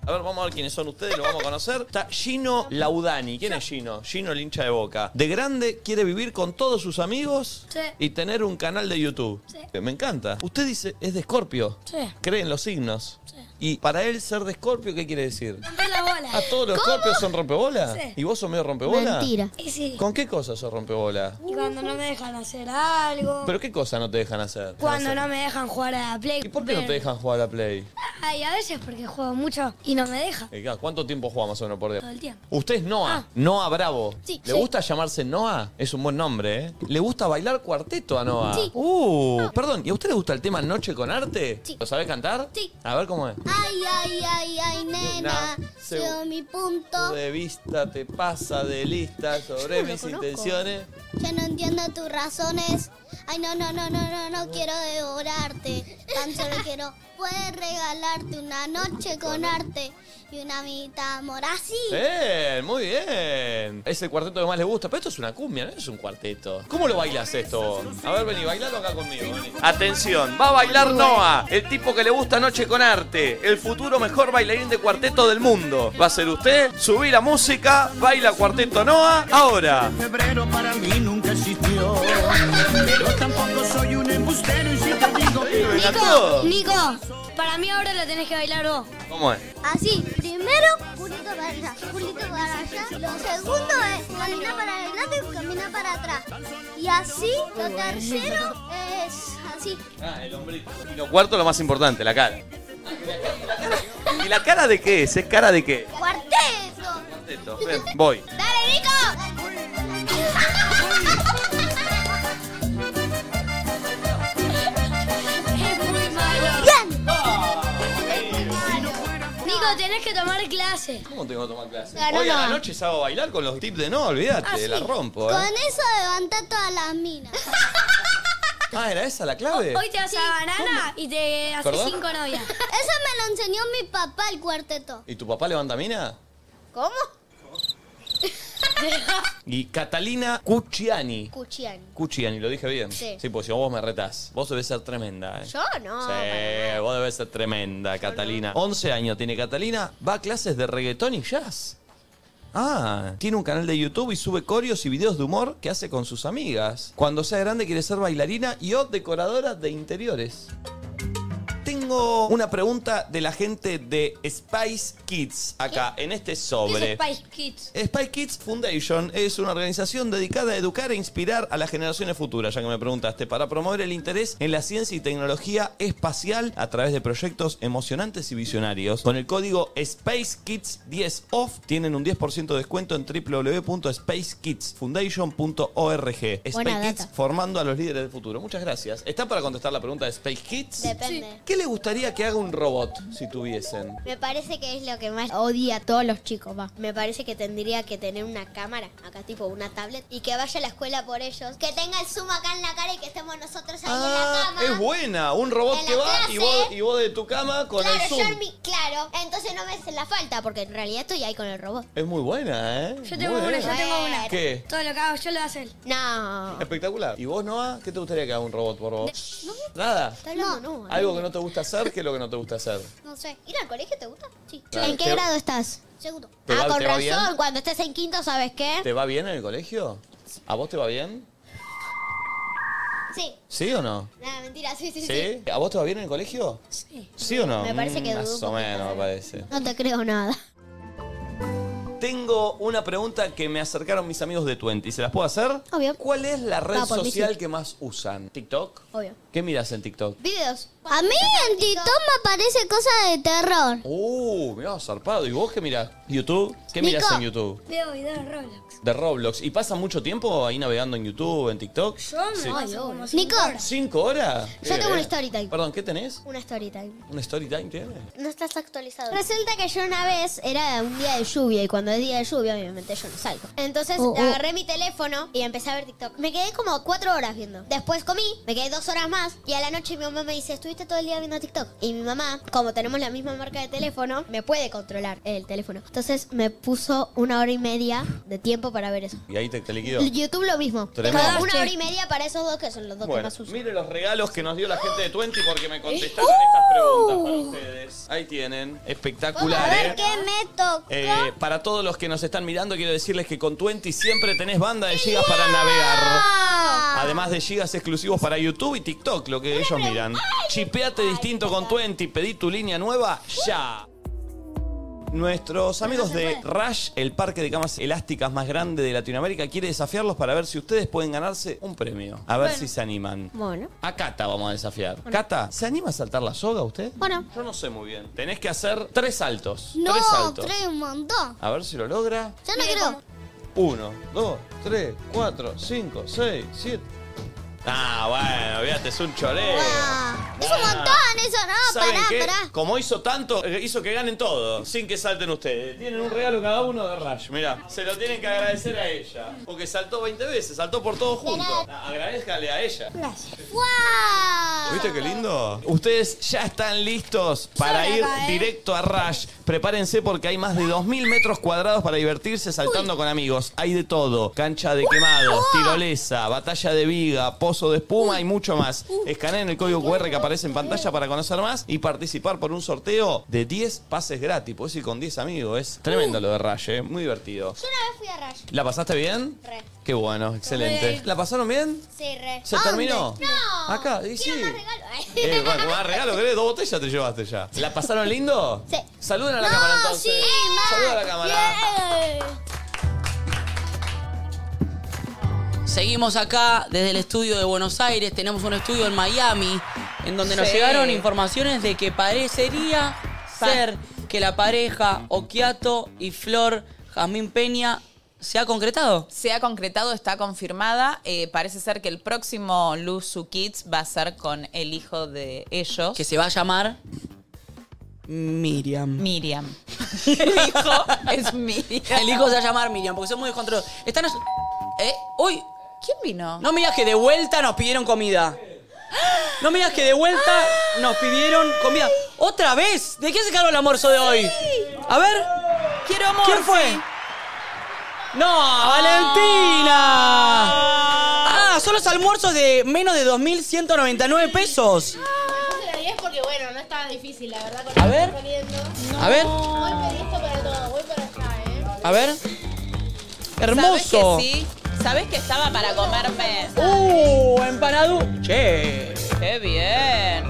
S11: A ver, vamos a ver quiénes son ustedes, lo vamos a conocer. Está Gino Laudani. ¿Quién es Gino? Gino, el hincha de boca. De grande quiere vivir con todos sus amigos
S12: Sí.
S11: y tener un canal de YouTube. Eh,
S12: Sí.
S11: Me encanta. Usted dice, es de Escorpio.
S12: Sí.
S11: Cree en los signos. Y para él ser de Escorpio, ¿qué quiere decir?
S12: Rompe la bola.
S11: ¿A Ah, todos los Escorpios son rompebolas?
S12: Sí.
S11: ¿Y vos sos medio rompebola?
S12: Mentira. Y sí.
S11: ¿Con qué cosas sos rompebola?
S12: Y cuando no me dejan hacer algo.
S11: ¿Pero qué cosas no te dejan hacer?
S12: Cuando no me dejan jugar a la Play.
S11: ¿Y por qué no te dejan jugar a la Play?
S12: Ay, a veces porque juego mucho y no me deja.
S11: Eh, ¿Cuánto tiempo juega más o menos por día?
S12: Todo el tiempo.
S11: Usted es Noah, Noah Bravo.
S12: Ah. Sí.
S11: ¿Le
S12: Sí.
S11: gusta llamarse Noah? Es un buen nombre, ¿eh? ¿Le gusta bailar cuarteto a Noah?
S12: Sí. Ah.
S11: Uh, perdón, ¿y a usted le gusta el tema Noche con Arte?
S12: Sí.
S11: ¿Lo sabe cantar?
S12: Sí.
S11: A ver cómo es.
S12: Ay, ay, ay, ay,
S11: nena, se- veo
S12: mi punto.
S11: De vista te pasa de lista
S12: Ah. Yo no
S11: sobre
S12: lo
S11: mis
S12: conozco.
S11: intenciones.
S12: Yo no entiendo tus razones. Ay, no, no, no, no, no, no quiero devorarte. Tan solo quiero poder regalarte una noche con arte y una mitad morazi.
S11: Bien, muy bien. Es el cuarteto que más le gusta. Pero esto es una cumbia, no es un cuarteto. ¿Cómo lo bailas esto? vos? A ver, vení, bailalo acá conmigo. vení. Atención, va a bailar Noah, el tipo que le gusta Noche con Arte, el futuro mejor bailarín de cuarteto del mundo. Va a ser usted, subí la música, baila cuarteto Noah, ahora.
S29: Febrero para mí nunca existió. Pero tampoco soy un embustero y si te digo que
S11: Venga todo.
S12: Nico, para mí ahora lo tenés que bailar vos.
S11: ¿Cómo es?
S12: Así, primero, pulito para allá, pulito para allá. Lo segundo es camina para adelante y camina para atrás. Y así, lo tercero es así.
S11: Ah, el hombrito. Y lo cuarto, lo más importante, la cara. ¿Y la cara de qué es? ¿Es cara de qué?
S12: ¡Cuarteto!
S11: Cuarteto, ven, voy.
S12: ¡Dale, Nico! Nico, tenés que tomar clase.
S11: ¿Cómo tengo que tomar clase?
S12: Ah, no,
S11: Hoy a la
S12: no.
S11: noche salgo a bailar con los tips de no, olvídate,
S12: Así.
S11: la rompo,
S12: Con
S11: ¿eh?
S12: eso levantá todas las minas.
S11: Ah, ¿era esa la clave?
S12: Hoy te haces banana y te
S11: haces ¿Perdón? cinco
S12: novias. Eso me lo enseñó mi papá el cuarteto.
S11: ¿Y tu papá levanta mina?
S12: ¿Cómo?
S11: Y Catalina Cucciani.
S12: Cuchiani.
S11: Cucciani, lo dije bien.
S12: Sí.
S11: pues si vos me retás, vos debes ser tremenda, ¿eh?
S12: Yo no.
S11: Sí, vos debes ser tremenda, Catalina. 11 años tiene Catalina, va a clases de reggaetón y jazz. Ah, tiene un canal de YouTube y sube corios y videos de humor que hace con sus amigas. Cuando sea grande quiere ser bailarina y o decoradora de interiores. Tengo una pregunta de la gente de Spice Kids acá, en este sobre.
S12: Spice Kids.
S11: Spy Kids Foundation es una organización dedicada a educar e inspirar a las generaciones futuras, ya que me preguntaste, para promover el interés en la ciencia y tecnología espacial a través de proyectos emocionantes y visionarios. Con el código SpaceKids10OFF tienen un 10% de descuento en www.spacekidsfoundation.org. Space
S12: Buena
S11: Kids
S12: data.
S11: formando a los líderes del futuro. Muchas gracias. ¿Están para contestar la pregunta de Space Kids?
S12: Depende.
S11: ¿Qué le gustaría que haga un robot si tuviesen?
S12: Me parece que es lo que más odia a todos los chicos, va. Me parece que tendría que tener una cámara, acá tipo una tablet, y que vaya a la escuela por ellos. Que tenga el zoom acá en la cara y que estemos nosotros ahí
S11: Ah,
S12: en la
S11: es
S12: cama.
S11: buena. Un robot
S12: En
S11: que
S12: la
S11: va y
S12: clase.
S11: vos, y vos de tu cama con
S12: claro,
S11: el
S12: yo
S11: Zoom.
S12: en mi- claro, entonces no me hacen la falta, porque en realidad estoy ahí con el robot.
S11: Es muy buena, ¿eh?
S12: Yo
S11: Muy bien.
S12: una.
S11: ¿Qué?
S12: Todo lo que hago yo lo hace él. No.
S11: Espectacular. ¿Y vos, Noah? ¿Qué te gustaría que haga un robot por vos?
S12: No, me-
S11: Nada.
S12: está hablando, no,
S11: Algo que no te gusta hacer, ¿qué es lo que no te gusta hacer?
S12: No sé. ¿Ir al colegio te gusta? Sí.
S11: Claro,
S12: ¿En qué
S11: te-
S12: grado estás? Segundo.
S11: ¿Te
S12: ah,
S11: va-
S12: con
S11: te va
S12: razón,
S11: bien?
S12: cuando estés en quinto, ¿sabes qué?
S11: ¿Te va bien en el colegio? ¿A vos te va bien?
S12: Sí.
S11: ¿Sí o no?
S12: Nada, mentira, sí, sí, sí.
S11: ¿Sí? ¿A vos te va bien en el colegio?
S12: Sí.
S11: ¿Sí o no?
S12: Me parece que dudo
S11: Mm,
S12: un
S11: Más o
S12: poquito.
S11: menos, me parece.
S12: No te creo nada.
S11: Tengo una pregunta que me acercaron mis amigos de Twenty. ¿Se las puedo hacer?
S12: Obvio.
S11: ¿Cuál es la red
S12: Va, por mí
S11: social
S12: sí.
S11: que más usan? ¿TikTok?
S12: Obvio.
S11: ¿Qué miras en TikTok?
S12: Videos. A mí en TikTok me aparece cosa de terror.
S11: Uh, mirá, zarpado. ¿Y vos qué mirás? ¿YouTube? ¿Qué
S12: Nico.
S11: mirás en YouTube?
S12: Veo videos de Roblox.
S11: De Roblox. ¿Y pasa mucho tiempo ahí navegando en YouTube, en TikTok? Sí.
S12: Nico,
S11: ¿Cinco horas?
S12: yo tengo
S11: Bien,
S12: una
S11: eh.
S12: story time.
S11: Perdón, ¿qué tenés?
S12: Una story time.
S11: ¿Un story time tienes?
S12: No estás actualizado. Resulta que yo una vez era un día de lluvia y cuando es día de lluvia obviamente yo no salgo. Entonces
S17: Oh, oh.
S12: agarré mi teléfono y empecé a ver TikTok. Me quedé como cuatro horas viendo. Después comí, me quedé dos horas más y a la noche mi mamá me dice, estuviste todo el día viendo TikTok. Y mi mamá, como tenemos la misma marca de teléfono, me puede controlar el teléfono. Entonces me puso una hora y media de tiempo para ver eso.
S11: Y ahí te, te liquidó.
S12: YouTube lo mismo.
S11: Tremendo.
S12: Como Una hora y media para esos dos que son los dos que
S11: Bueno,
S12: más uso.
S11: mire los regalos que nos dio la gente de Twenty porque me contestaron estas preguntas para
S12: ¡Uh! ¿Eh?
S11: ustedes. Ahí tienen. Espectacular, ¿eh?
S12: me toca.
S11: Eh, para todos los que nos están mirando, quiero decirles que con Twenty siempre tenés banda de gigas para navegar. Además de gigas exclusivos para YouTube y TikTok, lo que ellos miran. Chipeate distinto con Twenty, pedí tu línea nueva ya. Nuestros amigos de Rush, el parque de camas elásticas más grande de Latinoamérica, quiere desafiarlos para ver si ustedes pueden ganarse un premio. A ver
S12: Bueno.
S11: si se animan.
S12: Bueno.
S11: A Cata vamos a desafiar.
S12: Bueno.
S11: Cata, ¿se anima a saltar la soga usted?
S12: Bueno.
S11: Yo no sé muy bien. Tenés que hacer tres saltos. tres
S12: No,
S11: saltos.
S12: trae un montón.
S11: A ver si lo logra.
S12: Yo no creo.
S11: 1, 2, 3, 4, 5, 6, 7. Ah, bueno, fíjate, es un choreo.
S12: Es un montón eso, no,
S11: Ah. ¿Saben
S12: Ah, pará,
S11: qué?
S12: pará.
S11: Como hizo tanto, eh, hizo que ganen todo, sin que salten ustedes. Tienen un regalo cada uno de Rush, mirá. Se lo tienen que agradecer a ella. Porque saltó 20 veces, saltó por todos juntos. Ah, Agradezcale a ella.
S12: ¡Wow!
S11: ¿Viste qué lindo? Ustedes ya están listos para
S12: Sola
S11: ir
S12: acá, ¿eh?
S11: directo a Rush. Prepárense porque hay más de 2.000 metros cuadrados para divertirse saltando con amigos. Hay de todo. Cancha de quemados, tirolesa, batalla de viga, pozo de espuma y mucho más. Escaneen el código QR que aparece en pantalla para conocer más y participar por un sorteo de 10 pases gratis. Puedes ir con 10 amigos. Es tremendo lo de Rush, ¿eh? Muy divertido.
S12: Yo una vez fui a Rayo.
S11: ¿La pasaste bien?
S12: Re.
S11: Qué bueno, excelente. ¿La pasaron bien?
S12: Sí, re.
S11: ¿Se
S12: ¿A dónde?
S11: terminó?
S12: No.
S11: Acá, y sí. Eh,
S12: regalo.
S11: bueno, más regalo, querés, dos botellas te llevaste ya. ¿La pasaron lindo?
S12: Sí.
S11: Saluden a la
S12: No,
S11: cámara entonces.
S12: sí,
S11: Saluden a la cámara.
S2: Seguimos acá desde el estudio de Buenos Aires. Tenemos un estudio en Miami en donde nos
S3: Sí.
S2: llegaron informaciones de que parecería
S3: Pa-
S2: ser que la pareja Okiato y Flor Jazmín Peña se ha concretado.
S3: Se ha concretado, está confirmada. Eh, parece ser que el próximo Luzu Kids va a ser con el hijo de ellos.
S2: Que se va a llamar Miriam.
S3: Miriam. El hijo es Miriam.
S2: El hijo se va a llamar Miriam porque son muy descontrolados. Están. as- ¿Eh? ¡Uy!
S3: ¿Quién vino?
S2: No me digas que de vuelta nos pidieron comida. No me digas que de vuelta nos pidieron comida. ¡Otra vez! ¿De qué se cargó el almuerzo de hoy? A ver.
S3: Quiero amor.
S2: ¿Quién fue? ¡No! ¡Valentina! ¡Ah! Son los almuerzos de menos de 2.199 pesos.
S17: Es porque bueno, no estaba difícil, la verdad.
S2: A ver. A ver.
S17: Voy a pedir esto para todo, voy para allá, eh.
S2: A ver. Hermoso.
S3: ¿Sabes que sí? ¿Sabes que estaba para comerme?
S2: ¡Uh! Empanado. Che.
S3: ¡Qué bien!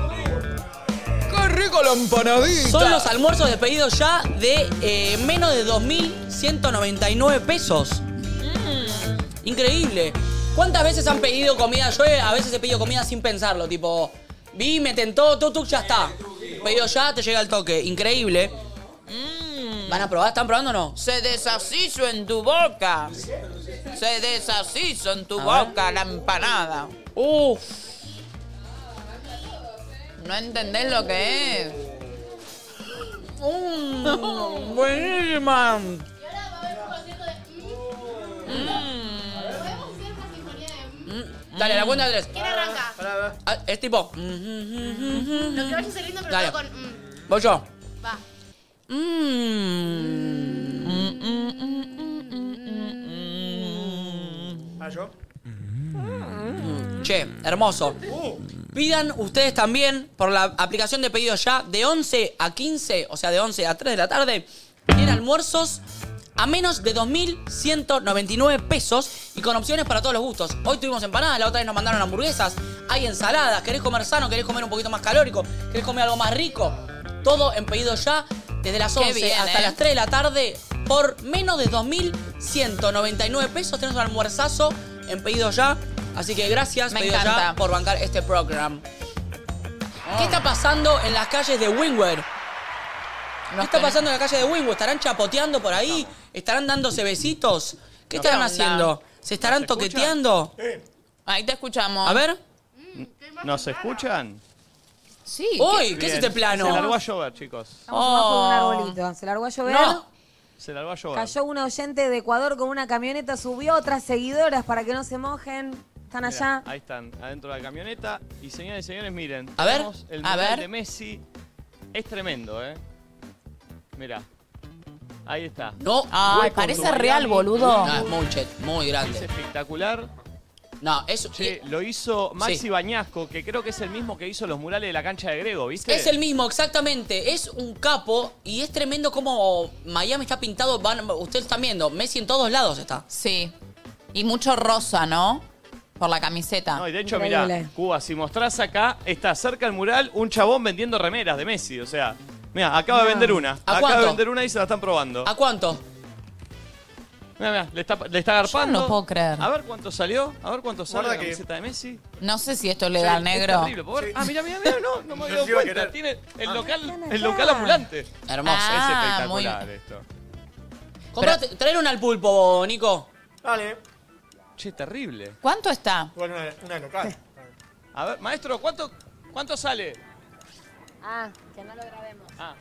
S2: ¡Qué rico la empanadita! Son los almuerzos de pedido ya de eh, menos de 2.199 pesos. Increíble. ¿Cuántas veces han pedido comida? Yo eh, a veces he pedido comida sin pensarlo, tipo, vi, me tentó, tú, tú, ya está. Pedido ya, te llega el toque. Increíble. ¿Van a probar? ¿Están probando o no?
S3: Mm. Se deshizo en tu boca. Se deshizo en tu
S2: A ver.
S3: boca la empanada.
S2: Uf.
S3: No entendés lo que es.
S2: Mm, buenísima. Dale,
S3: Mm.
S2: la cuenta de tres.
S17: ¿Quién arranca?
S2: Ah, Es tipo. mm,
S17: Lo que vaya saliendo, pero
S2: Dale.
S17: todo con. mm,
S2: Voy yo. Mm.
S17: va.
S2: mm,
S5: ¿Ah, yo?
S11: Mm.
S2: Che, hermoso.
S11: Uh.
S2: Pidan ustedes también por la aplicación de pedido ya de 11 a 15, o sea, de 11 a 3 de la tarde, tienen almuerzos a menos de 2.199 pesos y con opciones para todos los gustos. Hoy tuvimos empanadas, la otra vez nos mandaron hamburguesas, hay ensaladas, querés comer sano, querés comer un poquito más calórico, querés comer algo más rico. Todo en pedido ya desde las
S3: Qué
S2: 11
S3: bien,
S2: hasta
S3: eh.
S2: las 3 de la tarde por menos de 2.199 pesos. Tenés un almuerzazo en pedido ya. Así que gracias,
S3: Me
S2: pedido ya,
S3: encanta.
S2: por bancar este programa. ¿Qué está pasando en las calles de Wingware? ¿Qué está pasando en la calle de Wingware? ¿Estarán chapoteando por ahí? ¿Estarán dándose besitos? ¿Qué
S3: No.
S2: estarán
S3: ¿Qué onda?
S2: haciendo? ¿Se estarán
S3: ¿Nos escuchan?
S2: toqueteando?
S3: Ahí te escuchamos.
S2: A ver.
S11: ¿Nos escuchan?
S10: Sí.
S2: Uy, ¿qué es este plano?
S11: Se largó a llover, chicos.
S10: Estamos abajo de un
S2: Oh.
S3: Oh.
S10: arbolito. Se largó a llover.
S11: No. Se largó a llover.
S10: Cayó una oyente de Ecuador con una camioneta, subió otras seguidoras para que no se mojen. Están
S11: Mirá,
S10: allá.
S11: Ahí están, adentro de la camioneta. Y señores y señores, miren.
S2: A ver,
S11: tenemos el
S2: a
S11: mundial
S2: ver.
S11: de Messi. Es tremendo, ¿eh? Mirá. Ahí está.
S2: No.
S3: Ay,
S11: Hueco
S3: parece
S11: Tubriani.
S3: real, boludo.
S2: No, es muy, chet, muy
S11: Es
S2: grande.
S11: espectacular.
S2: No, eso.
S11: Che, lo hizo Maxi
S2: Sí.
S11: Bañasco, que creo que es el mismo que hizo los murales de la cancha de Grego, ¿viste?
S2: Es el mismo, exactamente. Es un capo y es tremendo como Miami está pintado. Van, ustedes están viendo, Messi en todos lados está.
S3: Sí. Y mucho rosa, ¿no? Por la camiseta.
S11: No, y de hecho, mirá, Cuba, si mostrás acá, está cerca el mural un chabón vendiendo remeras de Messi. O sea, mirá, acaba de
S2: No.
S11: vender una. Acaba
S2: cuánto?
S11: de vender una y se la están probando.
S2: ¿A cuánto?
S11: Mirá, mirá, le está, le está garpando.
S3: no lo puedo creer.
S11: A ver cuánto salió, a ver cuánto sale la
S3: Guarda que-
S11: camiseta de Messi.
S3: No sé si esto le
S11: Sí,
S3: da
S11: es
S3: al negro.
S11: terrible, pobre. Ah, mirá, mirá, mirá, no, no me
S5: No
S11: había dado
S5: se iba a
S11: cuenta.
S5: querer.
S11: Tiene el
S5: Ah.
S11: local,
S5: Están
S11: el
S5: allá.
S11: local ambulante.
S2: Hermoso.
S3: Ah,
S11: es espectacular esto.
S2: Comprate, traer una al pulpo, Nico.
S5: Dale.
S11: Che, terrible.
S3: ¿Cuánto está?
S5: Bueno, una, una local.
S11: A ver, maestro, ¿cuánto, cuánto sale?
S10: Ah, que no lo grabemos.
S11: Ah.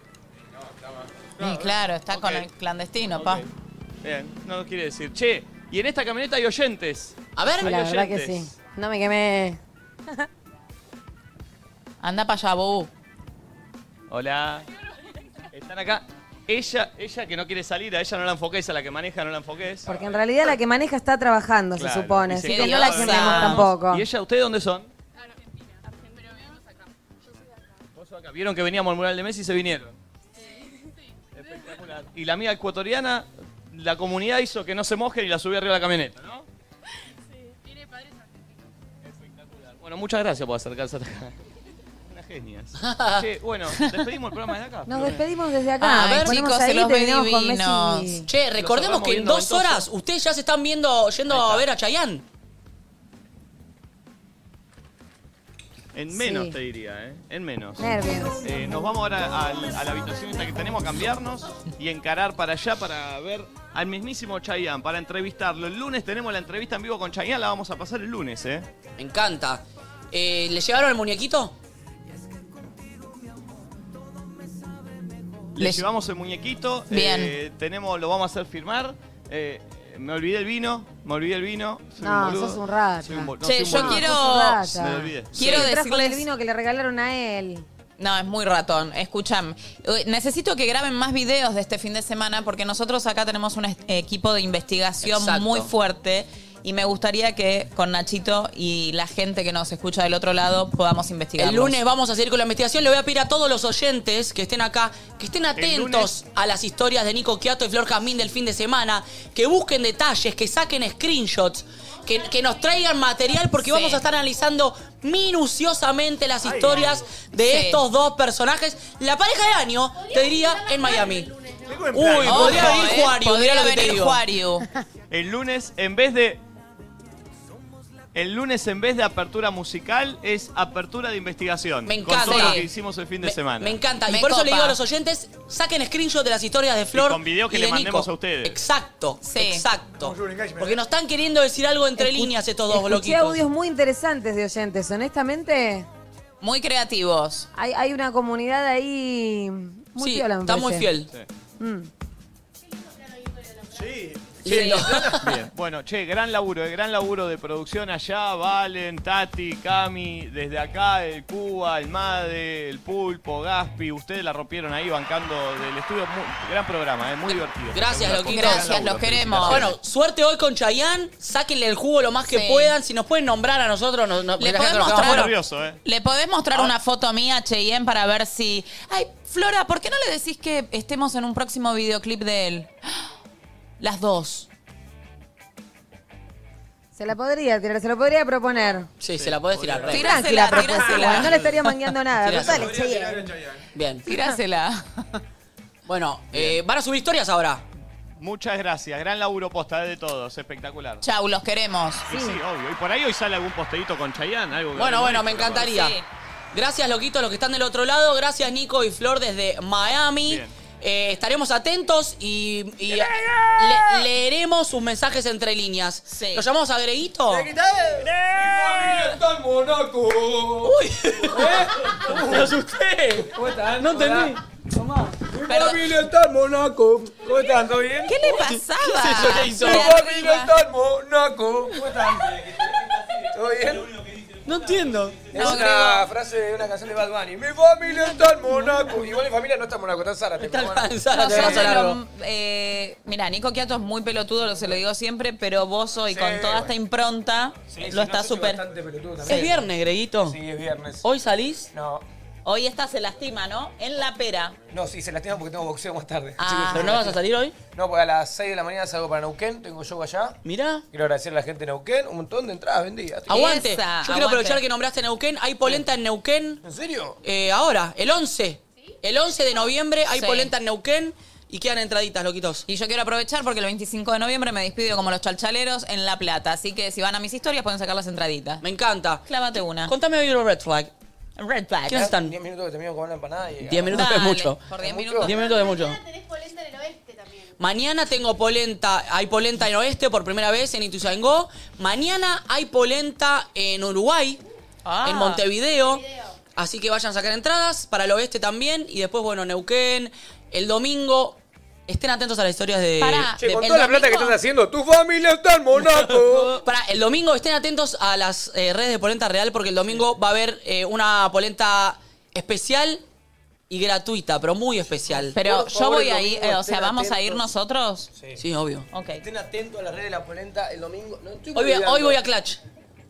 S3: Y claro, está con el clandestino, pa.
S11: Bien, no quiere decir. Che, y en esta camioneta hay oyentes.
S2: A
S10: Sí, la verdad que sí. No me quemé.
S3: Anda para allá, Bobu.
S11: Hola. Están acá. Ella, ella que no quiere salir, a ella no la enfoques, a la que maneja no la enfoques.
S10: Porque en realidad la que maneja está trabajando,
S11: Claro,
S10: se supone.
S11: y se
S10: Así que
S11: quedó
S10: no la
S11: acá.
S10: quememos tampoco.
S11: ¿Y ella, ustedes dónde son? Vos sos acá. Vieron que veníamos al mural de Messi y se vinieron. Espectacular. Y la amiga ecuatoriana, la comunidad hizo que no se mojen y la subió arriba de la camioneta, ¿no? Bueno, muchas gracias por acercarse hasta acá. Unas genias. Che, bueno, despedimos el programa de acá.
S10: Nos despedimos desde acá.
S3: Ah, a ver,
S10: Ponemos
S3: chicos,
S10: ahí,
S3: se los ve
S10: terminamos con
S3: divinos.
S10: Messi.
S2: Che, recordemos que en dos horas ustedes ya se están viendo yendo a ver a Chayanne.
S11: En menos,
S2: Sí.
S11: te diría, ¿eh? En menos.
S10: Nervios.
S11: Eh, nos vamos ahora a, a la habitación esta que tenemos a cambiarnos y encarar para allá para ver al mismísimo Chayanne, para entrevistarlo. El lunes tenemos la entrevista en vivo con Chayanne, la vamos a pasar el lunes, ¿eh?
S2: Me encanta. Eh, ¿Le llegaron el muñequito?
S11: Le llevamos el muñequito.
S3: Bien.
S11: eh, tenemos, lo vamos a hacer firmar. eh, me olvidé el vino, me olvidé el vino. soy
S7: No,
S11: boludo,
S7: sos un rata.
S11: soy un bol- no,
S3: Che,
S11: soy un
S3: yo
S11: boludo.
S3: quiero-
S7: Sos un
S11: Me
S7: rata.
S11: lo olvidé.
S3: Quiero
S7: Sí, trajo
S3: decirles-
S7: el vino que le regalaron a él.
S3: No, es muy ratón. Escuchan, necesito que graben más videos de este fin de semana porque nosotros acá tenemos un es- equipo de investigación
S2: Exacto.
S3: muy fuerte y me gustaría que con Nachito y la gente que nos escucha del otro lado podamos investigar.
S2: El lunes vamos a seguir con la investigación. Le voy a pedir a todos los oyentes que estén acá, que estén atentos a las historias de Nico Quiato y Flor Jazmín del fin de semana, que busquen detalles, que saquen screenshots, que, que nos traigan material porque vamos a estar analizando minuciosamente las historias de
S3: Sí.
S2: estos dos personajes. La pareja del año, te diría, en Miami. Uy,
S11: plan.
S2: podría
S11: Ojo,
S2: venir
S11: eh,
S2: Juario,
S11: podría
S2: mirá lo que te
S11: venir
S2: digo.
S11: Juario. El lunes, en vez de. El lunes, en vez de apertura musical, es apertura de investigación.
S2: Me
S11: Con todo
S2: encanta.
S11: lo que hicimos el fin de semana.
S2: Me encanta. Y
S3: Me
S2: por eso le
S3: copa.
S2: digo a los oyentes, saquen screenshot de las historias de Flor.
S11: Y con video que
S2: y
S11: le
S2: de
S11: mandemos
S2: Nico.
S11: a ustedes.
S2: Exacto, exacto. Porque nos están queriendo decir algo entre
S7: Escu-
S2: líneas estos dos
S7: Escuché
S2: bloquitos.
S7: audios muy interesantes de oyentes. Honestamente,
S3: Muy creativos.
S7: hay, hay una comunidad ahí muy
S3: Sí,
S7: piola, me
S3: está muy
S7: parece.
S3: fiel.
S7: Mm.
S2: Lindo.
S11: Bien. Bueno, che, gran laburo, eh, gran laburo de producción allá. Valen, Tati, Cami, desde acá, el Cuba, el Made, el Pulpo, Gaspi. Ustedes la rompieron ahí bancando del estudio. Muy- gran programa, eh, muy divertido.
S2: Gracias,
S11: Segunda
S2: loquitos.
S11: cosa, gran laburo,
S2: Bueno, suerte hoy con Chayanne. Sáquenle el jugo lo más que
S3: Sí.
S2: puedan. Si nos pueden nombrar a nosotros, nos, nos-
S3: Le
S2: la gente
S3: podemos
S2: nos queda
S3: traer-
S2: afuera.
S11: Nervioso, eh.
S3: ¿Le podés mostrar
S2: Ah.
S3: una foto mía a Cheyenne para ver si... Ay, Flora, ¿por qué no le decís que estemos en un próximo videoclip de él? Las dos.
S7: Se la podría tirar, se lo podría proponer.
S2: Sí, se la podés tirar. Rey.
S7: Tranquila propuesta, igual, no le estaría mangueando nada.
S2: Tirásela.
S7: Total, es Cheyenne.
S2: Bien.
S3: Tirásela.
S2: Bueno, eh, van a subir historias ahora.
S11: Muchas gracias, gran laburo posta eh, de todos, espectacular.
S3: Chau, los queremos.
S11: Sí, sí, obvio. Y por ahí hoy sale algún posteíto con Chayanne, algo que-
S2: Bueno, bueno, me encantaría. Gracias, loquitos, los que están del otro lado. Gracias, Nico y Flor desde Miami. Eh, estaremos atentos y, y le- leeremos sus mensajes entre líneas. ¿Lo llamamos a Greguito? ¡Uy!
S15: ¡Me asusté! ¿Eh? ¿Cómo están? No entendí. Tomá. Mi
S2: Perdón.
S15: familia está en Monaco. ¿Cómo están? ¿Todo bien?
S3: ¿Qué le pasaba?
S15: ¿Qué es eso que hizo? Mi
S3: Mira
S15: familia
S3: arriba.
S15: está en Monaco. ¿Cómo están? ¿Todo bien?
S2: No entiendo.
S15: es una frase de una canción de Bad Bunny. Mi familia está en Monaco. Igual mi familia no está en Monaco, está en Zárate. Está
S2: en Zárate, Brazo Largo.
S3: mira, eh, Nico Quiato es muy pelotudo, lo- se lo digo siempre, pero vos hoy
S15: Sí,
S3: con toda esta impronta lo está súper.
S2: Es viernes, Greguito.
S15: Sí, es viernes.
S2: ¿Hoy salís?
S15: No.
S3: Hoy esta se lastima, ¿no? En la pera.
S15: No, sí, se lastima porque tengo boxeo más tarde.
S3: Ah.
S15: Así que-
S3: ¿Pero no vas a
S2: salir hoy?
S15: No, porque a las 6 de la mañana salgo para Neuquén, tengo show allá.
S2: Mira.
S15: Quiero agradecer a la gente de Neuquén, un montón de entradas vendidas.
S2: Aguante. Yo quiero aprovechar que nombraste Neuquén. Hay polenta en Neuquén.
S15: ¿En serio?
S2: Eh, ahora, el 11. El 11 de noviembre hay
S3: Sí.
S2: polenta en Neuquén y quedan entraditas, loquitos.
S3: Y yo quiero aprovechar porque el 25 de noviembre me despido como los chalchaleros en La Plata. Así que si van a mis historias pueden sacar las entraditas.
S2: Me encanta.
S3: Clávate una.
S2: Contame hoy los red flag.
S3: Red flag.
S2: ¿Quiénes están?
S15: 10 minutos que termino con una empanada y...
S2: 10 minutos es mucho.
S3: Por 10
S2: minutos. 10 minutos es mucho. Mañana tengo polenta, hay polenta en Oeste por primera vez en Ituzaingó. Mañana hay polenta en Uruguay,
S3: Ah.
S2: en Montevideo. Así que vayan a sacar entradas para el Oeste también. Y después, bueno, Neuquén. El domingo, estén atentos a las historias de...
S3: Pará,
S15: Che, con toda la plata que estás haciendo, tu familia está en Monaco.
S2: Para el domingo estén atentos a las eh, redes de Polenta Real porque el domingo va a haber eh, una polenta especial y gratuita, pero muy especial.
S3: Pero
S15: Por
S3: yo
S15: favor,
S3: voy
S15: el
S3: ahí,
S15: domingo
S3: eh, o
S15: estén
S3: sea, ¿vamos a
S15: atentos.
S3: ir nosotros?
S15: Sí.
S2: Sí, obvio.
S3: Ok.
S15: Estén atentos a las redes de la polenta el domingo. No, estoy
S2: Hoy voy, a-
S15: olvidando.
S2: hoy voy a Clutch.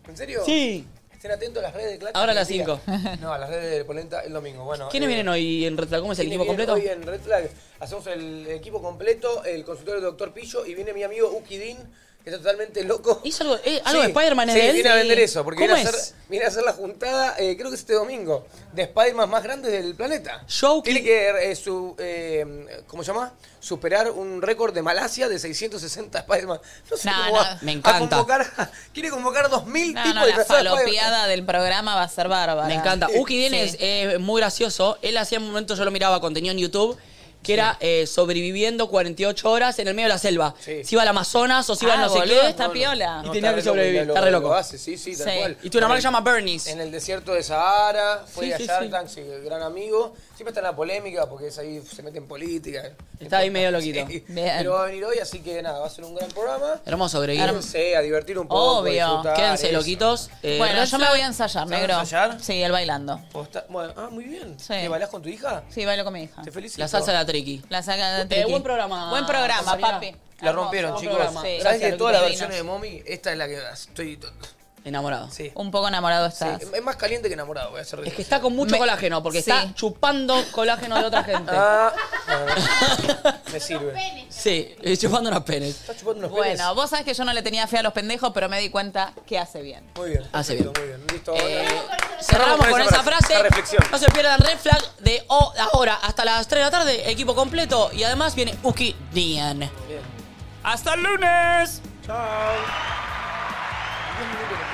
S15: ¿En serio?
S2: Sí.
S15: Estén atentos a las redes de Clutch.
S2: Ahora a las
S15: Mentira.
S2: 5.
S15: No, a las redes de polenta el domingo. Bueno.
S2: ¿Quiénes
S15: eh,
S2: vienen hoy en Retra? ¿Cómo es el
S15: ¿quiénes
S2: equipo
S15: vienen
S2: completo?
S15: Hoy eh, en Red Flag hacemos el equipo completo, el consultorio del doctor Pillo y viene mi amigo Uki Din, que está totalmente loco.
S2: ¿Hizo algo, eh, algo de Spider-Man es
S15: sí,
S2: de él?
S15: viene a vender eso, porque
S2: ¿Cómo
S15: viene, A
S2: es?
S15: hacer, viene a hacer la juntada, eh, creo que es este domingo, de Spider-Man más grandes del planeta.
S2: Show
S15: Tiene que, eh, su, eh, ¿cómo se llama? Superar un récord de Malasia de 660 Spider-Man. No sé
S3: No,
S15: cómo
S3: no.
S15: va
S2: Me
S15: a
S2: encanta.
S15: convocar a- quiere convocar 2.000
S3: No,
S15: tipos
S3: Ah, no,
S15: de
S3: la falopeada del programa va a ser bárbara.
S2: Me encanta. Uki Dien es eh, muy gracioso. Él hacía un momento, yo lo miraba contenido en YouTube. que era eh, sobreviviendo 48 horas en el medio de la selva. Si iba al Amazonas o si iba
S3: Ah,
S2: a no sé
S3: boludo,
S2: qué.
S3: está piola.
S2: Y
S3: No, está re
S2: tenía que
S3: loco,
S2: sobrevivir.
S15: lo-
S2: Está re
S15: lo
S2: loco.
S15: hace, sí, sí, tal cual.
S2: Y tu hermano
S15: En-
S2: se llama Bernice.
S15: En el desierto de Sahara, fue
S2: Sí,
S15: a
S2: sí,
S15: Shark
S2: sí.
S15: Tank, sí, gran amigo. Siempre está en la polémica porque es ahí se mete en política.
S2: Está ahí medio loquito.
S15: Sí.
S2: Bien.
S15: Pero va a venir hoy, así que nada, va a ser un gran programa.
S2: Hermoso, Gregui.
S15: Quédense a divertir un poco.
S3: Obvio.
S15: disfrutar,
S2: Quédense,
S15: eso.
S2: loquitos. Eh,
S3: bueno, yo me voy a ensayar,
S15: ¿Se van a
S3: negro.
S15: ensayar?
S3: Sí, el bailando.
S15: Posta- Bueno, ah, muy bien. ¿Te bailás con tu hija?
S3: Sí, bailo con mi hija.
S15: Te felicito.
S2: La salsa de la triqui.
S3: La saca de
S2: Eh,
S3: Triqui.
S2: buen programa,
S3: Buen programa,
S2: Rosalía.
S3: papi.
S15: La rompieron,
S3: buen
S15: chicos.
S3: programa. Sí.
S15: ¿Sabes
S3: Gracias,
S15: que todas las
S3: Luquitos
S15: versiones de Mommy, esta es la que estoy.
S2: Enamorado.
S15: Sí.
S3: Un poco enamorado
S15: Sí,
S3: estás.
S15: es más caliente que enamorado, voy a hacer
S2: Es que está con mucho colágeno, porque
S3: Sí.
S2: está chupando colágeno de otra gente.
S15: Ah, me sirve.
S2: Sí, eh, chupando unos penes.
S15: Está chupando unos penes.
S3: Bueno, vos sabés que yo no le tenía fe a los pendejos, pero me di cuenta que hace bien. Eh,
S15: Muy bien.
S2: Hace
S15: perfecto, Muy bien. Listo.
S2: Cerramos con esa frase.
S15: La reflexión.
S2: No se pierdan Red Flag de o- ahora hasta las 3 de la tarde. Equipo completo. Y además viene Uki Nian.
S15: Bien.
S2: ¡Hasta el lunes!
S15: Chao. Diez minutos.